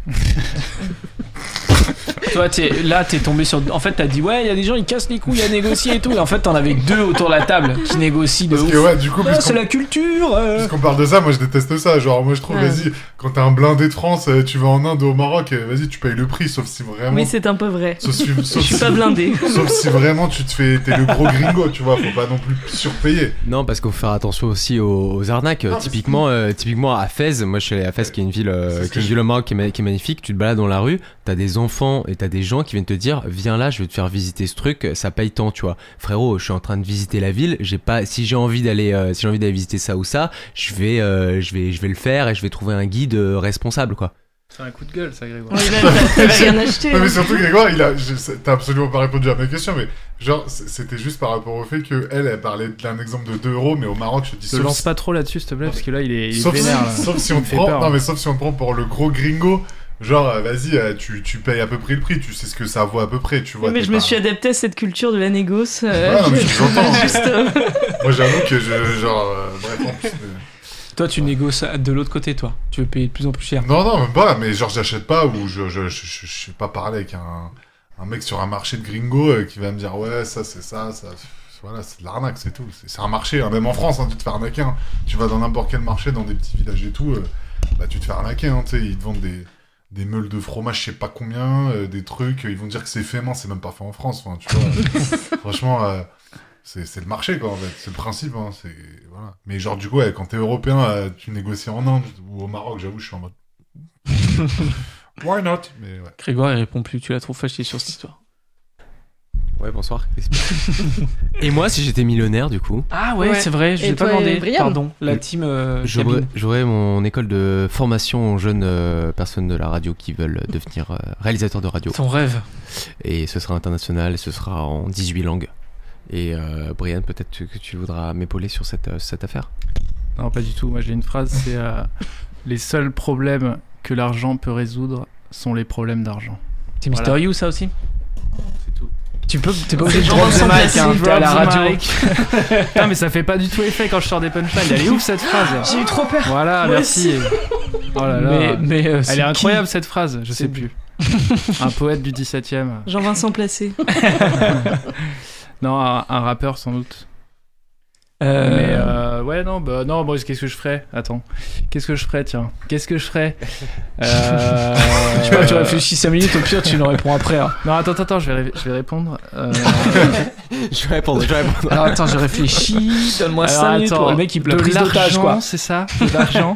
[SPEAKER 1] Toi, t'es, là, t'es tombé sur. En fait, t'as dit, ouais, il y a des gens, ils cassent les couilles à négocier et tout. Et en fait, t'en avais que deux autour de la table qui négocient de
[SPEAKER 3] Parce
[SPEAKER 1] ouf.
[SPEAKER 3] que, ouais, du coup,
[SPEAKER 1] Ah,
[SPEAKER 3] puisqu'on-
[SPEAKER 1] c'est la culture euh.
[SPEAKER 3] Puisqu'on parle de ça, moi je déteste ça. Genre, moi je trouve,
[SPEAKER 4] Ouais.
[SPEAKER 3] vas-y, quand t'as un blindé de France, euh, tu vas en Inde ou au Maroc, euh, vas-y, tu payes le prix, sauf si vraiment.
[SPEAKER 4] Oui, c'est un peu vrai.
[SPEAKER 3] sauf si,
[SPEAKER 4] Je
[SPEAKER 3] sauf
[SPEAKER 4] suis
[SPEAKER 3] si-
[SPEAKER 4] pas blindée.
[SPEAKER 3] sauf si vraiment tu te fais. T'es le gros gringo, tu vois, faut pas non plus surpayer.
[SPEAKER 6] Non, parce qu'il faut faire attention aussi aux, aux arnaques.
[SPEAKER 3] Non, mais
[SPEAKER 6] typiquement, euh, typiquement à Fez, moi je suis allé à Fez, qui est une ville, euh,
[SPEAKER 3] C'est ce
[SPEAKER 6] qui
[SPEAKER 3] que
[SPEAKER 6] est une
[SPEAKER 3] je-
[SPEAKER 6] ville au Maroc qui est, ma- qui est magnifique. Tu te balades dans la rue, t'as des enfants et t'as des gens qui viennent te dire viens là, je vais te faire visiter ce truc, ça paye tant, tu vois. Frérot, je suis en train de visiter la ville, j'ai pas si j'ai envie d'aller euh, si j'ai envie d'aller visiter ça ou ça, je vais euh, je vais je vais le faire et je vais trouver un guide euh, responsable quoi.
[SPEAKER 5] C'est un coup de gueule, ça, Grégoire.
[SPEAKER 4] Ouais, même, t'as- t'avais rien acheté.
[SPEAKER 3] Non, mais
[SPEAKER 4] hein.
[SPEAKER 3] surtout, Grégoire, il a, je- c'est- t'as absolument pas répondu à ma question, mais genre, c- c'était juste par rapport au fait que elle, elle parlait d'un exemple de 2 euros, mais au Maroc, je dis
[SPEAKER 5] Se
[SPEAKER 3] sauf
[SPEAKER 5] lance
[SPEAKER 3] si-
[SPEAKER 5] pas trop là-dessus, s'il te plaît, parce que là, il est, il est
[SPEAKER 3] sauf, si,
[SPEAKER 5] vénère. là.
[SPEAKER 3] sauf si
[SPEAKER 5] Il
[SPEAKER 3] on
[SPEAKER 5] me fait
[SPEAKER 3] prend,
[SPEAKER 5] peur. hein.
[SPEAKER 3] non, mais sauf si on prend pour le gros gringo, genre, euh, vas-y, euh, tu, tu payes à peu près le prix, tu sais ce que ça vaut à peu près, tu vois.
[SPEAKER 4] mais
[SPEAKER 3] t'es
[SPEAKER 4] je me
[SPEAKER 3] pas-
[SPEAKER 4] suis adaptée à cette culture de la négoce. euh,
[SPEAKER 3] Ouais, non, mais je vous entends.
[SPEAKER 4] Juste, euh,
[SPEAKER 3] Moi, j'avoue que je, genre, euh, bref, en plus, euh,
[SPEAKER 1] Toi, tu négocies de l'autre côté, toi. Tu veux payer de plus en plus cher.
[SPEAKER 3] non, non, même pas, mais genre, j'achète pas ou je, je, je, je, je sais pas parler avec un, un mec sur un marché de gringo euh, qui va me dire, ouais, ça, c'est ça, ça. Voilà, c'est de l'arnaque, c'est tout. C'est c'est un marché, hein. même en France, hein, tu te fais arnaquer. hein. Tu vas dans n'importe quel marché, dans des petits villages et tout, euh, bah, tu te fais arnaquer. Hein, tu sais, ils te vendent des, des meules de fromage, je sais pas combien, euh, des trucs, euh, ils vont te dire que c'est fait main, c'est même pas fait en France. Enfin, tu vois, franchement, euh, c'est c'est le marché, quoi, en fait. C'est le principe. Hein, c'est- voilà. Mais genre, du coup, ouais, quand t'es européen, euh, tu négocies en Inde ou au Maroc, j'avoue, je suis en mode. Why not? Mais ouais.
[SPEAKER 1] Grégoire, il répond plus. Tu l'as trop fâché sur cette histoire.
[SPEAKER 6] Ouais, bonsoir. et moi si j'étais millionnaire du coup,
[SPEAKER 1] Ah ouais,
[SPEAKER 2] Ouais.
[SPEAKER 1] c'est vrai. Je
[SPEAKER 2] Et
[SPEAKER 1] l'ai pas
[SPEAKER 2] toi,
[SPEAKER 1] demandé.
[SPEAKER 2] Brian
[SPEAKER 1] Pardon. La team. euh,
[SPEAKER 6] j'aurais
[SPEAKER 1] cabine.
[SPEAKER 6] j'aurais mon école de formation aux jeunes euh, personnes de la radio qui veulent devenir euh, réalisateurs de radio.
[SPEAKER 1] Ton rêve.
[SPEAKER 6] et ce sera international, ce sera en 18 langues. Et euh, Brian, peut-être que tu voudras m'épauler sur cette, euh, cette affaire.
[SPEAKER 5] Non, pas du tout. Moi, j'ai une phrase c'est euh, Les seuls problèmes que l'argent peut résoudre sont les problèmes d'argent.
[SPEAKER 1] C'est
[SPEAKER 5] Voilà.
[SPEAKER 1] Mister You, ça aussi
[SPEAKER 5] C'est tout.
[SPEAKER 1] Tu peux, t'es pas obligé de
[SPEAKER 4] Jean
[SPEAKER 1] drop the
[SPEAKER 4] Vincent
[SPEAKER 1] mic, hein,
[SPEAKER 5] Classique,
[SPEAKER 1] t'es à la
[SPEAKER 5] drop the
[SPEAKER 1] radio.
[SPEAKER 5] mic. Putain, mais ça fait pas du tout effet quand je sors des punchlines. Elle est ouf cette phrase.
[SPEAKER 4] J'ai eu trop peur.
[SPEAKER 5] Voilà,
[SPEAKER 4] Moi
[SPEAKER 5] merci. Oh là là.
[SPEAKER 1] Oh Mais, mais, euh, c'est
[SPEAKER 5] Elle
[SPEAKER 1] qui
[SPEAKER 5] est incroyable cette phrase, je
[SPEAKER 1] C'est-
[SPEAKER 5] sais plus. un poète du 17 e
[SPEAKER 4] Jean-Vincent Placé.
[SPEAKER 5] Non, un, un rappeur sans doute.
[SPEAKER 1] Euh,
[SPEAKER 5] Mais euh, ouais, non, bah non, bon, qu'est-ce que je ferais Attends. Qu'est-ce que je ferais, tiens Qu'est-ce que je ferais Euh,
[SPEAKER 1] Tu vois, tu réfléchis 5 minutes, au pire, tu nous réponds après. hein.
[SPEAKER 5] Non, attends, attends, je vais, ré- je vais répondre. Euh,
[SPEAKER 6] Je vais répondre, je vais répondre.
[SPEAKER 1] Alors attends, je réfléchis, donne-moi
[SPEAKER 5] alors,
[SPEAKER 1] 5 minutes.
[SPEAKER 5] attends,
[SPEAKER 1] pour- Le mec, il
[SPEAKER 5] de
[SPEAKER 1] la prise d'otage,
[SPEAKER 5] l'argent,
[SPEAKER 1] quoi.
[SPEAKER 5] C'est ça, de l'argent.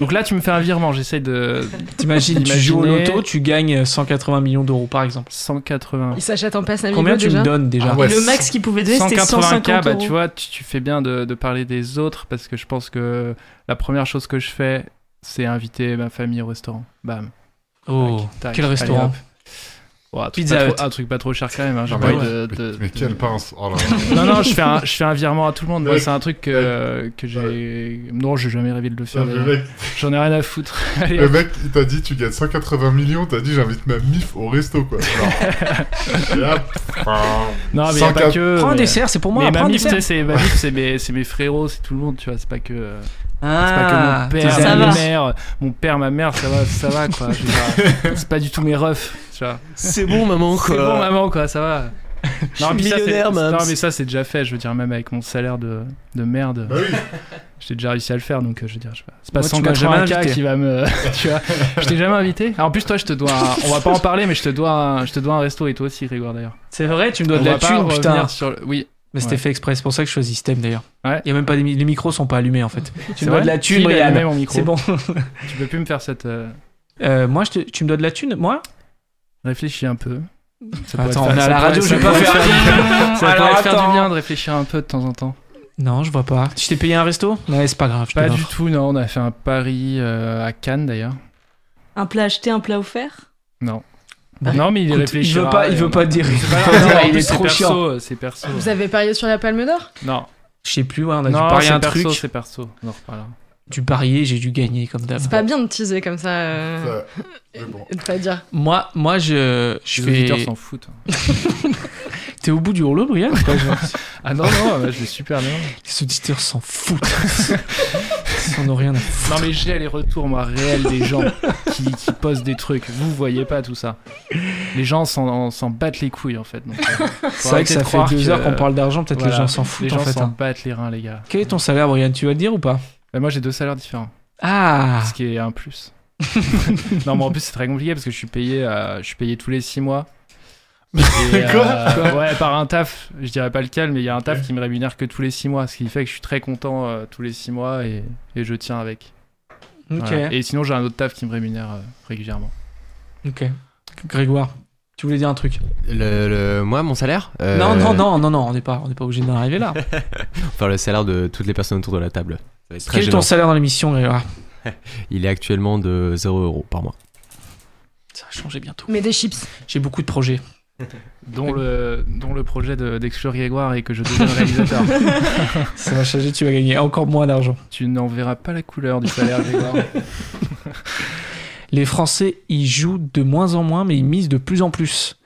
[SPEAKER 5] Donc là, tu me fais un virement, j'essaye de.
[SPEAKER 1] T'imagines, tu joues au
[SPEAKER 5] Imaginez-
[SPEAKER 1] loto, tu gagnes 180 millions d'euros, par exemple.
[SPEAKER 5] 180.
[SPEAKER 2] Il s'achète en passe à
[SPEAKER 1] Combien tu
[SPEAKER 2] déjà.
[SPEAKER 1] me donnes déjà
[SPEAKER 3] Ah ouais,
[SPEAKER 4] le max qu'il pouvait donner, c'était 150
[SPEAKER 5] 180K, bah
[SPEAKER 4] euros.
[SPEAKER 5] tu vois, tu, tu fais bien de, de parler des autres parce que je pense que la première chose que je fais, c'est inviter ma famille au restaurant. Bam.
[SPEAKER 1] Oh,
[SPEAKER 5] Tac, tac,
[SPEAKER 1] quel
[SPEAKER 5] allez,
[SPEAKER 1] restaurant
[SPEAKER 5] hop. Oh, un, truc
[SPEAKER 1] Pizza
[SPEAKER 5] pas
[SPEAKER 1] Hut.
[SPEAKER 5] trop, un truc pas trop cher quand même. hein, j'ai
[SPEAKER 3] Ah
[SPEAKER 5] pas
[SPEAKER 3] bah
[SPEAKER 5] eu
[SPEAKER 3] ouais.
[SPEAKER 5] de-
[SPEAKER 3] Mais,
[SPEAKER 5] de-
[SPEAKER 3] mais
[SPEAKER 5] de-
[SPEAKER 3] quelle pince! Oh là là.
[SPEAKER 5] Non, non, je fais, un, je fais un virement à tout le monde. Moi,
[SPEAKER 3] Ouais.
[SPEAKER 5] c'est un truc que, que j'ai. Non, j'ai jamais rêvé de le faire.
[SPEAKER 3] le
[SPEAKER 5] d'ailleurs.
[SPEAKER 3] mec,
[SPEAKER 5] J'en ai rien à foutre. Allez,
[SPEAKER 3] le mec, il t'a dit, tu gagnes 180 millions, t'as dit, j'invite ma mif au resto, quoi. Genre.
[SPEAKER 5] Non, mais y a pas
[SPEAKER 3] 104.
[SPEAKER 5] que.
[SPEAKER 1] Prends un
[SPEAKER 5] mais-
[SPEAKER 1] dessert, c'est pour moi,
[SPEAKER 5] mais
[SPEAKER 1] prends un
[SPEAKER 5] Mamie, tu
[SPEAKER 1] dessert.
[SPEAKER 5] sais, c'est Mamie, c'est mes, c'est mes frérots, c'est tout le monde, tu vois. C'est pas que, euh, c'est pas que
[SPEAKER 1] Ah,
[SPEAKER 5] mon père,
[SPEAKER 1] tes
[SPEAKER 4] ça
[SPEAKER 5] ma
[SPEAKER 1] amis.
[SPEAKER 4] va.
[SPEAKER 5] mère, mon père, ma mère, ça va, ça va quoi. Je sais pas, C'est pas du tout mes refs, tu vois.
[SPEAKER 6] C'est bon, maman,
[SPEAKER 5] C'est bon maman quoi, ça va.
[SPEAKER 6] Je suis
[SPEAKER 5] puis ça, c'est-
[SPEAKER 6] millionnaire,
[SPEAKER 5] non
[SPEAKER 6] mams.
[SPEAKER 5] mais ça c'est déjà fait, je veux dire même avec mon salaire de, de merde,
[SPEAKER 3] Bah oui.
[SPEAKER 5] j'ai déjà réussi à le faire donc euh, je veux dire je sais pas. C'est pas
[SPEAKER 1] Moi, tu m'as jamais
[SPEAKER 5] 180K
[SPEAKER 1] invité.
[SPEAKER 5] qui va me tu vois. Je t'ai jamais invité. Ah, en plus toi je te dois un- on va pas en parler mais je te dois un, je te dois un resto et toi aussi Grégoire d'ailleurs.
[SPEAKER 1] C'est vrai, tu me dois
[SPEAKER 5] On
[SPEAKER 1] de la
[SPEAKER 5] va pas
[SPEAKER 1] thune,
[SPEAKER 5] revenir
[SPEAKER 1] putain.
[SPEAKER 5] sur le- oui.
[SPEAKER 1] Mais c'était
[SPEAKER 5] Ouais.
[SPEAKER 1] fait exprès, c'est pour ça que je choisis ce thème d'ailleurs.
[SPEAKER 5] Ouais.
[SPEAKER 1] Il y a même pas des mi- les micros sont pas allumés en fait.
[SPEAKER 5] C'est
[SPEAKER 1] me dois
[SPEAKER 5] vrai
[SPEAKER 1] de la thune,
[SPEAKER 5] Si, il a
[SPEAKER 1] Brian.
[SPEAKER 5] allumé mon micro.
[SPEAKER 1] C'est bon.
[SPEAKER 5] Tu peux plus me faire cette euh,
[SPEAKER 1] Euh, moi, je te- tu me dois de la thune, moi
[SPEAKER 5] réfléchis un peu. Ça pourrait
[SPEAKER 1] Attends,
[SPEAKER 5] faire-
[SPEAKER 1] on est à
[SPEAKER 5] ça
[SPEAKER 1] la radio,
[SPEAKER 5] pourrait-
[SPEAKER 1] je
[SPEAKER 5] ça
[SPEAKER 1] vais pas
[SPEAKER 5] pourrait
[SPEAKER 1] faire.
[SPEAKER 5] Ça
[SPEAKER 1] Alors,
[SPEAKER 5] pourrait faire
[SPEAKER 1] attends.
[SPEAKER 5] du bien de réfléchir un peu de temps en temps.
[SPEAKER 1] Non, je vois pas. Je t'ai payé un resto Ouais, c'est pas grave. Je te
[SPEAKER 5] Pas
[SPEAKER 1] l'offre.
[SPEAKER 5] du tout, non. On a fait un pari euh, à Cannes d'ailleurs.
[SPEAKER 4] Un plat acheté, un plat offert
[SPEAKER 5] Non.
[SPEAKER 1] Bah,
[SPEAKER 5] non, mais il
[SPEAKER 1] écoute,
[SPEAKER 5] réfléchit.
[SPEAKER 1] il veut pas- il veut pas dire. Il est trop
[SPEAKER 5] perso, C'est perso.
[SPEAKER 2] Vous avez parié sur la Palme d'Or
[SPEAKER 5] Non.
[SPEAKER 1] Je sais plus, ouais, on a dû
[SPEAKER 5] non,
[SPEAKER 1] parier
[SPEAKER 5] c'est
[SPEAKER 1] un
[SPEAKER 5] perso,
[SPEAKER 1] truc.
[SPEAKER 5] C'est perso. On en reparlera.
[SPEAKER 1] Du parier, j'ai dû gagner comme d'hab.
[SPEAKER 2] C'est pas bien de teaser comme ça. euh,
[SPEAKER 3] Ça- mais bon.
[SPEAKER 2] et de pas dire.
[SPEAKER 1] Moi, moi, je, je
[SPEAKER 5] Les auditeurs
[SPEAKER 1] fais.
[SPEAKER 5] s'en foutent.
[SPEAKER 1] T'es au bout du hurlot, Brian ou quoi, genre
[SPEAKER 5] Ah non, non, ouais, je vais super bien.
[SPEAKER 1] Les auditeurs s'en foutent. Ils en ont rien à foutre.
[SPEAKER 5] Non, mais j'ai les retours, moi, réels des gens qui, qui postent des trucs. Vous voyez pas tout ça. Les gens s'en s'en battent les couilles, en fait. donc, euh, faut
[SPEAKER 1] C'est vrai que
[SPEAKER 5] arrêter
[SPEAKER 1] ça fait
[SPEAKER 5] de croire
[SPEAKER 1] deux
[SPEAKER 5] que,
[SPEAKER 1] heures qu'on parle d'argent, peut-être
[SPEAKER 5] voilà,
[SPEAKER 1] les gens s'en
[SPEAKER 5] Les
[SPEAKER 1] foutent en
[SPEAKER 5] gens
[SPEAKER 1] fait.
[SPEAKER 5] s'en
[SPEAKER 1] hein.
[SPEAKER 5] battent les reins, les gars.
[SPEAKER 1] Quel est ton salaire, Brian Tu vas le dire ou pas
[SPEAKER 5] Bah, Moi, j'ai deux salaires différents.
[SPEAKER 1] Ah
[SPEAKER 5] ce qui est un plus. non, mais en plus, c'est très compliqué parce que je suis payé, euh, je suis payé tous les 6 mois. Et, euh, Ouais, par un taf. Je dirais pas lequel, mais il y a un taf qui me rémunère que tous les 6 mois. Ce qui fait que je suis très content euh, tous les 6 mois et, et je tiens avec.
[SPEAKER 1] Ok.
[SPEAKER 5] Voilà. Et sinon, j'ai un autre taf qui me rémunère euh, régulièrement.
[SPEAKER 1] Ok. Grégoire, tu voulais dire un truc
[SPEAKER 6] Le, le- moi, mon salaire euh,
[SPEAKER 1] Non, non, non, non, non, on n'est pas, on n'est pas obligé d'en arriver là.
[SPEAKER 6] Enfin, le salaire de toutes les personnes autour de la table. Ça va être très
[SPEAKER 1] Quel est
[SPEAKER 6] gênant.
[SPEAKER 1] ton salaire dans l'émission, Grégoire
[SPEAKER 6] Il est actuellement de 0 euros par mois.
[SPEAKER 1] Ça va changer bientôt.
[SPEAKER 2] Mais des chips.
[SPEAKER 1] J'ai beaucoup de projets.
[SPEAKER 5] Dont le, dont le projet de- d'exclure Grégoire et que je devienne réalisateur.
[SPEAKER 1] Ça va changer, tu vas gagner encore moins d'argent.
[SPEAKER 5] tu n'en verras pas la couleur du salaire, Grégoire.
[SPEAKER 1] Les Français y jouent de moins en moins, mais ils misent de plus en plus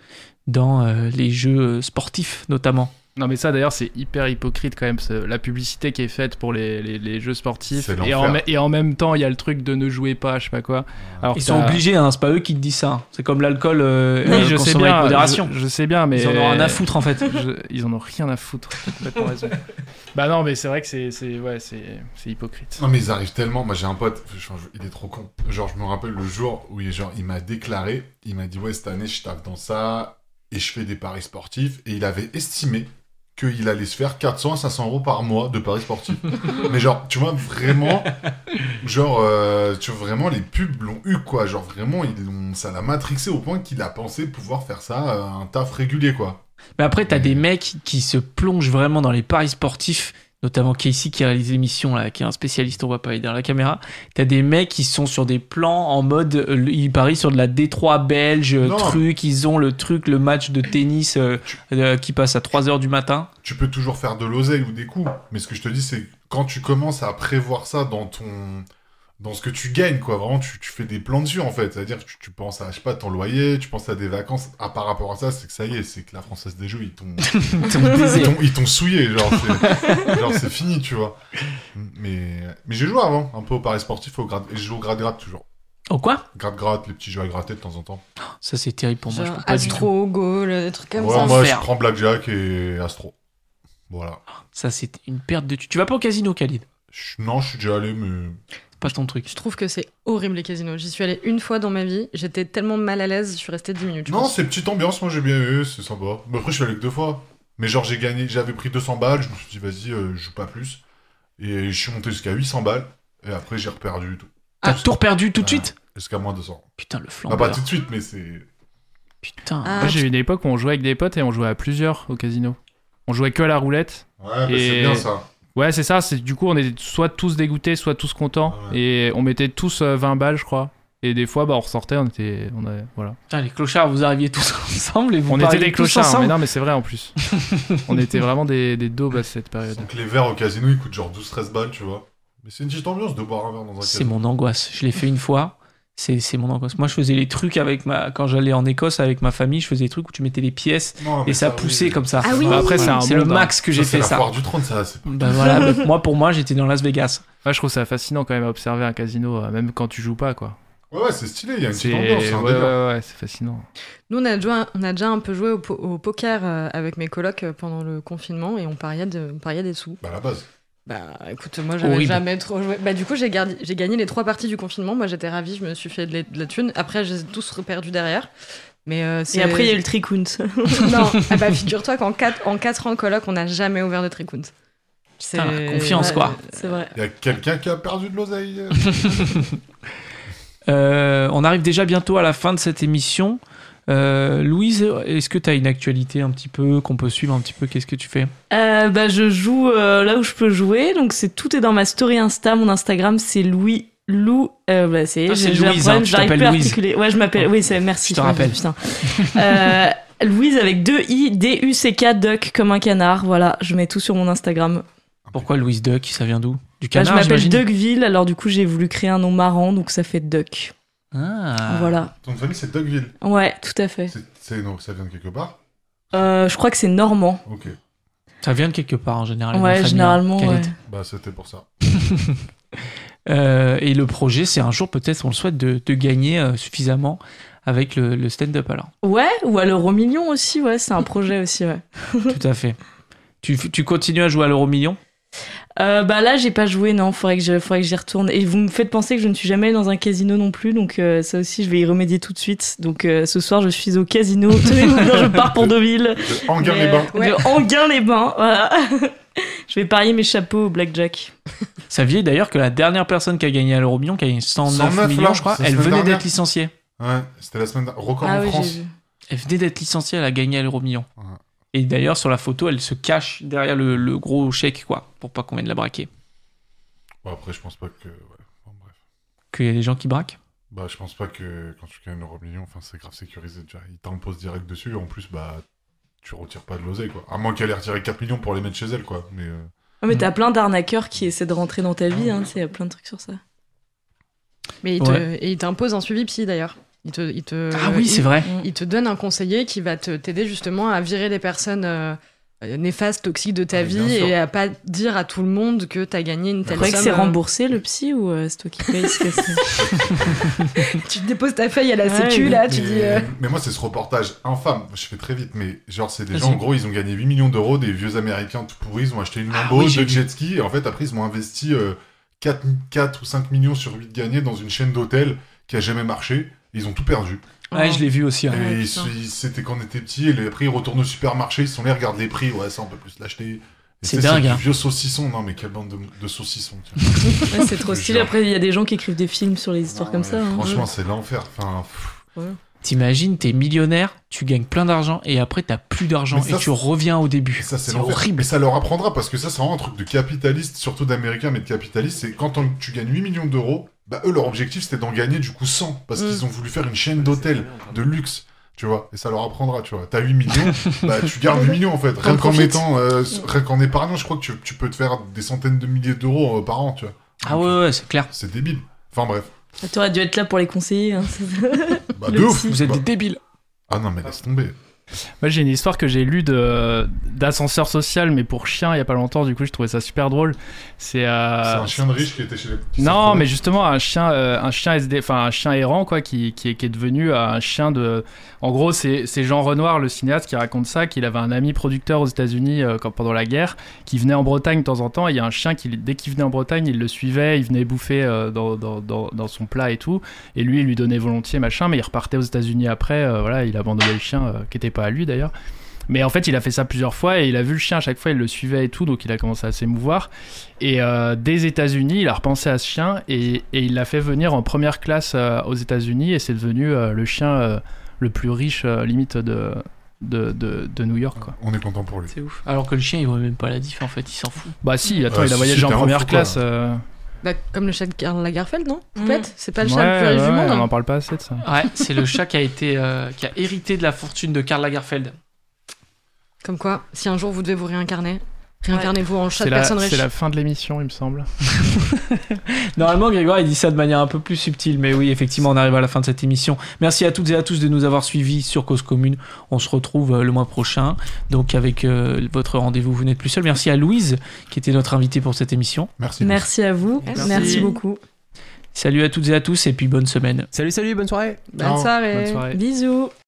[SPEAKER 1] dans euh, les jeux sportifs notamment.
[SPEAKER 5] Non, mais ça d'ailleurs, c'est hyper hypocrite quand même. ce- La publicité qui est faite pour les, les- les jeux sportifs.
[SPEAKER 3] C'est
[SPEAKER 5] Et
[SPEAKER 3] l'enfer.
[SPEAKER 5] en, me- et en même temps, il y a le truc de ne jouer pas, je sais pas quoi. Alors
[SPEAKER 1] Ils
[SPEAKER 5] que
[SPEAKER 1] sont
[SPEAKER 5] t'as-
[SPEAKER 1] obligés, hein, c'est pas eux qui te disent ça. C'est comme l'alcool, euh,
[SPEAKER 5] Oui,
[SPEAKER 1] euh,
[SPEAKER 5] je sais
[SPEAKER 1] consommé
[SPEAKER 5] bien.
[SPEAKER 1] avec modération.
[SPEAKER 5] Je, je sais bien, mais.
[SPEAKER 1] Ils en ont rien à foutre en fait.
[SPEAKER 5] Je- ils en ont rien à foutre. T'as complètement raison. bah non, mais c'est vrai que c'est c'est- ouais, c'est- c'est hypocrite.
[SPEAKER 3] Non mais ils arrivent tellement. Moi j'ai un pote, je- je- il est trop con. Genre je me rappelle le jour où il, genre, il m'a déclaré, il m'a dit ouais cette année je tape dans ça et je fais des paris sportifs et il avait estimé qu'il allait se faire 400 à 500 euros par mois de paris sportifs. mais genre tu vois vraiment, genre euh, tu vois vraiment les pubs l'ont eu quoi. Genre vraiment ils l'ont- ça l'a matrixé au point qu'il a pensé pouvoir faire ça euh, un taf régulier quoi.
[SPEAKER 1] Mais après, t'as
[SPEAKER 3] Mais-
[SPEAKER 1] des mecs qui se plongent vraiment dans les paris sportifs, notamment Casey qui réalise l'émission, là, qui est un spécialiste, on va pas aller derrière la caméra. T'as des mecs qui sont sur des plans en mode, euh, le- ils parient sur de la D3 belge, euh,
[SPEAKER 3] Non.
[SPEAKER 1] truc, ils ont le truc, le match de tennis euh, euh, qui passe à 3h du matin.
[SPEAKER 3] tu peux toujours faire de l'oseille ou des coups, mais ce que je te dis, c'est que quand tu commences à prévoir ça dans ton. dans ce que tu gagnes, quoi. Vraiment, tu, tu fais des plans dessus, en fait. C'est-à-dire que tu, tu penses à, je sais pas, ton loyer, tu penses à des vacances. Ah, par rapport à ça, c'est que ça y est, c'est que la Française des Jeux, ils t'ont.
[SPEAKER 1] T'es baisé.
[SPEAKER 3] ils t'ont- ils t'ont souillé, genre. c'est- genre, c'est fini, tu vois. Mais. Mais j'ai joué avant, un peu au Paris sportif, au grade. Et je joue au grade-gratte toujours.
[SPEAKER 1] Oh quoi
[SPEAKER 3] Grade-gratte, les petits jeux à gratter de temps en temps.
[SPEAKER 1] Ça, c'est terrible pour moi. Je
[SPEAKER 2] Genre
[SPEAKER 1] peux pas du tout.
[SPEAKER 2] Astro, Gaulle, des trucs comme
[SPEAKER 3] Voilà,
[SPEAKER 2] ça.
[SPEAKER 3] moi, je
[SPEAKER 1] faire.
[SPEAKER 3] prends Blackjack et Astro. Voilà.
[SPEAKER 1] Ça, c'est une perte de. Tu tu vas pas au casino, Khalid
[SPEAKER 3] Je- Non, je suis déjà allé, mais.
[SPEAKER 1] C'est pas ton truc.
[SPEAKER 2] Je trouve que c'est horrible les casinos. J'y suis allée une fois dans ma vie, j'étais tellement mal à l'aise, je suis restée 10 minutes. je
[SPEAKER 3] Non,
[SPEAKER 2] pense.
[SPEAKER 3] c'est petite ambiance, moi j'ai bien eu, c'est sympa. Mais après, je suis allé que deux fois. Mais genre, j'ai gagné, j'avais pris 200 balles, je me suis dit, vas-y, euh, je joue pas plus. Et je suis monté jusqu'à 800 balles, et après, j'ai reperdu et tout.
[SPEAKER 1] Ah, tour perdu tout de
[SPEAKER 3] Ah.
[SPEAKER 1] suite bah
[SPEAKER 3] Jusqu'à moins 200.
[SPEAKER 1] Putain, le
[SPEAKER 3] Ah, pas
[SPEAKER 1] flambeur.
[SPEAKER 3] tout de suite, mais c'est.
[SPEAKER 1] Putain.
[SPEAKER 2] Ah,
[SPEAKER 5] Moi, j'ai eu une époque où on jouait avec des potes et on jouait à plusieurs au casino. On jouait que à la roulette.
[SPEAKER 3] Ouais, bah,
[SPEAKER 5] Et-
[SPEAKER 3] c'est bien ça.
[SPEAKER 5] Ouais, c'est ça. C'est du coup, on était soit tous dégoûtés, soit tous contents,
[SPEAKER 3] Ouais.
[SPEAKER 5] et on mettait tous euh, 20 balles, je crois. Et des fois, bah, on ressortait, on était, on avait- voilà.
[SPEAKER 1] Putain, les clochards, vous arriviez tous ensemble et vous
[SPEAKER 5] on était
[SPEAKER 1] pariez
[SPEAKER 5] des
[SPEAKER 1] tous
[SPEAKER 5] clochards, hein,
[SPEAKER 1] ensemble.
[SPEAKER 5] mais non, mais c'est vrai en plus. on était vraiment des, des daubes à cette période.
[SPEAKER 3] Donc, les verres au casino, ils coûtent genre 12-13 balles, tu vois. Mais c'est une petite ambiance de boire un verre dans un
[SPEAKER 1] C'est
[SPEAKER 3] casino.
[SPEAKER 1] mon angoisse. Je l'ai fait une fois. C'est c'est mon angoisse. Moi, je faisais les trucs avec ma. Quand j'allais en Écosse avec ma famille, je faisais des trucs où tu mettais des pièces
[SPEAKER 3] Non, mais
[SPEAKER 1] et ça,
[SPEAKER 3] oui,
[SPEAKER 1] poussait
[SPEAKER 3] mais-
[SPEAKER 1] comme ça.
[SPEAKER 2] Ah oui.
[SPEAKER 5] Bah, après, c'est un
[SPEAKER 1] le
[SPEAKER 5] monde, hein.
[SPEAKER 1] max que j'ai
[SPEAKER 3] c'est
[SPEAKER 1] fait
[SPEAKER 3] la
[SPEAKER 1] ça.
[SPEAKER 3] foire du trône, ça. c'est-
[SPEAKER 1] Bah voilà, bah, moi, pour moi, j'étais dans Las Vegas.
[SPEAKER 5] Moi, je trouve ça fascinant quand même à observer un casino, euh, même quand tu joues pas, quoi.
[SPEAKER 3] Ouais, ouais, c'est stylé, il y a une hein,
[SPEAKER 5] C'est
[SPEAKER 3] petite ambiance, c'est
[SPEAKER 5] ouais,
[SPEAKER 3] un
[SPEAKER 5] ouais,
[SPEAKER 3] délire.
[SPEAKER 5] ouais, c'est fascinant.
[SPEAKER 2] Nous, on a, déjà, on a déjà un peu joué au, po- au poker euh, avec mes colocs euh, pendant le confinement et on pariait, de- on pariait des sous.
[SPEAKER 3] Bah, à la base.
[SPEAKER 2] Bah écoute, moi j'avais
[SPEAKER 1] Horrible.
[SPEAKER 2] jamais trop joué. Bah du coup, j'ai gardé- j'ai gagné les trois parties du confinement. Moi j'étais ravie, je me suis fait de, la- de la thune. Après, j'ai tous reperdu derrière. Mais euh, c'est.
[SPEAKER 4] Et après, il y a eu le tricount.
[SPEAKER 2] non, ah bah figure-toi qu'en 4, en quatre ans de coloc, on n'a jamais ouvert de tricount. C'est
[SPEAKER 1] Putain, confiance, quoi.
[SPEAKER 4] C'est vrai.
[SPEAKER 3] Il y a quelqu'un qui a perdu de l'oseille. euh.
[SPEAKER 1] Euh, on arrive déjà bientôt à la fin de cette émission. Euh, Louise, est-ce que tu as une actualité un petit peu qu'on peut suivre un petit peu Qu'est-ce que tu fais
[SPEAKER 4] Euh, bah, je joue euh, là où je peux jouer. Donc, c'est tout est dans ma story Insta. Mon Instagram, c'est Louis Lou. Euh, bah, c'est
[SPEAKER 1] Ah, c'est
[SPEAKER 4] j'ai j'ai un
[SPEAKER 1] Louise, hein,
[SPEAKER 4] problème,
[SPEAKER 1] tu
[SPEAKER 4] j'arrive
[SPEAKER 1] t'appelles
[SPEAKER 4] plus à
[SPEAKER 1] Louise.
[SPEAKER 4] articuler. Ouais, je m'appelle. Oui, c'est merci.
[SPEAKER 1] Je te
[SPEAKER 4] m'en
[SPEAKER 1] rappelle.
[SPEAKER 4] fous, Putain. Euh, Louise avec deux i, d u c k duck comme un canard. Voilà, je mets tout sur mon Instagram.
[SPEAKER 1] Pourquoi Louise Duck Ça vient d'où Du
[SPEAKER 4] Bah, je
[SPEAKER 1] canard,
[SPEAKER 4] m'appelle
[SPEAKER 1] j'imagine
[SPEAKER 4] Duckville. Alors, du coup, j'ai voulu créer un nom marrant, donc ça fait Duck.
[SPEAKER 1] Ah.
[SPEAKER 4] Voilà.
[SPEAKER 3] Ton famille, c'est Dougville.
[SPEAKER 4] Ouais, tout à fait.
[SPEAKER 3] C'est- c'est- non, Ça vient de quelque part
[SPEAKER 4] Euh, je crois que c'est normand.
[SPEAKER 3] Ok.
[SPEAKER 1] Ça vient Ah, de quelque part en général. dans la
[SPEAKER 4] ouais,
[SPEAKER 1] famille, hein.
[SPEAKER 4] généralement.
[SPEAKER 1] Khaled.
[SPEAKER 4] ouais.
[SPEAKER 3] Bah, c'était pour ça.
[SPEAKER 1] Euh, et le projet, c'est un jour peut-être, on le souhaite, de, de gagner euh, suffisamment avec le, le stand-up alors.
[SPEAKER 4] Ouais, ou à l'euro million aussi, ouais, c'est un projet aussi, ouais.
[SPEAKER 1] Tout à fait. Tu, f- tu continues à jouer à l'euro million
[SPEAKER 4] Euh, bah là, j'ai pas joué, non, faudrait que, je, faudrait que j'y retourne. Et vous me faites penser que je ne suis jamais allée dans un casino non plus, donc euh, ça aussi, je vais y remédier tout de suite. Donc euh, ce soir, je suis au casino, tenez-vous bien, je pars pour Deauville.
[SPEAKER 3] De Enguin-les-Bains.
[SPEAKER 4] Mais, euh, De Anguin-les-Bains, voilà. je vais parier mes chapeaux au blackjack.
[SPEAKER 1] Saviez d'ailleurs que la dernière personne qui a gagné à l'euro million, qui a gagné 109,
[SPEAKER 3] 109
[SPEAKER 1] millions,
[SPEAKER 3] là,
[SPEAKER 1] je crois,
[SPEAKER 3] c'est la
[SPEAKER 1] elle
[SPEAKER 3] semaine
[SPEAKER 1] venait
[SPEAKER 3] dernière.
[SPEAKER 1] d'être licenciée.
[SPEAKER 3] Ouais, c'était la semaine dernière. Record
[SPEAKER 4] ah
[SPEAKER 3] en
[SPEAKER 4] oui,
[SPEAKER 3] France.
[SPEAKER 4] j'ai vu.
[SPEAKER 1] Elle venait d'être licenciée, elle a gagné à l'euro million.
[SPEAKER 3] Ouais.
[SPEAKER 1] Et d'ailleurs, sur la photo, elle se cache derrière le, le gros chèque, quoi, pour pas qu'on vienne la braquer.
[SPEAKER 3] Bon, Bah, après, je pense pas que. ouais. Bon, bref.
[SPEAKER 1] Qu'il y a des gens qui braquent.
[SPEAKER 3] Bah, je pense pas que quand tu gagnes l'euro million, enfin, c'est grave sécurisé déjà. Ils t'imposent direct dessus. En plus, bah, tu retires pas de l'oseille, quoi. À moins qu'elle ait retiré 4 millions pour les mettre chez elle, quoi. Mais. euh,
[SPEAKER 4] Ah, mais t'as plein d'arnaqueurs qui essaient de rentrer dans ta vie, hein, tu sais, y a plein de trucs sur ça.
[SPEAKER 2] Mais il te-
[SPEAKER 1] Ouais.
[SPEAKER 2] et il t'impose un suivi psy d'ailleurs. Il te, il te,
[SPEAKER 1] ah oui,
[SPEAKER 2] il-
[SPEAKER 1] c'est vrai.
[SPEAKER 2] Il te donne un conseiller qui va te- t'aider justement à virer les personnes euh, euh, néfastes, toxiques de ta
[SPEAKER 3] Ah, bien
[SPEAKER 2] vie
[SPEAKER 3] sûr.
[SPEAKER 2] et à pas dire à tout le monde que t'as gagné une
[SPEAKER 4] Tu
[SPEAKER 2] telle
[SPEAKER 4] crois
[SPEAKER 2] somme.
[SPEAKER 4] que c'est
[SPEAKER 2] euh,
[SPEAKER 4] remboursé le psy ou euh, c'est toi qui payes c'est cassé
[SPEAKER 2] Tu déposes ta feuille à la
[SPEAKER 4] Ouais,
[SPEAKER 2] sécu
[SPEAKER 4] mais-
[SPEAKER 2] là, tu
[SPEAKER 3] mais,
[SPEAKER 2] dis. euh,
[SPEAKER 3] mais moi, c'est ce reportage infâme. Je fais très vite, mais genre, c'est des
[SPEAKER 1] Vas-y.
[SPEAKER 3] gens, en gros, ils ont gagné 8 millions d'euros, des vieux américains tout pourris, ils ont acheté une
[SPEAKER 1] Ah
[SPEAKER 3] Lambo,
[SPEAKER 1] oui, j'ai
[SPEAKER 3] deux
[SPEAKER 1] vu.
[SPEAKER 3] jet skis, et en fait, après, ils ont investi 4, ou 5 millions sur 8 gagnés dans une chaîne d'hôtels qui a jamais marché. Ils ont tout perdu.
[SPEAKER 1] Ouais, je l'ai vu aussi. hein.
[SPEAKER 3] Et
[SPEAKER 4] Ah Ouais,
[SPEAKER 3] ils-
[SPEAKER 4] putain.
[SPEAKER 3] ils- c'était quand on était petit, et les prix, ils retournent au supermarché, ils sont là, ils regardent les prix, ouais, ça, on peut plus l'acheter. Et
[SPEAKER 1] C'est
[SPEAKER 3] tu sais,
[SPEAKER 1] dingue,
[SPEAKER 3] du
[SPEAKER 1] hein.
[SPEAKER 3] vieux saucisson, non, mais quelle bande de, de saucissons. tu vois.
[SPEAKER 4] Ouais, C'est trop stylé. Après, il y a des gens qui écrivent des films sur les histoires
[SPEAKER 3] Non,
[SPEAKER 4] comme
[SPEAKER 3] mais
[SPEAKER 4] ça. hein.
[SPEAKER 3] Ah Franchement, c'est l'enfer. Enfin, pff.
[SPEAKER 1] T'imagines, t'es millionnaire, tu gagnes plein d'argent et après t'as plus d'argent
[SPEAKER 3] Mais ça,
[SPEAKER 1] et tu reviens au début.
[SPEAKER 3] Et ça, c'est
[SPEAKER 1] C'est
[SPEAKER 3] l'enfer.
[SPEAKER 1] horrible.
[SPEAKER 3] Mais ça leur apprendra parce que ça, c'est vraiment un truc de capitaliste, surtout d'américain, mais de capitaliste. C'est quand on- tu gagnes 8 millions d'euros, bah eux, leur objectif, c'était d'en gagner du coup 100 parce
[SPEAKER 4] Mm.
[SPEAKER 3] qu'ils ont voulu faire une chaîne d'hôtels de luxe. Tu vois, et ça leur apprendra, tu vois. T'as 8 millions, bah tu gardes 8 millions en fait. Rien qu'en
[SPEAKER 4] profites.
[SPEAKER 3] mettant, euh, s- rien qu'en épargnant, je crois que tu, tu peux te faire des centaines de milliers d'euros euh, par an, tu vois.
[SPEAKER 1] Ah ouais, ouais, c'est clair.
[SPEAKER 3] C'est débile. Enfin bref.
[SPEAKER 4] Ah, T'aurais dû être là pour les conseiller. hein, c'est ça.
[SPEAKER 3] Bah,
[SPEAKER 4] Le
[SPEAKER 3] de ouf.
[SPEAKER 4] psy.
[SPEAKER 1] Vous êtes
[SPEAKER 3] Bah,
[SPEAKER 1] des débiles.
[SPEAKER 3] Ah non, mais laisse tomber.
[SPEAKER 5] Moi, j'ai une histoire que j'ai lue de- d'ascenseur social, mais pour chien, il y a pas longtemps. Du coup, je trouvais ça super drôle. C'est euh,
[SPEAKER 3] c'est un chien de riche qui était chez les petits.
[SPEAKER 5] Non,
[SPEAKER 3] orphelins.
[SPEAKER 5] mais justement un chien, euh, un chien SD, enfin un chien errant quoi, qui, qui, est- qui est devenu euh, un chien de. En gros, c'est c'est Jean Renoir, le cinéaste, qui raconte ça, qu'il avait un ami producteur aux États-Unis euh, quand- pendant la guerre, qui venait en Bretagne de temps en temps. Et il y a un chien qui, dès qu'il venait en Bretagne, il le suivait, il venait bouffer euh, dans, dans, dans, dans son plat et tout. Et lui, il lui donnait volontiers machin, mais il repartait aux États-Unis après. euh, voilà, il abandonnait le chien euh, qui n'était pas à lui d'ailleurs. Mais en fait, il a fait ça plusieurs fois et il a vu le chien à chaque fois, il le suivait et tout, donc il a commencé à s'émouvoir. Et euh, des États-Unis, il a repensé à ce chien et, et il l'a fait venir en première classe euh, aux États-Unis et c'est devenu euh, le chien euh, le plus riche euh, limite de, de, de, de New York. Quoi.
[SPEAKER 3] On est content pour lui.
[SPEAKER 1] C'est ouf. Alors que le chien, il voit même pas la diff, en fait, il s'en fout.
[SPEAKER 5] Bah si, attends,
[SPEAKER 3] Ouais,
[SPEAKER 5] il a
[SPEAKER 3] si,
[SPEAKER 5] voyagé
[SPEAKER 3] si,
[SPEAKER 5] en
[SPEAKER 3] t'es un
[SPEAKER 5] première
[SPEAKER 3] fou, quoi.
[SPEAKER 5] classe. euh,
[SPEAKER 2] bah, comme le chat de Karl Lagerfeld, non
[SPEAKER 4] Mm.
[SPEAKER 2] Poupette C'est pas le
[SPEAKER 5] ouais,
[SPEAKER 2] chat le plus riche
[SPEAKER 5] ouais,
[SPEAKER 2] du monde.
[SPEAKER 5] on
[SPEAKER 2] hein.
[SPEAKER 5] n'en parle pas assez de ça.
[SPEAKER 1] Ouais, c'est le chat qui a été, euh, qui a hérité de la fortune de Karl Lagerfeld.
[SPEAKER 2] Comme quoi, si un jour vous devez vous réincarner, réincarnez-vous en chat
[SPEAKER 5] C'est
[SPEAKER 2] de
[SPEAKER 5] la,
[SPEAKER 2] personne riche.
[SPEAKER 5] c'est la fin de l'émission, il me semble.
[SPEAKER 1] Normalement, Grégoire, il dit ça de manière un peu plus subtile, mais oui, effectivement, on arrive à la fin de cette émission. Merci à toutes et à tous de nous avoir suivis sur Cause Commune. On se retrouve euh, le mois prochain, donc avec euh, votre rendez-vous, vous n'êtes plus seul. Merci à Louise, qui était notre invitée pour cette émission.
[SPEAKER 3] Merci. Lucie.
[SPEAKER 4] Merci à vous.
[SPEAKER 1] Merci.
[SPEAKER 4] Merci beaucoup.
[SPEAKER 1] Salut à toutes et à tous, et puis bonne semaine.
[SPEAKER 6] Salut, salut, bonne soirée.
[SPEAKER 2] Bonne
[SPEAKER 3] Ciao.
[SPEAKER 2] soirée.
[SPEAKER 5] Bonne soirée.
[SPEAKER 4] Bisous.